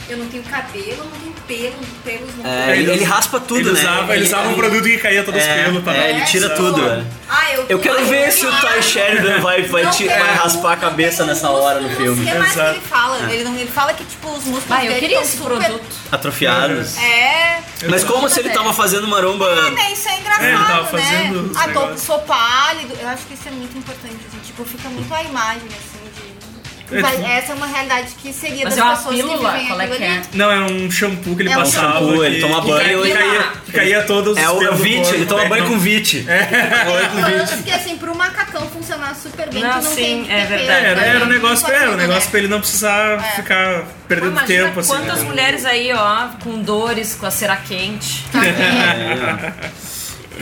Speaker 8: eu não tenho cabelo, não tenho pelo, pelos não
Speaker 1: É, ele, ele raspa tudo,
Speaker 3: ele
Speaker 1: né?
Speaker 3: usava, ele usava um produto que caía todos os
Speaker 1: É,
Speaker 3: pelos. tá pra-
Speaker 1: é, ele tira
Speaker 3: Sabe?
Speaker 1: tudo, é.
Speaker 8: Ah, eu,
Speaker 1: Eu quero ver se o Ty Sheridan vai, vai,
Speaker 8: Não
Speaker 1: te-
Speaker 8: tem
Speaker 1: vai
Speaker 8: músculo,
Speaker 1: raspar a cabeça nessa hora no
Speaker 8: O
Speaker 1: filme. É.
Speaker 8: que é mais que
Speaker 3: Exato.
Speaker 8: ele fala? Ele, não, ele fala que, tipo, os músculos
Speaker 10: Ah, eu
Speaker 8: dele
Speaker 10: queria
Speaker 8: tão
Speaker 10: esse
Speaker 8: super-
Speaker 10: produto.
Speaker 1: Atrofiados.
Speaker 8: É...
Speaker 1: Mas como se ele tava fazendo maromba.
Speaker 8: Ah, né, isso é engraçado,
Speaker 3: É, ele tava
Speaker 8: né?
Speaker 3: fazendo os
Speaker 8: Ah, tô,
Speaker 3: negócios.
Speaker 8: sou pálido. Eu acho que isso é muito importante, assim. Tipo, fica muito a imagem, assim, de...
Speaker 12: Mas essa é uma realidade que seria
Speaker 2: Mas
Speaker 12: das
Speaker 2: é uma
Speaker 12: pessoas
Speaker 2: pílula?
Speaker 12: que vivem
Speaker 2: Qual é
Speaker 12: aquilo
Speaker 2: que
Speaker 12: ali.
Speaker 2: é?
Speaker 3: Não, é um shampoo que ele
Speaker 12: É um
Speaker 3: passava.
Speaker 1: shampoo,
Speaker 3: que-
Speaker 1: ele toma
Speaker 3: que
Speaker 1: banho
Speaker 3: caía-
Speaker 1: e-
Speaker 3: caía, caía todos os
Speaker 1: É o, é o
Speaker 3: pelos do
Speaker 1: Vit,
Speaker 3: corpo,
Speaker 1: ele toma
Speaker 3: né?
Speaker 1: banho com Vit.
Speaker 8: É.
Speaker 12: Então, eu acho que assim, pro macacão funcionar super bem,
Speaker 2: Não,
Speaker 12: tu não
Speaker 2: sim,
Speaker 12: tem que
Speaker 2: é
Speaker 12: ter peso,
Speaker 2: verdade.
Speaker 12: né?
Speaker 3: Era, era um
Speaker 12: Tem
Speaker 3: negócio,
Speaker 12: só É.
Speaker 3: era um
Speaker 12: tudo, né?
Speaker 3: negócio pra ele não precisar ficar perdendo
Speaker 2: Imagina
Speaker 3: tempo assim.
Speaker 2: quantas
Speaker 3: né?
Speaker 2: mulheres aí, ó, com dores, com a cera quente.
Speaker 1: É.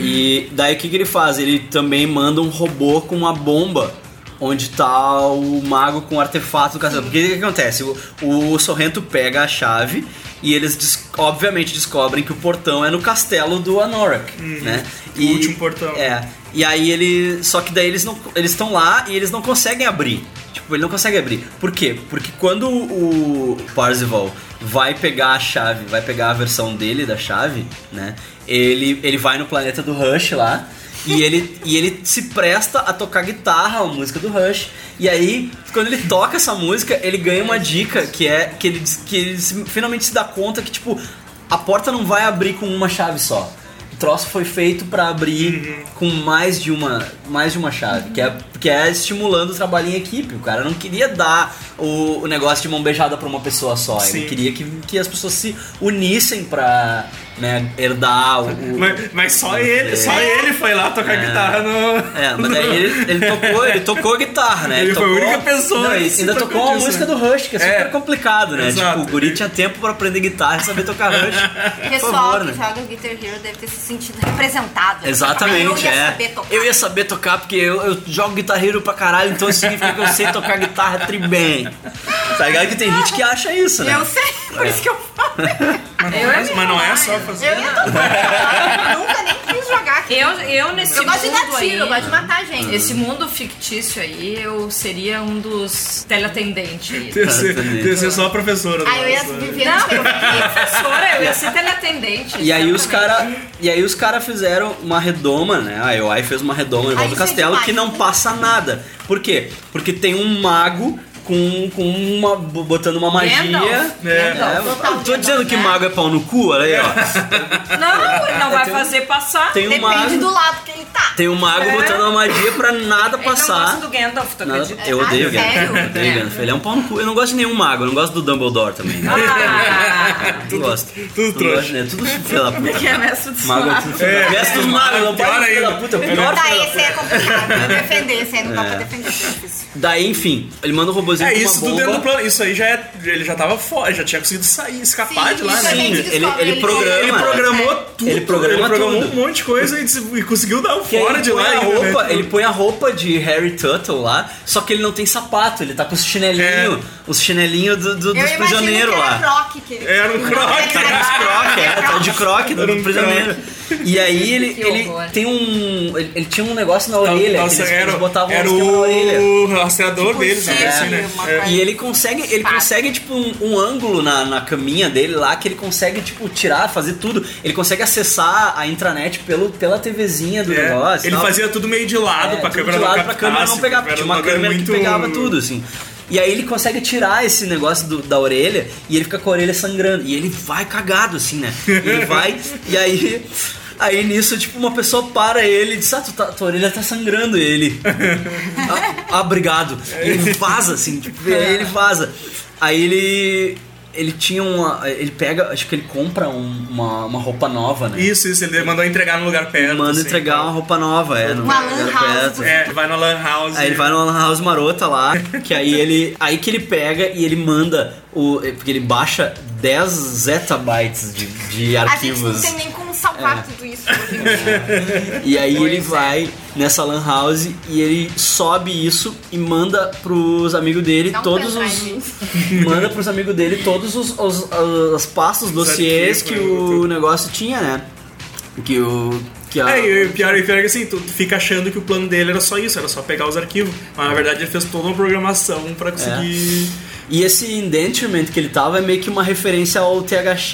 Speaker 1: E daí o que, que ele faz? Ele também manda um robô com uma bomba onde tá o mago com o artefato do castelo. Porque o que, que acontece? O, o Sorrento pega a chave e eles des- obviamente descobrem que o portão é no castelo do Anorak, né?
Speaker 3: Uhum. o último portão.
Speaker 1: É. E aí ele, só que daí eles não, eles estão lá e eles não conseguem abrir. Tipo, ele não consegue abrir. Por quê? Porque quando o Parzival vai pegar a chave, vai pegar a versão dele da chave, né? Ele, ele vai no planeta do Rush lá. E ele, e ele se presta a tocar guitarra, a música do Rush. E aí, quando ele toca essa música, ele ganha uma dica que é que ele, diz- que ele se- finalmente se dá conta que, tipo, a porta não vai abrir com uma chave só. O troço foi feito pra abrir com mais de uma, mais de uma chave, que é, que é estimulando o trabalho em equipe. O cara não queria dar o, o negócio de mão beijada pra uma pessoa só.
Speaker 3: Sim.
Speaker 1: Ele queria que, que as pessoas se unissem pra né, herdar o. o-
Speaker 3: Mas, mas só
Speaker 1: É.
Speaker 3: ele, só ele foi lá tocar guitarra no.
Speaker 1: É, mas daí ele, ele tocou, ele tocou guitarra, né?
Speaker 3: Ele foi a
Speaker 1: tocou-
Speaker 3: única pessoa
Speaker 1: Não, e
Speaker 3: que
Speaker 1: ainda
Speaker 3: tocou
Speaker 1: tocou uma
Speaker 3: disso,
Speaker 1: música
Speaker 3: né?
Speaker 1: do Rush, que é super
Speaker 3: É.
Speaker 1: complicado, né?
Speaker 3: Exato.
Speaker 1: Tipo, o guri tinha tempo pra aprender guitarra e saber tocar Rush.
Speaker 12: O
Speaker 1: Por
Speaker 12: É, pessoal
Speaker 1: favor,
Speaker 12: que
Speaker 1: né?
Speaker 12: joga Guitar Hero deve ter se sentido representado. Eu
Speaker 1: Exatamente,
Speaker 12: ia
Speaker 1: é.
Speaker 12: saber tocar.
Speaker 1: Eu ia saber tocar porque eu, eu jogo guitarreiro pra caralho, então isso significa que eu sei tocar guitarra tri bem. Tá ligado que tem gente que acha isso, né?
Speaker 12: Eu sei, por isso que eu
Speaker 3: Mas não, é, mas não é só fazer.
Speaker 12: Eu ia tocar. Eu nunca nem quis jogar aqui.
Speaker 2: Eu, eu nesse
Speaker 12: Eu gosto de
Speaker 2: mundo
Speaker 12: dar tiro,
Speaker 2: aí,
Speaker 12: eu gosto de matar gente.
Speaker 2: Esse mundo fictício aí, eu seria um dos teleatendentes aí.
Speaker 3: Ter ser- ter ser só a professora. do
Speaker 12: Aí Ah, eu ia
Speaker 3: negócio, né?
Speaker 12: viver
Speaker 2: Não,
Speaker 12: no
Speaker 2: professora, eu ia ser teleatendente.
Speaker 1: E aí os cara, e aí os cara fizeram uma redoma, né? A EOI fez uma redoma em volta do
Speaker 12: isso é
Speaker 1: castelo
Speaker 12: demais.
Speaker 1: que não passa nada. Por quê? Porque tem um mago com, com uma botando uma magia.
Speaker 2: Gandalf.
Speaker 1: É,
Speaker 2: Gandalf.
Speaker 1: eu tô dizendo que mago é pau no cu, olha aí, ó.
Speaker 2: Não, ele não vai fazer passar.
Speaker 1: um- Tem um
Speaker 12: né? Depende
Speaker 1: mago,
Speaker 12: do Então, lado que ele tá.
Speaker 1: tem um mago
Speaker 2: É.
Speaker 1: botando uma magia pra nada
Speaker 2: Ele não gosta
Speaker 1: um passar.
Speaker 2: do Gandalf, tu
Speaker 1: Nada-
Speaker 2: acredita?
Speaker 1: eu odeio o
Speaker 12: Ah,
Speaker 1: Gandalf. Eu
Speaker 12: sério?
Speaker 1: odeio o Gandalf. Ele é um pau no cu. Eu não gosto de nenhum mago, eu não gosto do Dumbledore também. Né?
Speaker 2: Ah,
Speaker 1: Não gosto.
Speaker 3: tudo
Speaker 1: Não
Speaker 3: trouxa.
Speaker 1: gosto, né? Tudo filho da puta.
Speaker 4: Que é mestre do
Speaker 1: Mago é tudo filho da puta. Mestre dos magos, não
Speaker 3: Pior
Speaker 1: pode ser filho da
Speaker 3: ainda.
Speaker 1: puta. é o pior
Speaker 12: Tá,
Speaker 1: filho da
Speaker 12: esse é complicado. Eu defender, esse aí não dá pra defender. isso é difícil.
Speaker 1: Daí, enfim, ele manda o robôzinho
Speaker 3: É
Speaker 1: com uma
Speaker 3: isso, tudo
Speaker 1: bomba.
Speaker 3: dentro do plano. Isso aí já é, ele já tava fora, já tinha conseguido sair, escapar
Speaker 12: Sim,
Speaker 3: de lá,
Speaker 12: isso
Speaker 3: né?
Speaker 12: aí.
Speaker 1: Sim,
Speaker 12: Ele
Speaker 1: ele,
Speaker 12: descobre,
Speaker 1: ele
Speaker 12: ele
Speaker 1: programa.
Speaker 3: Ele programou tudo.
Speaker 1: É. Ele programa
Speaker 3: um
Speaker 1: tudo.
Speaker 3: monte de coisa e, des- e conseguiu dar o
Speaker 1: Que aí
Speaker 3: fora
Speaker 1: ele
Speaker 3: de
Speaker 1: põe
Speaker 3: lá.
Speaker 1: a
Speaker 3: ainda, né?
Speaker 1: roupa, ele põe a roupa de Harry Tuttle lá, só que ele não tem sapato, ele tá com os chinelinhos,
Speaker 3: É.
Speaker 1: os chinelinhos do, do-
Speaker 12: Eu
Speaker 1: dos
Speaker 12: imagino que
Speaker 1: prisioneiros
Speaker 12: era
Speaker 1: lá.
Speaker 12: Brock que ele...
Speaker 3: Era um croque.
Speaker 1: Tá de croque, é, tá de croque do,
Speaker 3: Era um
Speaker 1: do prisioneiro. E aí ele,
Speaker 2: Que
Speaker 1: ele
Speaker 2: horror.
Speaker 1: tem um. Ele, ele tinha um negócio na orelha,
Speaker 3: Nossa,
Speaker 1: que eles,
Speaker 3: era,
Speaker 1: eles botavam um
Speaker 3: era
Speaker 1: esquema na orelha. Tipo
Speaker 3: o rastreador deles, né?
Speaker 12: cheiro,
Speaker 3: Assim, né?
Speaker 12: uma
Speaker 3: É.
Speaker 12: coisa.
Speaker 1: E ele consegue, ele consegue tipo um, um ângulo na, na caminha dele lá que ele consegue tipo tirar, fazer tudo. Ele consegue acessar a intranet pelo, pela TVzinha do
Speaker 3: É,
Speaker 1: negócio. e
Speaker 3: ele
Speaker 1: tal.
Speaker 3: fazia tudo meio de lado
Speaker 1: É,
Speaker 3: pra
Speaker 1: tudo
Speaker 3: câmera
Speaker 1: de
Speaker 3: não
Speaker 1: lado pra câmera
Speaker 3: captasse,
Speaker 1: não pegar,
Speaker 3: era
Speaker 1: porque tinha
Speaker 3: um
Speaker 1: uma
Speaker 3: bagulho
Speaker 1: câmera
Speaker 3: muito-
Speaker 1: que pegava tudo assim. E aí ele consegue tirar esse negócio do- da orelha e ele fica com a orelha sangrando e ele vai cagado assim, né? E Ele vai e aí Aí nisso, tipo, uma pessoa para ele e diz: Ah, tu tá- tua orelha tá sangrando. E ele. Ah, ah, obrigado. Ele vaza, assim, tipo, e aí ele vaza. Aí ele. Ele tinha uma. Ele pega, acho que ele compra um- uma, uma roupa nova, né?
Speaker 3: Isso, isso, ele mandou entregar no lugar perto.
Speaker 1: Manda
Speaker 3: assim,
Speaker 1: entregar uma roupa nova, é.
Speaker 12: Uma lan house,
Speaker 1: perto.
Speaker 3: É, vai na Lan House.
Speaker 1: Aí ele vai numa lan house marota lá, que aí ele. Aí que ele pega e ele manda o. Porque ele baixa 10 zettabytes de, de
Speaker 12: A gente não
Speaker 1: arquivos. É.
Speaker 12: tem nem como salvar tudo isso. hoje
Speaker 8: assim,
Speaker 12: em
Speaker 8: né?
Speaker 12: dia.
Speaker 1: E aí ele vai nessa lan house e ele sobe isso e manda pros amigos dele
Speaker 12: Dá um
Speaker 1: todos
Speaker 12: pendrive.
Speaker 1: os. manda pros amigos dele todos os, os, as pastas, dossiês que
Speaker 3: arquivos, né?
Speaker 1: o negócio tinha, né? Que o. Que a,
Speaker 3: É, e o pior, e o pior é que assim, tu tu fica achando que o plano dele era só isso, era só pegar os arquivos. Mas na verdade ele fez toda uma programação pra conseguir.
Speaker 1: E esse indenturement que ele tava é meio que uma referência ao THX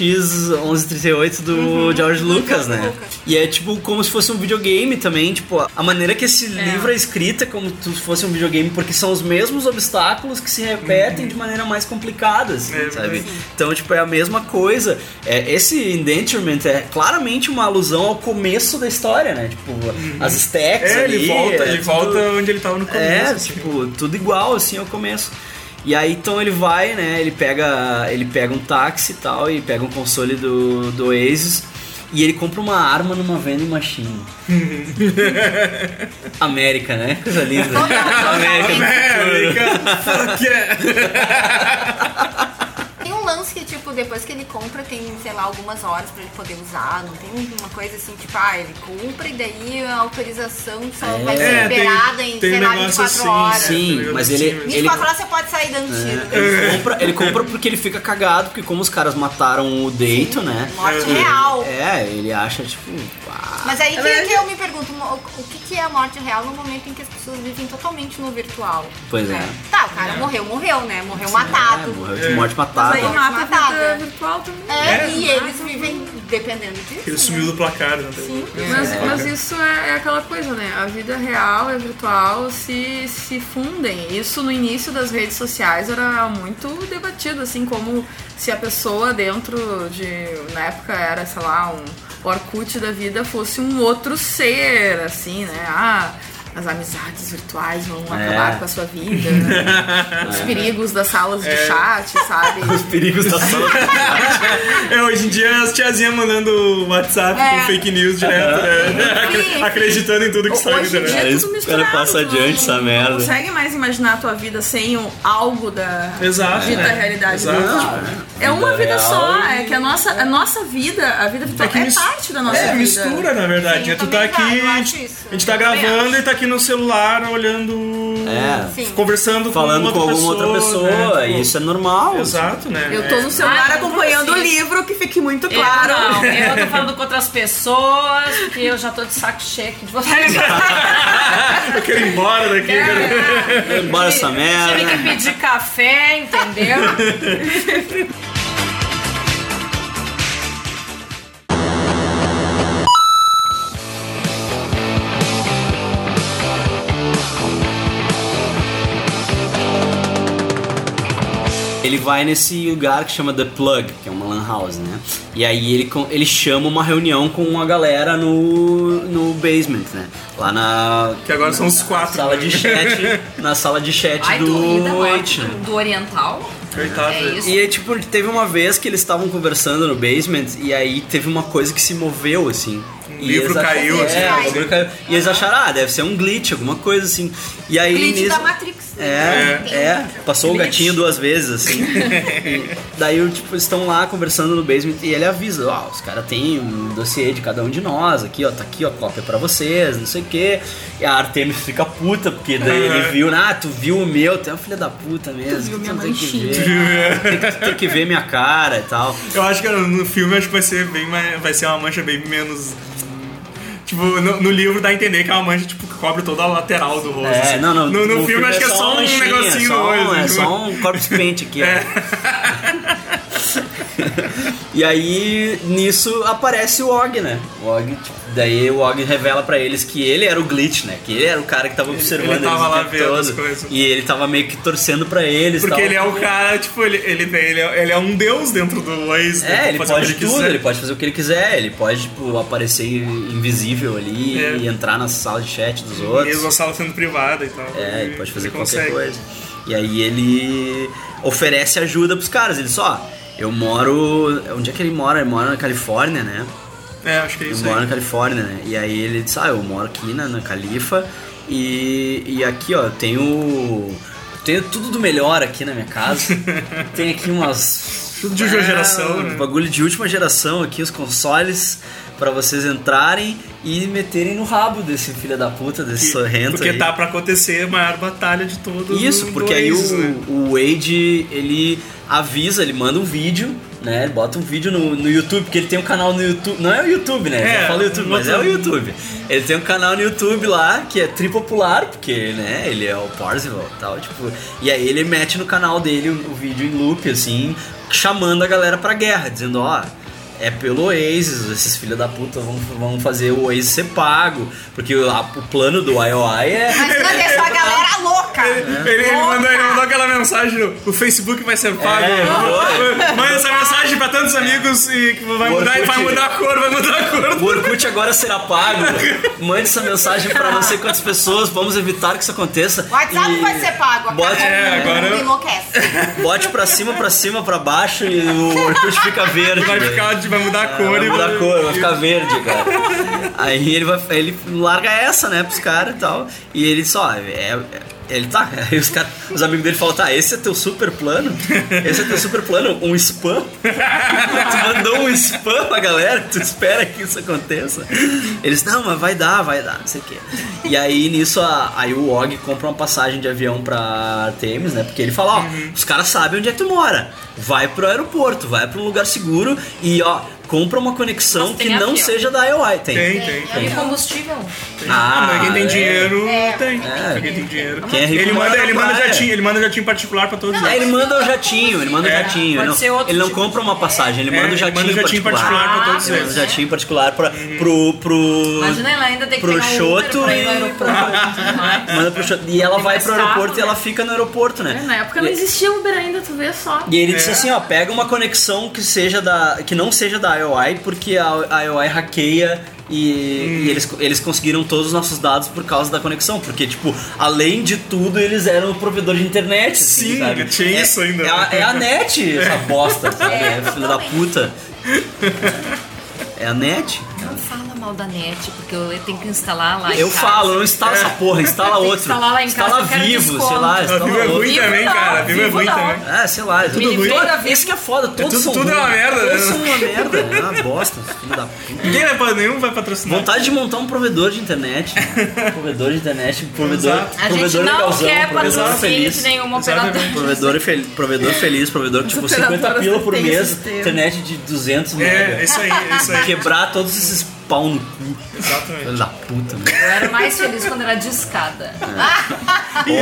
Speaker 1: 1138 do George Lucas, né? E é tipo como se fosse um videogame também, tipo, a maneira que esse livro é escrito é como se fosse um videogame, porque são os mesmos obstáculos que se repetem de maneira mais complicada, assim,
Speaker 3: Uhum. É,
Speaker 1: sabe? Então, tipo, é a mesma coisa. É, esse indenturement é claramente uma alusão ao começo da história, né? Tipo, as stacks
Speaker 3: É,
Speaker 1: ali,
Speaker 3: ele volta,
Speaker 1: é
Speaker 3: ele
Speaker 1: tudo-
Speaker 3: volta onde ele tava no começo.
Speaker 1: é,
Speaker 3: assim.
Speaker 1: tipo, tudo igual assim ao começo. E aí então ele vai, né? Ele pega, ele pega um táxi e tal, e pega um console do, do Oasis. E ele compra uma arma numa vending machine. América, né? Coisa linda. América.
Speaker 3: É, América! Fuck yeah! é.
Speaker 8: Tem um lance que, tipo, depois que ele compra, tem, sei lá, algumas horas pra ele poder usar. Não tem uma coisa assim, tipo, ah, ele compra e daí a autorização só
Speaker 1: É.
Speaker 8: vai
Speaker 1: É,
Speaker 8: ser
Speaker 1: tem-
Speaker 8: liberada Tá em,
Speaker 1: tem
Speaker 8: sei
Speaker 1: um
Speaker 8: lá,
Speaker 1: negócio
Speaker 8: 24
Speaker 1: assim,
Speaker 8: horas.
Speaker 3: um
Speaker 1: sim, Sim,
Speaker 3: assim,
Speaker 1: mas ele-
Speaker 8: 24
Speaker 1: ele-
Speaker 8: horas você pode sair dando tiro.
Speaker 1: É, ele, compra, ele compra porque ele fica cagado, porque como os caras mataram o Deito, né?
Speaker 8: morte
Speaker 1: ele-
Speaker 8: real.
Speaker 1: É, ele acha, tipo, ah,
Speaker 8: Mas aí
Speaker 6: Na
Speaker 8: que, é
Speaker 6: verdade-
Speaker 8: que eu me pergunto, mo- o que, que é a morte real no momento em que as pessoas vivem totalmente no virtual?
Speaker 1: pois é.
Speaker 8: Tá, o cara morreu, morreu, né? Morreu matado.
Speaker 1: Morreu de morte matada.
Speaker 8: Morte matada.
Speaker 2: virtual também.
Speaker 8: É,
Speaker 2: É,
Speaker 8: e eles vivem dependendo disso. né?
Speaker 3: Ele sumiu do placar, né? não tem?
Speaker 2: Mas, mas isso é, é aquela coisa, né? A vida real e a virtual se, se fundem. Isso no início das redes sociais era muito debatido, assim, como se a pessoa dentro de. Na época era, sei lá, um Orkut da vida fosse um outro ser, assim, né? Ah, as amizades virtuais vão
Speaker 1: É.
Speaker 2: acabar com a sua vida. né? Os
Speaker 1: É.
Speaker 2: perigos das salas de
Speaker 3: É.
Speaker 2: chat, sabe?
Speaker 1: Os perigos da sala.
Speaker 3: É, hoje em dia as tiazinhas mandando WhatsApp
Speaker 2: É.
Speaker 3: com fake news direto, né? Acre- Acreditando em tudo que sai na
Speaker 1: Cara,
Speaker 3: internet.
Speaker 1: esse cara passa adiante essa
Speaker 6: Não
Speaker 1: merda.
Speaker 6: consegue mais imaginar a tua vida sem
Speaker 2: um,
Speaker 6: o algo da
Speaker 3: Exato.
Speaker 6: dita
Speaker 3: É.
Speaker 6: realidade
Speaker 3: Exato.
Speaker 6: virtual. É uma vida só, é que a nossa, a nossa vida, a vida virtual é, parte da nossa
Speaker 3: é,
Speaker 6: vida.
Speaker 3: mistura, na verdade. né? tu tá aqui, a gente- a gente tá gravando e tá aqui no celular olhando.
Speaker 1: É.
Speaker 3: Conversando
Speaker 1: Falando com
Speaker 3: com outra
Speaker 1: alguma outra
Speaker 3: pessoa.
Speaker 1: pessoa,
Speaker 3: né? Tipo,
Speaker 1: isso é normal.
Speaker 3: Exato, né?
Speaker 6: Eu tô no celular acompanhando o livro, que fique muito
Speaker 2: É,
Speaker 14: Eu
Speaker 6: claro.
Speaker 14: não,
Speaker 3: É.
Speaker 14: eu tô falando com outras pessoas, porque eu já tô de saco cheio aqui de vocês.
Speaker 3: Eu quero ir embora daqui. né?
Speaker 1: Vai Embora essa
Speaker 14: Tive que
Speaker 1: merda.
Speaker 14: pedir café, entendeu?
Speaker 1: Ele vai nesse lugar que chama The Plug, que é uma lan house, né? E aí ele, com- ele chama uma reunião com a galera no, no basement, né? Lá na.
Speaker 3: Que agora são os quatro. né?
Speaker 1: Sala de chat. Na sala de chat
Speaker 14: Ai, tu ri da
Speaker 1: do
Speaker 14: morte
Speaker 1: H,
Speaker 2: tipo,
Speaker 1: né?
Speaker 14: do Oriental.
Speaker 3: Coitado.
Speaker 14: É isso.
Speaker 1: E aí, tipo, teve uma vez que eles estavam conversando no basement e aí teve uma coisa que se moveu, assim.
Speaker 3: Um
Speaker 1: E
Speaker 3: livro
Speaker 1: eles acharam-
Speaker 3: caiu, assim,
Speaker 1: é,
Speaker 3: assim.
Speaker 1: o livro caiu. E eles acharam, ah, deve ser um glitch, alguma coisa assim. E aí
Speaker 8: Glitch
Speaker 1: nisso-
Speaker 8: da Matrix.
Speaker 1: É, é, passou o gatinho duas vezes, assim. E daí, eu, tipo, estão lá conversando no basement e ele avisa, ó, os caras têm um dossiê de cada um de nós, aqui, ó, tá aqui, ó, cópia pra vocês, não sei o quê. E a Artemis fica puta, porque daí ele
Speaker 3: Uhum.
Speaker 1: viu, ah, tu viu o meu, tu é um filho da puta mesmo.
Speaker 6: viu
Speaker 1: tu
Speaker 6: minha
Speaker 1: não tem que
Speaker 6: manchinha."
Speaker 1: ver. Tem que, tem que ver minha cara e tal.
Speaker 3: Eu acho que no filme acho que vai ser bem mais, vai ser uma mancha bem menos. Tipo, no, no livro dá a entender que é uma mancha tipo, que cobre toda a lateral do rosto.
Speaker 1: É,
Speaker 3: assim.
Speaker 1: não, não.
Speaker 3: No, no filme, acho que é
Speaker 1: uma
Speaker 3: só um
Speaker 1: manchinha,
Speaker 3: negocinho
Speaker 1: só
Speaker 3: no
Speaker 1: um-
Speaker 3: olho.
Speaker 1: É
Speaker 3: assim, tipo, é.
Speaker 1: só um corpus paint aqui, ó. E aí, nisso, aparece o Og, né? O Og, tipo, daí o Og revela pra eles que ele era o glitch, né? Que ele era o cara que tava observando
Speaker 3: ele tava
Speaker 1: eles o
Speaker 3: lá
Speaker 1: tempo
Speaker 3: vendo
Speaker 1: todo.
Speaker 3: as coisas.
Speaker 1: E ele tava meio que torcendo pra eles.
Speaker 3: Porque
Speaker 1: tal.
Speaker 3: ele é o cara, tipo, ele, ele, tem- ele, é, ele é um deus dentro do Waze. né?
Speaker 1: É, ele
Speaker 3: Fazer o que
Speaker 1: pode tudo,
Speaker 3: quiser.
Speaker 1: ele pode fazer o que ele quiser, ele pode, tipo, aparecer invisível ali
Speaker 3: É.
Speaker 1: e entrar na sala de chat dos outros.
Speaker 3: Mesmo a sala sendo privada e tal.
Speaker 1: É, ele pode fazer
Speaker 3: ele
Speaker 1: qualquer
Speaker 3: consegue.
Speaker 1: coisa. E aí ele oferece ajuda pros caras. Ele só, eu moro. Onde é que ele mora? Ele mora na Califórnia, né?
Speaker 3: É, acho que é
Speaker 1: Ele
Speaker 3: isso
Speaker 1: mora na
Speaker 3: aí.
Speaker 1: Califórnia, né? E aí ele disse, ah, eu moro aqui na, na Califa e, e aqui, ó, eu tenho. Tenho tudo do melhor aqui na minha casa. Tem aqui umas. Ah,
Speaker 3: Tudo de última geração, né?
Speaker 1: Bagulho de última geração aqui, os consoles pra vocês entrarem e meterem no rabo desse filho da puta, desse sorrento.
Speaker 3: Porque
Speaker 1: aí.
Speaker 3: tá pra acontecer a maior batalha de todos.
Speaker 1: Isso,
Speaker 3: do-
Speaker 1: porque
Speaker 3: do
Speaker 1: aí o,
Speaker 3: Waze, né?
Speaker 1: o Wade, ele avisa, ele manda um vídeo, né? Ele bota um vídeo no, no YouTube, porque ele tem um canal no YouTube. Não é o YouTube, né?
Speaker 3: É,
Speaker 1: Eu falo YouTube,
Speaker 3: um
Speaker 1: mas é
Speaker 3: outro-
Speaker 1: o YouTube. Ele tem um canal no YouTube lá, que é tripopular, porque, né, ele é o Parzival e tal, tipo... E aí ele mete no canal dele o, o vídeo em loop, assim, chamando a galera pra guerra, dizendo, ó... É pelo Oasis, esses filhos da puta vão, vão fazer o Oasis ser pago, porque o, a- o plano do IOI é
Speaker 8: Mas não deixou a galera louca.
Speaker 3: É, Ele, ele mandou, ele mandou aquela uma mensagem no o Facebook vai ser pago.
Speaker 13: É, boa.
Speaker 3: Manda essa mensagem pra tantos amigos e que vai mudar, vai mudar a cor, vai mudar a cor.
Speaker 1: O Orkut agora será pago. Mande essa mensagem pra não sei quantas pessoas. Vamos evitar que isso aconteça.
Speaker 12: O WhatsApp
Speaker 1: E
Speaker 12: vai ser pago.
Speaker 1: Bote-
Speaker 12: acabou.
Speaker 1: É, agora-
Speaker 12: Enlouquece.
Speaker 1: Bote pra cima, pra cima, pra baixo e o Orkut fica verde.
Speaker 3: Vai
Speaker 1: daí.
Speaker 3: ficar, vai mudar a cor.
Speaker 1: É, Vai
Speaker 3: e
Speaker 1: mudar a cor, vai ficar verde, cara. Aí ele, vai, ele larga essa, né, pros caras e tal. E ele só. é- é- ele tá. Aí os, cara- os amigos dele falam: tá, esse é teu super plano? Esse é teu super plano? Um spam? tu mandou um spam pra galera? Tu espera que isso aconteça? Eles, não, mas vai dar, vai dar, não sei o quê. E aí nisso, a, aí o Og compra uma passagem de avião pra Artemis, né? Porque ele fala: ó,
Speaker 2: Uhum.
Speaker 1: os caras sabem onde é que tu mora. Vai pro aeroporto, vai pro lugar seguro e ó. Compra uma conexão
Speaker 2: Mas
Speaker 1: que
Speaker 2: tem
Speaker 1: não
Speaker 2: avião.
Speaker 1: seja da IOI. Tem,
Speaker 3: Tem, tem,
Speaker 2: E combustível?
Speaker 3: Ah, mas quem tem
Speaker 1: é.
Speaker 3: dinheiro tem.
Speaker 1: É.
Speaker 3: Quem tem dinheiro.
Speaker 1: Quem é rico
Speaker 3: ele manda,
Speaker 1: mora
Speaker 3: ele
Speaker 1: na
Speaker 3: manda
Speaker 1: praia.
Speaker 3: jatinho, ele manda jatinho particular pra todos.
Speaker 1: É, ele manda o jatinho, ele manda o
Speaker 3: É.
Speaker 1: jatinho. Ele
Speaker 3: Pode ser
Speaker 1: não,
Speaker 3: outro
Speaker 1: ele
Speaker 2: tipo
Speaker 1: não compra uma passagem, ele
Speaker 3: É,
Speaker 1: manda o
Speaker 3: ele
Speaker 1: jatinho,
Speaker 3: manda o jatinho particular pra todos
Speaker 1: Ele manda
Speaker 3: eles. Uhum.
Speaker 1: o jatinho particular pra, pro, pro.
Speaker 2: Imagina ela ainda tem que
Speaker 1: Pro
Speaker 2: pegar um Uber
Speaker 1: Xoto
Speaker 2: pra ir no
Speaker 1: e-
Speaker 2: aeroporto. tudo mais.
Speaker 1: Manda pro show. E ela vai pro
Speaker 2: mais
Speaker 1: aeroporto
Speaker 2: carro,
Speaker 1: e ela fica no aeroporto, né?
Speaker 2: É,
Speaker 11: Na época não
Speaker 1: E-
Speaker 11: existia Uber ainda, tu vê só.
Speaker 1: E ele
Speaker 3: É.
Speaker 1: disse assim, ó, pega uma conexão que seja da. que não seja da IOI, porque a, a IOI hackeia e,
Speaker 3: Hum.
Speaker 1: e eles, eles conseguiram todos os nossos dados por causa da conexão. Porque, tipo, além de tudo, eles eram o provedor de internet. assim,
Speaker 3: Sim,
Speaker 1: sabe?
Speaker 3: tinha
Speaker 1: é,
Speaker 3: isso ainda. né?
Speaker 1: É a, é a net, essa bosta, sabe? É, filho da puta. É a net?
Speaker 10: Não fala mal da net, porque eu tenho que instalar lá. em
Speaker 1: eu
Speaker 10: casa. É.
Speaker 1: falo, não instala essa porra, instala
Speaker 10: Tem que
Speaker 1: outro.
Speaker 10: instalar lá em casa,
Speaker 1: instala
Speaker 10: eu quero
Speaker 1: vivo,
Speaker 10: desconto.
Speaker 1: sei lá, instala
Speaker 3: Vivo é ruim
Speaker 1: outro.
Speaker 3: também, cara. Vivo é ruim também.
Speaker 1: É, sei lá, é
Speaker 3: tudo ruim.
Speaker 1: Esse que é foda, todos
Speaker 3: tudo-
Speaker 1: são
Speaker 3: tudo é
Speaker 1: ruins.
Speaker 3: uma merda,
Speaker 1: Todos
Speaker 3: né? Ah,
Speaker 1: são uma merda, é uma bosta, filho da puta.
Speaker 3: Ninguém vai, nenhum vai patrocinar.
Speaker 1: Vontade de montar um provedor de internet. né? provedor de internet, provedor,
Speaker 3: Exato.
Speaker 2: A gente
Speaker 1: provedor
Speaker 2: não
Speaker 1: legalzão,
Speaker 2: quer
Speaker 1: provedor
Speaker 2: patrocínio de
Speaker 1: feliz.
Speaker 2: nenhuma operadora.
Speaker 1: Provedor, fel- provedor feliz, provedor que, tipo
Speaker 2: As
Speaker 1: 50
Speaker 2: operadoras
Speaker 1: pila por
Speaker 2: têm
Speaker 1: mês,
Speaker 2: esse termo.
Speaker 1: internet de 200 mega.
Speaker 3: isso aí, é isso aí.
Speaker 1: Quebrar todos esses pau no cu.
Speaker 3: Exatamente.
Speaker 1: Filho da puta,
Speaker 3: É.
Speaker 1: mano.
Speaker 10: Eu era mais feliz quando era de escada.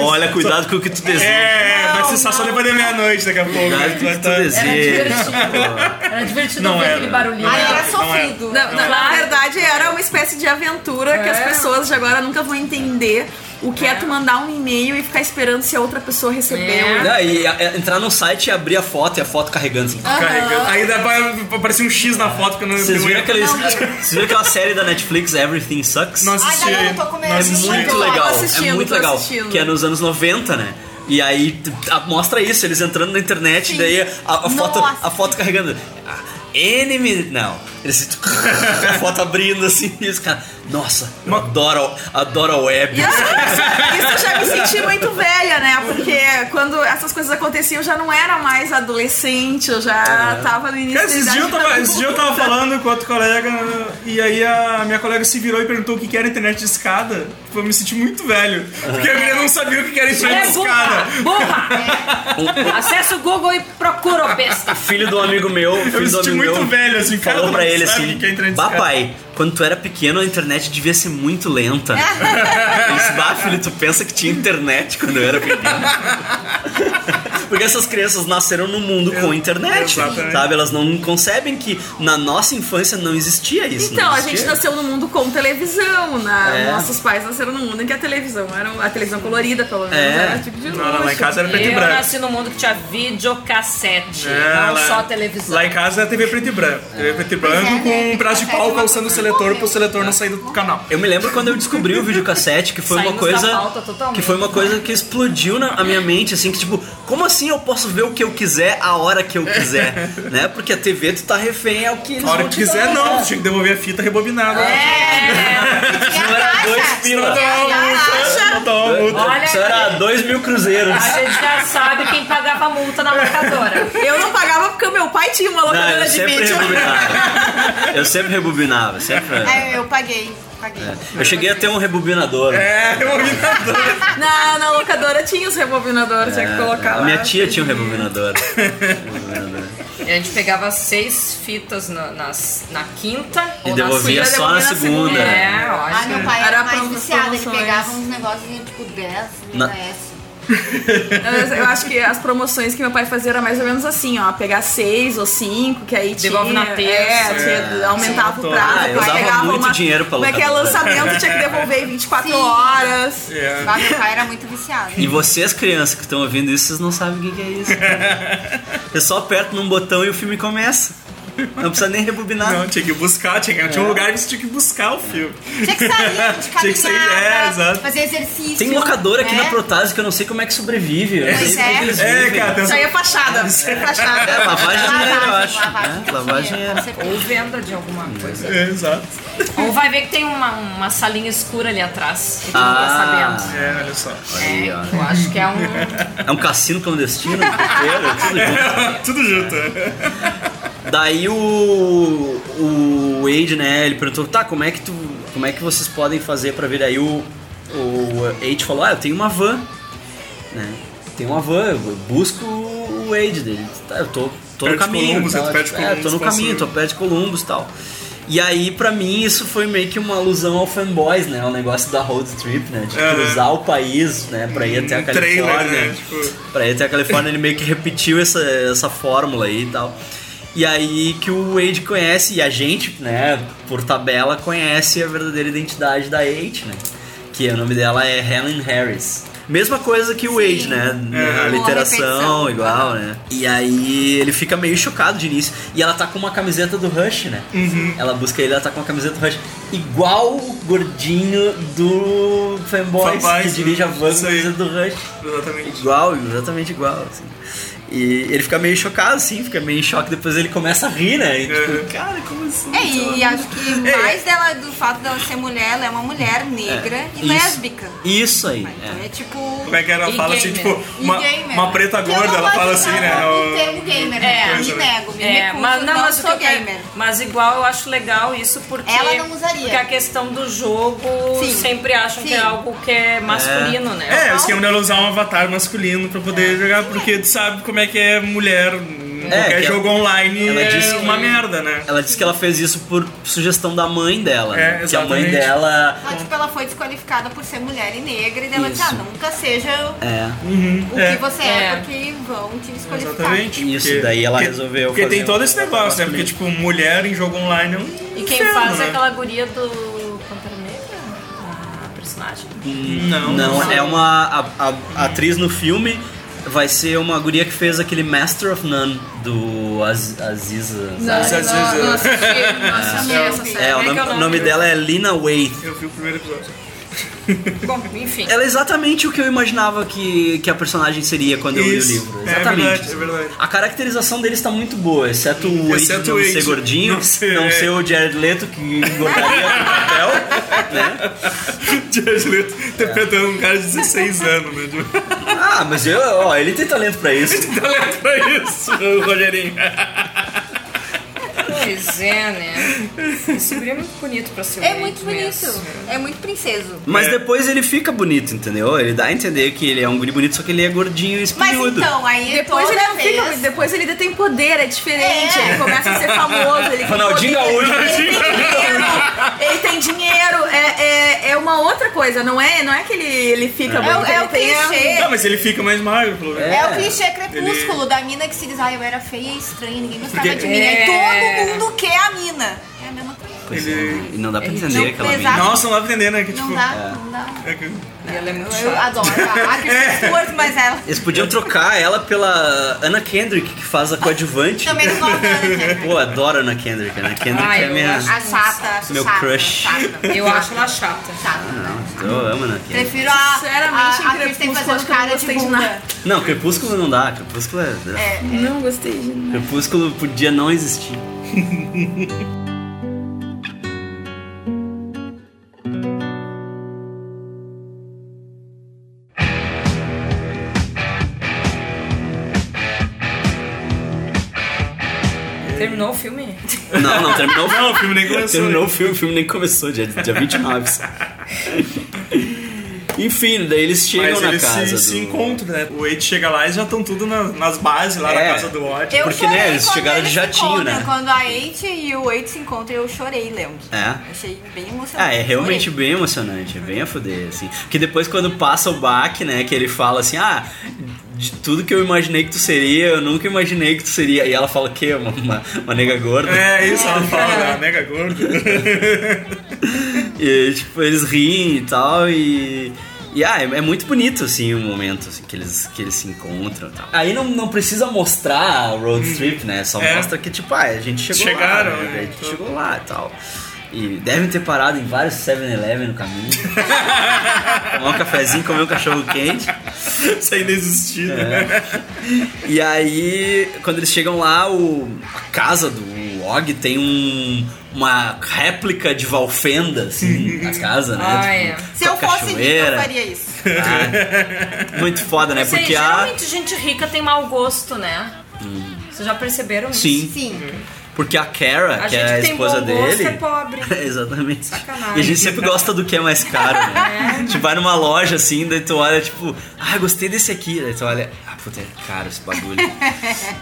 Speaker 1: Olha, cuidado com o que tu deseja.
Speaker 3: Ah, É, vai ser só só depois da meia-noite daqui a pouco.
Speaker 1: Cuidado com o
Speaker 3: Vai
Speaker 1: que tu
Speaker 3: tá-
Speaker 1: deseja.
Speaker 10: Era divertido
Speaker 3: Não
Speaker 10: ver
Speaker 3: era.
Speaker 10: aquele barulhinho.
Speaker 3: Não é.
Speaker 10: Ai,
Speaker 3: era.
Speaker 10: era
Speaker 4: sofrido. Na, na- na verdade, era uma espécie de aventura que as
Speaker 10: É.
Speaker 4: pessoas de agora nunca vão entender o que é, tu mandar um e-mail e ficar esperando se a outra pessoa recebeu.
Speaker 1: Não, e a- é, entrar no site e abrir a foto e a foto carregando. assim.
Speaker 3: Carregando. Aí dá pra aparecer um X na foto que eu não
Speaker 1: Ah. Vocês
Speaker 3: não
Speaker 1: viram,
Speaker 3: ia-
Speaker 1: aqueles, vocês viram aquela série da Netflix, Everything Sucks?
Speaker 3: Não assisti.
Speaker 12: Ai, galera, eu tô com medo.
Speaker 1: Mas
Speaker 12: Muito
Speaker 1: muito
Speaker 12: bom.
Speaker 1: legal,
Speaker 12: Tô
Speaker 1: é
Speaker 12: assistindo,
Speaker 1: muito
Speaker 12: tô
Speaker 1: legal.
Speaker 12: assistindo.
Speaker 1: Que é nos anos 90, né? E aí t- a- mostra isso, eles entrando na internet,
Speaker 12: Sim.
Speaker 1: e daí a, a foto,
Speaker 12: Nossa.
Speaker 1: a foto carregando. Ah, N min- Não. Eles, a foto abrindo assim, e os caras. Nossa, eu adoro, adoro a web.
Speaker 4: E eu- isso eu já me senti muito velha, né? Porque quando essas coisas aconteciam, eu já não era mais adolescente, eu já tava no início
Speaker 3: É. Cara, esses
Speaker 4: da
Speaker 3: dias eu
Speaker 4: idade
Speaker 3: tava,
Speaker 4: da
Speaker 3: esses dias eu tava falando com outro colega e aí a minha colega se virou e perguntou o que que era internet de escada. Tipo, eu me senti muito velho. Porque a menina não sabia o que que era internet de escada.
Speaker 2: burra, burra! Acessa o Google e procura o besta.
Speaker 1: filho do amigo meu, filho
Speaker 3: me
Speaker 1: do
Speaker 3: senti
Speaker 1: amigo
Speaker 3: muito
Speaker 1: meu,
Speaker 3: velho, assim, cara,
Speaker 1: falou
Speaker 3: tu
Speaker 1: pra
Speaker 3: não
Speaker 1: ele
Speaker 3: sabe o
Speaker 1: assim,
Speaker 3: que é internet discada.
Speaker 1: papai, quando tu era pequeno a internet devia ser muito lenta. Ele disse, bah, filho, tu pensa que tinha internet quando eu era pequeno. Porque essas crianças nasceram no mundo com internet,
Speaker 3: exatamente.
Speaker 1: sabe? Elas não concebem que na nossa infância não existia isso.
Speaker 4: Então,
Speaker 1: não
Speaker 4: a
Speaker 1: existia.
Speaker 4: gente nasceu no mundo com televisão. Na,
Speaker 1: É.
Speaker 4: Nossos pais nasceram num mundo em que a televisão era a televisão colorida, pelo menos,
Speaker 1: É.
Speaker 4: era tipo de
Speaker 3: Não, não, lá em
Speaker 4: luxo.
Speaker 3: casa era preto e
Speaker 2: Eu
Speaker 3: branco.
Speaker 2: nasci num mundo que tinha videocassete,
Speaker 3: É,
Speaker 2: não
Speaker 3: lá-
Speaker 2: só televisão. Ah. é,
Speaker 3: Lá em casa é TV preto e branco. TV preto e branco com um braço de pau calçando o seletor pro seletor não sair do canal.
Speaker 1: Eu me lembro quando eu descobri o videocassete, que foi uma
Speaker 2: Saímos
Speaker 1: coisa.
Speaker 2: da pauta totalmente.
Speaker 1: que foi uma coisa que explodiu na a minha mente, assim, que tipo, como assim eu posso ver o que eu quiser a hora que eu quiser? né? Porque a TV tu tá refém ao que eles
Speaker 3: A hora
Speaker 1: vão
Speaker 3: que
Speaker 1: te
Speaker 3: quiser,
Speaker 1: dar,
Speaker 3: não.
Speaker 1: né?
Speaker 3: Tu tinha que devolver a fita rebobinada.
Speaker 2: É,
Speaker 1: Isso era dois pila.
Speaker 2: Olha
Speaker 1: Isso era dois mil cruzeiros.
Speaker 2: A gente já sabe quem pagava a multa na locadora.
Speaker 4: Eu não pagava porque o meu pai tinha uma
Speaker 1: Não,
Speaker 4: locadora
Speaker 1: eu
Speaker 4: de
Speaker 1: sempre
Speaker 4: vídeo.
Speaker 1: rebobinava. Eu sempre rebobinava, sempre.
Speaker 12: Aí É, eu paguei. Paguei.
Speaker 1: Eu cheguei a ter um rebobinador.
Speaker 3: É, rebobinador.
Speaker 4: Na, na locadora tinha os rebobinadores, tinha que colocar
Speaker 1: É, A
Speaker 4: lá.
Speaker 1: minha tia tinha um rebobinador. Rebobinador.
Speaker 2: E a gente pegava seis fitas na, nas- na quinta
Speaker 1: E
Speaker 2: ou
Speaker 1: devolvia
Speaker 2: na
Speaker 1: só na segunda.
Speaker 2: É, ótimo.
Speaker 12: Ah, meu pai era,
Speaker 4: Era
Speaker 12: mais
Speaker 4: pronto as
Speaker 12: viciado, ele
Speaker 4: promoções.
Speaker 12: pegava uns negócios tipo 10 mil
Speaker 1: Na-
Speaker 12: S.
Speaker 4: Eu, eu acho que as promoções que meu pai fazia era mais ou menos assim, ó. Pegar seis ou cinco, que aí tinha...
Speaker 2: Devolve na terça.
Speaker 4: É, tinha-
Speaker 2: É,
Speaker 4: aumentava
Speaker 2: sim,
Speaker 4: o prazo.
Speaker 1: Ah, eu
Speaker 4: o pai
Speaker 1: usava
Speaker 4: pegava
Speaker 1: muito
Speaker 4: uma,
Speaker 1: dinheiro pra
Speaker 4: Como é que é
Speaker 1: locar.
Speaker 4: lançamento, tinha que devolver em 24
Speaker 12: Sim.
Speaker 4: horas.
Speaker 1: É.
Speaker 12: Ah, meu pai era muito viciado.
Speaker 1: E vocês, crianças que estão ouvindo isso, vocês não sabem o que que é isso. Eu só aperto num botão e o filme começa. Não precisa nem rebobinar.
Speaker 3: Não, tinha que buscar, tinha, tinha um
Speaker 1: É.
Speaker 3: lugar que você tinha que buscar o filme.
Speaker 12: Tinha que sair, de caminhar,
Speaker 3: Tinha que sair, é, exato.
Speaker 12: fazer exercício.
Speaker 1: Tem locadora aqui
Speaker 12: é.
Speaker 1: na Protase que eu não sei como é que sobrevive. Eu não sei
Speaker 12: Pois
Speaker 1: como que eles
Speaker 12: é.
Speaker 1: vivem.
Speaker 4: Isso aí é fachada. Isso aí é fachada.
Speaker 1: É, lavagem
Speaker 2: Lavagem,
Speaker 1: dinheiro, eu acho.
Speaker 2: lavagem.
Speaker 1: É, lavagem é.
Speaker 2: Ou venda de alguma coisa.
Speaker 3: É, exato.
Speaker 2: Ou vai ver que tem uma, uma salinha escura ali atrás. E tu não
Speaker 1: Ah,
Speaker 2: tá sabendo.
Speaker 3: É, olha só.
Speaker 1: Olha aí, ó.
Speaker 2: Eu acho que é um.
Speaker 1: É um cassino clandestino, inteiro, tudo junto.
Speaker 3: Tudo junto.
Speaker 1: É. Daí o, o Wade, né, ele perguntou, tá, como é que tu. Como é que vocês podem fazer pra vir? Daí o, o Wade falou, ah, eu tenho uma van, né? Tenho uma van, eu busco o Wade dele. Tá, eu tô, tô no
Speaker 3: Perto de
Speaker 1: caminho.
Speaker 3: Columbus,
Speaker 1: tá,
Speaker 3: é, tu perto de
Speaker 1: é, tô no
Speaker 3: Columbus, passa-
Speaker 1: caminho, tô perto de Columbus e tal. E aí, pra mim, isso foi meio que uma alusão ao fanboys, né? O negócio da road trip, né? De
Speaker 3: Aham.
Speaker 1: cruzar o país, né? Pra ir até a
Speaker 3: Um trailer,
Speaker 1: Califórnia.
Speaker 3: né, tipo-
Speaker 1: Pra ir até a Califórnia, ele meio que repetiu essa, essa fórmula aí e tal. E aí que o Wade conhece, e a gente, né, por tabela, conhece a verdadeira identidade da Eight, né? Que o nome dela é Helen Harris. Mesma coisa que o Wade, né?
Speaker 3: É.
Speaker 1: A literação,
Speaker 3: Boa repetição.
Speaker 1: igual, né? E aí ele fica meio chocado de início. E ela tá com uma camiseta do Rush, né?
Speaker 3: Uhum.
Speaker 1: Ela busca ele, ela tá com uma camiseta do Rush. Igual o gordinho do Fanboys,
Speaker 3: Fanboys, né?
Speaker 1: que dirige a van com a
Speaker 3: isso aí.
Speaker 1: camiseta do Rush.
Speaker 3: Exatamente.
Speaker 1: Igual, exatamente igual, assim. E ele fica meio chocado, assim, fica meio em choque, depois ele começa a rir, né? E,
Speaker 3: Uhum.
Speaker 1: tipo, cara, como assim?
Speaker 12: É,
Speaker 3: Então,
Speaker 12: e acho que mais dela, do fato dela ser mulher, ela é uma mulher negra
Speaker 1: É,
Speaker 12: e
Speaker 1: isso.
Speaker 12: lésbica.
Speaker 1: isso aí.
Speaker 12: É tipo.
Speaker 3: Como é que ela
Speaker 12: E
Speaker 3: fala assim,
Speaker 12: gamer.
Speaker 3: tipo,
Speaker 12: E
Speaker 3: uma,
Speaker 12: gamer.
Speaker 3: uma preta
Speaker 12: Eu não
Speaker 3: gorda, ela
Speaker 12: gosto
Speaker 3: fala
Speaker 12: de
Speaker 3: assim,
Speaker 12: usar
Speaker 3: né?
Speaker 12: o
Speaker 3: no-
Speaker 12: termo gamer, né? Me nego, me
Speaker 2: É,
Speaker 12: recuso,
Speaker 2: mas não,
Speaker 12: não
Speaker 2: mas o
Speaker 12: sou
Speaker 2: que eu quero-
Speaker 12: gamer.
Speaker 2: Mas igual eu acho legal isso porque.
Speaker 12: Ela não usaria.
Speaker 2: Porque a questão do jogo
Speaker 12: Sim.
Speaker 2: sempre acham que
Speaker 12: Sim.
Speaker 2: é algo que é masculino, né?
Speaker 3: É, o esquema dela usar um avatar masculino pra
Speaker 12: É.
Speaker 3: poder jogar, porque tu sabe como é que é mulher. em
Speaker 1: É,
Speaker 3: qualquer
Speaker 1: que ela-
Speaker 3: jogo online
Speaker 1: ela
Speaker 3: é
Speaker 1: disse que-
Speaker 3: uma merda, né?
Speaker 1: Ela disse que ela fez isso por sugestão da mãe dela.
Speaker 3: É,
Speaker 1: né? Que a mãe
Speaker 3: exatamente.
Speaker 1: dela.
Speaker 12: Ah, tipo, ela foi desqualificada por ser mulher e negra e dela disse, ah,
Speaker 1: Isso.
Speaker 12: nunca seja
Speaker 1: É.
Speaker 12: o que você é, porque vão te desqualificar.
Speaker 3: Uhum, Exatamente.
Speaker 1: Isso,
Speaker 3: porque-
Speaker 1: daí ela
Speaker 3: porque-
Speaker 1: resolveu
Speaker 3: Porque
Speaker 1: fazer
Speaker 3: tem todo
Speaker 1: um
Speaker 3: esse negócio, né? Porque, tipo, mulher em jogo online é um.
Speaker 2: E quem
Speaker 3: inferno,
Speaker 2: faz é
Speaker 3: né?
Speaker 2: aquela guria do Pantera Negra? A personagem?
Speaker 3: Não.
Speaker 1: Não,
Speaker 3: Não.
Speaker 1: é uma. A, a- a atriz no filme vai ser uma guria que fez aquele Master of None do Az, Aziza.
Speaker 11: Não,
Speaker 1: Azari.
Speaker 11: não, não assisti, não assisti
Speaker 1: É.
Speaker 11: essa série.
Speaker 1: É, o
Speaker 11: Como é
Speaker 1: nome,
Speaker 11: que é o
Speaker 1: o
Speaker 11: nome?
Speaker 1: nome dela é Lina Waithe.
Speaker 3: Eu vi o primeiro episódio.
Speaker 2: Bom, enfim.
Speaker 1: Ela é exatamente o que eu imaginava que, que a personagem seria quando eu li o
Speaker 3: Isso.
Speaker 1: livro.
Speaker 3: É
Speaker 1: Exatamente.
Speaker 3: verdade, é verdade.
Speaker 1: A caracterização dele está muito boa, exceto o Wade
Speaker 3: Exceto
Speaker 1: não
Speaker 3: o Wade.
Speaker 1: ser gordinho, não
Speaker 3: Não
Speaker 1: ser,
Speaker 3: ser, é.
Speaker 1: o Jared Leto, que engordaria no papel.
Speaker 3: Jared Leto interpretando um cara de 16 anos, né? Tipo,
Speaker 1: Ah, mas eu, ó, ele tem talento pra isso.
Speaker 3: Tá lendo pra isso, o Rogerinho.
Speaker 2: Pois é, né? Esse guri é muito bonito pra ser
Speaker 12: É
Speaker 2: um
Speaker 12: muito
Speaker 2: homem
Speaker 12: bonito,
Speaker 2: mesmo.
Speaker 12: é muito princeso.
Speaker 3: É.
Speaker 1: Mas depois ele fica bonito, entendeu? Ele dá a entender que ele é um guri bonito, só que ele é gordinho e
Speaker 12: Mas
Speaker 1: espinhudo.
Speaker 12: então, aí
Speaker 4: Depois
Speaker 12: toda
Speaker 2: é
Speaker 4: ele
Speaker 2: um
Speaker 4: não
Speaker 12: vez...
Speaker 4: fica, depois ele ainda tem poder, é diferente. Ele começa a ser famoso, ele
Speaker 1: Ronaldinho
Speaker 4: tem poder,
Speaker 1: Gaúcho.
Speaker 4: Ele tem dinheiro, ele tem dinheiro. É, é, é uma outra coisa, não é? Não é que ele, ele fica
Speaker 3: É.
Speaker 12: É o-
Speaker 4: bonito,
Speaker 12: é
Speaker 4: ele
Speaker 12: o
Speaker 4: tem-
Speaker 12: clichê.
Speaker 3: Não, Ah, mas ele fica mais magro, pelo menos.
Speaker 12: É, o clichê crepúsculo da mina que se diz, ah, eu era feia e estranha, ninguém gostava
Speaker 1: Porque-
Speaker 12: de mim. Aí
Speaker 2: É.
Speaker 12: todo mundo quer a mina. É a mesma coisa.
Speaker 1: Pois
Speaker 3: Ele-
Speaker 1: é, e não dá pra
Speaker 12: Ele um
Speaker 1: entender
Speaker 12: não
Speaker 1: aquela
Speaker 12: pesa-
Speaker 1: menina.
Speaker 3: Nossa, não dá pra entender, né? Que,
Speaker 12: Não
Speaker 3: tipo,
Speaker 12: dá, não dá.
Speaker 3: é que-
Speaker 2: E ela é muito
Speaker 12: Eu
Speaker 2: chata.
Speaker 12: adoro a
Speaker 4: É.
Speaker 12: Kristen Stewart, mas ela
Speaker 1: Eles podiam trocar ela pela Anna Kendrick, que faz a coadjuvante.
Speaker 12: também não gosta dela, né?
Speaker 1: Pô, adoro Ana Kendrick. Ana Kendrick
Speaker 2: Ai,
Speaker 1: é
Speaker 2: eu
Speaker 1: minha.
Speaker 12: A chata, a
Speaker 1: Meu
Speaker 12: chata,
Speaker 1: crush.
Speaker 12: chata.
Speaker 2: Eu acho ela chata.
Speaker 12: Chata.
Speaker 1: Eu amo Ana Kendrick.
Speaker 12: Prefiro a,
Speaker 4: Sinceramente,
Speaker 12: a, a
Speaker 4: em
Speaker 12: Kristen
Speaker 4: Crepúsculo,
Speaker 12: fazendo
Speaker 4: acho que eu não
Speaker 12: cara de
Speaker 4: gostei de
Speaker 12: bunda.
Speaker 4: nada.
Speaker 1: Não, Crepúsculo não dá. Crepúsculo é.
Speaker 12: É,
Speaker 4: Não gostei de nada.
Speaker 1: Crepúsculo podia não existir.
Speaker 2: Terminou o filme?
Speaker 1: Não, não, terminou o filme.
Speaker 3: Não, o filme nem começou.
Speaker 1: Terminou o filme, o filme nem começou, dia, dia 29. Enfim, daí eles chegam
Speaker 3: Mas
Speaker 1: na
Speaker 3: eles
Speaker 1: casa.
Speaker 3: se,
Speaker 1: do...
Speaker 3: se encontram, né? O Wade chega lá e já estão tudo na- nas bases lá
Speaker 1: É.
Speaker 3: na casa do Odd.
Speaker 12: Eu
Speaker 1: Porque, né,
Speaker 12: chorei
Speaker 1: eles
Speaker 12: quando
Speaker 1: chegaram de
Speaker 12: eles se
Speaker 1: jatinho,
Speaker 12: encontram.
Speaker 1: né?
Speaker 12: Quando a Eight e o Eight se encontram, eu chorei, lembro.
Speaker 1: É.
Speaker 12: Achei bem emocionante.
Speaker 1: Ah, é realmente
Speaker 12: Chorei.
Speaker 1: bem emocionante, é bem a fuder, assim. Porque depois quando passa o baque, né, que ele fala assim, ah, de tudo que eu imaginei que tu seria, eu nunca imaginei que tu seria. E ela fala o quê? Uma, uma, uma nega gorda.
Speaker 3: É isso, ela fala da nega gorda.
Speaker 1: E, tipo, eles riem e tal, e... E, ah, é, é muito bonito, assim, o momento assim, que, eles, que eles se encontram e tal. Aí não, não precisa mostrar a road trip, né, só
Speaker 3: É.
Speaker 1: mostra que, tipo, ah, a gente chegou
Speaker 3: Chegaram,
Speaker 1: lá, né,
Speaker 3: né,
Speaker 1: a gente chegou lá e tal. E devem ter parado em vários 7-Eleven no caminho. tomar um cafezinho, comer um cachorro quente. É.
Speaker 3: Isso ainda existia.
Speaker 1: E aí, quando eles chegam lá, o, a casa do Og tem um, uma réplica de Valfenda, assim, na casa, né?
Speaker 2: Ah, é.
Speaker 12: Se eu
Speaker 1: com a
Speaker 12: fosse rica, eu
Speaker 1: cachoeira.
Speaker 12: faria isso.
Speaker 1: Ah, muito foda, né?
Speaker 2: Ou seja,
Speaker 1: Porque a.
Speaker 2: geralmente gente rica tem mau gosto, né?
Speaker 1: Hum.
Speaker 2: Vocês já perceberam isso?
Speaker 1: Sim. Porque a Kara,
Speaker 2: A
Speaker 1: que
Speaker 2: gente
Speaker 1: é a
Speaker 2: que tem
Speaker 1: esposa
Speaker 2: bom gosto
Speaker 1: dele.
Speaker 2: é pobre.
Speaker 1: Exatamente.
Speaker 2: Sacanagem. É.
Speaker 1: E a gente sempre gosta do que é mais caro, né? A gente vai numa loja assim, daí tu olha, tipo, ah, gostei desse aqui. Daí tu olha, ah, puta, é caro esse bagulho.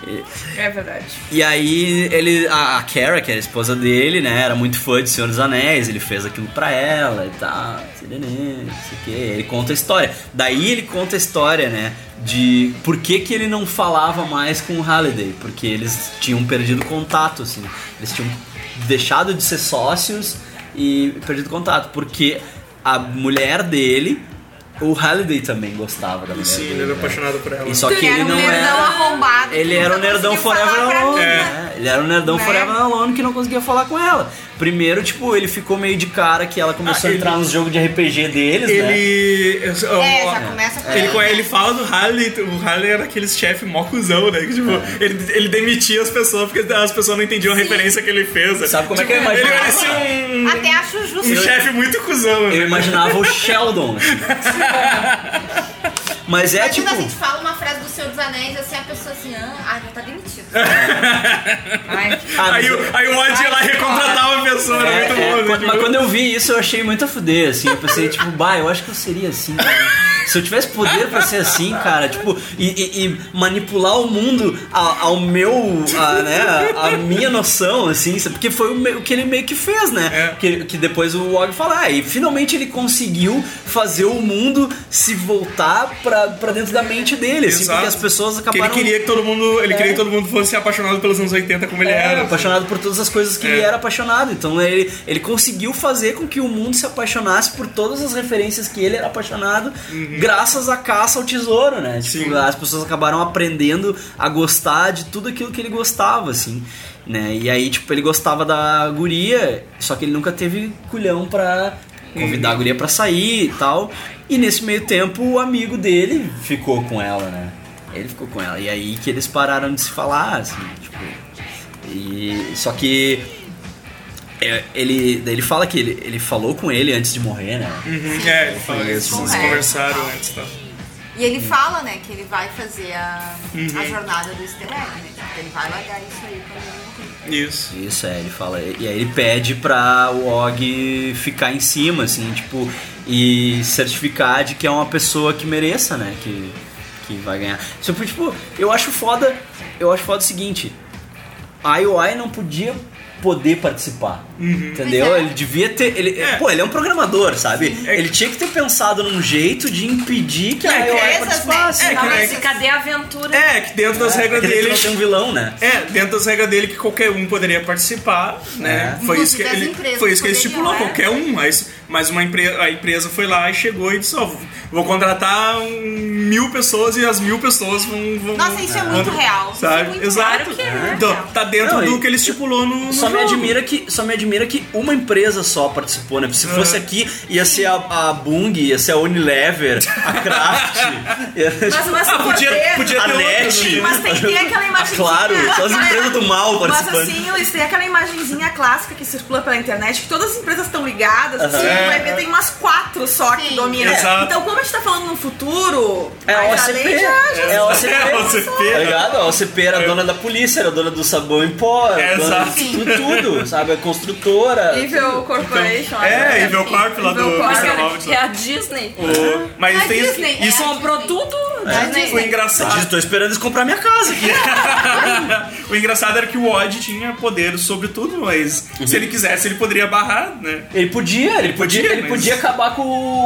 Speaker 1: E-
Speaker 2: É verdade.
Speaker 1: E aí ele, a, a Kara, que era a esposa dele, né, era muito fã de Senhor dos Anéis, ele fez aquilo pra ela e tal, tiririm, não sei o que, ele conta a história. Daí ele conta a história, né, de por que que ele não falava mais com o Halliday, porque eles tinham perdido contato, assim, eles tinham deixado de ser sócios e perdido contato, porque a mulher dele, o Halliday também gostava da mulher
Speaker 3: Sim,
Speaker 1: dele,
Speaker 3: ele
Speaker 1: né?
Speaker 3: era apaixonado por ela.
Speaker 1: E só que
Speaker 12: Ele
Speaker 1: ele
Speaker 12: era um
Speaker 1: não
Speaker 12: nerdão
Speaker 1: era...
Speaker 12: arrombado.
Speaker 1: Ele era o nerdão forever alone. né? Ele era o nerdão
Speaker 12: Né?
Speaker 1: forever alone que não conseguia falar com ela. Primeiro, tipo, ele ficou meio de cara que ela começou
Speaker 3: Ah,
Speaker 1: a entrar
Speaker 3: ele-
Speaker 1: nos jogos de RPG deles, né?
Speaker 3: Ele.
Speaker 12: É, já começa por
Speaker 3: Ele,
Speaker 12: aí.
Speaker 3: co- ele fala do Harley, o Harley era aqueles chefe mó cuzão, né? Que, tipo,
Speaker 1: É.
Speaker 3: ele, ele demitia as pessoas porque as pessoas não entendiam a referência que ele fez. né? Tipo,
Speaker 1: Sabe como é que eu
Speaker 3: Ele
Speaker 1: imaginava?
Speaker 3: parecia um,
Speaker 12: Até acho justo.
Speaker 3: um chefe muito cuzão. né?
Speaker 1: Eu imaginava o Sheldon. assim. Mas é
Speaker 12: Imagina
Speaker 1: tipo.
Speaker 12: a gente fala uma frase do Senhor dos Anéis, assim, a pessoa assim, ah, ah, já tá demitido.
Speaker 3: É.
Speaker 1: Ah, mas
Speaker 3: Aí, o- aí o Odd ia lá recontratar uma pessoa,
Speaker 1: É,
Speaker 3: era muito
Speaker 1: é,
Speaker 3: bom, né?
Speaker 1: quando- mas
Speaker 3: Tipo,
Speaker 1: quando eu vi isso, eu achei muito a fuder, assim. Eu pensei, tipo, bah, eu acho que eu seria assim, cara. Se eu tivesse poder pra ser assim, cara, tipo, e, e- e manipular o mundo a- ao meu, a, né, a a minha noção, assim, sabe? porque foi o, me- o que ele meio que fez,
Speaker 3: É.
Speaker 1: né? Que, que depois o Og fala, ah, e finalmente ele conseguiu fazer o mundo se voltar pra, pra dentro da mente dele, assim,
Speaker 3: Exato.
Speaker 1: porque as pessoas
Speaker 3: que
Speaker 1: acabaram...
Speaker 3: ele queria que todo mundo. Ele queria que todo mundo fosse apaixonado pelos anos 80 como ele
Speaker 1: É,
Speaker 3: era.
Speaker 1: apaixonado por todas as coisas que
Speaker 3: assim. É.
Speaker 1: ele era apaixonado. Então ele, ele conseguiu fazer com que o mundo se apaixonasse por todas as referências que ele era apaixonado, graças à caça ao tesouro, né? Tipo, as pessoas acabaram aprendendo a gostar de tudo aquilo que ele gostava, assim. Né? E aí, tipo, ele gostava da guria, só que ele nunca teve culhão pra convidar a guria pra sair e tal. E nesse meio tempo, o amigo dele ficou com ela, né? Ele ficou com ela. E aí que eles pararam de se falar, assim, tipo... E, só que é, ele, daí ele fala que ele, ele falou com ele antes de morrer, né?
Speaker 3: Uhum, é, ele fala, eles
Speaker 12: Conversa.
Speaker 3: conversaram antes tá? e tal.
Speaker 12: E ele fala, né, que ele vai fazer a,
Speaker 3: Uhum.
Speaker 12: a jornada do Easter Egg, né? Ele vai largar isso aí pra mim.
Speaker 3: Isso.
Speaker 1: Isso, é, ele fala. E aí ele pede pra o Og ficar em cima, assim, tipo, e certificar de que é uma pessoa que mereça, né? Que, que vai ganhar. Só que, tipo, eu acho foda. Eu acho foda o seguinte: a IOI não podia poder participar. Entendeu? Ele devia ter. Ele, Pô, ele é um programador, sabe? Ele tinha que ter pensado num jeito de impedir que a
Speaker 3: É,
Speaker 1: IOI
Speaker 3: é,
Speaker 1: participasse.
Speaker 3: é,
Speaker 1: cara.
Speaker 3: é,
Speaker 2: Mas assim, cadê a aventura?
Speaker 3: É, que dentro das
Speaker 1: É
Speaker 3: regras
Speaker 1: que
Speaker 3: dele.
Speaker 1: ele tem um vilão, né?
Speaker 3: É, dentro das regras dele que qualquer um poderia participar, né?
Speaker 1: É.
Speaker 3: Foi isso
Speaker 12: Inclusive
Speaker 3: que
Speaker 12: as
Speaker 3: ele,
Speaker 12: Uhum. empresas
Speaker 3: foi isso que ele
Speaker 12: poderiam,
Speaker 3: estipulou,
Speaker 12: é.
Speaker 3: qualquer um. Mas, mas uma empresa, a empresa foi lá e chegou e disse, ó, vou contratar um- mil pessoas e as mil pessoas vão... vão
Speaker 12: Nossa, isso é
Speaker 3: vão-
Speaker 12: muito real.
Speaker 3: Sabe?
Speaker 12: Isso é muito
Speaker 3: Exato.
Speaker 12: claro que é
Speaker 3: Então,
Speaker 12: real.
Speaker 3: tá dentro
Speaker 1: Não,
Speaker 3: do
Speaker 1: e-
Speaker 3: que ele estipulou no, no
Speaker 1: Só me,
Speaker 3: jogo.
Speaker 1: admira que, só me admira que uma empresa só participou, né? Porque Se fosse aqui, ia ser a, a Bung, ia ser a Unilever, a Kraft, ia-
Speaker 4: Mas, mas
Speaker 3: Ah, podia-
Speaker 4: poder-
Speaker 3: podia
Speaker 1: a
Speaker 3: ter
Speaker 1: NET.
Speaker 3: outras,
Speaker 4: Mas tem que ter aquela
Speaker 1: Ah,
Speaker 4: imagenzinha.
Speaker 1: claro, só as empresas do mal
Speaker 4: né? Mas
Speaker 1: participando.
Speaker 4: assim, Luiz, tem aquela imagenzinha clássica que circula pela internet, que todas as empresas estão ligadas,
Speaker 1: Aham.
Speaker 4: assim,
Speaker 1: É.
Speaker 4: vai ver, tem umas quatro só que
Speaker 12: Sim.
Speaker 4: dominam.
Speaker 3: Exato.
Speaker 4: Então, como a gente tá falando no futuro,
Speaker 1: É a
Speaker 4: mais
Speaker 1: OCP.
Speaker 4: além, né? já- já-
Speaker 1: É a OCP.
Speaker 3: É a OCP.
Speaker 1: Tá ligado? A OCP era dona da polícia, era dona do sabão em pó, era dona
Speaker 3: Exato.
Speaker 1: de tudo, tudo, sabe? A constru- produtora.
Speaker 4: Evil Corporation. acho,
Speaker 3: é,
Speaker 4: né?
Speaker 3: Evil Corp lá
Speaker 4: Evil
Speaker 3: do
Speaker 4: Corp.
Speaker 3: Mr. Robot
Speaker 2: É
Speaker 3: lá.
Speaker 2: a Disney.
Speaker 3: O- mas
Speaker 2: a
Speaker 3: tem isso-
Speaker 2: Disney.
Speaker 3: isso- um
Speaker 2: é comprou tudo.
Speaker 3: É, o engraçado.
Speaker 1: Tô esperando eles comprar minha casa aqui.
Speaker 3: o engraçado era que o Odd tinha poder sobre tudo, mas
Speaker 1: Uhum.
Speaker 3: se ele quisesse, ele poderia barrar, né?
Speaker 1: Ele podia, ele podia, ele podia acabar com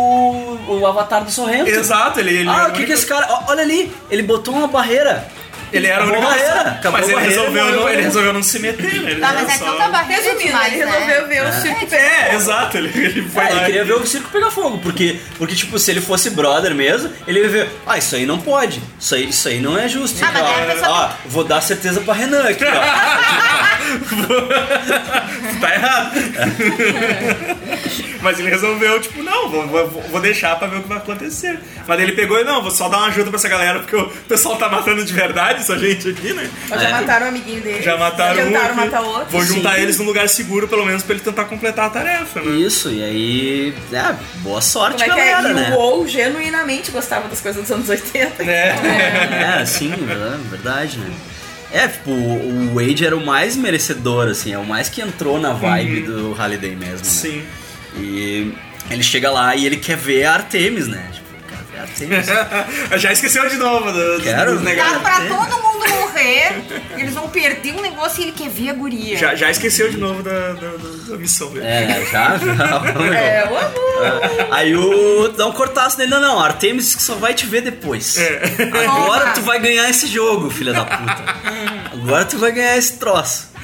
Speaker 1: o, o avatar do Sorrento.
Speaker 3: Exato, ele. ele
Speaker 1: ah,
Speaker 3: era
Speaker 1: o que
Speaker 3: muito-
Speaker 1: que esse cara. ó, Olha ali, ele botou uma barreira.
Speaker 3: Ele era o
Speaker 1: Acabou
Speaker 3: único.
Speaker 1: a barreira. Acabou
Speaker 3: Mas
Speaker 1: a
Speaker 3: ele
Speaker 1: barreira,
Speaker 3: resolveu,
Speaker 1: morreu.
Speaker 3: não, ele resolveu não se meter, né? Ele
Speaker 12: Tá, mas
Speaker 3: era
Speaker 12: é
Speaker 3: só-
Speaker 12: tanta barreira
Speaker 4: Resumindo,
Speaker 12: demais,
Speaker 4: ele resolveu ver o circo pegar.
Speaker 3: É, exato, ele, ele foi
Speaker 1: É,
Speaker 3: lá.
Speaker 1: ele queria ver o circo pegar fogo, porque, porque, tipo, se ele fosse brother mesmo, ele ia ver, ah, isso aí não pode, isso aí, isso aí não é justo.
Speaker 12: Ah, mas
Speaker 1: ó,
Speaker 12: daí a pessoa-
Speaker 1: ó, vou dar certeza pra Renan aqui, ó.
Speaker 3: Tá errado. Mas ele resolveu, tipo, não, vou, vou- vou deixar pra ver o que vai acontecer. Mas ele pegou e, não, vou só dar uma ajuda pra essa galera, porque o pessoal tá matando de verdade essa gente aqui, né?
Speaker 4: Mas
Speaker 1: É.
Speaker 4: Já mataram o amiguinho dele.
Speaker 3: Já mataram um.
Speaker 4: Tentaram
Speaker 3: aqui.
Speaker 4: matar o outro.
Speaker 3: Vou juntar
Speaker 1: Sim.
Speaker 3: eles num lugar seguro, pelo menos, pra ele tentar completar a tarefa, né?
Speaker 1: Isso, e aí, é, boa sorte,
Speaker 4: Como é que é?
Speaker 1: galera,
Speaker 4: E
Speaker 1: né?
Speaker 4: o WoW genuinamente gostava das coisas dos anos 80.
Speaker 1: É, sim, é verdade, né? É, tipo, o o Wade era o mais merecedor, assim, é o mais que entrou na vibe do Halliday mesmo, né?
Speaker 3: Uhum. Sim.
Speaker 1: E ele chega lá e ele quer ver a Artemis, né? Tipo, eu quero ver a Artemis.
Speaker 3: Já esqueceu de novo do,
Speaker 1: Quero,
Speaker 3: dos
Speaker 1: né?
Speaker 3: negados.
Speaker 8: Tá pra todo mundo morrer, eles vão perder um negócio e ele quer ver a guria.
Speaker 3: Já, já esqueceu de novo da, da, da- da missão né? dele.
Speaker 1: É, já, já. vamos,
Speaker 4: É, o amor.
Speaker 1: vamos. Aí o. Dá um cortaço nele, não, não, Artemis que só vai te ver depois.
Speaker 3: É.
Speaker 1: Agora tu vai ganhar esse jogo, filha da puta. Agora tu vai ganhar esse troço.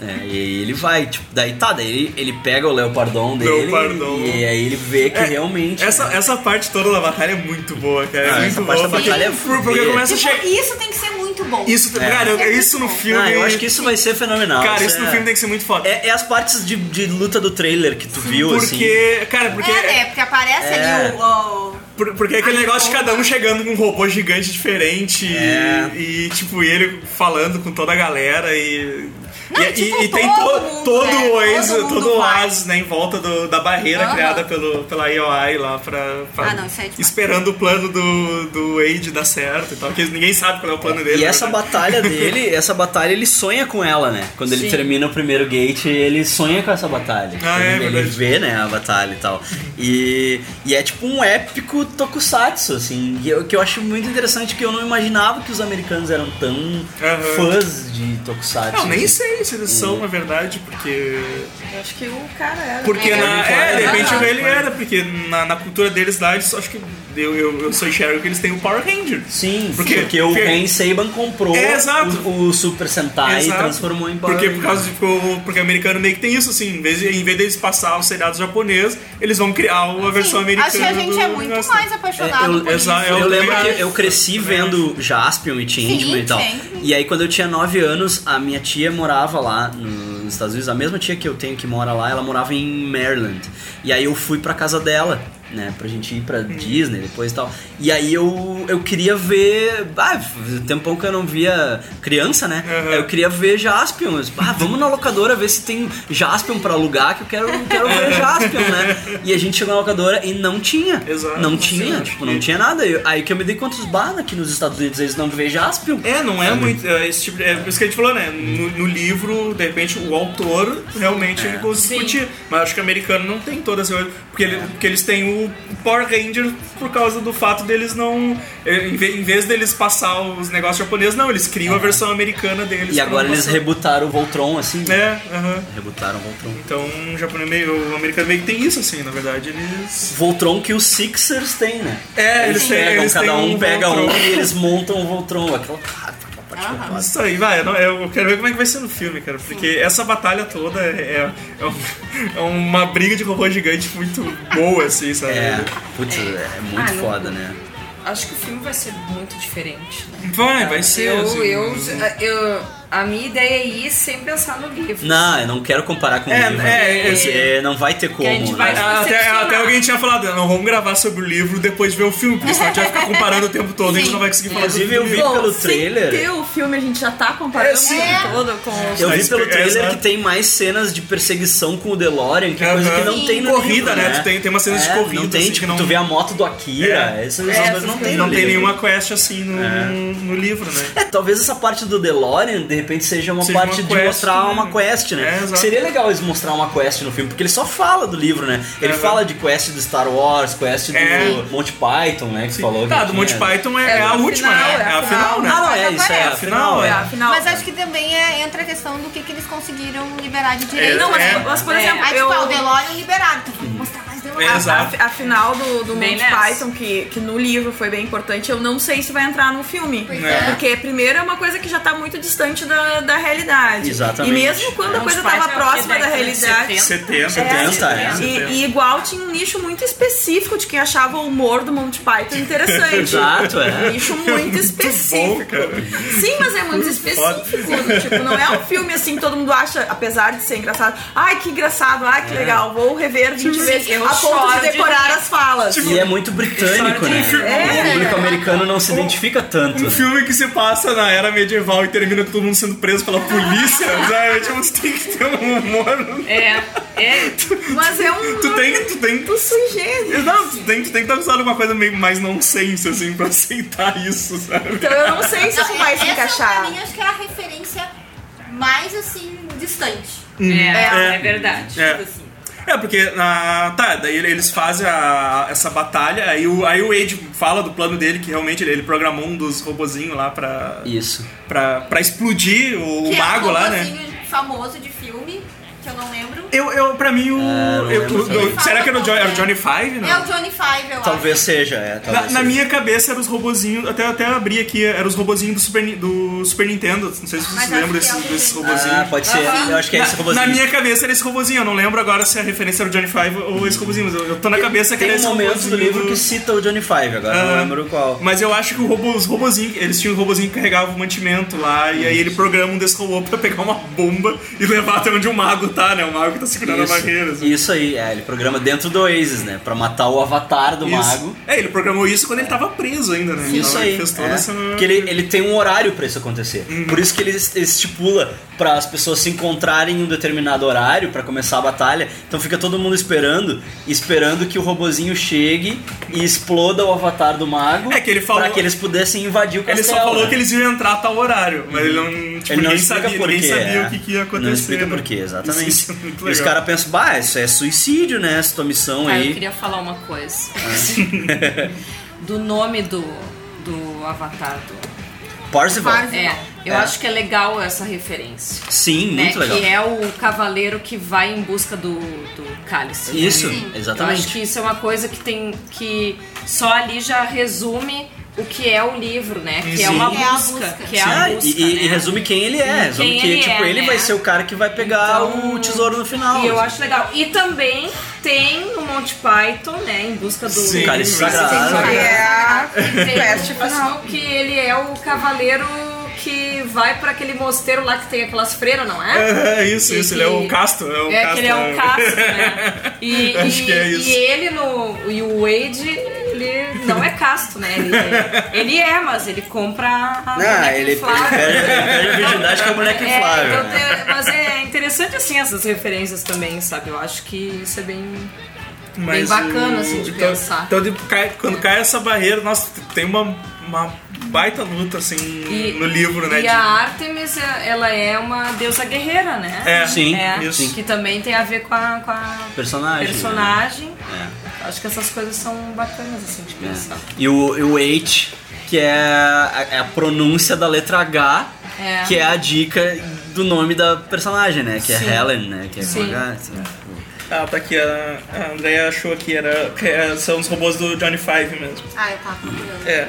Speaker 1: É, e aí ele vai, tipo, daí tá, daí ele, ele pega o leopardon dele
Speaker 3: Leopardon. É,
Speaker 1: e aí ele vê que realmente. né?
Speaker 3: Essa, essa parte toda da batalha é muito boa, cara. É
Speaker 1: Ah,
Speaker 3: muito
Speaker 1: essa
Speaker 3: boa.
Speaker 1: parte da
Speaker 3: porque-
Speaker 1: batalha é
Speaker 3: Porque
Speaker 1: fudida.
Speaker 3: começa a
Speaker 8: Tipo,
Speaker 3: chegar.
Speaker 8: isso tem que ser muito bom.
Speaker 3: Isso,
Speaker 1: É.
Speaker 3: cara, eu- isso no filme.
Speaker 1: Ah, eu acho que isso vai ser fenomenal.
Speaker 3: Cara, isso no
Speaker 1: é-
Speaker 3: filme tem que ser muito foda.
Speaker 1: É, é as partes de, de luta do trailer que tu viu, assim.
Speaker 3: Porque, cara, porque.
Speaker 8: É, né? Porque aparece
Speaker 1: É.
Speaker 8: ali o. o-
Speaker 3: por- porque é aquele negócio de cada
Speaker 8: né?
Speaker 3: um chegando com um robô gigante diferente e-
Speaker 1: É.
Speaker 3: e, tipo, ele falando com toda a galera e.
Speaker 8: Não,
Speaker 3: e,
Speaker 8: tipo,
Speaker 3: e- e tem
Speaker 8: todo
Speaker 3: to-
Speaker 8: mundo,
Speaker 3: todo
Speaker 8: né?
Speaker 3: o ex,
Speaker 8: Todo mundo
Speaker 3: todo o
Speaker 8: vai.
Speaker 3: as, né, em volta do- da barreira
Speaker 8: Aham.
Speaker 3: criada pelo, pela IOI lá pra. pra-
Speaker 8: Ah, não, isso aí é demais.
Speaker 3: esperando o plano do, do Wade dar certo e tal, porque ninguém sabe qual é o plano dele.
Speaker 1: E
Speaker 3: na
Speaker 1: essa
Speaker 3: verdade.
Speaker 1: batalha dele, essa batalha ele sonha com ela, né? Quando ele
Speaker 2: Sim.
Speaker 1: termina o primeiro gate, ele sonha com essa batalha.
Speaker 3: Ah, é
Speaker 1: ele, ele
Speaker 3: verdade.
Speaker 1: vê, né, a batalha e tal. E, e é tipo um épico tokusatsu, assim, que eu, que eu acho muito interessante, que eu não imaginava que os americanos eram tão fãs de tokusatsu.
Speaker 3: Não, nem
Speaker 1: assim.
Speaker 3: sei se eles são, na verdade, porque.
Speaker 4: Eu acho que o cara era.
Speaker 3: Porque
Speaker 1: É,
Speaker 3: na.
Speaker 1: claro,
Speaker 3: É, de
Speaker 1: né?
Speaker 3: repente ele era, porque na, na cultura deles lá, eles, acho que. Eu, eu, eu só enxergo que eles têm o Power Ranger.
Speaker 1: Sim,
Speaker 3: Porque-
Speaker 1: porque, o
Speaker 3: porque-
Speaker 1: Ken Seiban comprou
Speaker 3: É, exato.
Speaker 1: o, o Super Sentai
Speaker 3: Exato.
Speaker 1: e transformou em Power
Speaker 3: Porque por
Speaker 1: Ranger.
Speaker 3: causa de. Porque, porque o americano meio que tem isso, assim. Em vez, de, em vez deles passar o seriado japonês, eles vão criar uma versão
Speaker 12: Sim,
Speaker 3: americana.
Speaker 12: acho que a gente
Speaker 3: do
Speaker 12: é muito
Speaker 3: negócio.
Speaker 12: mais
Speaker 1: É,
Speaker 12: apaixonado
Speaker 1: eu,
Speaker 12: por isso.
Speaker 3: Exato,
Speaker 1: eu
Speaker 3: eu
Speaker 1: lembro
Speaker 3: também
Speaker 1: que
Speaker 3: acho.
Speaker 1: eu cresci vendo Jaspion e Teen
Speaker 12: Sim,
Speaker 1: Inchman e tal.
Speaker 12: Teen
Speaker 1: E aí quando eu tinha 9 anos, a minha tia morava lá nos Estados Unidos. A mesma tia que eu tenho que mora lá, ela morava em Maryland. E aí eu fui pra casa dela, né? Pra gente ir
Speaker 12: Hum.
Speaker 1: pra Disney depois e tal. E aí eu, eu queria ver... Ah, fazia tempão que eu não via criança, né?
Speaker 3: Uhum.
Speaker 1: Aí Eu queria ver Jaspion. Eu disse, Ah, vamos na locadora ver se tem Jaspion pra alugar, que eu quero, quero ver Jaspion, né? E a gente chegou na locadora e não tinha.
Speaker 3: Exato.
Speaker 1: Não tinha,
Speaker 3: Sim.
Speaker 1: tipo, não tinha nada. Eu- aí que eu me dei conta dos bar aqui nos Estados Unidos, eles não vejam Jaspion.
Speaker 3: É, não é muito. É, esse tipo, de- é por isso que a gente falou, né? No, no livro, de repente, o autor realmente
Speaker 1: É,
Speaker 3: ele conseguiu discutir. Mas acho que o americano não tem toda essa coisa. Porque, ele- porque eles têm o Power Ranger por causa do fato deles não. é, Em ve- em vez deles passar os negócios japoneses, não, eles criam a versão americana deles.
Speaker 1: É. E agora
Speaker 3: pra
Speaker 1: eles
Speaker 3: passar.
Speaker 1: rebutaram o Voltron, assim. né?
Speaker 3: É, aham.
Speaker 1: Rebutaram o Voltron.
Speaker 3: Então o japonês meio. O americano meio que tem isso, assim, na verdade. Eles.
Speaker 1: Voltron que os Sixers têm, né?
Speaker 3: É, eles têm-
Speaker 1: pegam,
Speaker 3: eles
Speaker 1: cada
Speaker 3: têm
Speaker 1: um,
Speaker 3: um
Speaker 1: pega um
Speaker 3: Voltron.
Speaker 1: e eles montam o Voltron. Aquela, aquela parte
Speaker 3: Mas
Speaker 1: foda.
Speaker 3: Isso aí, vai. Eu, não- eu quero ver como é que vai ser no filme, cara. Porque essa batalha toda é, é, um- é uma briga de robô gigante muito boa, assim, sabe?
Speaker 1: É, putz, é muito
Speaker 2: Ah, não-
Speaker 1: foda, né?
Speaker 2: Acho que o filme vai ser muito diferente. Né?
Speaker 3: Vai, vai ser.
Speaker 2: Eu,
Speaker 3: assim,
Speaker 2: eu, eu, a minha ideia é ir sem pensar no livro.
Speaker 1: Não, eu não quero comparar com
Speaker 3: É,
Speaker 1: o livro.
Speaker 3: é, é,
Speaker 1: Você não vai ter como,
Speaker 2: a gente vai-
Speaker 1: né?
Speaker 3: Ah, Até,
Speaker 2: decepcionar.
Speaker 3: até alguém tinha falado, não, vamos gravar sobre o livro depois de ver o filme, porque senão a gente vai ficar comparando o tempo todo, a gente não vai conseguir falar
Speaker 1: Inclusive,
Speaker 3: sobre
Speaker 1: eu
Speaker 3: o
Speaker 1: vi
Speaker 3: livro.
Speaker 1: pelo
Speaker 4: Ter
Speaker 1: trailer.
Speaker 4: o filme a gente já tá comparando
Speaker 3: É, sim.
Speaker 4: o todo com os.
Speaker 1: Eu vi
Speaker 3: Mas-
Speaker 1: pelo trailer
Speaker 3: Exato.
Speaker 1: que tem mais cenas de perseguição com o DeLorean, que é coisa que não
Speaker 3: Aham.
Speaker 1: tem no
Speaker 3: Corrida,
Speaker 1: livro,
Speaker 3: né? Tu tem- tem umas cenas de corrida,
Speaker 1: Não tem,
Speaker 3: assim,
Speaker 1: tipo,
Speaker 3: que não-
Speaker 1: tu vê a moto do Akira,
Speaker 3: É.
Speaker 1: essas, essas
Speaker 3: É, essas
Speaker 1: coisas não
Speaker 3: coisas.
Speaker 1: tem no
Speaker 3: Não tem
Speaker 1: livro.
Speaker 3: nenhuma quest assim no, no livro, né?
Speaker 1: É, talvez essa parte do DeLorean, de repente seja uma
Speaker 3: Seja
Speaker 1: parte
Speaker 3: uma
Speaker 1: de
Speaker 3: quest,
Speaker 1: mostrar
Speaker 3: né?
Speaker 1: uma quest,
Speaker 3: É,
Speaker 1: né?
Speaker 3: exato.
Speaker 1: Seria legal eles mostrar uma quest no filme, porque ele só fala do livro, né? Ele
Speaker 3: É,
Speaker 1: fala de quest do Star Wars, quest do
Speaker 3: É.
Speaker 1: Monty Python, né? Que tu falou
Speaker 3: Tá,
Speaker 1: que
Speaker 3: do
Speaker 1: tinha,
Speaker 3: Monty
Speaker 1: né?
Speaker 3: Python é,
Speaker 1: É,
Speaker 3: é a
Speaker 1: no
Speaker 3: última,
Speaker 1: final,
Speaker 3: né? É a final, né?
Speaker 1: Ah, não, é isso, é a final, é.
Speaker 12: Mas acho que também é, entra a questão do que, que eles conseguiram liberar de direito.
Speaker 4: É, Não, mas- é. mas, por exemplo,
Speaker 12: Aí, tipo,
Speaker 4: eu-
Speaker 12: ah, o DeLorean liberaram, então vamos mostrar mais
Speaker 3: É.
Speaker 12: DeLorean.
Speaker 4: A- A, a final do, do
Speaker 12: Bem
Speaker 4: Monty
Speaker 12: nessa.
Speaker 4: Python, que, que no livro foi bem importante, eu não sei se vai entrar no filme.
Speaker 12: Pois é.
Speaker 4: Porque, primeiro, é uma coisa que já tá muito distante da, da realidade.
Speaker 1: Exatamente.
Speaker 4: E mesmo quando a
Speaker 1: Monty
Speaker 4: coisa
Speaker 1: Python
Speaker 4: tava
Speaker 1: é o quê?
Speaker 2: né?
Speaker 4: próxima da
Speaker 1: Década de
Speaker 4: realidade.
Speaker 1: 70? 70, é.
Speaker 4: E, e igual tinha um nicho muito específico de quem achava o humor do Monty Python interessante.
Speaker 1: Exato, é.
Speaker 4: Um nicho muito específico. Sim, mas é muito específico. Tipo, não é um filme assim que todo mundo acha, apesar de ser engraçado, ai que engraçado, ai que
Speaker 1: É.
Speaker 4: legal, vou rever 20
Speaker 2: Sim,
Speaker 4: vezes
Speaker 2: eu
Speaker 4: a ponto
Speaker 2: choro
Speaker 4: de
Speaker 2: de
Speaker 4: decorar
Speaker 2: rir.
Speaker 4: as falas.
Speaker 1: E é muito britânico, né?
Speaker 4: É.
Speaker 1: O público americano não se identifica tanto.
Speaker 3: Um filme que se passa na era medieval e termina com todo mundo sendo preso pela polícia, sabe? Tipo, tu tem que ter um humor.
Speaker 2: É, é.
Speaker 4: Mas é um.
Speaker 3: Tu tem que. Tu tem que.
Speaker 4: sujeito.
Speaker 3: Não, tu tem, tu tem que estar usando uma coisa meio mais nonsense, assim, pra aceitar isso, sabe?
Speaker 2: Então,
Speaker 12: Não, é- essa, Pra mim, acho que é a referência mais, assim, distante.
Speaker 3: Hum,
Speaker 2: Tipo
Speaker 3: É.
Speaker 2: assim,
Speaker 3: É, porque, ah, tá, daí eles fazem a- essa batalha, aí o, aí o Wade fala do plano dele, que realmente ele, ele programou um dos robozinhos lá pra...
Speaker 1: Isso.
Speaker 3: Pra, pra explodir o, o
Speaker 12: que
Speaker 3: mago
Speaker 12: é um
Speaker 3: lá, né?
Speaker 12: robozinho famoso de filme, que eu não lembro.
Speaker 3: Eu, eu, pra mim, o... eu-
Speaker 1: Ah, lembro
Speaker 3: o-
Speaker 1: também.
Speaker 3: o- será que é era o, Johnny, era o Johnny Five? Não.
Speaker 12: É o Johnny Five, eu
Speaker 1: Talvez seja, é.
Speaker 3: Na,
Speaker 1: Talvez
Speaker 3: na
Speaker 1: seja.
Speaker 3: minha cabeça eram os robozinhos, até, até abri aqui, eram os robozinhos do Super, Ni- do Super Nintendo. Não sei se vocês
Speaker 12: Mas
Speaker 3: lembram
Speaker 12: acho que é
Speaker 3: desses,
Speaker 12: o
Speaker 3: desses
Speaker 12: Nintendo.
Speaker 3: robozinhos.
Speaker 1: Ah, pode ser. Aham. Eu acho que é esse
Speaker 3: Na-
Speaker 1: robozinho.
Speaker 3: Na minha cabeça era esse robozinho, eu não lembro agora se a referência era o Johnny Five ou esse robozinho, mas eu, eu tô na cabeça que
Speaker 1: Tem
Speaker 3: era
Speaker 1: um
Speaker 3: esse
Speaker 1: momento do
Speaker 3: robozinho
Speaker 1: livro que cita o Johnny Five, agora
Speaker 3: Ah.
Speaker 1: não lembro qual.
Speaker 3: Mas eu acho que o robô, os robozinhos, eles tinham um robozinho que carregava o mantimento lá, e aí ele programa um desse robô pra pegar uma bomba e levar até onde o mago tá, né? O mago que tá segurando
Speaker 1: Isso.
Speaker 3: a barreira. assim.
Speaker 1: Isso aí, é, ele programa dentro do Oasis, né? Pra matar o avatar do
Speaker 3: Isso.
Speaker 1: mago.
Speaker 3: É, ele programou isso quando ele tava preso ainda, né?
Speaker 1: Isso
Speaker 3: Então,
Speaker 1: aí.
Speaker 3: Ele fez toda
Speaker 1: é.
Speaker 3: essa...
Speaker 1: Porque ele, ele tem um horário pra isso acontecer.
Speaker 3: Uhum.
Speaker 1: Por isso que ele es- ele estipula pra as pessoas se encontrarem em um determinado horário pra começar a batalha. Então fica todo mundo esperando, esperando que o robozinho chegue e exploda o avatar do mago. É que ele falou. Pra que eles pudessem invadir o
Speaker 3: Ele
Speaker 1: castelo.
Speaker 3: só falou
Speaker 1: né?
Speaker 3: que eles iam entrar a tal horário, mas ele não, tipo,
Speaker 1: Ele não
Speaker 3: ninguém
Speaker 1: explica
Speaker 3: sabia,
Speaker 1: por
Speaker 3: ninguém
Speaker 1: quê,
Speaker 3: sabia
Speaker 1: é.
Speaker 3: o que, que ia acontecer.
Speaker 1: Não explica
Speaker 3: né?
Speaker 1: por quê, exatamente.
Speaker 3: Isso é muito
Speaker 1: e os
Speaker 3: legal.
Speaker 1: caras pensam, bah, isso é suicídio, né? Essa tua missão
Speaker 2: Ah, eu
Speaker 1: aí.
Speaker 2: queria falar uma coisa.
Speaker 1: Ah.
Speaker 2: Do nome do, do avatar do.
Speaker 1: Parzival.
Speaker 2: É, eu
Speaker 1: É.
Speaker 2: acho que é legal essa referência.
Speaker 1: Sim,
Speaker 2: né,
Speaker 1: muito legal.
Speaker 2: Que é o cavaleiro que vai em busca do, do cálice. né?
Speaker 1: Isso,
Speaker 2: Sim.
Speaker 1: exatamente.
Speaker 2: Eu acho que isso é uma coisa que tem que só ali já resume o que é o livro, né? Que é
Speaker 1: Sim.
Speaker 2: uma
Speaker 1: É a
Speaker 2: busca, que é
Speaker 1: Sim,
Speaker 2: a busca.
Speaker 1: Ah, e, e- e resume quem ele é.
Speaker 2: E
Speaker 1: resume
Speaker 2: quem
Speaker 1: que,
Speaker 2: ele
Speaker 1: tipo,
Speaker 2: é,
Speaker 1: ele
Speaker 2: né? Então,
Speaker 1: vai ser o cara que vai pegar o tesouro no final.
Speaker 2: E eu acho legal. E também tem o Monty Python, né? Em busca do
Speaker 1: Sim, Cálice
Speaker 2: do-
Speaker 1: Sagrado.
Speaker 2: Cálice
Speaker 3: é
Speaker 2: Sagrado. E tem
Speaker 4: Quest
Speaker 2: o- acho que ele é o cavaleiro que vai pra aquele mosteiro lá que tem aquelas freiras, não é?
Speaker 3: É, é isso,
Speaker 2: E
Speaker 3: isso. Ele é o
Speaker 2: que-
Speaker 3: Castro. É, o
Speaker 2: é,
Speaker 3: Castro,
Speaker 2: que ele é o Castro, né? E,
Speaker 3: Acho
Speaker 2: e-
Speaker 3: que é isso.
Speaker 2: e ele no. E o Wade, ele não é casto, né? Ele, ele é, mas ele compra a
Speaker 1: Não,
Speaker 2: boneca
Speaker 1: Ah, ele, ele
Speaker 2: inflável.
Speaker 1: perde ele perde a virgindade com a boneca
Speaker 2: É,
Speaker 1: inflável.
Speaker 2: então
Speaker 1: né?
Speaker 2: tem- mas é interessante assim essas referências também, sabe? Eu acho que isso é bem, bem
Speaker 3: Mas
Speaker 2: bacana
Speaker 3: o-
Speaker 2: assim de
Speaker 3: então,
Speaker 2: pensar. É.
Speaker 3: Então, tipo, cai- quando cai essa barreira, nossa, tem uma, uma baita luta, assim, no livro, né?
Speaker 2: E
Speaker 3: de-
Speaker 2: a Artemis, é- ela é uma deusa guerreira, né?
Speaker 3: É, sim,
Speaker 2: É,
Speaker 3: isso.
Speaker 2: Que também tem a ver com a, com a
Speaker 1: Personagem. né?
Speaker 2: personagem.
Speaker 1: É.
Speaker 2: Acho que essas coisas são bacanas, assim, de pensar.
Speaker 1: E o, e o H, que é a, é a pronúncia da letra H,
Speaker 2: É.
Speaker 1: que é a dica do nome da personagem, né? Que
Speaker 3: Sim.
Speaker 1: é Helen, né? Que é com
Speaker 3: Sim.
Speaker 1: H, assim,
Speaker 3: Ah, tá aqui, a, a Andrea achou que, era, que é- são os robôs do Johnny Five mesmo.
Speaker 12: Ah, eu tava procurando.
Speaker 3: É.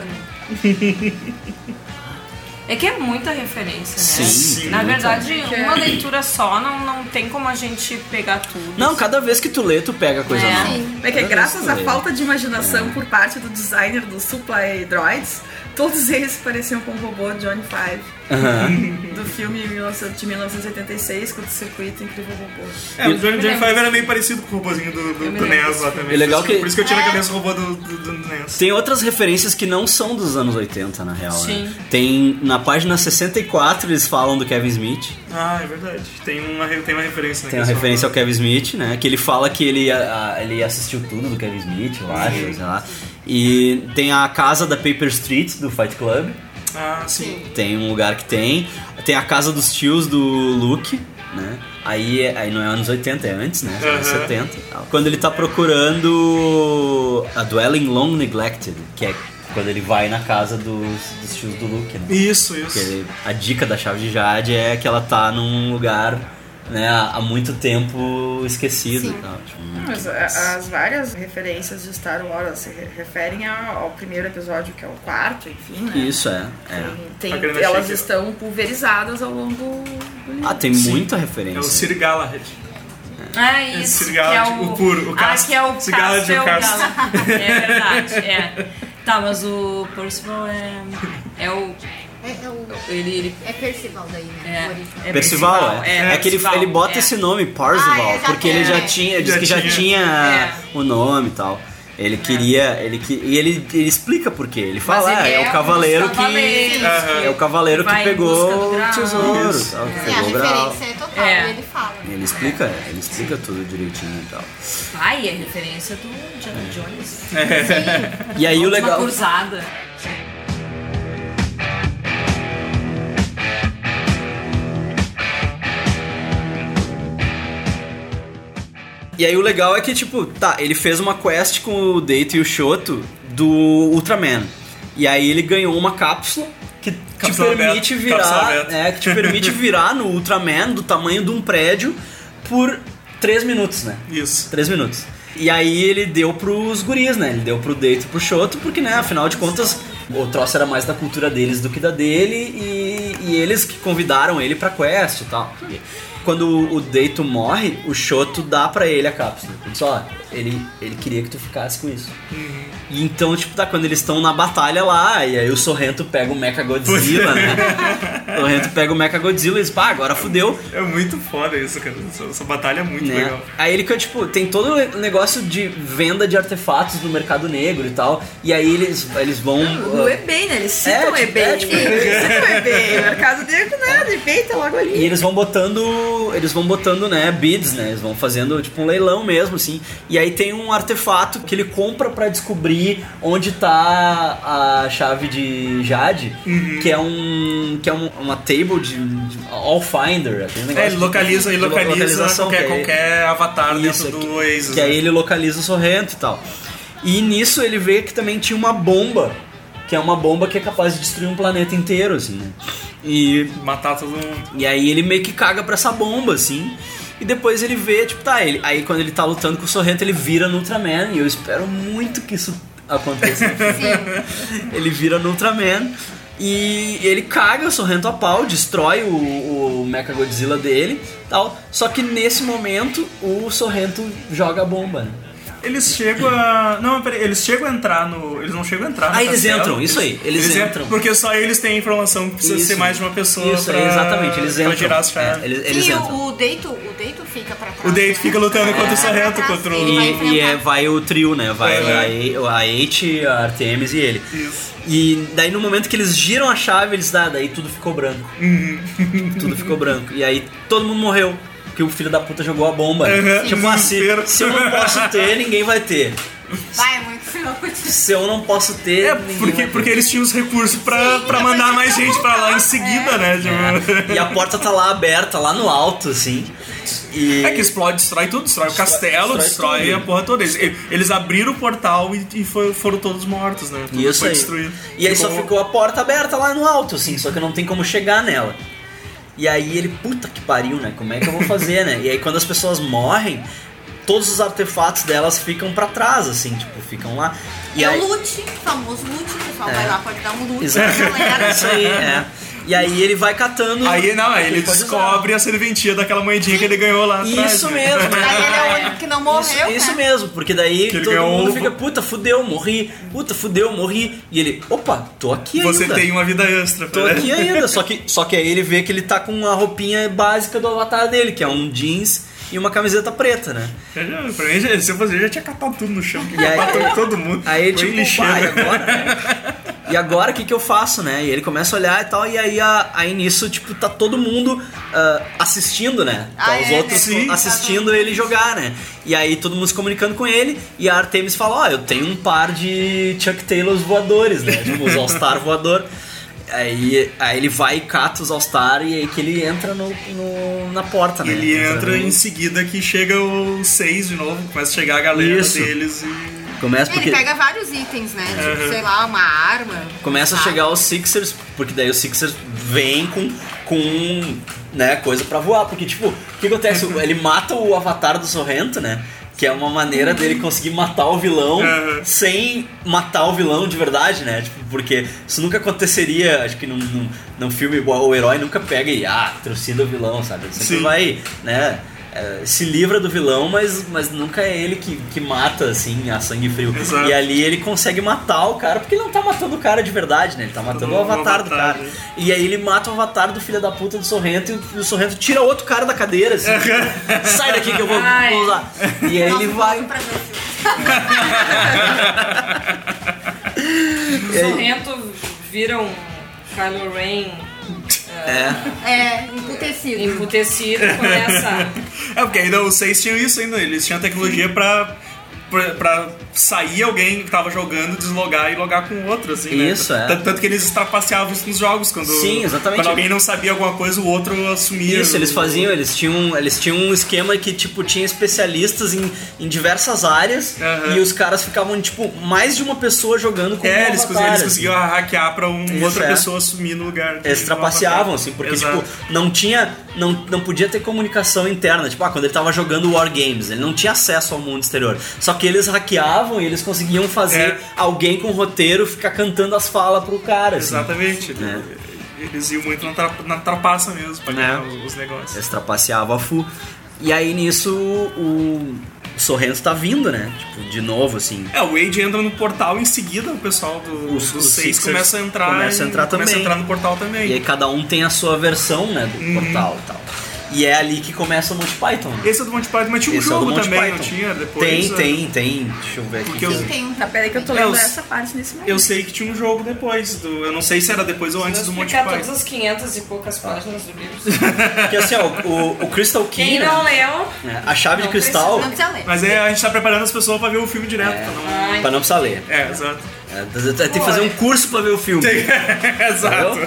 Speaker 2: É que é muita referência, né?
Speaker 1: Sim, Sim,
Speaker 2: Na
Speaker 1: muita.
Speaker 2: verdade, uma leitura só não, não tem como a gente pegar tudo.
Speaker 1: Não, cada vez que tu lê, tu pega coisa
Speaker 2: É.
Speaker 1: nova.
Speaker 2: Sim.
Speaker 4: É que
Speaker 1: Cada
Speaker 4: graças
Speaker 1: vez que
Speaker 4: à
Speaker 1: tu lê.
Speaker 4: falta de imaginação por parte do designer dos Supply Droids, todos eles pareciam com o robô Johnny Five.
Speaker 1: Aham.
Speaker 4: Do filme 1900 de 1986, com o circuito Incrível Robô.
Speaker 3: É, o Johnny, Johnny Five era meio parecido com o robôzinho do, do, do NES lá também.
Speaker 1: E legal
Speaker 3: por isso
Speaker 1: que-
Speaker 3: Por isso que eu tinha na
Speaker 2: É.
Speaker 3: cabeça o robô do, do, do NES.
Speaker 1: Tem outras referências que não são dos anos 80, na real. Né?
Speaker 3: Sim.
Speaker 1: Tem na página 64 eles falam do Kevin Smith.
Speaker 3: Ah, é verdade. Tem uma, re- tem uma referência, né?
Speaker 1: Tem a
Speaker 3: que eles
Speaker 1: referência ao Kevin Smith, né? Que ele fala que ele, a- a- ele assistiu tudo do Kevin Smith, eu acho,
Speaker 3: Sim.
Speaker 1: sei lá. E tem a casa da Paper Street do Fight Club.
Speaker 3: Ah, sim.
Speaker 1: Tem um lugar que tem. Tem a casa dos tios do Luke, né? Aí, é- aí não é anos 80, é antes, né? É Anos
Speaker 3: Aham.
Speaker 1: 70. e tal. Quando ele tá procurando a Dwelling Long Neglected, que é quando ele vai na casa dos, dos tios do Luke, né?
Speaker 3: Isso, isso.
Speaker 1: Que ele- a dica da chave de Jade é que ela tá num lugar né, há muito tempo esquecido. e tal. Tipo, hum,
Speaker 3: Ah,
Speaker 15: Mas
Speaker 1: que-
Speaker 15: a- as várias referências de Star Wars se re- referem ao, ao primeiro episódio, que é o quarto, enfim, né?
Speaker 1: Isso, é. é.
Speaker 15: Tem-
Speaker 3: A grana
Speaker 15: elas
Speaker 3: chique.
Speaker 15: estão pulverizadas ao longo do livro.
Speaker 1: Ah, tem muita referência.
Speaker 3: É o Sir Galahad.
Speaker 2: Ah,
Speaker 3: Esse
Speaker 2: isso. Que
Speaker 3: cigarro
Speaker 2: é
Speaker 3: de-
Speaker 2: o,
Speaker 3: o puro, o
Speaker 2: ah,
Speaker 3: casto.
Speaker 2: que é o
Speaker 3: Cigarro
Speaker 2: casto,
Speaker 3: de
Speaker 2: é o
Speaker 3: casto.
Speaker 2: galo. É verdade, é. Tá, mas o Percival é. É o.
Speaker 12: É o.
Speaker 2: Ele. ele
Speaker 12: É Percival daí, né?
Speaker 2: É
Speaker 1: Percival, é. É, que ele,
Speaker 2: Percival,
Speaker 1: ele bota
Speaker 2: é.
Speaker 1: esse nome, Parzival,
Speaker 12: Ah, é, já
Speaker 1: porque ele
Speaker 12: tem,
Speaker 1: já
Speaker 12: é.
Speaker 1: tinha, ele
Speaker 12: Já
Speaker 1: diz que já
Speaker 12: tinha. É.
Speaker 1: tinha o nome e tal. Ele queria, ele que e ele, ele explica por quê. Ele fala,
Speaker 12: ele
Speaker 1: "Ah, é,
Speaker 12: é um
Speaker 1: o
Speaker 12: dos
Speaker 1: cavaleiro que
Speaker 12: cavaleiros
Speaker 1: Aham.
Speaker 12: que
Speaker 1: é o cavaleiro que
Speaker 12: vai em busca
Speaker 1: pegou
Speaker 12: do
Speaker 1: o
Speaker 12: Graal."
Speaker 1: tesouro,
Speaker 12: Isso.
Speaker 1: tal, que
Speaker 12: É, a
Speaker 1: pegou o grau.
Speaker 12: referência é total,
Speaker 2: É.
Speaker 12: ele fala.
Speaker 1: Ele explica, ele explica tudo direitinho e tal.
Speaker 2: Ai, é referência do Indiana Jones.
Speaker 1: E aí o
Speaker 2: Uma
Speaker 1: legal
Speaker 2: cruzada.
Speaker 1: E aí o legal é que, tipo, tá, ele fez uma quest com o Date e o Shoto do Ultraman. E aí ele ganhou uma cápsula que te
Speaker 3: Cápsula
Speaker 1: permite
Speaker 3: aberta, cápsula
Speaker 1: virar.
Speaker 3: aberta.
Speaker 1: É, que te permite virar no Ultraman do tamanho de um prédio por 3 minutos, né?
Speaker 3: Isso.
Speaker 1: 3 minutos. E aí ele deu pros guris, né? Ele deu pro Date e pro Shoto, porque, né, afinal de contas, o troço era mais da cultura deles do que da dele, e, e eles que convidaram ele pra quest e tal. E quando o Deito morre, o Shoto dá pra ele a cápsula. Ele diz, ó, ele, ele queria que tu ficasse com isso. E então, tipo, tá, quando eles estão na batalha lá, e aí o Sorrento pega o Mecha Godzilla, né? O Sorrento pega o Mecha Godzilla e diz, pá, agora fudeu.
Speaker 3: É muito foda isso, cara. Essa, essa batalha é muito
Speaker 1: né?
Speaker 3: legal.
Speaker 1: Aí ele que, tipo, tem todo o negócio de venda de artefatos no mercado negro e tal. E aí eles, eles vão.
Speaker 15: No
Speaker 1: ah,
Speaker 15: eBay, né? Eles citam
Speaker 1: É, tipo,
Speaker 15: eBay.
Speaker 1: é, tipo,
Speaker 15: eles citam eBay. O mercado dele, nada, eBay tá logo ali.
Speaker 1: E eles vão botando. Eles vão botando, né, bids, né? Eles vão fazendo tipo um leilão mesmo, assim. E aí tem um artefato que ele compra pra descobrir onde tá a chave de Jade,
Speaker 3: Uhum.
Speaker 1: que é um. que é um- uma table de. de all finder, aquele negócio.
Speaker 3: É, ele localiza, ele
Speaker 1: de lo-
Speaker 3: localiza
Speaker 1: localização,
Speaker 3: qualquer,
Speaker 1: que é aí-
Speaker 3: qualquer avatar
Speaker 1: Isso,
Speaker 3: dentro
Speaker 1: que-
Speaker 3: do Oasis.
Speaker 1: Que aí
Speaker 3: né?
Speaker 1: ele localiza o Sorrento e tal. E nisso ele vê que também tinha uma bomba, que é uma bomba que é capaz de destruir um planeta inteiro, assim, né? E.
Speaker 3: né? Matar todo mundo.
Speaker 1: E aí ele meio que caga pra essa bomba, assim. E depois ele vê, tipo, tá, ele. Aí quando ele tá lutando com o Sorrento, ele vira no Ultraman. E eu espero muito que isso aconteça. ele vira no Ultraman. E ele caga o Sorrento a pau, destrói o, o Mecha Godzilla dele tal. Só que nesse momento o Sorrento joga a bomba. né?
Speaker 3: Eles chegam a. Não, peraí, eles chegam a entrar no. Eles não chegam a entrar no.
Speaker 1: Ah, eles
Speaker 3: castelo.
Speaker 1: entram, isso aí, eles entram.
Speaker 3: Porque só eles têm a informação que precisa
Speaker 1: Isso.
Speaker 3: ser mais de uma pessoa.
Speaker 1: Isso,
Speaker 3: pra,
Speaker 1: é, exatamente, eles
Speaker 3: Pra
Speaker 1: entram.
Speaker 3: tirar as chaves.
Speaker 1: É, eles-
Speaker 12: e o, o Deito, o Deito fica pra trás. né?
Speaker 3: O Date fica lutando contra o Sorrento, contra o.
Speaker 1: E, e é- vai o trio, né? Vai
Speaker 3: Uhum.
Speaker 1: a, a Eight, a Artemis e ele. E daí no momento que eles giram a chave, eles dá, daí tudo ficou branco.
Speaker 3: Uhum.
Speaker 1: tudo ficou branco. E aí todo mundo morreu. Porque o filho da puta jogou a bomba. né?
Speaker 3: Uhum.
Speaker 1: Tipo assim, se eu não posso ter, ninguém vai ter.
Speaker 12: Vai, é muito louco.
Speaker 1: Se eu não posso ter.
Speaker 3: É, porque, porque eles tinham os recursos pra, pra mandar mais gente pra lá em seguida, né? tipo-
Speaker 1: É. E a porta tá lá aberta, lá no alto, assim. E...
Speaker 3: É que explode, destrói tudo, destrói o castelo,
Speaker 1: destrói
Speaker 3: destrói,
Speaker 1: tudo.
Speaker 3: a porra toda. Eles, eles abriram o portal e, e foi- foram todos mortos, né? Tudo
Speaker 1: Isso
Speaker 3: foi
Speaker 1: aí.
Speaker 3: destruído.
Speaker 1: E aí só ficou a porta aberta lá no alto, assim, só que não tem como chegar nela. E aí ele, puta que pariu, né? Como é que eu vou fazer, né? E aí quando as pessoas morrem, todos os artefatos delas ficam pra trás, assim, tipo, ficam lá. E
Speaker 12: é
Speaker 1: aí...
Speaker 12: o loot, o famoso loot, o pessoal
Speaker 1: É.
Speaker 12: vai lá, pode dar um loot.
Speaker 1: Exato.
Speaker 8: né?
Speaker 1: Isso aí, é. E aí ele vai catando.
Speaker 3: Aí não, aí ele
Speaker 1: Ele pode
Speaker 3: descobre né? a serventia daquela moedinha que ele ganhou lá atrás.
Speaker 1: Isso mesmo. né?
Speaker 12: Aí ele é o único que não morreu,
Speaker 1: Isso
Speaker 12: né?
Speaker 1: mesmo, porque daí
Speaker 3: ele
Speaker 1: todo
Speaker 3: ganhou
Speaker 1: mundo
Speaker 3: um-
Speaker 1: fica, puta, fudeu, morri, puta, fudeu, morri. E ele, opa, tô aqui
Speaker 3: Você
Speaker 1: ainda.
Speaker 3: tem uma vida extra.
Speaker 1: Tô
Speaker 3: né?
Speaker 1: aqui ainda, só que, só que aí ele vê que ele tá com a roupinha básica do avatar dele, que é um jeans e uma camiseta preta, né?
Speaker 3: Eu já- Pra mim, já- se eu fosse, eu já tinha catado tudo no chão, que
Speaker 1: E aí-
Speaker 3: matou todo mundo.
Speaker 1: Aí
Speaker 3: Foi
Speaker 1: tipo,
Speaker 3: lixeiro.
Speaker 1: "Pá, e agora? E agora o que, que eu faço, né? E ele começa a olhar e tal, e aí, a- aí nisso, tipo, tá todo mundo ah, assistindo, né? Tá
Speaker 12: Ah,
Speaker 1: os
Speaker 12: é, né?
Speaker 1: outros
Speaker 12: Sim.
Speaker 1: assistindo ele jogar, né? E aí todo mundo se comunicando com ele, e a Artemis fala, ó, eu tenho um par de Chuck Taylors voadores, né? Tipo, os All-Star voador. Aí, aí ele vai e cata os All-Star e aí que ele entra no, no- na porta, né?
Speaker 3: Ele entra
Speaker 1: no-
Speaker 3: em seguida que chega os seis de novo, começa a chegar a galera
Speaker 1: Isso.
Speaker 3: deles e.
Speaker 1: Começa porque.
Speaker 12: Ele pega vários itens, né? Tipo,
Speaker 1: Uhum.
Speaker 12: sei lá, uma arma.
Speaker 1: Começa a chegar os Sixers, porque daí os Sixers vêm com, com né, coisa pra voar. Porque, tipo, o que acontece? Ele mata o avatar do Sorrento, né? Que é uma maneira dele conseguir matar o vilão sem matar o vilão de verdade, né? Tipo, porque isso nunca aconteceria, acho que num, num, num filme igual o herói nunca pega e, ah, torcida o vilão, sabe? Ele sempre
Speaker 3: Sim.
Speaker 1: vai, né? eh, Se livra do vilão, mas, mas nunca é ele que, que mata, assim, a sangue frio.
Speaker 3: Exato.
Speaker 1: E ali ele consegue matar o cara, porque ele não tá matando o cara de verdade, né? Ele tá matando o
Speaker 3: o
Speaker 1: avatar do
Speaker 3: avatar,
Speaker 1: cara. E aí ele mata o avatar do filho da puta do Sorrento e o Sorrento tira outro cara da cadeira, assim. Sai daqui que eu vou, vou usar. E aí ele vai.
Speaker 2: O Sorrento vira um Kylo Ren.
Speaker 1: É.
Speaker 2: É, emputecido. Emputecido, começa.
Speaker 3: É, porque ainda os seis tinham isso ainda, eles tinham tecnologia pra, pra, pra sair alguém que tava jogando, deslogar e logar com outro, assim, né?
Speaker 1: Isso, é.
Speaker 3: Tanto, tanto que eles trapaceavam isso nos jogos, quando,
Speaker 1: Sim, exatamente.
Speaker 3: quando alguém não sabia alguma coisa, o outro assumia.
Speaker 1: Isso, eles faziam, eles tinham, eles tinham um esquema que, tipo, tinha especialistas em, em diversas áreas e os caras ficavam, tipo, mais de uma pessoa jogando com um
Speaker 3: É, eles,
Speaker 1: avatar,
Speaker 3: cons- eles
Speaker 1: assim.
Speaker 3: conseguiam hackear pra um,
Speaker 1: Isso,
Speaker 3: outra
Speaker 1: é.
Speaker 3: pessoa assumir no lugar. um
Speaker 1: Eles trapaceavam, assim, porque,
Speaker 3: Exato.
Speaker 1: tipo, não tinha. Não, não podia ter comunicação interna. Tipo, ah, quando ele tava jogando War Games, ele não tinha acesso ao mundo exterior. Só que eles hackeavam e eles conseguiam fazer
Speaker 3: É.
Speaker 1: alguém com roteiro ficar cantando as falas pro cara. assim.
Speaker 3: Exatamente. Eles iam muito na, tra na trapaça mesmo,
Speaker 1: Né?
Speaker 3: pra ganhar os, os negócios.
Speaker 1: Eles trapaceavam a Fu. E aí nisso o o Sorrento tá vindo, né? Tipo, de novo, assim.
Speaker 3: É, o Wade entra no portal em seguida o pessoal do,
Speaker 1: Os-
Speaker 3: dos
Speaker 1: os
Speaker 3: seis
Speaker 1: Sixers
Speaker 3: começa a entrar.
Speaker 1: começa a
Speaker 3: e-
Speaker 1: entrar
Speaker 3: Começa a
Speaker 1: também.
Speaker 3: entrar no portal também.
Speaker 1: E aí cada um tem a sua versão, né,
Speaker 3: Uhum.
Speaker 1: do portal e tal. E é ali que começa o Monty Python. né?
Speaker 3: Esse é do Monty Python, mas tinha um
Speaker 1: Esse é o do
Speaker 3: jogo
Speaker 1: Monty
Speaker 3: também,
Speaker 1: Python.
Speaker 3: não tinha? Depois,
Speaker 1: tem,
Speaker 3: é.
Speaker 1: tem, tem. Deixa eu ver aqui.
Speaker 3: Porque eu- Sim,
Speaker 4: Tá, peraí que eu tô
Speaker 3: É,
Speaker 4: lendo
Speaker 3: os-
Speaker 4: essa parte nesse momento.
Speaker 3: Eu sei que tinha um jogo depois. Do, eu não sei se era depois ou antes do Monty
Speaker 2: Explicar todas
Speaker 3: Python.
Speaker 2: as 500 e poucas páginas do livro.
Speaker 1: Porque assim, ó, o, o Crystal Key.
Speaker 2: Quem
Speaker 1: né?
Speaker 2: não leu.
Speaker 1: É, A chave de cristal.
Speaker 3: Mas aí a gente tá preparando as pessoas pra ver o filme
Speaker 1: É.
Speaker 3: direto. pra não-
Speaker 1: Pra não precisar ler.
Speaker 3: É, exato.
Speaker 1: É, tem- tem que fazer um curso pra ver o filme.
Speaker 3: É, exato.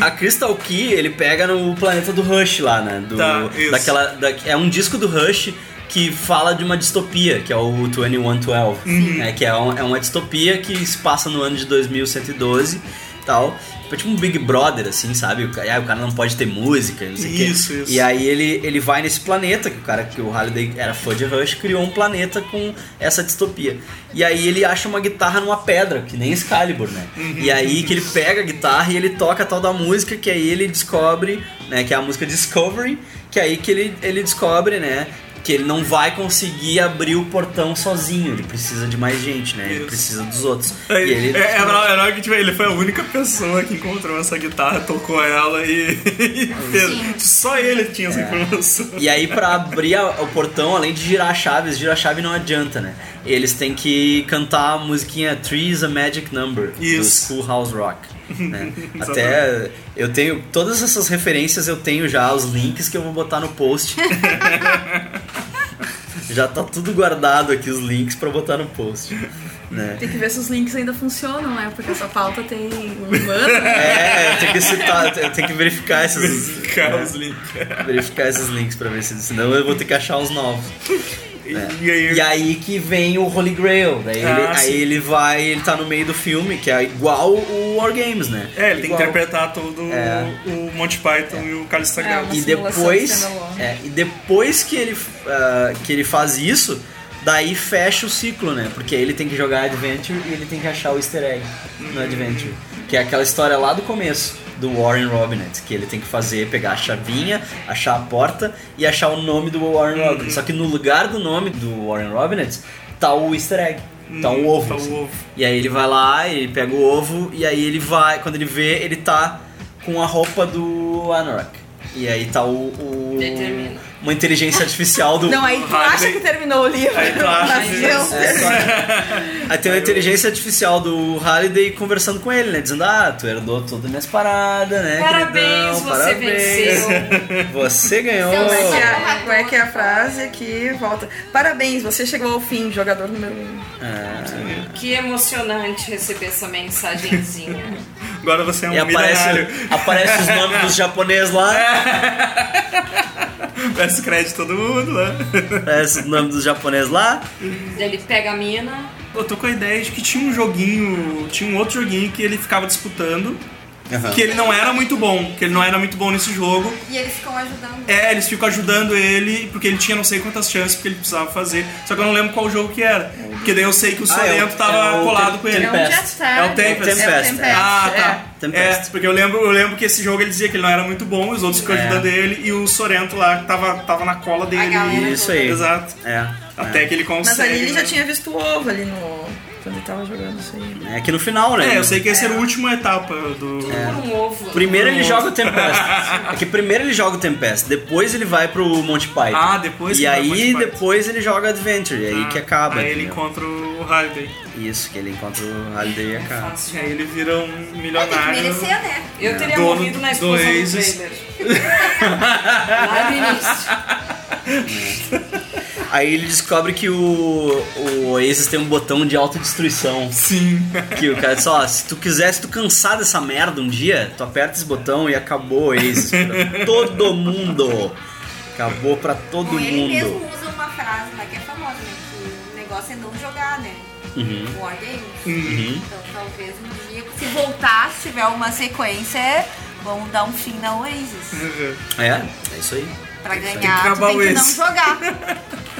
Speaker 1: A Crystal Key, ele pega no planeta do Rush lá, né? Do,
Speaker 3: Tá, isso.
Speaker 1: daquela, da- é um disco do Rush que fala de uma distopia, que é o 2112,
Speaker 3: Uhum.
Speaker 1: né? Que é, um- é uma distopia que se passa no ano de 2112 e tal. É tipo um Big Brother, assim, sabe? O ca- ah, o cara não pode ter música, não sei o quê.
Speaker 3: Isso, isso.
Speaker 1: E aí ele, ele vai nesse planeta, que o cara que o Halliday era fã de Rush, criou um planeta com essa distopia. E aí ele acha uma guitarra numa pedra, que nem Excalibur, né?
Speaker 3: Uhum.
Speaker 1: E aí que ele pega a guitarra e ele toca a tal da música, que aí ele descobre, né? Que é a música Discovery, que aí que ele, ele descobre, né? Que ele não vai conseguir abrir o portão sozinho, ele precisa de mais gente, né? Ele precisa dos outros. E
Speaker 3: Aí,
Speaker 1: ele-
Speaker 3: é, é, na- é na hora que tipo, ele foi a única pessoa que encontrou essa guitarra, tocou ela e, e fez. Só ele tinha
Speaker 1: É.
Speaker 3: essa informação.
Speaker 1: E aí, pra abrir a- o portão, além de girar a chave, girar a chave não adianta, né? Eles têm que cantar a musiquinha Three is a Magic Number,
Speaker 3: Isso.
Speaker 1: do Schoolhouse Rock. Né? Até eu tenho todas essas referências, eu tenho já os links que eu vou botar no post. já tá tudo guardado aqui os links pra botar no post, né?
Speaker 11: Tem que ver se os links ainda funcionam, né? Porque essa pauta tem um humano.
Speaker 1: É, tem que citar, eu tenho que verificar esses
Speaker 3: Verificar
Speaker 1: né?
Speaker 3: os links.
Speaker 1: Verificar esses links pra ver se senão eu vou ter que achar uns novos. né?
Speaker 3: E aí,
Speaker 1: E aí que vem o Holy Grail. Daí
Speaker 3: Ah,
Speaker 1: ele,
Speaker 3: sim.
Speaker 1: aí ele vai, ele tá no meio do filme, que é igual o War Games, né?
Speaker 3: É, ele tem que
Speaker 1: Igual.
Speaker 3: interpretar todo
Speaker 1: É.
Speaker 3: o Monty Python e o Cálice Sagrado.
Speaker 1: E depois, é, e depois que ele, ah, que ele faz isso, daí fecha o ciclo, né? Porque aí ele tem que jogar Adventure e ele tem que achar o easter egg no
Speaker 3: Uhum.
Speaker 1: Adventure. Que é aquela história lá do começo do Warren Robinett, que ele tem que fazer, pegar a chavinha, achar a porta e achar o nome do Warren
Speaker 3: Uhum.
Speaker 1: Robinett. Só que no lugar do nome do Warren Robinett tá o easter egg. Tá um ovo.
Speaker 3: tá o
Speaker 1: assim.
Speaker 3: ovo.
Speaker 1: E aí ele vai lá, ele pega o ovo, e aí ele vai. Quando ele vê, ele tá com a roupa do Anorak. E aí tá o. o-
Speaker 2: Determina.
Speaker 1: uma inteligência artificial do.
Speaker 4: Não, é aí tu acha que terminou o livro.
Speaker 1: Aí tu
Speaker 3: tá,
Speaker 1: acha
Speaker 4: Mas
Speaker 1: que-
Speaker 4: Deus.
Speaker 1: É, só que- Aí tem uma inteligência artificial do Halliday conversando com ele, né? Dizendo, ah, tu herdou todas as minhas paradas, né?
Speaker 4: Parabéns,
Speaker 1: queridão,
Speaker 4: você
Speaker 1: parabéns. venceu. Você ganhou.
Speaker 4: Como é que é- como é que é a frase aqui? Volta. Parabéns, você chegou ao fim, jogador número 1. Um.
Speaker 1: Ah.
Speaker 2: Que emocionante receber essa mensagenzinha.
Speaker 3: Agora você é um
Speaker 1: E aparece,
Speaker 3: milionário. É.
Speaker 1: aparece os nomes dos japoneses lá.
Speaker 3: Parece crédito todo mundo né? lá.
Speaker 1: Aparece o nome dos japoneses lá.
Speaker 2: Ele pega a mina.
Speaker 3: Eu tô com a ideia de que tinha um joguinho, tinha um outro joguinho que ele ficava disputando,
Speaker 1: Aham.
Speaker 3: que ele não era muito bom, que ele não era muito bom nesse jogo.
Speaker 8: E eles ficam ajudando.
Speaker 3: É, eles ficam ajudando ele, porque ele tinha não sei quantas chances porque ele precisava fazer. Só que eu não lembro qual jogo que era. Porque daí eu sei que o
Speaker 1: Ah, é o-
Speaker 3: Sorento
Speaker 1: é
Speaker 3: tava
Speaker 1: o
Speaker 3: colado
Speaker 1: Tem-
Speaker 3: com ele.
Speaker 1: Tempest. É o Jet Set.
Speaker 3: É o Tempest.
Speaker 1: É o Tempest.
Speaker 3: Ah, tá.
Speaker 1: É. Tempest.
Speaker 3: É, porque eu lembro, eu lembro que esse jogo ele dizia que ele não era muito bom, os outros ficam
Speaker 1: É.
Speaker 3: ajudando ele e o Sorento lá tava, tava na cola dele.
Speaker 1: Isso aí.
Speaker 3: Exato.
Speaker 1: É.
Speaker 3: Até que ele consegue.
Speaker 4: Mas ali ele
Speaker 3: né?
Speaker 4: já tinha visto o ovo ali no. Quando ele tava jogando assim, isso aí.
Speaker 1: É que no final, né?
Speaker 3: É, eu sei que essa era a última etapa do.
Speaker 1: É.
Speaker 2: Por um ovo.
Speaker 1: Primeiro ele
Speaker 3: Nossa.
Speaker 1: joga o Tempest. É que primeiro ele joga o Tempest, depois ele vai pro Monty Python.
Speaker 3: Ah, depois
Speaker 1: E
Speaker 3: que vai pro Monty
Speaker 1: aí
Speaker 3: Python.
Speaker 1: depois ele joga Adventure, aí que acaba.
Speaker 3: Ah, Aí ele
Speaker 1: entendeu?
Speaker 3: encontra o Halliday.
Speaker 1: Isso, que ele encontra o Halliday e acaba.
Speaker 3: E aí ele vira um
Speaker 8: Tem que
Speaker 3: milionário.
Speaker 8: merecer, né?
Speaker 2: Eu teria
Speaker 3: É. Dono
Speaker 2: morrido na explosão
Speaker 3: do
Speaker 2: do
Speaker 3: Oasis.
Speaker 2: trailer. Lá no início.
Speaker 1: Aí ele descobre que o, o Oasis tem um botão de autodestruição.
Speaker 3: Sim.
Speaker 1: Que o cara diz, ó, se tu quiser, se tu cansar dessa merda um dia, tu aperta esse botão e acabou o Oasis. Pra todo mundo. Acabou pra todo
Speaker 8: Bom, Ah, ele
Speaker 1: mundo.
Speaker 8: mesmo usa uma frase lá que é famosa, né? Que o negócio é não jogar, né?
Speaker 1: Uhum.
Speaker 8: War Games.
Speaker 1: Uhum.
Speaker 8: Então talvez um dia, se voltar, se tiver uma sequência, vão dar um fim na Oasis.
Speaker 1: É, é isso aí.
Speaker 8: Pra ganhar,
Speaker 1: Uhum. que
Speaker 8: tu
Speaker 1: acabar
Speaker 8: tem
Speaker 1: o
Speaker 8: que não
Speaker 1: Oasis.
Speaker 8: jogar.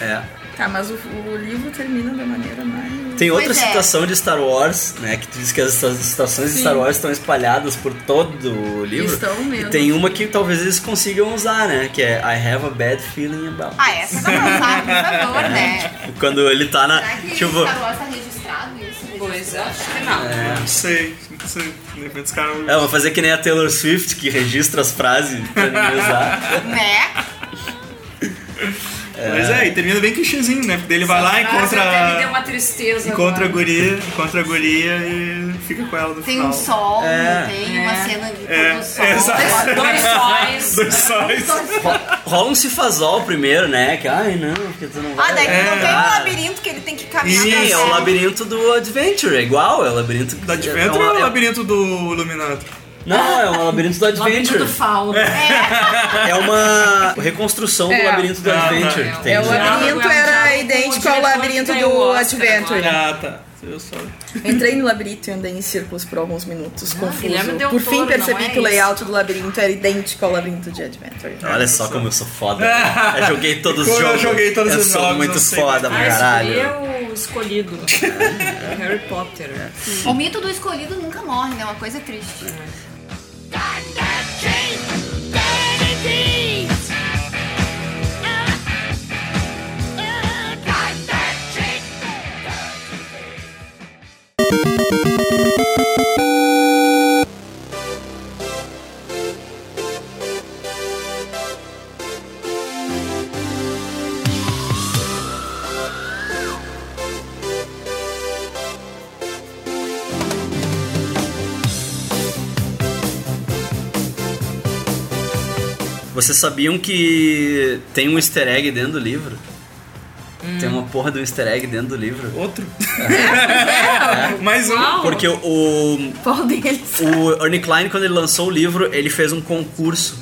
Speaker 1: É.
Speaker 4: Tá, mas o, o livro termina da maneira mais.
Speaker 1: Tem outra
Speaker 8: Pois é.
Speaker 1: citação de Star Wars, né? Que diz que as cita- citações de
Speaker 4: Sim.
Speaker 1: Star Wars estão espalhadas por todo o livro.
Speaker 4: Estão mesmo.
Speaker 1: E tem uma que talvez eles consigam usar, né? Que é I have a bad feeling about.
Speaker 8: Ah, essa dá pra usar, por favor, né?
Speaker 1: Quando ele tá na.
Speaker 8: Será que
Speaker 1: Tipo.
Speaker 8: Star Wars tá registrado isso? Pois
Speaker 2: acho que não.
Speaker 1: É.
Speaker 3: Não sei, não sei. De repente os caras.
Speaker 1: É, vou fazer que nem a Taylor Swift que registra as frases pra ninguém usar.
Speaker 8: Né?
Speaker 3: Mas é, e termina bem clichêzinho, né? Porque daí ele vai lá,
Speaker 2: Ah, você até me deu
Speaker 3: encontra.
Speaker 2: uma tristeza.
Speaker 3: Encontra a
Speaker 2: agora.
Speaker 3: guria, encontra a guria e fica com ela no
Speaker 8: Tem
Speaker 3: final.
Speaker 8: um sol,
Speaker 1: É.
Speaker 8: tem uma cena de
Speaker 3: É,
Speaker 8: pôr do sol.
Speaker 3: é, exato.
Speaker 2: Dois sóis.
Speaker 3: Dois sóis.
Speaker 1: Rola um cifazol primeiro, né? Que ai não, porque tu não vai.
Speaker 8: Ah, daí
Speaker 1: é.
Speaker 8: não tem um labirinto que ele tem que caminhar.
Speaker 1: Sim, é
Speaker 8: pra
Speaker 1: o
Speaker 8: lá.
Speaker 1: labirinto do Adventure, é igual, é o labirinto.
Speaker 3: Da Adventure
Speaker 1: é
Speaker 3: ou
Speaker 1: uma-
Speaker 3: o
Speaker 1: é-
Speaker 3: labirinto do Iluminado?
Speaker 1: Não, é o labirinto do
Speaker 2: Labirinto
Speaker 1: Adventure.
Speaker 2: do fauno.
Speaker 1: É uma reconstrução do
Speaker 4: É.
Speaker 1: labirinto do
Speaker 3: Ah, tá.
Speaker 1: Adventure que tem.
Speaker 4: É, o
Speaker 1: né?
Speaker 4: labirinto era idêntico ao labirinto do Adventure.
Speaker 3: Ah, tá. Eu só.
Speaker 4: Entrei no labirinto e andei em círculos por alguns minutos,
Speaker 2: Guilherme
Speaker 4: confuso.
Speaker 2: Del
Speaker 4: Por fim,
Speaker 2: Toro,
Speaker 4: percebi
Speaker 2: não é
Speaker 4: que o
Speaker 2: isso?
Speaker 4: layout do labirinto era idêntico ao labirinto de Adventure.
Speaker 1: Olha só como eu sou foda. né? Eu joguei todos os
Speaker 3: Como eu
Speaker 1: jogos.
Speaker 3: joguei todos
Speaker 1: eu
Speaker 3: os
Speaker 1: sou
Speaker 3: jogos,
Speaker 1: muito
Speaker 3: eu sei.
Speaker 1: foda pra
Speaker 2: Ah,
Speaker 1: caralho. É.
Speaker 2: escolhi o escolhido. Harry Potter.
Speaker 8: O mito do escolhido nunca morre, né? É uma coisa triste.
Speaker 1: Vocês sabiam que tem um easter egg dentro do livro? Tem uma porra de um easter egg dentro do livro.
Speaker 3: Outro.
Speaker 1: É?
Speaker 3: Mais um.
Speaker 1: Porque o, o
Speaker 4: Qual deles?
Speaker 1: o Ernie Klein, quando ele lançou o livro, ele fez um concurso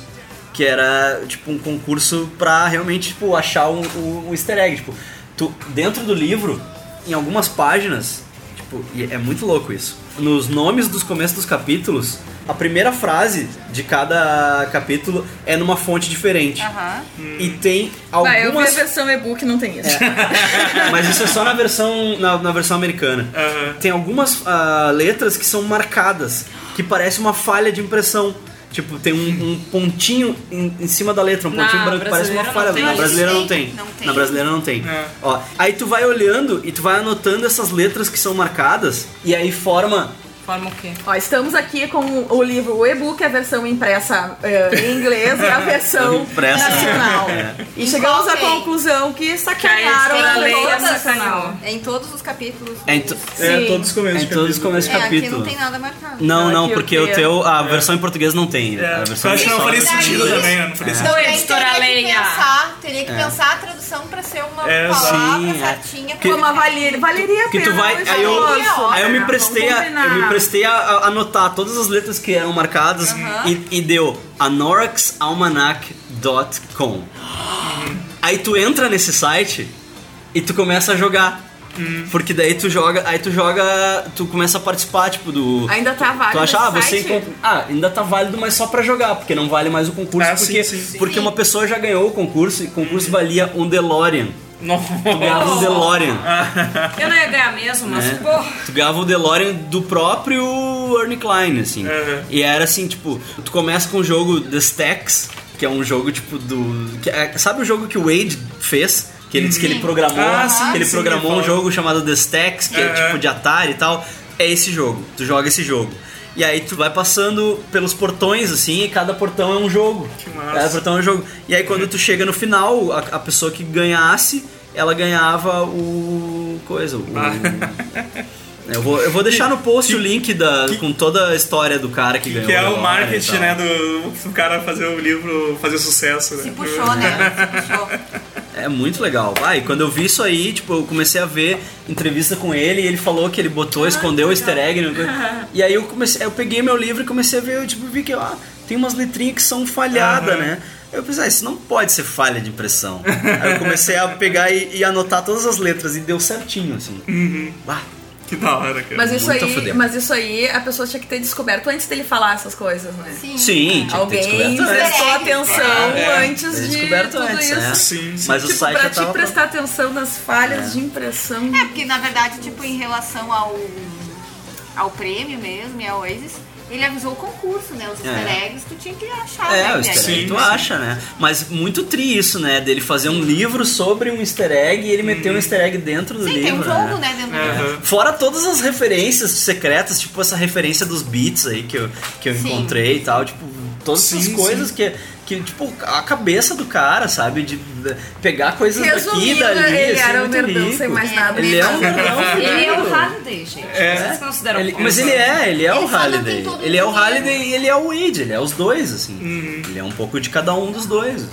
Speaker 1: que era tipo um concurso pra realmente tipo, achar um, um- um easter egg. Tipo, tu, dentro do livro, em algumas páginas, tipo, e é muito louco isso. Nos nomes dos começos dos capítulos, a primeira frase de cada capítulo é numa fonte diferente.
Speaker 8: Aham.
Speaker 1: E tem
Speaker 4: Bah, eu vi a
Speaker 1: algumas
Speaker 4: versão e-book não tem isso.
Speaker 1: mas isso é só na versão, na, na versão americana. Tem algumas ah, letras que são marcadas, que parece uma falha de impressão. Tipo, tem um, um pontinho em, em cima da letra, um
Speaker 2: Na
Speaker 1: pontinho branco, parece uma
Speaker 2: brasileira
Speaker 1: falha.
Speaker 2: não tem.
Speaker 1: Na brasileira
Speaker 2: Não
Speaker 1: não
Speaker 8: tem,
Speaker 1: tem.
Speaker 8: não tem.
Speaker 1: Na brasileira não tem.
Speaker 3: É.
Speaker 1: Ó, aí tu vai olhando e tu vai anotando essas letras que são marcadas, e aí forma
Speaker 2: Forma o quê?
Speaker 4: Ó, estamos aqui com o livro, o e-book, a versão impressa eh, em inglês e a versão
Speaker 1: Impressa.
Speaker 4: nacional.
Speaker 1: É.
Speaker 4: E chegamos à
Speaker 8: Em qual lei?
Speaker 4: conclusão que sacanearam
Speaker 8: Em
Speaker 4: a lei
Speaker 8: todas-
Speaker 4: nacional.
Speaker 8: É Em todos os capítulos.
Speaker 1: É em, to-
Speaker 8: Sim.
Speaker 1: É em todos os começos de
Speaker 8: É, aqui
Speaker 1: capítulo.
Speaker 8: não tem nada marcado.
Speaker 1: Não, não,
Speaker 3: é
Speaker 8: Aqui
Speaker 1: porque
Speaker 8: eu
Speaker 1: o
Speaker 8: tenho.
Speaker 1: teu, a versão em português não tem. A versão
Speaker 3: Eu acho que não
Speaker 1: só-
Speaker 3: faria sentido também, né? eu não faria
Speaker 1: É.
Speaker 3: sentido.
Speaker 8: Aí
Speaker 12: Editora
Speaker 8: teria que
Speaker 12: Lenha.
Speaker 8: pensar, teria que
Speaker 1: É.
Speaker 8: pensar a tradução pra ser uma
Speaker 1: É,
Speaker 8: palavra
Speaker 1: sim, é.
Speaker 8: certinha.
Speaker 1: Que-
Speaker 8: uma
Speaker 4: valeria, valeria a
Speaker 1: Que tu vai. Aí eu, aí eu me prestei, a, eu me prestei a, a anotar todas as letras que eram marcadas
Speaker 8: Aham.
Speaker 1: e, e deu anoraxalmanac.com. Aí tu entra nesse site e tu começa a jogar.
Speaker 11: Hum.
Speaker 1: Porque daí tu joga, aí tu joga, tu começa a participar, tipo, do.
Speaker 11: Ainda tá válido
Speaker 1: Tu
Speaker 11: esse
Speaker 1: acha, ah, você
Speaker 11: site?
Speaker 1: encont- Ah, ainda tá válido, mas só pra jogar, porque não vale mais o concurso.
Speaker 3: Ah, sim,
Speaker 1: porque
Speaker 3: sim.
Speaker 1: porque uma pessoa já ganhou o concurso e o concurso
Speaker 11: Hum.
Speaker 1: valia um DeLorean. Tu ganhava
Speaker 11: Oh.
Speaker 1: um DeLorean.
Speaker 2: Eu não ia ganhar mesmo, mas
Speaker 1: Né?
Speaker 2: porra.
Speaker 1: Tu ganhava o DeLorean do próprio Ernie Klein, assim. E era assim, tipo, tu começa com o jogo The Stacks, que é um jogo, tipo, do. que é- sabe o jogo que o Wade fez? Que ele disse que ele
Speaker 3: Uhum.
Speaker 1: programou.
Speaker 3: Ah, sim,
Speaker 1: que ele
Speaker 3: sim,
Speaker 1: programou
Speaker 3: ele
Speaker 1: um
Speaker 3: falou.
Speaker 1: jogo chamado The Stacks, que é
Speaker 3: Aham.
Speaker 1: tipo de Atari e tal. É esse jogo. Tu joga esse jogo. E aí tu vai passando pelos portões, assim, e cada portão é um jogo.
Speaker 3: massa. Uhum.
Speaker 1: Cada portão é um jogo. E aí quando tu chega no final, a, a pessoa que ganhasse, ela ganhava o. coisa, o. Eu vou, eu vou deixar no post o link da, com toda a história do cara que, ganhou.
Speaker 3: Que é
Speaker 1: a
Speaker 3: o
Speaker 1: bola
Speaker 3: marketing,
Speaker 1: e tal.
Speaker 3: né, do, do cara fazer o livro fazer sucesso, né? Se
Speaker 8: puxou, né?
Speaker 1: É muito legal. Vai, quando eu vi isso aí, tipo, eu comecei a ver entrevista com ele e ele falou que ele botou, escondeu o easter egg. né, coisa. E aí eu comecei, eu peguei meu livro e comecei a ver, eu tipo, vi que ah, tem umas letrinhas que são falhadas,
Speaker 3: Aham.
Speaker 1: né? Eu pensei, ah, isso não pode ser falha de impressão. aí eu comecei a pegar e, e anotar todas as letras e deu certinho, assim.
Speaker 3: Uhum.
Speaker 1: Bah,
Speaker 3: que da hora, cara.
Speaker 4: Mas isso,
Speaker 1: Muito a
Speaker 4: aí,
Speaker 1: fuder.
Speaker 4: mas isso aí a pessoa tinha que ter descoberto antes dele falar essas coisas, né?
Speaker 1: Sim, tinha que ter
Speaker 4: Alguém
Speaker 1: descoberto antes.
Speaker 4: prestou atenção
Speaker 1: É,
Speaker 4: antes
Speaker 1: ter
Speaker 4: de
Speaker 1: descoberto
Speaker 4: tudo
Speaker 1: antes,
Speaker 4: isso. Tipo,
Speaker 1: né? Sim, sim. Mas o site
Speaker 4: pra
Speaker 1: já
Speaker 4: te
Speaker 1: tava
Speaker 4: prestar atenção nas falhas
Speaker 1: É.
Speaker 4: de impressão.
Speaker 8: É, porque na verdade, tipo, em relação ao, ao prêmio mesmo e ao Oasis, ele avisou o concurso, né? Os
Speaker 1: É.
Speaker 8: easter eggs, tu tinha que achar,
Speaker 1: É,
Speaker 8: né?
Speaker 1: o
Speaker 8: E aí-
Speaker 1: easter egg tu acha, né? Mas muito tri isso, né? Dele fazer um livro sobre um easter egg e ele meter um easter egg dentro do
Speaker 8: Sim, tem
Speaker 1: livro.
Speaker 8: um jogo, né, dentro do
Speaker 1: É.
Speaker 8: livro.
Speaker 1: Fora todas as referências secretas, tipo essa referência dos beats aí que eu, que eu
Speaker 8: Sim.
Speaker 1: encontrei e tal, tipo, todas essas
Speaker 3: Sim,
Speaker 1: coisas que. Que, tipo, a cabeça do cara, sabe? De de pegar coisas daqui e
Speaker 4: Resumindo,
Speaker 1: dali.
Speaker 4: ele
Speaker 1: assim,
Speaker 4: era um
Speaker 1: muito
Speaker 4: nerdão
Speaker 1: rico.
Speaker 4: sem mais nada.
Speaker 1: Ele é um nerdão.
Speaker 2: Ele é
Speaker 1: velho.
Speaker 2: o Halliday, gente.
Speaker 1: É.
Speaker 2: Vocês consideram né?
Speaker 1: Ele- mas ele é, ele é o Halliday. Ele é o Halliday e ele é o Wade, ele é os dois, assim. Ele é um pouco de cada um dos dois.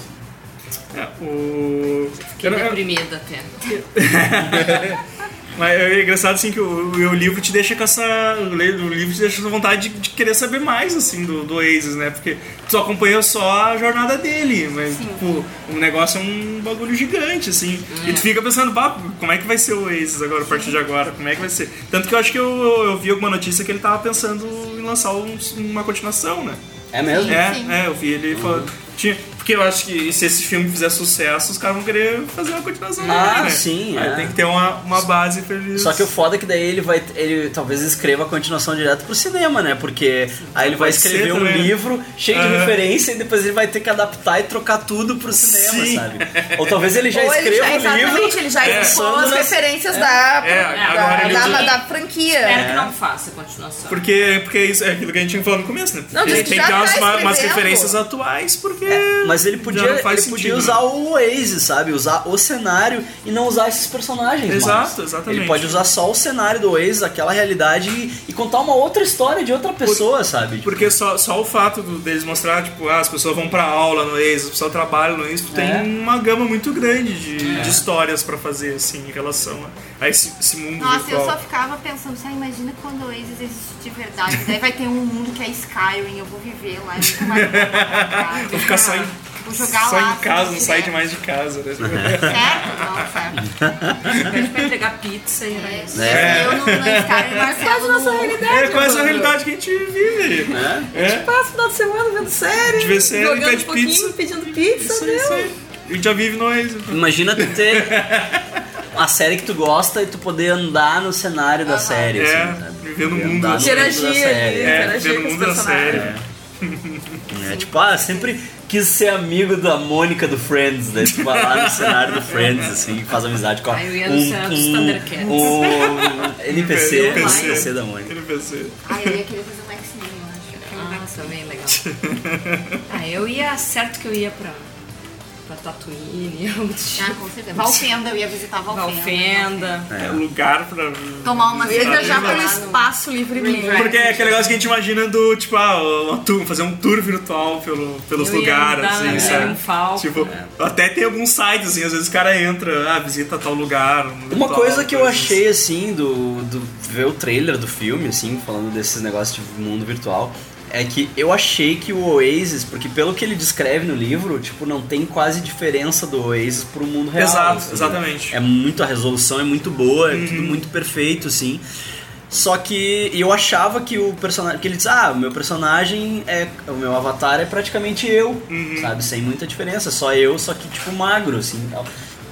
Speaker 3: É, o...
Speaker 2: Fiquei
Speaker 3: eu não- eu-
Speaker 2: deprimida até.
Speaker 3: Mas é engraçado assim que o, o livro te deixa com essa. O le- o livro te deixa com vontade de, de querer saber mais assim do, do Oasis, né? Porque tu acompanhou só a jornada dele, mas tipo, o negócio é um bagulho gigante, assim. E tu fica pensando, pá, como é que vai ser o Oasis agora, a partir de agora? Como é que vai ser? Tanto que eu acho que eu, eu vi alguma notícia que ele tava pensando em lançar um- uma continuação, né?
Speaker 1: É mesmo?
Speaker 3: é,
Speaker 1: Sim.
Speaker 3: é, eu vi ele falando. Tinha, porque eu acho que se esse filme fizer sucesso, os caras vão querer fazer uma continuação
Speaker 1: Ah,
Speaker 3: dele, né?
Speaker 1: sim,
Speaker 3: Aí
Speaker 1: é.
Speaker 3: tem que ter uma, uma base pra eles.
Speaker 1: Só que o foda é que daí ele vai. Ele talvez escreva a continuação direto pro cinema, né? Porque aí ele vai
Speaker 3: Pode ser
Speaker 1: escrever um
Speaker 3: também.
Speaker 1: livro cheio de
Speaker 3: Aham.
Speaker 1: referência e depois ele vai ter que adaptar e trocar tudo pro cinema,
Speaker 3: Sim.
Speaker 1: sabe? Ou talvez ele já
Speaker 4: Ou ele
Speaker 1: escreva
Speaker 4: já-
Speaker 1: um livro.
Speaker 4: exatamente, ele já expôs
Speaker 1: pensando
Speaker 4: as
Speaker 1: nas-
Speaker 4: referências da,
Speaker 3: É, agora ele
Speaker 4: da, da,
Speaker 3: usa-
Speaker 4: da franquia.
Speaker 2: Espero
Speaker 8: É,
Speaker 2: que não faça a continuação.
Speaker 3: Porque, porque isso é aquilo que a gente tinha falado no começo, né?
Speaker 4: Não, diz
Speaker 3: tem
Speaker 4: que
Speaker 3: tem
Speaker 4: já
Speaker 3: que ter
Speaker 4: tá
Speaker 3: umas, ma- umas
Speaker 4: escrevendo.
Speaker 3: referências atuais, porque.
Speaker 1: É, Mas ele
Speaker 3: já
Speaker 1: podia,
Speaker 3: não faz
Speaker 1: ele podia
Speaker 3: sentido, né?
Speaker 1: usar o Oasis, sabe? Usar o cenário e não usar esses personagens.
Speaker 3: Exato,
Speaker 1: mais.
Speaker 3: exatamente.
Speaker 1: Ele pode usar só o cenário do Oasis, aquela realidade, e, e contar uma outra história de outra pessoa, sabe? Tipo,
Speaker 3: Porque só, só o fato do- deles mostrar, tipo, ah, as pessoas vão pra aula no ex, as pessoas trabalham no ex, tu tem
Speaker 1: É.
Speaker 3: uma gama muito grande de,
Speaker 1: É.
Speaker 3: de histórias pra fazer, assim, em relação a, a esse, esse
Speaker 1: É.
Speaker 3: mundo
Speaker 8: Nossa, eu
Speaker 3: virtual.
Speaker 8: só ficava pensando, só imagina quando o Oasis existe de verdade. Daí vai ter um mundo que é Skyrim, eu vou viver lá. eu nunca mais vou voltar.
Speaker 3: Vou ficar só em,
Speaker 8: Vou jogar
Speaker 3: só
Speaker 8: lá,
Speaker 3: em casa, não
Speaker 8: se
Speaker 2: é.
Speaker 3: sair
Speaker 8: tiver.
Speaker 3: demais de casa. Né?
Speaker 2: Pede pra entregar pizza e era isso.
Speaker 1: Né?
Speaker 3: É. Eu não- não encaro,
Speaker 2: Mas quase nossa realidade.
Speaker 3: É quase a realidade que a gente vive. É.
Speaker 4: Passa o final de semana vendo série,
Speaker 3: De ver série,
Speaker 4: jogando
Speaker 3: pede
Speaker 4: um pouquinho,
Speaker 3: pizza.
Speaker 4: pedindo pizza,
Speaker 3: Isso aí,
Speaker 4: meu.
Speaker 3: isso aí. A gente já vive no ex.
Speaker 1: Imagina tu ter a série que tu gosta e tu poder andar no cenário da série.
Speaker 3: É,
Speaker 1: assim, sabe?
Speaker 3: viver no
Speaker 1: Poder
Speaker 3: mundo.
Speaker 1: andar no
Speaker 3: Interagir
Speaker 1: mundo da
Speaker 3: ali,
Speaker 1: série.
Speaker 3: né? É, interagir viver no com os mundo da personagens. série.
Speaker 1: É. É, tipo, ah, sempre quis ser amigo da Mônica do Friends, daí tu vai lá no cenário do Friends, assim, e faz amizade com a.
Speaker 2: Aí o Ian Santos, Thundercats.
Speaker 1: um NPC,
Speaker 3: NPC.
Speaker 1: NPC da Mônica.
Speaker 3: NPC.
Speaker 12: Ah, eu ia querer fazer o Max Mil, eu acho.
Speaker 2: também é legal. Ah, eu ia, certo que eu ia pra, pra Tatooine, algo do tipo.
Speaker 12: Ah, com certeza. Valfenda, eu ia visitar Valfenda.
Speaker 2: Valfenda.
Speaker 3: É lugar pra.
Speaker 12: Tomar uma
Speaker 3: visitar
Speaker 12: cerveja
Speaker 3: mesmo.
Speaker 12: pelo espaço livremente.
Speaker 3: Porque é aquele negócio que a gente imagina do, tipo, ah, uma tour, fazer um tour virtual pelo, pelos
Speaker 2: Eu ia
Speaker 3: lugares,
Speaker 2: andar,
Speaker 3: assim,
Speaker 2: né?
Speaker 3: sabe?
Speaker 2: Era um falco,
Speaker 3: tipo, até tem alguns sites, assim, às vezes o cara entra, ah, visita tal lugar. um
Speaker 1: Uma
Speaker 3: tal,
Speaker 1: coisa que eu
Speaker 3: coisas.
Speaker 1: achei assim do, do ver o trailer do filme, assim, falando desses negócios de mundo virtual, é que eu achei que o Oasis, porque pelo que ele descreve no livro, tipo, não tem quase diferença do Oasis pro mundo real.
Speaker 3: Exato,
Speaker 1: assim, né?
Speaker 3: exatamente.
Speaker 1: É muito, a resolução é muito boa, é
Speaker 12: Uhum.
Speaker 1: tudo muito perfeito, assim. Só que eu achava que o personagem. Que ele disse, ah, o meu personagem é. O meu avatar é praticamente eu,
Speaker 12: Uhum.
Speaker 1: sabe? Sem muita diferença. Só eu, só que tipo magro, assim e tal.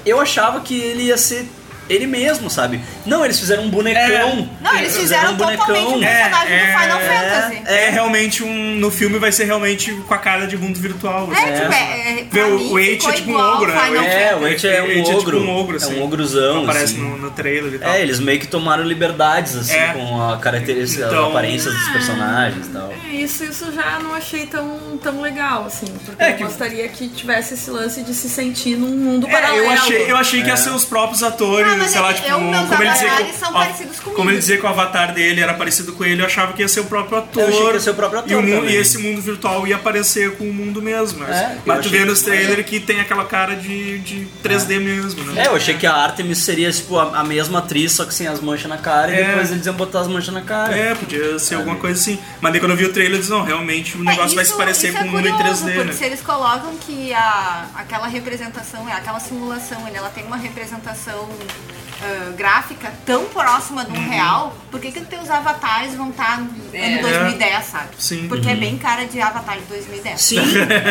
Speaker 1: Eu achava que ele ia ser ele mesmo, sabe? Não, eles fizeram um bonecão.
Speaker 12: É.
Speaker 1: um
Speaker 12: Não, eles
Speaker 3: um
Speaker 12: fizeram totalmente o personagem
Speaker 3: É,
Speaker 12: do Final
Speaker 3: é,
Speaker 12: Fantasy.
Speaker 3: É realmente um. No filme vai ser realmente com a cara de mundo virtual.
Speaker 12: É,
Speaker 3: assim.
Speaker 12: tipo, é, é,
Speaker 3: Vê,
Speaker 12: pra
Speaker 3: o
Speaker 12: mim
Speaker 3: Wait
Speaker 12: ficou
Speaker 3: é tipo um
Speaker 12: igual
Speaker 3: ogro, né?
Speaker 12: Final
Speaker 1: É, o Wait é um
Speaker 3: Wait
Speaker 1: ogro.
Speaker 3: tipo um ogro,
Speaker 1: É um
Speaker 3: assim.
Speaker 1: ogrozão,
Speaker 3: Aparece
Speaker 1: assim.
Speaker 3: no, no trailer e tal.
Speaker 1: É, eles meio que tomaram liberdades, assim,
Speaker 3: É.
Speaker 1: com a característica, as
Speaker 3: Então-
Speaker 1: aparências
Speaker 12: ah.
Speaker 1: dos personagens e tal.
Speaker 11: É, Isso, isso eu já não achei tão, tão legal, assim. Porque
Speaker 3: É
Speaker 11: eu
Speaker 3: que-
Speaker 11: gostaria que tivesse esse lance de se sentir num mundo
Speaker 3: É,
Speaker 11: paralelo.
Speaker 3: eu
Speaker 4: um
Speaker 3: achei, eu achei
Speaker 1: É.
Speaker 3: que ia ser os próprios atores,
Speaker 12: um Ah, mas
Speaker 3: sei
Speaker 12: é
Speaker 3: lá,
Speaker 12: que
Speaker 3: tipo,
Speaker 12: eu, meus
Speaker 3: como ele dizia,
Speaker 12: avatares
Speaker 3: que-
Speaker 12: são
Speaker 3: ó,
Speaker 12: parecidos comigo.
Speaker 3: Como ele dizia que o avatar dele era parecido com ele, eu achava que ia ser o próprio ator.
Speaker 1: Eu achei que ia ser o próprio ator
Speaker 3: E, o mu-
Speaker 1: também.
Speaker 3: e esse mundo virtual ia aparecer com o mundo mesmo. Mas,
Speaker 1: É, eu
Speaker 3: mas tu
Speaker 1: achei
Speaker 3: vê
Speaker 1: que-
Speaker 3: nos trailers que tem aquela cara de, de 3D mesmo, né?
Speaker 1: É, eu achei que a Artemis seria, tipo, a, a mesma atriz, só que sem as manchas na cara,
Speaker 3: É.
Speaker 1: e depois eles iam botar as manchas na cara.
Speaker 3: É, podia ser alguma coisa assim. Mas daí quando eu vi o trailer, eu disse, não, realmente o Um negócio
Speaker 12: É,
Speaker 3: vai se
Speaker 12: isso-
Speaker 3: parecer
Speaker 12: isso
Speaker 3: com
Speaker 12: é
Speaker 3: o mundo em
Speaker 12: curioso,
Speaker 3: 3D,
Speaker 12: Porque
Speaker 3: né?
Speaker 12: se eles colocam que a, aquela representação, é aquela simulação, ele- ela tem uma representação ah, gráfica tão próxima do
Speaker 3: Uhum.
Speaker 12: real, por que que teus avatares vão tá estar no
Speaker 2: É.
Speaker 12: ano 2010, sabe?
Speaker 3: Sim. Uhum.
Speaker 12: Porque é bem cara de avatar de 2010.
Speaker 1: Sim,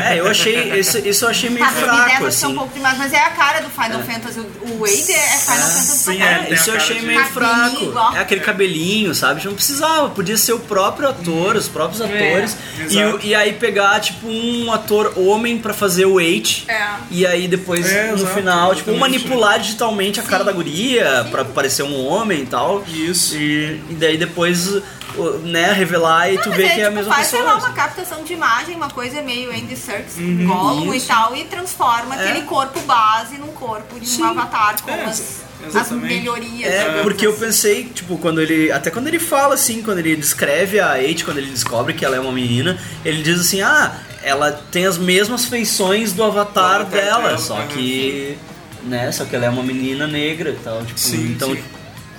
Speaker 1: é, eu achei. Isso, isso eu achei meio
Speaker 12: Tá, 2010
Speaker 1: fraco,
Speaker 12: vai ser um
Speaker 1: assim.
Speaker 12: pouco demais, mas é a cara do Final Fantasy. O Wade é Final Fantasy. pra
Speaker 3: sim, é,
Speaker 12: caralho.
Speaker 3: tem
Speaker 1: Ah, Isso eu
Speaker 3: a cara
Speaker 1: achei
Speaker 3: de-
Speaker 1: meio
Speaker 12: Tá fininho,
Speaker 1: fraco.
Speaker 12: igual.
Speaker 1: É aquele cabelinho, sabe? Não precisava, podia ser o próprio ator,
Speaker 12: Uhum.
Speaker 1: os
Speaker 12: É,
Speaker 1: próprios atores. e, o-
Speaker 3: exato.
Speaker 1: e aí pegar, tipo, um ator homem pra fazer o Eight.
Speaker 12: É.
Speaker 1: E aí depois,
Speaker 3: É,
Speaker 1: no
Speaker 3: exato,
Speaker 1: final, tipo,
Speaker 3: exatamente.
Speaker 1: manipular digitalmente a cara da guria pra parecer um homem e tal.
Speaker 3: Isso.
Speaker 1: E, e daí depois, o- né, revelar e tu
Speaker 12: Mas
Speaker 1: vê
Speaker 12: é,
Speaker 1: que é a
Speaker 12: tipo,
Speaker 1: mesma
Speaker 12: faz,
Speaker 1: pessoa.
Speaker 12: sei lá,
Speaker 1: assim.
Speaker 12: uma captação de imagem, uma coisa meio Andy Serkis, Gollum e
Speaker 1: isso.
Speaker 12: tal, e transforma
Speaker 1: É.
Speaker 12: aquele corpo base num corpo de um avatar com
Speaker 3: É,
Speaker 12: as, as
Speaker 3: exatamente.
Speaker 12: melhorias.
Speaker 1: É,
Speaker 12: digamos
Speaker 1: porque eu
Speaker 12: assim.
Speaker 1: pensei, tipo, quando ele. Até quando ele fala assim, quando ele descreve a Eight, quando ele descobre que ela é uma menina, ele diz assim: ah, ela tem as mesmas feições do avatar,
Speaker 3: Do avatar
Speaker 1: dela,
Speaker 3: dela,
Speaker 1: só
Speaker 3: aham.
Speaker 1: que. né, só que ela é uma menina negra e tal, tipo.
Speaker 3: Sim,
Speaker 1: então,
Speaker 3: sim.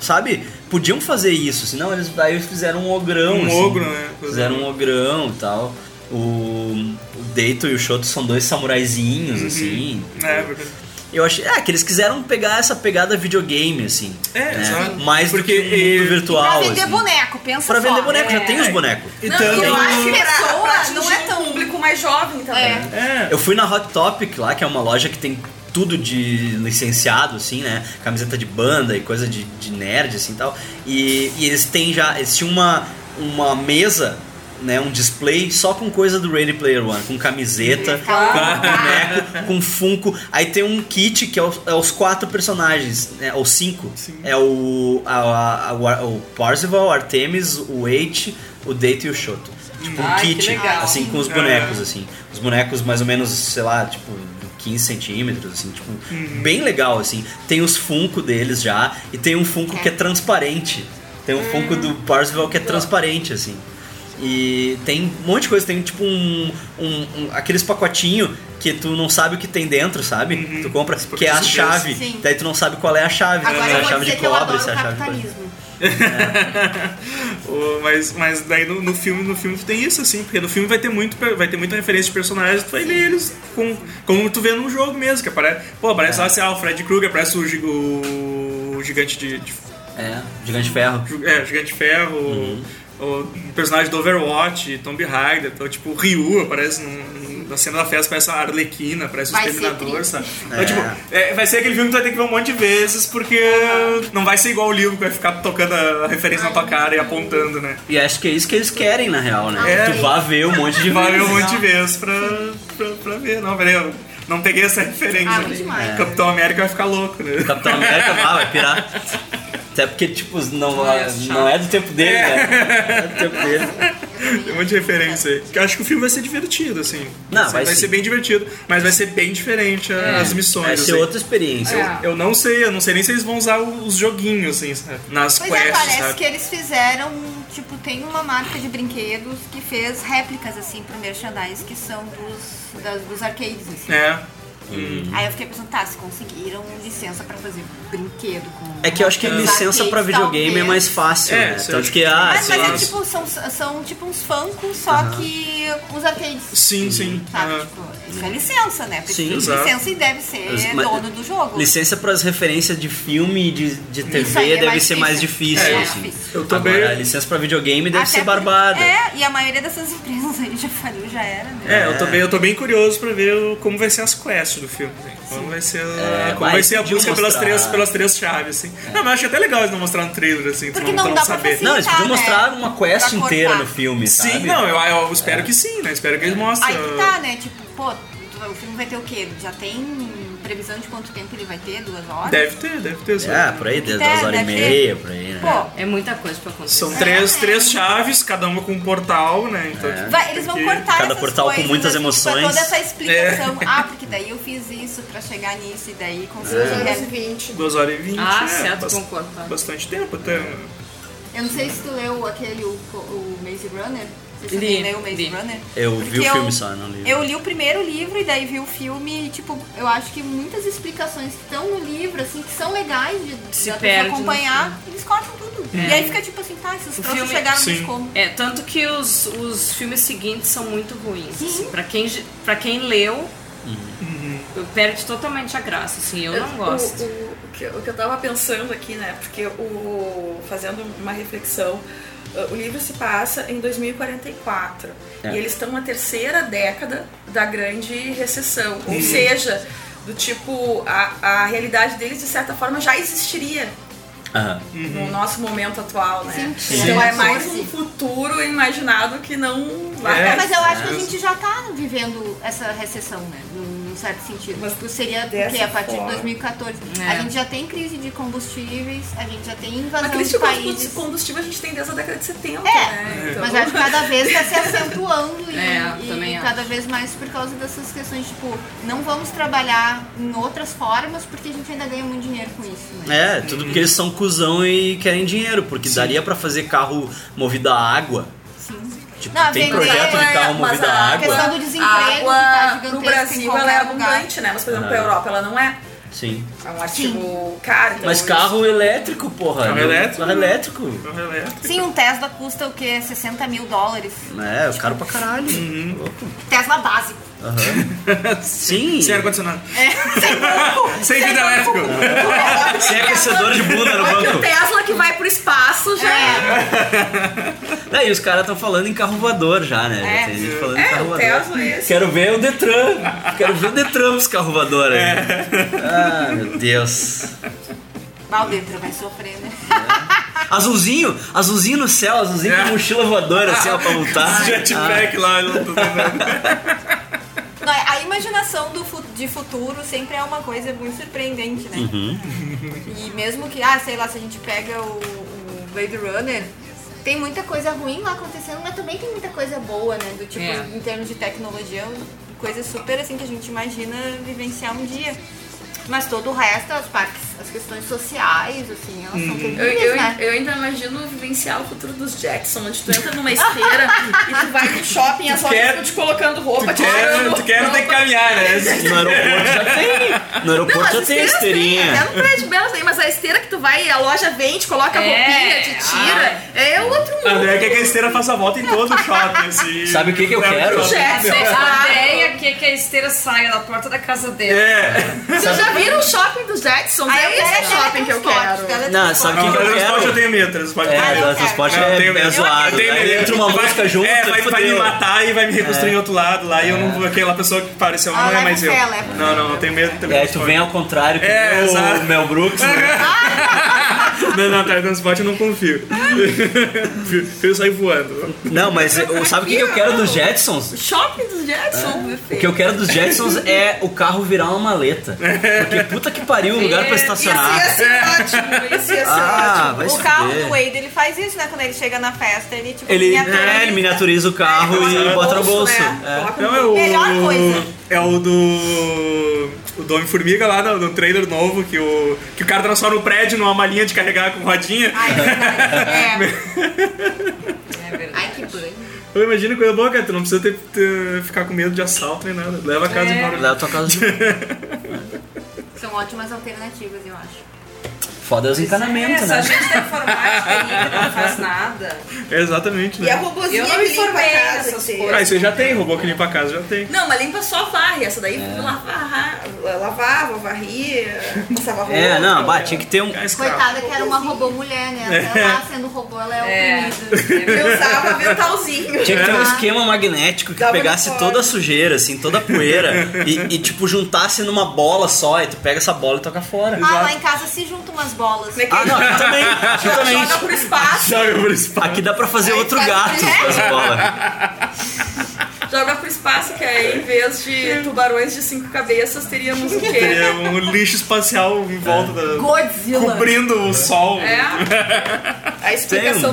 Speaker 1: sabe? Podiam fazer isso, senão eles aí eles fizeram um ogrão.
Speaker 3: Um
Speaker 1: assim.
Speaker 3: ogro, né? Coisa-
Speaker 1: Fizeram um ogrão e tal. O, o Deito e o Shoto são dois samuraizinhos, assim.
Speaker 3: É, verdade.
Speaker 1: Eu achei. É, que eles quiseram pegar essa pegada videogame, assim.
Speaker 3: É, exato.
Speaker 1: Mais
Speaker 3: Porque-
Speaker 1: do que um mundo
Speaker 12: Pra
Speaker 1: virtual.
Speaker 12: vender
Speaker 1: assim.
Speaker 12: boneco, É. pensa
Speaker 1: Pra vender
Speaker 12: só.
Speaker 1: boneco, já tem os bonecos.
Speaker 3: E
Speaker 4: Não, eu acho que pra-
Speaker 12: pessoa
Speaker 4: pra atingir
Speaker 12: não é tão-
Speaker 4: um público mais jovem também.
Speaker 12: É.
Speaker 3: É.
Speaker 1: Eu fui na Hot Topic lá, que é uma loja que tem tudo de licenciado, assim, né? Camiseta de banda e coisa de, de nerd, assim e tal. E, e eles têm já. Eles tinham uma, uma mesa. Né, um display só com coisa do Ready Player One, com camiseta, ah, com boneco, né? com funko. Aí tem um kit que é os, é os quatro personagens, né, ou cinco. É o, a, a- o Ar- o Parzival, o Artemis, o Eight, o Date e o Shoto. Tipo um
Speaker 2: Ai, que
Speaker 1: kit,
Speaker 2: legal.
Speaker 1: assim, com os
Speaker 3: É.
Speaker 1: bonecos, assim. Os bonecos mais ou menos, sei lá, tipo 15 centímetros, assim, tipo,
Speaker 12: Uhum.
Speaker 1: bem legal, assim. Tem os Funko deles já, e tem um Funko que é transparente. Tem um Funko
Speaker 12: Hum.
Speaker 1: do Parzival que é transparente, assim. E tem um monte de coisa, tem tipo um, um, um- aqueles pacotinho que tu não sabe o que tem dentro, sabe? Tu compra, que é a
Speaker 3: surpresa.
Speaker 1: chave,
Speaker 12: Uhum. Sim.
Speaker 1: daí tu não sabe qual é a chave,
Speaker 12: Agora
Speaker 1: se é
Speaker 12: eu
Speaker 1: a
Speaker 12: vou
Speaker 1: chave de
Speaker 12: dizer que eu adoro
Speaker 1: cobre,
Speaker 12: o
Speaker 1: se é a chave de...
Speaker 12: capitalismo.
Speaker 3: O- mas, mas daí no, no filme no filme tem isso assim porque no filme vai ter muito pe- vai ter muita referência de personagens tu vai ler eles com como tu vê num jogo mesmo que aparece pô aparece lá sei lá o Fred Krueger aparece o, gi- o gigante de, de-
Speaker 1: É, gigante de ferro.
Speaker 3: é, gigante de ferro
Speaker 1: Uhum.
Speaker 3: o, o personagem do Overwatch Tomb Raider então tipo o Ryu aparece num- num- na cena da festa aparece a Arlequina aparece
Speaker 12: Vai
Speaker 3: o
Speaker 12: ser
Speaker 3: Exterminador
Speaker 12: triste.
Speaker 3: sabe então,
Speaker 1: É.
Speaker 3: tipo, é, vai ser aquele filme que tu vai ter que ver um monte de vezes porque não vai ser igual o livro que vai ficar tocando a referência na tua cara e apontando né
Speaker 12: Ah,
Speaker 1: E acho que é isso que eles querem, na real, né?
Speaker 3: É.
Speaker 1: Que tu vá ver um monte de
Speaker 3: Valeu
Speaker 1: vezes.
Speaker 3: um monte de vezes pra, pra, pra ver. Não, peraí, eu não peguei essa referência.
Speaker 8: Ah, muito demais.
Speaker 3: O Capitão América vai ficar louco, né?
Speaker 1: Capitão América ah, vai pirar. Até porque, tipo, não, não é do tempo dele, né? Não é do tempo dele.
Speaker 3: Tem um monte de referência aí. Eu acho que o filme vai ser divertido, assim.
Speaker 1: Não,
Speaker 3: Assim,
Speaker 1: vai sim.
Speaker 3: ser bem divertido, mas vai ser bem diferente a-
Speaker 1: É,
Speaker 3: as missões.
Speaker 1: vai ser
Speaker 3: assim.
Speaker 1: outra experiência. É.
Speaker 3: Eu, eu não sei, eu não sei nem se eles vão usar os joguinhos, assim, sabe? Nas
Speaker 8: Pois é,
Speaker 3: quests,
Speaker 8: parece
Speaker 3: sabe?
Speaker 8: que eles fizeram, um- tipo, tem uma marca de brinquedos que fez réplicas, assim, pro merchandise, que são dos, das- dos arcades, assim.
Speaker 3: É.
Speaker 8: Aí eu fiquei pensando, tá, se conseguiram licença pra fazer brinquedo com...
Speaker 1: É que eu acho que a
Speaker 8: Os
Speaker 1: licença pra
Speaker 8: arcades,
Speaker 1: videogame é
Speaker 8: talvez.
Speaker 1: mais fácil,
Speaker 3: É,
Speaker 1: né?
Speaker 3: sim.
Speaker 1: Tanto que, ah,
Speaker 8: mas,
Speaker 1: sei
Speaker 8: mas
Speaker 1: lá,
Speaker 8: é tipo, são, são tipo uns funkos, só
Speaker 1: Aham.
Speaker 8: que os arcades.
Speaker 1: Uhum.
Speaker 3: Sim, sim.
Speaker 8: Sabe, tipo, isso é licença, né? Porque
Speaker 1: Sim,
Speaker 8: tem
Speaker 1: exato.
Speaker 8: licença e deve ser
Speaker 1: Mas- mas-
Speaker 8: dono é do jogo.
Speaker 1: licença pras referências de filme e de, de TV
Speaker 8: aí é
Speaker 1: deve
Speaker 8: mais
Speaker 1: ser mais difícil,
Speaker 8: difícil. É,
Speaker 1: assim.
Speaker 8: difícil.
Speaker 3: Eu também-
Speaker 1: Agora, a licença pra videogame deve
Speaker 8: Até
Speaker 1: ser
Speaker 8: porque-
Speaker 1: barbada.
Speaker 8: É, e a maioria dessas empresas aí já faliu, já era, né?
Speaker 3: É, eu tô bem, eu tô bem curioso pra ver o- como vai ser as quests do filme, assim. Como vai ser, a-
Speaker 1: É,
Speaker 3: como vai
Speaker 1: mas
Speaker 3: ser a
Speaker 1: podiam
Speaker 3: busca pelas
Speaker 1: mostrar. É.
Speaker 3: três, pelas três chaves, assim. Não, mas eu acho até legal eles não mostrar no trailer, assim,
Speaker 8: Porque
Speaker 3: tu
Speaker 8: não
Speaker 3: tu
Speaker 8: dá pra
Speaker 3: saber.
Speaker 1: Não, eles podiam
Speaker 8: né?
Speaker 1: mostrar uma quest
Speaker 8: Pra
Speaker 1: inteira
Speaker 8: cortar.
Speaker 1: no filme,
Speaker 3: Sim,
Speaker 1: sabe?
Speaker 3: não, eu, eu
Speaker 1: É.
Speaker 3: espero que sim, né? Espero que eles mostrem.
Speaker 8: Aí que tá, né? Tipo, pô, tu- o filme vai ter o quê? Já tem previsão de quanto tempo ele vai ter? Duas horas?
Speaker 3: Deve ter, deve ter. só.
Speaker 1: É, por aí, desde
Speaker 8: É,
Speaker 1: duas horas e
Speaker 8: deve ter.
Speaker 1: meia, por aí, né?
Speaker 8: Pô,
Speaker 2: É muita coisa pra acontecer.
Speaker 3: São três, três chaves, cada uma com um portal, né? Então,
Speaker 2: É.
Speaker 3: tipo,
Speaker 8: Vai, eles vão
Speaker 3: tem que-
Speaker 8: cortar
Speaker 1: É Cada
Speaker 8: essas
Speaker 1: portal com
Speaker 8: coisas,
Speaker 1: muitas
Speaker 8: assim, tipo,
Speaker 1: emoções. É.
Speaker 8: toda essa explicação. Ah, porque daí eu fiz isso pra chegar nisso e daí consegui.
Speaker 16: Duas horas e
Speaker 8: realizar.
Speaker 16: vinte.
Speaker 3: duas horas e vinte.
Speaker 2: Ah,
Speaker 3: é,
Speaker 2: certo,
Speaker 3: bas-
Speaker 2: concordo, tá.
Speaker 3: Bastante tempo até. né?
Speaker 8: Eu não sei se tu leu aquele, o, o Maze Runner. Você
Speaker 2: Li,
Speaker 8: leu o Maze
Speaker 2: li.
Speaker 8: Runner?
Speaker 1: Eu vi o
Speaker 8: Porque
Speaker 1: filme só, não li o
Speaker 8: Eu li o primeiro livro e daí vi o filme e, tipo, eu acho que muitas explicações que estão no livro, assim, que são legais de,
Speaker 2: Se
Speaker 8: de a pessoa
Speaker 2: perde no
Speaker 8: acompanhar, eles cortam tudo.
Speaker 2: É.
Speaker 8: E aí fica tipo assim, tá, esses
Speaker 2: O
Speaker 8: trouxas
Speaker 2: filme-
Speaker 8: chegaram
Speaker 3: Sim.
Speaker 8: no como.
Speaker 2: É, tanto que os, os filmes seguintes são muito ruins. Assim, pra, quem, pra quem leu,
Speaker 1: Uhum.
Speaker 2: perde totalmente a graça. Assim, eu não gosto.
Speaker 4: É, O, o- o que, eu- o que eu tava pensando aqui, né? Porque o. Fazendo uma reflexão, uh, o livro se passa em 2044.
Speaker 1: É.
Speaker 4: E eles estão na terceira década da grande recessão.
Speaker 2: Uhum.
Speaker 4: Ou seja, do tipo, a, a realidade deles, de certa forma, já existiria
Speaker 1: Aham.
Speaker 2: Uhum.
Speaker 4: no nosso momento atual, né?
Speaker 8: Sim.
Speaker 4: Então é
Speaker 8: Sim.
Speaker 4: mais um futuro imaginado que não vai.
Speaker 3: É.
Speaker 8: assim. Mas eu acho que a gente já tá vivendo essa recessão, né? Num num certo sentido.
Speaker 4: Mas
Speaker 8: Tipo, seria
Speaker 4: dessa
Speaker 8: porque a partir
Speaker 4: forma.
Speaker 8: de 2014.
Speaker 2: É.
Speaker 8: A gente já tem crise de combustíveis, a gente já tem
Speaker 4: Mas
Speaker 8: invasão
Speaker 4: aquele
Speaker 8: de
Speaker 4: tipo de
Speaker 8: países.
Speaker 4: combustível a gente tem desde a década de 70,
Speaker 8: um É,
Speaker 4: né? Então-
Speaker 8: Mas acho que cada vez está se acentuando e,
Speaker 2: É, eu
Speaker 8: e
Speaker 2: também acho.
Speaker 8: cada vez mais por causa dessas questões, tipo, não vamos trabalhar em outras formas porque a gente ainda ganha muito dinheiro com isso, né?
Speaker 1: É, tudo porque eles são cuzão e querem dinheiro, porque daria pra fazer carro movido a água.
Speaker 8: Sim.
Speaker 1: Tipo,
Speaker 8: Não,
Speaker 1: tem
Speaker 8: vender
Speaker 1: projeto de
Speaker 8: água,
Speaker 1: carro
Speaker 4: mas
Speaker 1: movido a
Speaker 4: a
Speaker 1: água.
Speaker 8: questão do
Speaker 4: A
Speaker 8: desemprego
Speaker 4: água
Speaker 8: tá
Speaker 4: no
Speaker 8: gigantesca em
Speaker 4: Brasil ela é
Speaker 8: qualquer lugar.
Speaker 4: abundante, né? Mas, por exemplo,
Speaker 1: Ah.
Speaker 4: para a Europa ela não é.
Speaker 1: Sim.
Speaker 4: É um artigo caro. então
Speaker 1: Mas
Speaker 4: isso-
Speaker 1: carro elétrico, porra.
Speaker 3: Carro
Speaker 1: né?
Speaker 3: elétrico.
Speaker 1: Carro elétrico.
Speaker 3: Então, é-
Speaker 8: Sim, um Tesla custa o quê? 60 mil dólares.
Speaker 1: É, caro pra caralho. Louco.
Speaker 8: Tesla básico.
Speaker 1: Aham. Sim.
Speaker 3: Sem ar-condicionado.
Speaker 8: É. Sem banco.
Speaker 3: Sem vidro elétrico.
Speaker 1: Sem aquecedor de bunda no banco.
Speaker 4: Tesla que vai pro espaço já é.
Speaker 1: Daí É, os caras estão falando em carro voador já, né?
Speaker 8: É.
Speaker 1: Já tem gente falando em
Speaker 4: É,
Speaker 1: carro
Speaker 4: o
Speaker 1: voador.
Speaker 4: Tesla é esse.
Speaker 1: Quero ver o Detran. Quero ver o Detran os carro voador aí.
Speaker 3: É.
Speaker 1: Ah, meu Deus.
Speaker 8: Valdetra vai sofrer, né?
Speaker 1: Azulzinho, azulzinho no céu, azulzinho
Speaker 3: É.
Speaker 1: com mochila voadora assim, ó, pra lutar.
Speaker 3: Ah, Jetpack lá, eu não tô vendo.
Speaker 8: Não, é, a imaginação do fu- de futuro sempre é uma coisa muito surpreendente, né? E mesmo que, ah, sei lá, se a gente pega o, o Blade Runner, tem muita coisa ruim lá acontecendo, mas também tem muita coisa boa, né? Do tipo,
Speaker 2: É.
Speaker 8: em termos de tecnologia, coisas super assim que a gente imagina vivenciar um dia. Mas todo o resto, as partes, as questões sociais, assim, elas são
Speaker 16: Eu,
Speaker 8: terríveis,
Speaker 16: Uhum. eu,
Speaker 8: né?
Speaker 16: eu ainda imagino vivenciar o futuro dos Jackson, onde tu entra numa esteira e tu vai no shopping, as
Speaker 3: Tu
Speaker 16: lojas
Speaker 3: quer-
Speaker 16: ficam te colocando roupa, te
Speaker 3: Quero,
Speaker 1: né?
Speaker 16: tirando
Speaker 3: tu quer não tem que
Speaker 16: roupa.
Speaker 3: caminhar, né?
Speaker 1: Ah, No aeroporto já tem. No aeroporto já
Speaker 16: As
Speaker 1: tem a
Speaker 16: esteiras
Speaker 1: esteirinha.
Speaker 16: Tem, até no prédio Belas tem, mas a esteira que tu vai, a loja vende, coloca a
Speaker 2: É.
Speaker 16: roupinha, te tira. É outro
Speaker 1: Ah,
Speaker 3: A
Speaker 16: mundo.
Speaker 3: ideia é que a esteira faça a volta em todo o shopping, assim.
Speaker 1: Sabe o que que eu
Speaker 3: Leva
Speaker 1: quero?
Speaker 3: pro shopping.
Speaker 16: Jackson.
Speaker 2: A
Speaker 16: Ah,
Speaker 2: ideia aqui é que a esteira saia da porta da casa dele.
Speaker 3: É.
Speaker 16: Vocês já viram o shopping dos Jackson?
Speaker 8: Aí eu
Speaker 16: É esse
Speaker 8: quero
Speaker 16: shopping que eu
Speaker 8: teletransporte,
Speaker 16: quero.
Speaker 8: teletransporte.
Speaker 1: Não, sabe o
Speaker 3: Não,
Speaker 1: que que eu
Speaker 3: transporte eu
Speaker 1: quero?
Speaker 3: tenho medo, transporte.
Speaker 1: É,
Speaker 3: eu tenho
Speaker 1: o
Speaker 8: quero.
Speaker 1: transporte
Speaker 3: Não, eu
Speaker 1: é,
Speaker 3: tenho
Speaker 1: é
Speaker 3: medo.
Speaker 1: zoado.
Speaker 3: Eu tenho
Speaker 1: Aí
Speaker 3: medo.
Speaker 1: entra uma música junto,
Speaker 3: É, vai, vai me
Speaker 1: fudeu. É.
Speaker 3: matar e vai me reconstruir em outro lado lá e eu não vou. Aquela pessoa que pareceu
Speaker 8: Ah,
Speaker 3: não é
Speaker 8: leva
Speaker 3: mais eu.
Speaker 8: fé, leva
Speaker 3: Não, não, eu tenho medo
Speaker 1: E
Speaker 3: também.
Speaker 1: aí tu vem ao contrário que
Speaker 3: É,
Speaker 1: nem o
Speaker 3: exato.
Speaker 1: Mel Brooks, né?
Speaker 3: Não, não, teletransporte eu não confio. Prefiro sair voando.
Speaker 1: Não, mas eu- sabe o que eu quero dos Jetsons?
Speaker 17: Shopping dos Jetson.
Speaker 1: É. O que eu quero dos Jetsons é o carro virar uma maleta. Porque puta que pariu o lugar pra estacionar.
Speaker 8: Ia ser ótimo, ia ser
Speaker 1: Ah,
Speaker 8: ótimo.
Speaker 1: vai
Speaker 8: o
Speaker 1: se
Speaker 8: carro
Speaker 1: fuder.
Speaker 8: do Wade, ele faz isso, né? Quando ele chega na festa, ele tipo
Speaker 1: Ele,
Speaker 8: miniatura,
Speaker 1: é, ele miniaturiza o carro
Speaker 8: é,
Speaker 1: e bota no bolso. É.
Speaker 3: Não, é o. É o do. O do Homem-Formiga lá, do, do trailer novo, que o, que o cara transforma o prédio numa malinha de carregar com rodinha.
Speaker 8: é Ai, que banho.
Speaker 3: Eu imagino coisa boa, cara. Tu não precisa ter, ter- ficar com medo de assalto nem nada. Leva a casa
Speaker 8: É.
Speaker 3: de Mauro.
Speaker 1: Leva tua casa de
Speaker 8: São ótimas alternativas, eu acho.
Speaker 1: Foda é os encanamentos,
Speaker 2: Essa
Speaker 1: né?
Speaker 2: gente da informática aí que não faz nada.
Speaker 3: Exatamente, né?
Speaker 4: é
Speaker 2: Eu não me formei nessas coisas.
Speaker 3: Ah, isso já tem, robô que limpa a casa já tem.
Speaker 4: Não, mas limpa só varre. Essa daí
Speaker 1: É.
Speaker 4: lavava, ah, lavava, varria, passava roupa.
Speaker 1: É, não, bah, tinha que ter um.
Speaker 8: Coitada que era uma robô mulher, né?
Speaker 1: É.
Speaker 8: Ela tá lá sendo robô, ela é oprimida.
Speaker 4: Eu usava aventalzinho.
Speaker 1: Tinha que ter um esquema magnético que
Speaker 4: Dava
Speaker 1: pegasse
Speaker 4: no
Speaker 1: toda a sujeira, assim, toda a poeira e, e, tipo, juntasse numa bola só. E tu pega essa bola e toca fora.
Speaker 8: Ah, lá em casa se juntam umas bolas.
Speaker 1: Ah, não, aqui também. Aqui também.
Speaker 8: Joga pro espaço.
Speaker 3: Joga pro espaço.
Speaker 1: Aqui dá pra fazer outro gato
Speaker 4: é.
Speaker 1: com essa bola.
Speaker 4: Joga pro espaço, que aí em vez de tubarões de cinco cabeças, teríamos o
Speaker 3: Teria
Speaker 4: quê?
Speaker 3: um lixo espacial em volta da.
Speaker 8: Ah,
Speaker 4: Godzilla.
Speaker 3: Cobrindo o sol.
Speaker 4: É. A explicação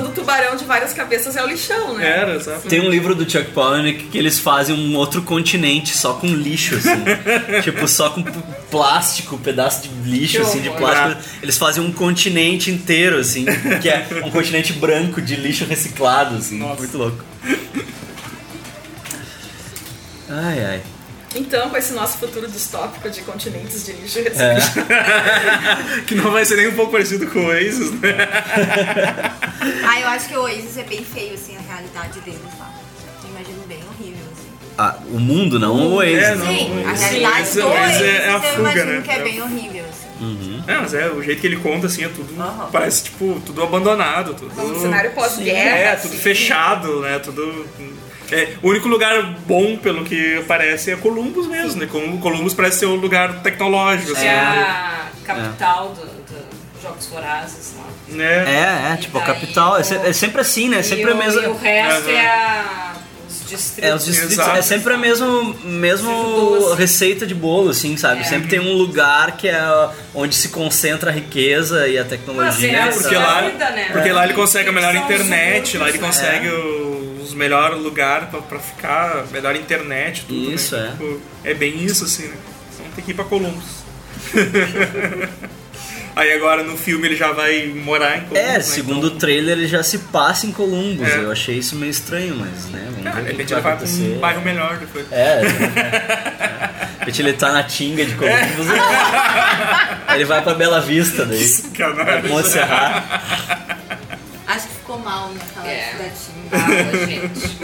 Speaker 1: Tem.
Speaker 4: do tubarão de várias cabeças é o lixão, né?
Speaker 3: Era, sabe?
Speaker 1: Tem um livro do Chuck Palahniuk que eles fazem um outro continente só com lixo, assim. tipo, só com p- plástico, pedaço de lixo,
Speaker 4: Que
Speaker 1: assim, de
Speaker 4: horror.
Speaker 1: plástico. Eles fazem um continente inteiro, assim, que é um continente branco de lixo reciclado, assim. Muito louco. Ai, ai.
Speaker 4: Então, com esse nosso futuro distópico de continentes de lixo
Speaker 1: É.
Speaker 4: reciclado.
Speaker 3: que não vai ser nem um pouco parecido com o Oasis, né?
Speaker 8: Ah, eu acho que o Oasis é bem feio, assim, a realidade deles lá. Eu imagino bem horrível, assim.
Speaker 1: Ah, o mundo não, o Oasis.
Speaker 3: É, não,
Speaker 8: Sim,
Speaker 3: o
Speaker 8: a
Speaker 3: Oasis-
Speaker 8: realidade
Speaker 3: Sim,
Speaker 8: do
Speaker 3: mas
Speaker 8: Oasis,
Speaker 3: é, é a
Speaker 8: eu
Speaker 3: fuga,
Speaker 8: imagino
Speaker 3: né?
Speaker 8: que é bem horrível, assim.
Speaker 1: Uhum.
Speaker 3: É, mas é, o jeito que ele conta, assim, é tudo. Parece, tipo, tudo abandonado. Tudo...
Speaker 4: Um cenário pós-guerra,
Speaker 3: É,
Speaker 4: assim.
Speaker 3: tudo fechado, né? Tudo. É, o único lugar bom, pelo que parece, é Columbus mesmo, né? Como Columbus parece ser um lugar tecnológico, assim.
Speaker 2: É
Speaker 3: né?
Speaker 2: a capital do- dos Jogos Vorazes
Speaker 4: né?
Speaker 2: lá.
Speaker 3: né?
Speaker 1: É, é, tipo, a capital. É, se- é sempre assim, né? É sempre
Speaker 2: e,
Speaker 1: a mesma.
Speaker 2: o, e o resto é
Speaker 1: Aham.
Speaker 2: a, os distritos.
Speaker 1: É, os distritos,
Speaker 3: Exato.
Speaker 1: é sempre a mesma mesmo receita de bolo, assim, sabe?
Speaker 2: É.
Speaker 1: Sempre tem um lugar que é onde se concentra a riqueza e a tecnologia.
Speaker 3: É, porque lá,
Speaker 2: vida, né?
Speaker 3: porque
Speaker 2: É.
Speaker 3: lá ele consegue a melhor
Speaker 2: São os
Speaker 3: internet,
Speaker 2: outros,
Speaker 3: lá ele
Speaker 2: né?
Speaker 3: consegue o- os melhor lugar pra, pra ficar, melhor internet, tudo.
Speaker 1: Isso,
Speaker 3: né?
Speaker 1: é.
Speaker 3: Tipo, é bem isso, assim, né? Então tem que ir pra Columbus. Aí agora no filme ele já vai morar em Columbus.
Speaker 1: É,
Speaker 3: né?
Speaker 1: segundo o trailer ele já se passa em Columbus.
Speaker 3: É.
Speaker 1: Eu achei isso meio estranho, mas né, vamos
Speaker 3: Ah,
Speaker 1: ver
Speaker 3: de
Speaker 1: o que que
Speaker 3: repente
Speaker 1: vai
Speaker 3: ele vai pra
Speaker 1: acontecer.
Speaker 3: um bairro melhor depois.
Speaker 1: É, de repente ele tá na tinga de Columbus. ele vai pra Bela Vista daí. Pra
Speaker 3: Sacanagem.
Speaker 1: Montserrat.
Speaker 8: Acho que ficou mal, né, falar
Speaker 2: É.
Speaker 8: isso da Tim.
Speaker 2: Ah, gente.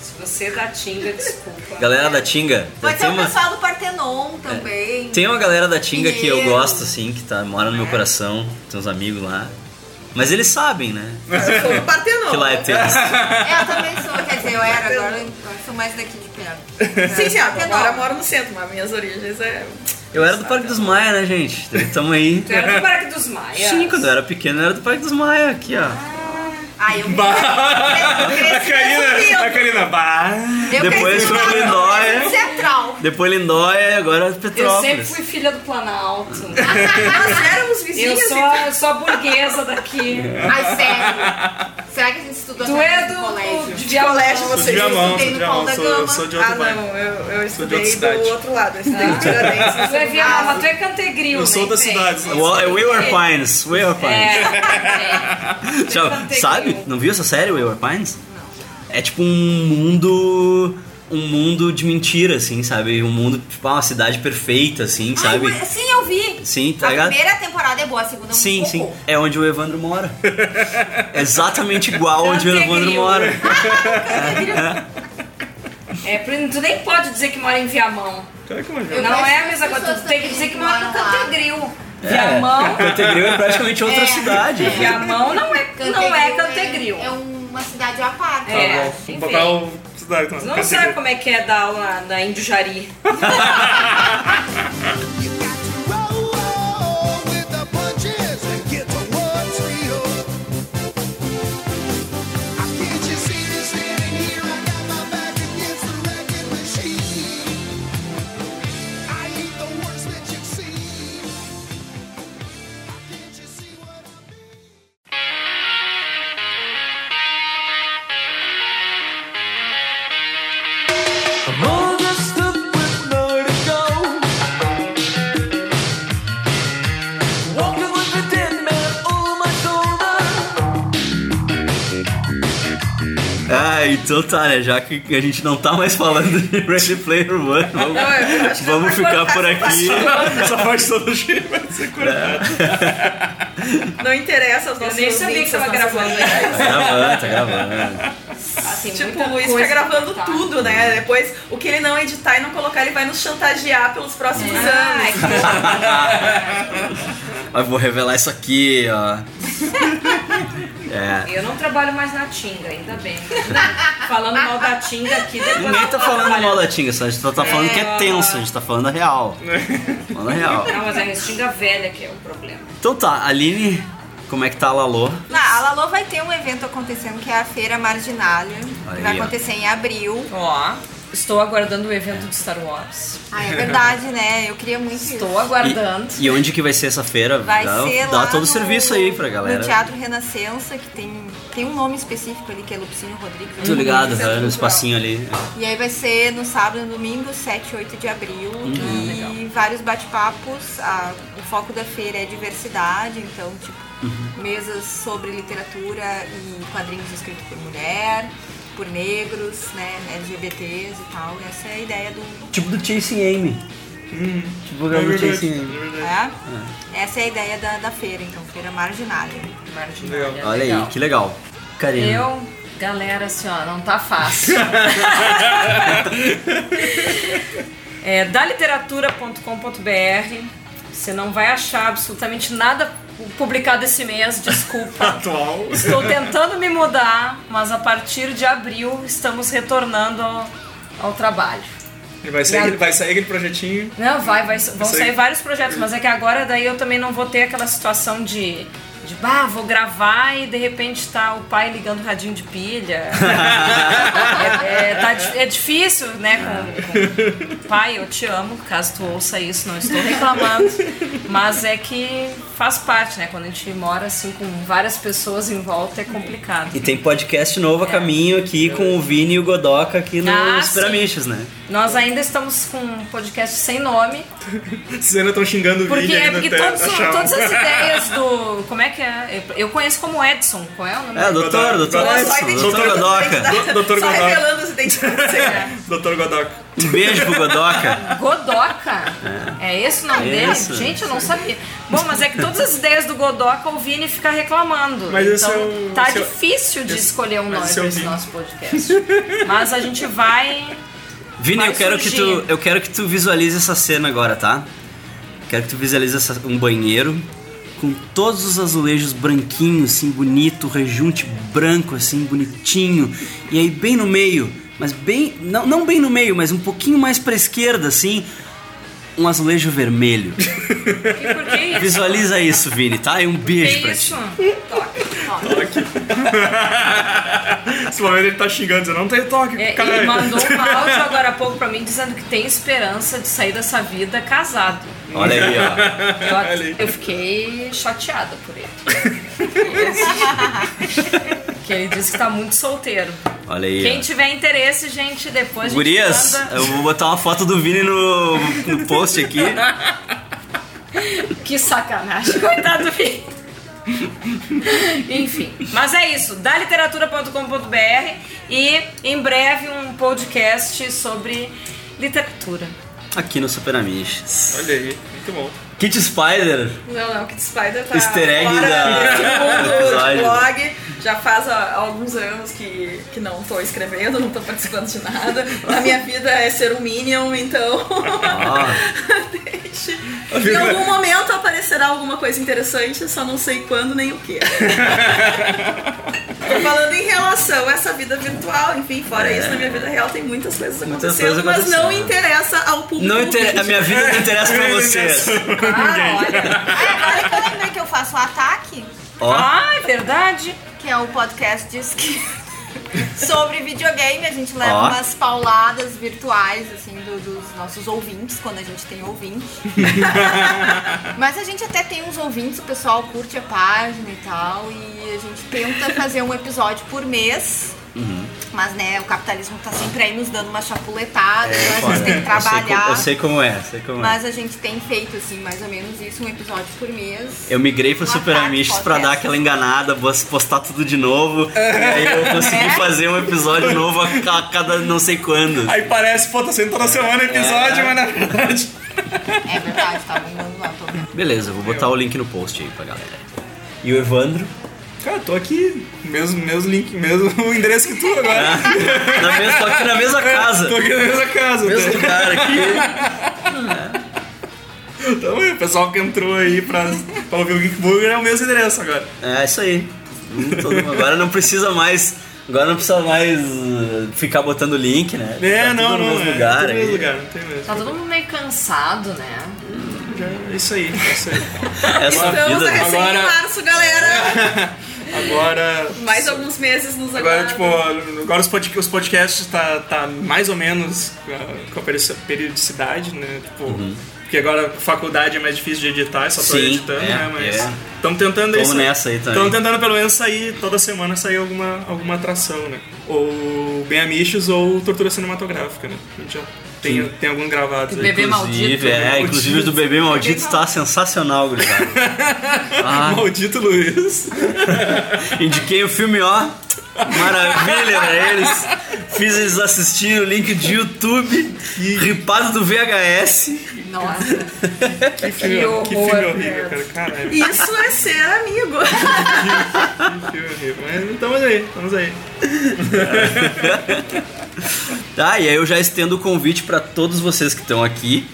Speaker 2: Se você é da Tinga, desculpa.
Speaker 1: Galera da Tinga,
Speaker 8: Pode ser
Speaker 1: tem
Speaker 3: um
Speaker 8: o
Speaker 1: uma, É.
Speaker 8: pessoal do Partenon também.
Speaker 1: tem uma galera da Tinga que eu
Speaker 8: Mineiro.
Speaker 1: gosto, assim, que tá, mora no meu coração, tem uns amigos lá. Mas eles sabem, né?
Speaker 4: Foi o um Partenon. né?
Speaker 1: Que lá é tenso.
Speaker 8: Eu também sou, quer dizer, eu era, agora eu sou mais daqui de perto.
Speaker 4: Sim, sim,
Speaker 8: Porque
Speaker 4: agora
Speaker 8: não.
Speaker 4: moro no centro, mas minhas origens é...
Speaker 1: Eu era do Parque dos Maia, né, gente? Então, Tamo aí.
Speaker 2: Tu era do Parque dos Maias.
Speaker 1: Sim, quando eu era pequeno eu era do Parque dos Maia, aqui, ó.
Speaker 8: Ah, eu
Speaker 3: Bah! A Karina, a Karina, bah!
Speaker 8: Eu
Speaker 1: Depois
Speaker 8: cresci
Speaker 1: foi
Speaker 8: lá no
Speaker 1: Lindóia.
Speaker 8: Central.
Speaker 1: Depois Lindóia e agora é
Speaker 2: Eu sempre
Speaker 1: Petrópolis.
Speaker 2: fui filha do Planalto.
Speaker 3: Ah,
Speaker 2: Ah,
Speaker 4: Nós
Speaker 2: tá.
Speaker 4: éramos vizinhos.
Speaker 2: Eu sou, eu sou a burguesa daqui.
Speaker 3: É.
Speaker 8: Ai, sério. Será que a gente estudou
Speaker 2: Tu
Speaker 8: na
Speaker 2: é
Speaker 8: mesma
Speaker 2: do-
Speaker 8: colégio?
Speaker 2: de Viamão.
Speaker 4: Colégio,
Speaker 3: Sou de
Speaker 4: vocês
Speaker 3: Viamão, sou
Speaker 8: estudei
Speaker 3: de
Speaker 8: no
Speaker 3: Viamão,
Speaker 8: Pão da
Speaker 3: sou,
Speaker 8: Gama.
Speaker 3: sou de outro
Speaker 4: Ah,
Speaker 3: bairro.
Speaker 4: não, eu, eu
Speaker 3: Sou de outra
Speaker 4: estudei
Speaker 3: cidade.
Speaker 4: do outro lado. Eu
Speaker 2: Ah.
Speaker 4: estudei em Tiradentes.
Speaker 2: Tu é Viamão, mas tu é Cantegril,
Speaker 3: Eu
Speaker 2: né?
Speaker 3: sou da
Speaker 2: Tem.
Speaker 3: cidade.
Speaker 1: Eu Well, é We Were Pines, We Were
Speaker 2: É,
Speaker 1: Pines. Tchau.
Speaker 2: Tem que
Speaker 1: Sabe?
Speaker 2: ter.
Speaker 1: Não viu essa série, We Were Pines? É tipo um mundo. Um mundo de mentira, assim, sabe? Um mundo, tipo, uma cidade perfeita, assim, sabe?
Speaker 8: Ai, sim, eu vi.
Speaker 1: Sim, tá
Speaker 8: a
Speaker 1: ligado?
Speaker 8: primeira temporada é boa, a segunda é um
Speaker 1: Sim,
Speaker 8: cocô.
Speaker 1: sim. É onde o Evandro mora. É Exatamente igual onde o Evandro mora.
Speaker 2: É, Bruno, tu nem pode dizer que mora em Viamão.
Speaker 3: Claro que eu imagino.
Speaker 8: Eu
Speaker 2: não
Speaker 8: conheço
Speaker 2: é a mesma
Speaker 8: pessoas
Speaker 2: coisa, tu tem que
Speaker 8: também
Speaker 2: dizer que
Speaker 8: que
Speaker 2: mora em
Speaker 8: moram lá.
Speaker 2: Cantegril.
Speaker 1: É,
Speaker 2: Viamão.
Speaker 1: Cantegril é praticamente outra
Speaker 8: É.
Speaker 1: cidade.
Speaker 2: Viamão não é, não é Cantegril.
Speaker 8: um Cantegril. É uma cidade à parte.
Speaker 2: É.
Speaker 3: Tá
Speaker 2: enfim.
Speaker 3: bom. Vou botar o cidade
Speaker 2: Tu
Speaker 3: também.
Speaker 2: não sabe como é que é dar aula na Índio Jari.
Speaker 6: Roll with the punches and get to
Speaker 1: Ah, então tá, né? Já que a gente não tá mais falando de Ready Player One, vamos,
Speaker 3: Não, eu acho que
Speaker 1: vamos
Speaker 3: vai
Speaker 1: ficar
Speaker 3: cortar
Speaker 1: por
Speaker 3: essa
Speaker 1: aqui.
Speaker 3: parte. Essa
Speaker 2: é.
Speaker 3: parte do cheiro vai ser cortada.
Speaker 4: Não interessa aos
Speaker 2: Eu
Speaker 4: nossos
Speaker 2: nem sabia que
Speaker 4: ouvintes,
Speaker 2: tava
Speaker 4: às nossas
Speaker 2: gravando.
Speaker 1: Tá gravando, tá gravando.
Speaker 4: Tipo, o Luiz fica gravando tudo, né? Depois, o que ele não editar e não colocar, ele vai nos chantagear pelos próximos
Speaker 2: É.
Speaker 4: anos.
Speaker 1: Mas Ah, vou revelar isso aqui, ó. É.
Speaker 2: Eu não trabalho mais na Tinga, ainda bem. Falando mal da Tinga aqui, depois
Speaker 1: Ninguém tá falando mal da Tinga, só a gente só tá falando que é
Speaker 2: É.
Speaker 1: tenso, a gente tá falando a real. Falando a real.
Speaker 2: Não, mas é a Tinga velha que é o problema.
Speaker 1: Então tá, Aline, como é que tá a Lalô?
Speaker 8: Ah, a Lalô vai ter um evento acontecendo que é a Feira Marginália.
Speaker 1: Aí,
Speaker 8: que vai
Speaker 1: ó.
Speaker 8: acontecer em abril.
Speaker 2: Ó, estou aguardando o evento de Star Wars.
Speaker 8: Ah, é verdade, né? Eu queria muito Estou
Speaker 2: aguardando.
Speaker 1: E onde que vai ser essa feira?
Speaker 8: Vai
Speaker 1: dá
Speaker 8: ser
Speaker 1: dá
Speaker 8: lá
Speaker 1: todo o
Speaker 8: no-
Speaker 1: serviço aí pra galera.
Speaker 8: No Teatro Renascença, que tem, tem um nome específico ali, que é Lupicínio Rodrigues.
Speaker 1: Tô ligado,
Speaker 8: Centro
Speaker 1: né, no
Speaker 8: Cultural.
Speaker 1: espacinho ali.
Speaker 8: E aí vai ser no sábado e no domingo, 7 e 8 de abril.
Speaker 1: Uhum.
Speaker 8: e vários bate-papos. A- o foco da feira é diversidade, então, tipo,
Speaker 1: Uhum.
Speaker 8: mesas sobre literatura e quadrinhos escritos por mulher, por negros, né, LGBTs e tal. Essa é a ideia do...
Speaker 1: Tipo do Chasing Amy. tipo o programa do Chasing Amy.
Speaker 8: É?
Speaker 1: Uhum.
Speaker 8: Essa é a ideia da, da feira, então, feira marginária.
Speaker 2: Marginária.
Speaker 1: Olha aí, que legal. Karina.
Speaker 2: é Eu, galera, assim, ó, não tá fácil. é daliteratura.com.br. Você não vai achar absolutamente nada publicado esse mês, desculpa.
Speaker 3: Atual.
Speaker 2: Estou tentando me mudar, mas a partir de abril estamos retornando ao, ao trabalho.
Speaker 3: E Vai sair, aquele- vai sair aquele projetinho.
Speaker 2: Não, vai, vai, vão
Speaker 3: Isso aí.
Speaker 2: sair vários projetos, mas é que agora daí eu também não vou ter aquela situação de, de bah, vou gravar e de repente tá o pai ligando o radinho de pilha. é, é, tá di- é difícil, né? com- com- Pai, eu te amo, caso tu ouça isso, não estou reclamando. Mas é que faz parte, né? Quando a gente mora assim com várias pessoas em volta é complicado.
Speaker 1: E tem podcast novo a caminho aqui com o Vini e o Godoca aqui no
Speaker 2: Ah,
Speaker 1: Super
Speaker 2: sim.
Speaker 1: Amiches, né?
Speaker 2: Nós ainda estamos com um podcast sem nome.
Speaker 3: Vocês ainda estão xingando o
Speaker 2: Porque
Speaker 3: vídeo
Speaker 2: é
Speaker 3: ainda
Speaker 2: porque
Speaker 3: até
Speaker 2: todos-
Speaker 3: achar um.
Speaker 2: todas as ideias do. Como é que é? Eu conheço como Edson. Qual é o nome
Speaker 1: É,
Speaker 2: dele?
Speaker 1: doutor, doutor
Speaker 2: Godoca. Só
Speaker 1: Edson,
Speaker 2: identificando
Speaker 1: doutor
Speaker 2: as
Speaker 1: Godoca.
Speaker 2: identidades.
Speaker 1: Doutor
Speaker 2: Só
Speaker 1: Godoca.
Speaker 2: revelando as identidades.
Speaker 3: Doutor Godoc.
Speaker 1: Um beijo pro Godoca.
Speaker 2: Godoca?
Speaker 1: É.
Speaker 2: É esse o nome
Speaker 1: É
Speaker 2: dele?
Speaker 1: isso.
Speaker 2: Gente, eu não sabia. Bom, mas é que todas as ideias do Godoca o Vini fica reclamando.
Speaker 3: Mas esse
Speaker 2: então
Speaker 3: é o-
Speaker 2: tá
Speaker 3: esse é o-
Speaker 2: difícil de escolher um
Speaker 3: mas
Speaker 2: nome
Speaker 3: esse é o
Speaker 2: pra esse
Speaker 3: Vini.
Speaker 2: nosso podcast. Mas a gente vai.
Speaker 1: Vini,
Speaker 2: Vai
Speaker 1: eu quero, que tu,
Speaker 2: surgir.
Speaker 1: eu quero que tu visualize essa cena agora, tá? Quero que tu visualize essa- um banheiro com todos os azulejos branquinhos, assim, bonito, rejunte branco, assim, bonitinho. E aí, bem no meio, mas bem. Não, não bem no meio, mas um pouquinho mais pra esquerda, assim, um azulejo vermelho.
Speaker 2: Por que isso?
Speaker 1: Visualiza isso, Vini, tá? E um beijo
Speaker 2: Que
Speaker 1: pra
Speaker 2: isso?
Speaker 1: ti.
Speaker 3: Esse momento ele tá xingando, dizendo, não tem toque,
Speaker 2: É,
Speaker 3: cara.
Speaker 2: ele mandou um áudio agora há pouco pra mim dizendo que tem esperança de sair dessa vida casado.
Speaker 1: Olha aí, ó.
Speaker 2: Eu, eu fiquei chateada por ele. que ele disse que tá muito solteiro.
Speaker 1: Olha aí.
Speaker 2: Quem
Speaker 1: ó.
Speaker 2: tiver interesse, gente, depois
Speaker 1: Gurias,
Speaker 2: a gente manda.
Speaker 1: eu vou botar uma foto do Vini no, no post aqui.
Speaker 2: Que sacanagem, coitado do Vini. Enfim, mas é isso, daliteratura.com.br e em breve um podcast sobre literatura.
Speaker 1: Aqui no Super Amiches.
Speaker 3: Olha aí, muito bom.
Speaker 1: Kit Spider,
Speaker 4: Não, não, Kid Spider tá
Speaker 1: Easter egg
Speaker 4: fora
Speaker 1: da-
Speaker 4: desse
Speaker 1: do
Speaker 4: mundo
Speaker 1: episódio.
Speaker 4: de blog. Já faz há alguns anos que, que não tô escrevendo, não tô participando de nada. A minha vida é ser um Minion, então...
Speaker 3: Ah.
Speaker 4: Deixe. Em algum momento aparecerá alguma coisa interessante, só não sei quando nem o que. Falando em relação a essa vida virtual, enfim, fora
Speaker 1: É.
Speaker 4: isso, na minha vida real tem muitas coisas
Speaker 1: Muitas
Speaker 4: acontecendo,
Speaker 1: coisas
Speaker 4: mas não
Speaker 1: acontecendo.
Speaker 4: interessa ao público.
Speaker 1: não inter... a minha vida não interessa pra vocês.
Speaker 2: Ah,
Speaker 8: Olha, eu lembrei que eu faço o Ataque,
Speaker 1: Ó.
Speaker 2: Ah, é verdade.
Speaker 8: que é o podcast de esqui- sobre videogame. A gente leva
Speaker 1: Ó.
Speaker 8: umas pauladas virtuais, assim, do- dos nossos ouvintes, quando a gente tem ouvinte. Mas a gente até tem uns ouvintes, o pessoal curte a página e tal, e a gente tenta fazer um episódio por mês.
Speaker 1: Uhum.
Speaker 8: Mas, né, o capitalismo tá sempre aí nos dando uma chapuletada,
Speaker 1: É,
Speaker 8: então a
Speaker 1: foda.
Speaker 8: gente tem que
Speaker 1: Eu sei,
Speaker 8: trabalhar.
Speaker 1: como, eu sei como é, sei como
Speaker 8: Mas
Speaker 1: é.
Speaker 8: a gente tem feito, assim, mais ou menos isso, um episódio por mês.
Speaker 1: Eu migrei pro Super Amish pra dar aquela enganada, vou postar tudo de novo. e aí eu consegui
Speaker 8: É.
Speaker 1: fazer um episódio novo a ca- cada não sei quando.
Speaker 3: Aí parece, pô, tá sendo toda semana episódio,
Speaker 1: É.
Speaker 3: mas na verdade.
Speaker 8: É verdade, tá mandando lá, tô vendo.
Speaker 1: Beleza, vou botar o link no post aí pra galera. E o Evandro?
Speaker 3: Cara, tô aqui, mesmo, mesmo link, mesmo o endereço que tu
Speaker 1: É.
Speaker 3: agora.
Speaker 1: Na mesma, tô aqui na mesma casa.
Speaker 3: Tô aqui na mesma casa. né?
Speaker 1: Mesmo lugar aqui.
Speaker 3: Então, aí, o pessoal que entrou aí pra, pra ouvir o Geek Burger é o mesmo endereço agora.
Speaker 1: É isso aí. Hum, todo mundo- Agora não precisa mais. Agora não precisa mais uh, ficar botando link, né?
Speaker 3: É,
Speaker 1: Tá tudo no
Speaker 3: não, não.
Speaker 1: mesmo
Speaker 3: é,
Speaker 1: lugar.
Speaker 3: tudo no mesmo
Speaker 1: aí.
Speaker 3: lugar, não tem mesmo.
Speaker 10: Tá todo mundo meio cansado, né?
Speaker 3: Já- É isso aí, é isso aí.
Speaker 1: Essa
Speaker 4: Estamos
Speaker 1: vida.
Speaker 4: a recém em
Speaker 3: Agora-
Speaker 4: março, galera.
Speaker 3: Agora.
Speaker 4: Mais alguns meses nos
Speaker 3: Agora,
Speaker 4: aguardam.
Speaker 3: tipo, agora os podca- os podcasts tá, tá mais ou menos ah, com a peri- periodicidade, né? Tipo, porque agora a faculdade é mais difícil de editar, só
Speaker 1: Uhum.
Speaker 3: tô
Speaker 1: Sim,
Speaker 3: editando,
Speaker 1: é,
Speaker 3: né? Mas
Speaker 1: é.
Speaker 3: estamos tentando
Speaker 1: Tamo
Speaker 3: isso.
Speaker 1: nessa aí também.
Speaker 3: Estamos tentando pelo menos sair, toda semana sair alguma, alguma atração, né? Ou Bem Amichos ou Tortura Cinematográfica, né? A gente já tem, tem alguns gravados aí.
Speaker 1: inclusive, É, inclusive o do bebê maldito está sensacional, gurizada. Ah.
Speaker 3: Maldito Luiz.
Speaker 1: Indiquei o filme, ó. Maravilha pra eles. Fiz eles assistirem o link de YouTube. Ripado do VHS.
Speaker 10: Nossa.
Speaker 3: Que filme, que filme
Speaker 10: horror,
Speaker 3: horrível, cara. Caralho.
Speaker 4: Isso é ser amigo.
Speaker 3: Que filme horrível. Mas estamos aí, estamos aí.
Speaker 1: Tá, e aí eu já estendo o convite pra todos vocês que estão aqui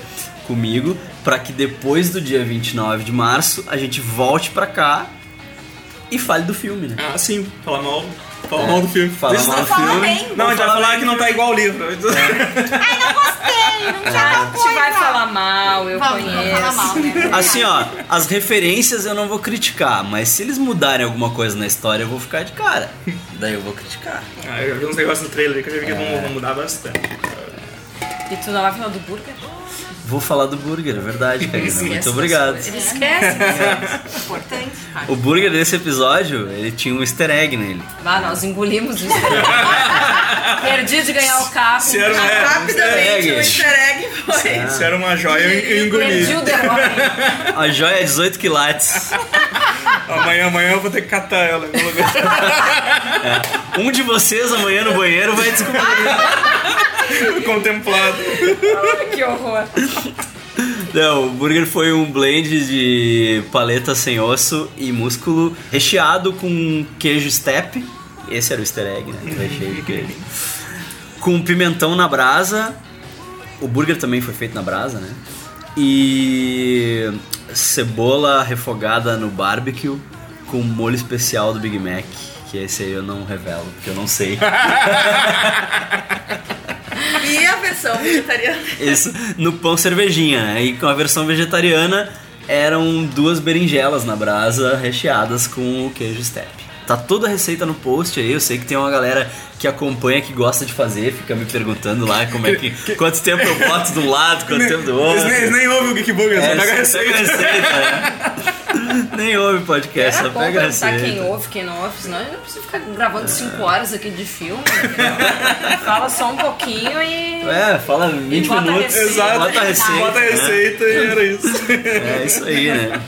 Speaker 1: comigo, pra que depois do dia 29 de março a gente volte pra cá e fale do filme, né?
Speaker 3: Ah, sim, falar mal. Falar mal do filme.
Speaker 1: Falar
Speaker 3: Deixa eu
Speaker 1: É. mal do
Speaker 3: falar
Speaker 1: filme. É.
Speaker 3: bem. Não, a gente vai
Speaker 1: Falar
Speaker 3: falar
Speaker 1: bem.
Speaker 3: que não tá igual o livro.
Speaker 10: A gente vai falar mal, eu
Speaker 12: Vamos, vamos
Speaker 10: conheço.
Speaker 12: falar mal, né?
Speaker 1: Assim, ó, as referências eu não vou criticar, mas se eles mudarem alguma coisa na história, eu vou ficar de cara. Daí eu vou criticar.
Speaker 3: Ah, eu já vi uns negócios no trailer aí que eu já vi que
Speaker 1: É.
Speaker 3: vão, vão mudar bastante.
Speaker 10: E tu
Speaker 2: tá
Speaker 10: não vai falar do burger?
Speaker 1: Vou falar do burger, é verdade, Karina.
Speaker 10: Esquece
Speaker 1: Muito
Speaker 10: das
Speaker 1: obrigado.
Speaker 10: coisas. Ele esquece. né?
Speaker 8: Importante.
Speaker 1: O burger desse episódio, ele tinha um easter egg nele.
Speaker 10: Ah, nós engolimos isso. Perdi de ganhar o carro.
Speaker 3: Se era, é,
Speaker 1: Rapidamente,
Speaker 4: O easter egg foi.
Speaker 1: Ah.
Speaker 3: se era uma joia, eu, eu
Speaker 10: Perdi
Speaker 3: engoli.
Speaker 10: o derrota.
Speaker 1: A joia é 18 quilates.
Speaker 3: Amanhã, amanhã eu vou ter que catar ela. em algum lugar.
Speaker 1: Um de vocês amanhã no banheiro vai descobrir.
Speaker 3: Contemplado.
Speaker 10: Que horror.
Speaker 1: Não, o burger foi um blend de paleta sem osso e músculo recheado com queijo step. Esse era o easter egg, né? O recheio de queijo. Com pimentão na brasa. O burger também foi feito na brasa, né? E cebola refogada no barbecue com molho especial do Big Mac. Que esse aí eu não revelo, porque eu não sei.
Speaker 4: E a versão vegetariana.
Speaker 1: Isso, no pão cervejinha, né? E com a versão vegetariana eram duas berinjelas na brasa recheadas com o queijo step. Tá toda a receita no post aí, eu sei que tem uma galera que acompanha, que gosta de fazer, fica me perguntando lá como é que. quanto tempo eu boto de um lado,
Speaker 3: Né,
Speaker 1: quanto tempo do
Speaker 3: Eles
Speaker 1: outro.
Speaker 3: nem, eles nem ouvem o Geek Burger, só
Speaker 1: É,
Speaker 3: pega a
Speaker 1: só pega a
Speaker 3: receita.
Speaker 1: receita, né? Nem ouve podcast,
Speaker 10: Era
Speaker 1: só
Speaker 10: bom
Speaker 1: pega a
Speaker 10: perguntar tá quem
Speaker 1: receita.
Speaker 10: ouve, quem não ouve, senão eu não preciso ficar gravando 5 horas aqui de filme. Fala só um pouquinho e.
Speaker 1: É, fala 20
Speaker 10: bota a
Speaker 1: minutos.
Speaker 10: receita.
Speaker 3: Exato.
Speaker 1: Bota a receita.
Speaker 3: Bota a
Speaker 1: né?
Speaker 3: receita e era isso.
Speaker 1: É isso aí, né?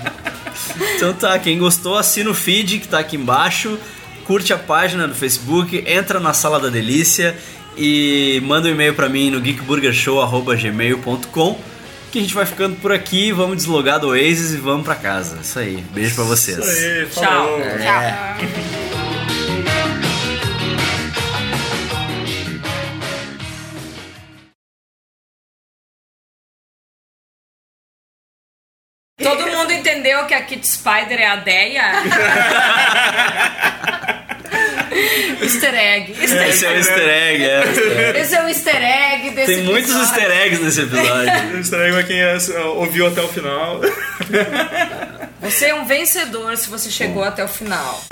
Speaker 1: Então tá, quem gostou, assina o feed que tá aqui embaixo, curte a página do Facebook, entra na sala da delícia e manda um e-mail pra mim no geekburgershow.gmail.com que a gente vai ficando por aqui, vamos deslogar do Oasis e vamos pra casa. Isso aí, beijo pra vocês.
Speaker 3: Isso aí,
Speaker 10: Tchau.
Speaker 3: falou.
Speaker 1: É.
Speaker 10: Todo mundo entendeu que a Kit Spider é a Deia? easter egg. Easter
Speaker 1: Esse é o easter egg, é. o easter egg.
Speaker 10: Esse é o easter egg desse
Speaker 1: Tem muitos
Speaker 10: episódio.
Speaker 1: easter eggs nesse episódio.
Speaker 3: Estranho pra quem ah, ouviu até o final.
Speaker 1: Hum.
Speaker 10: Você é um vencedor se você chegou até o final.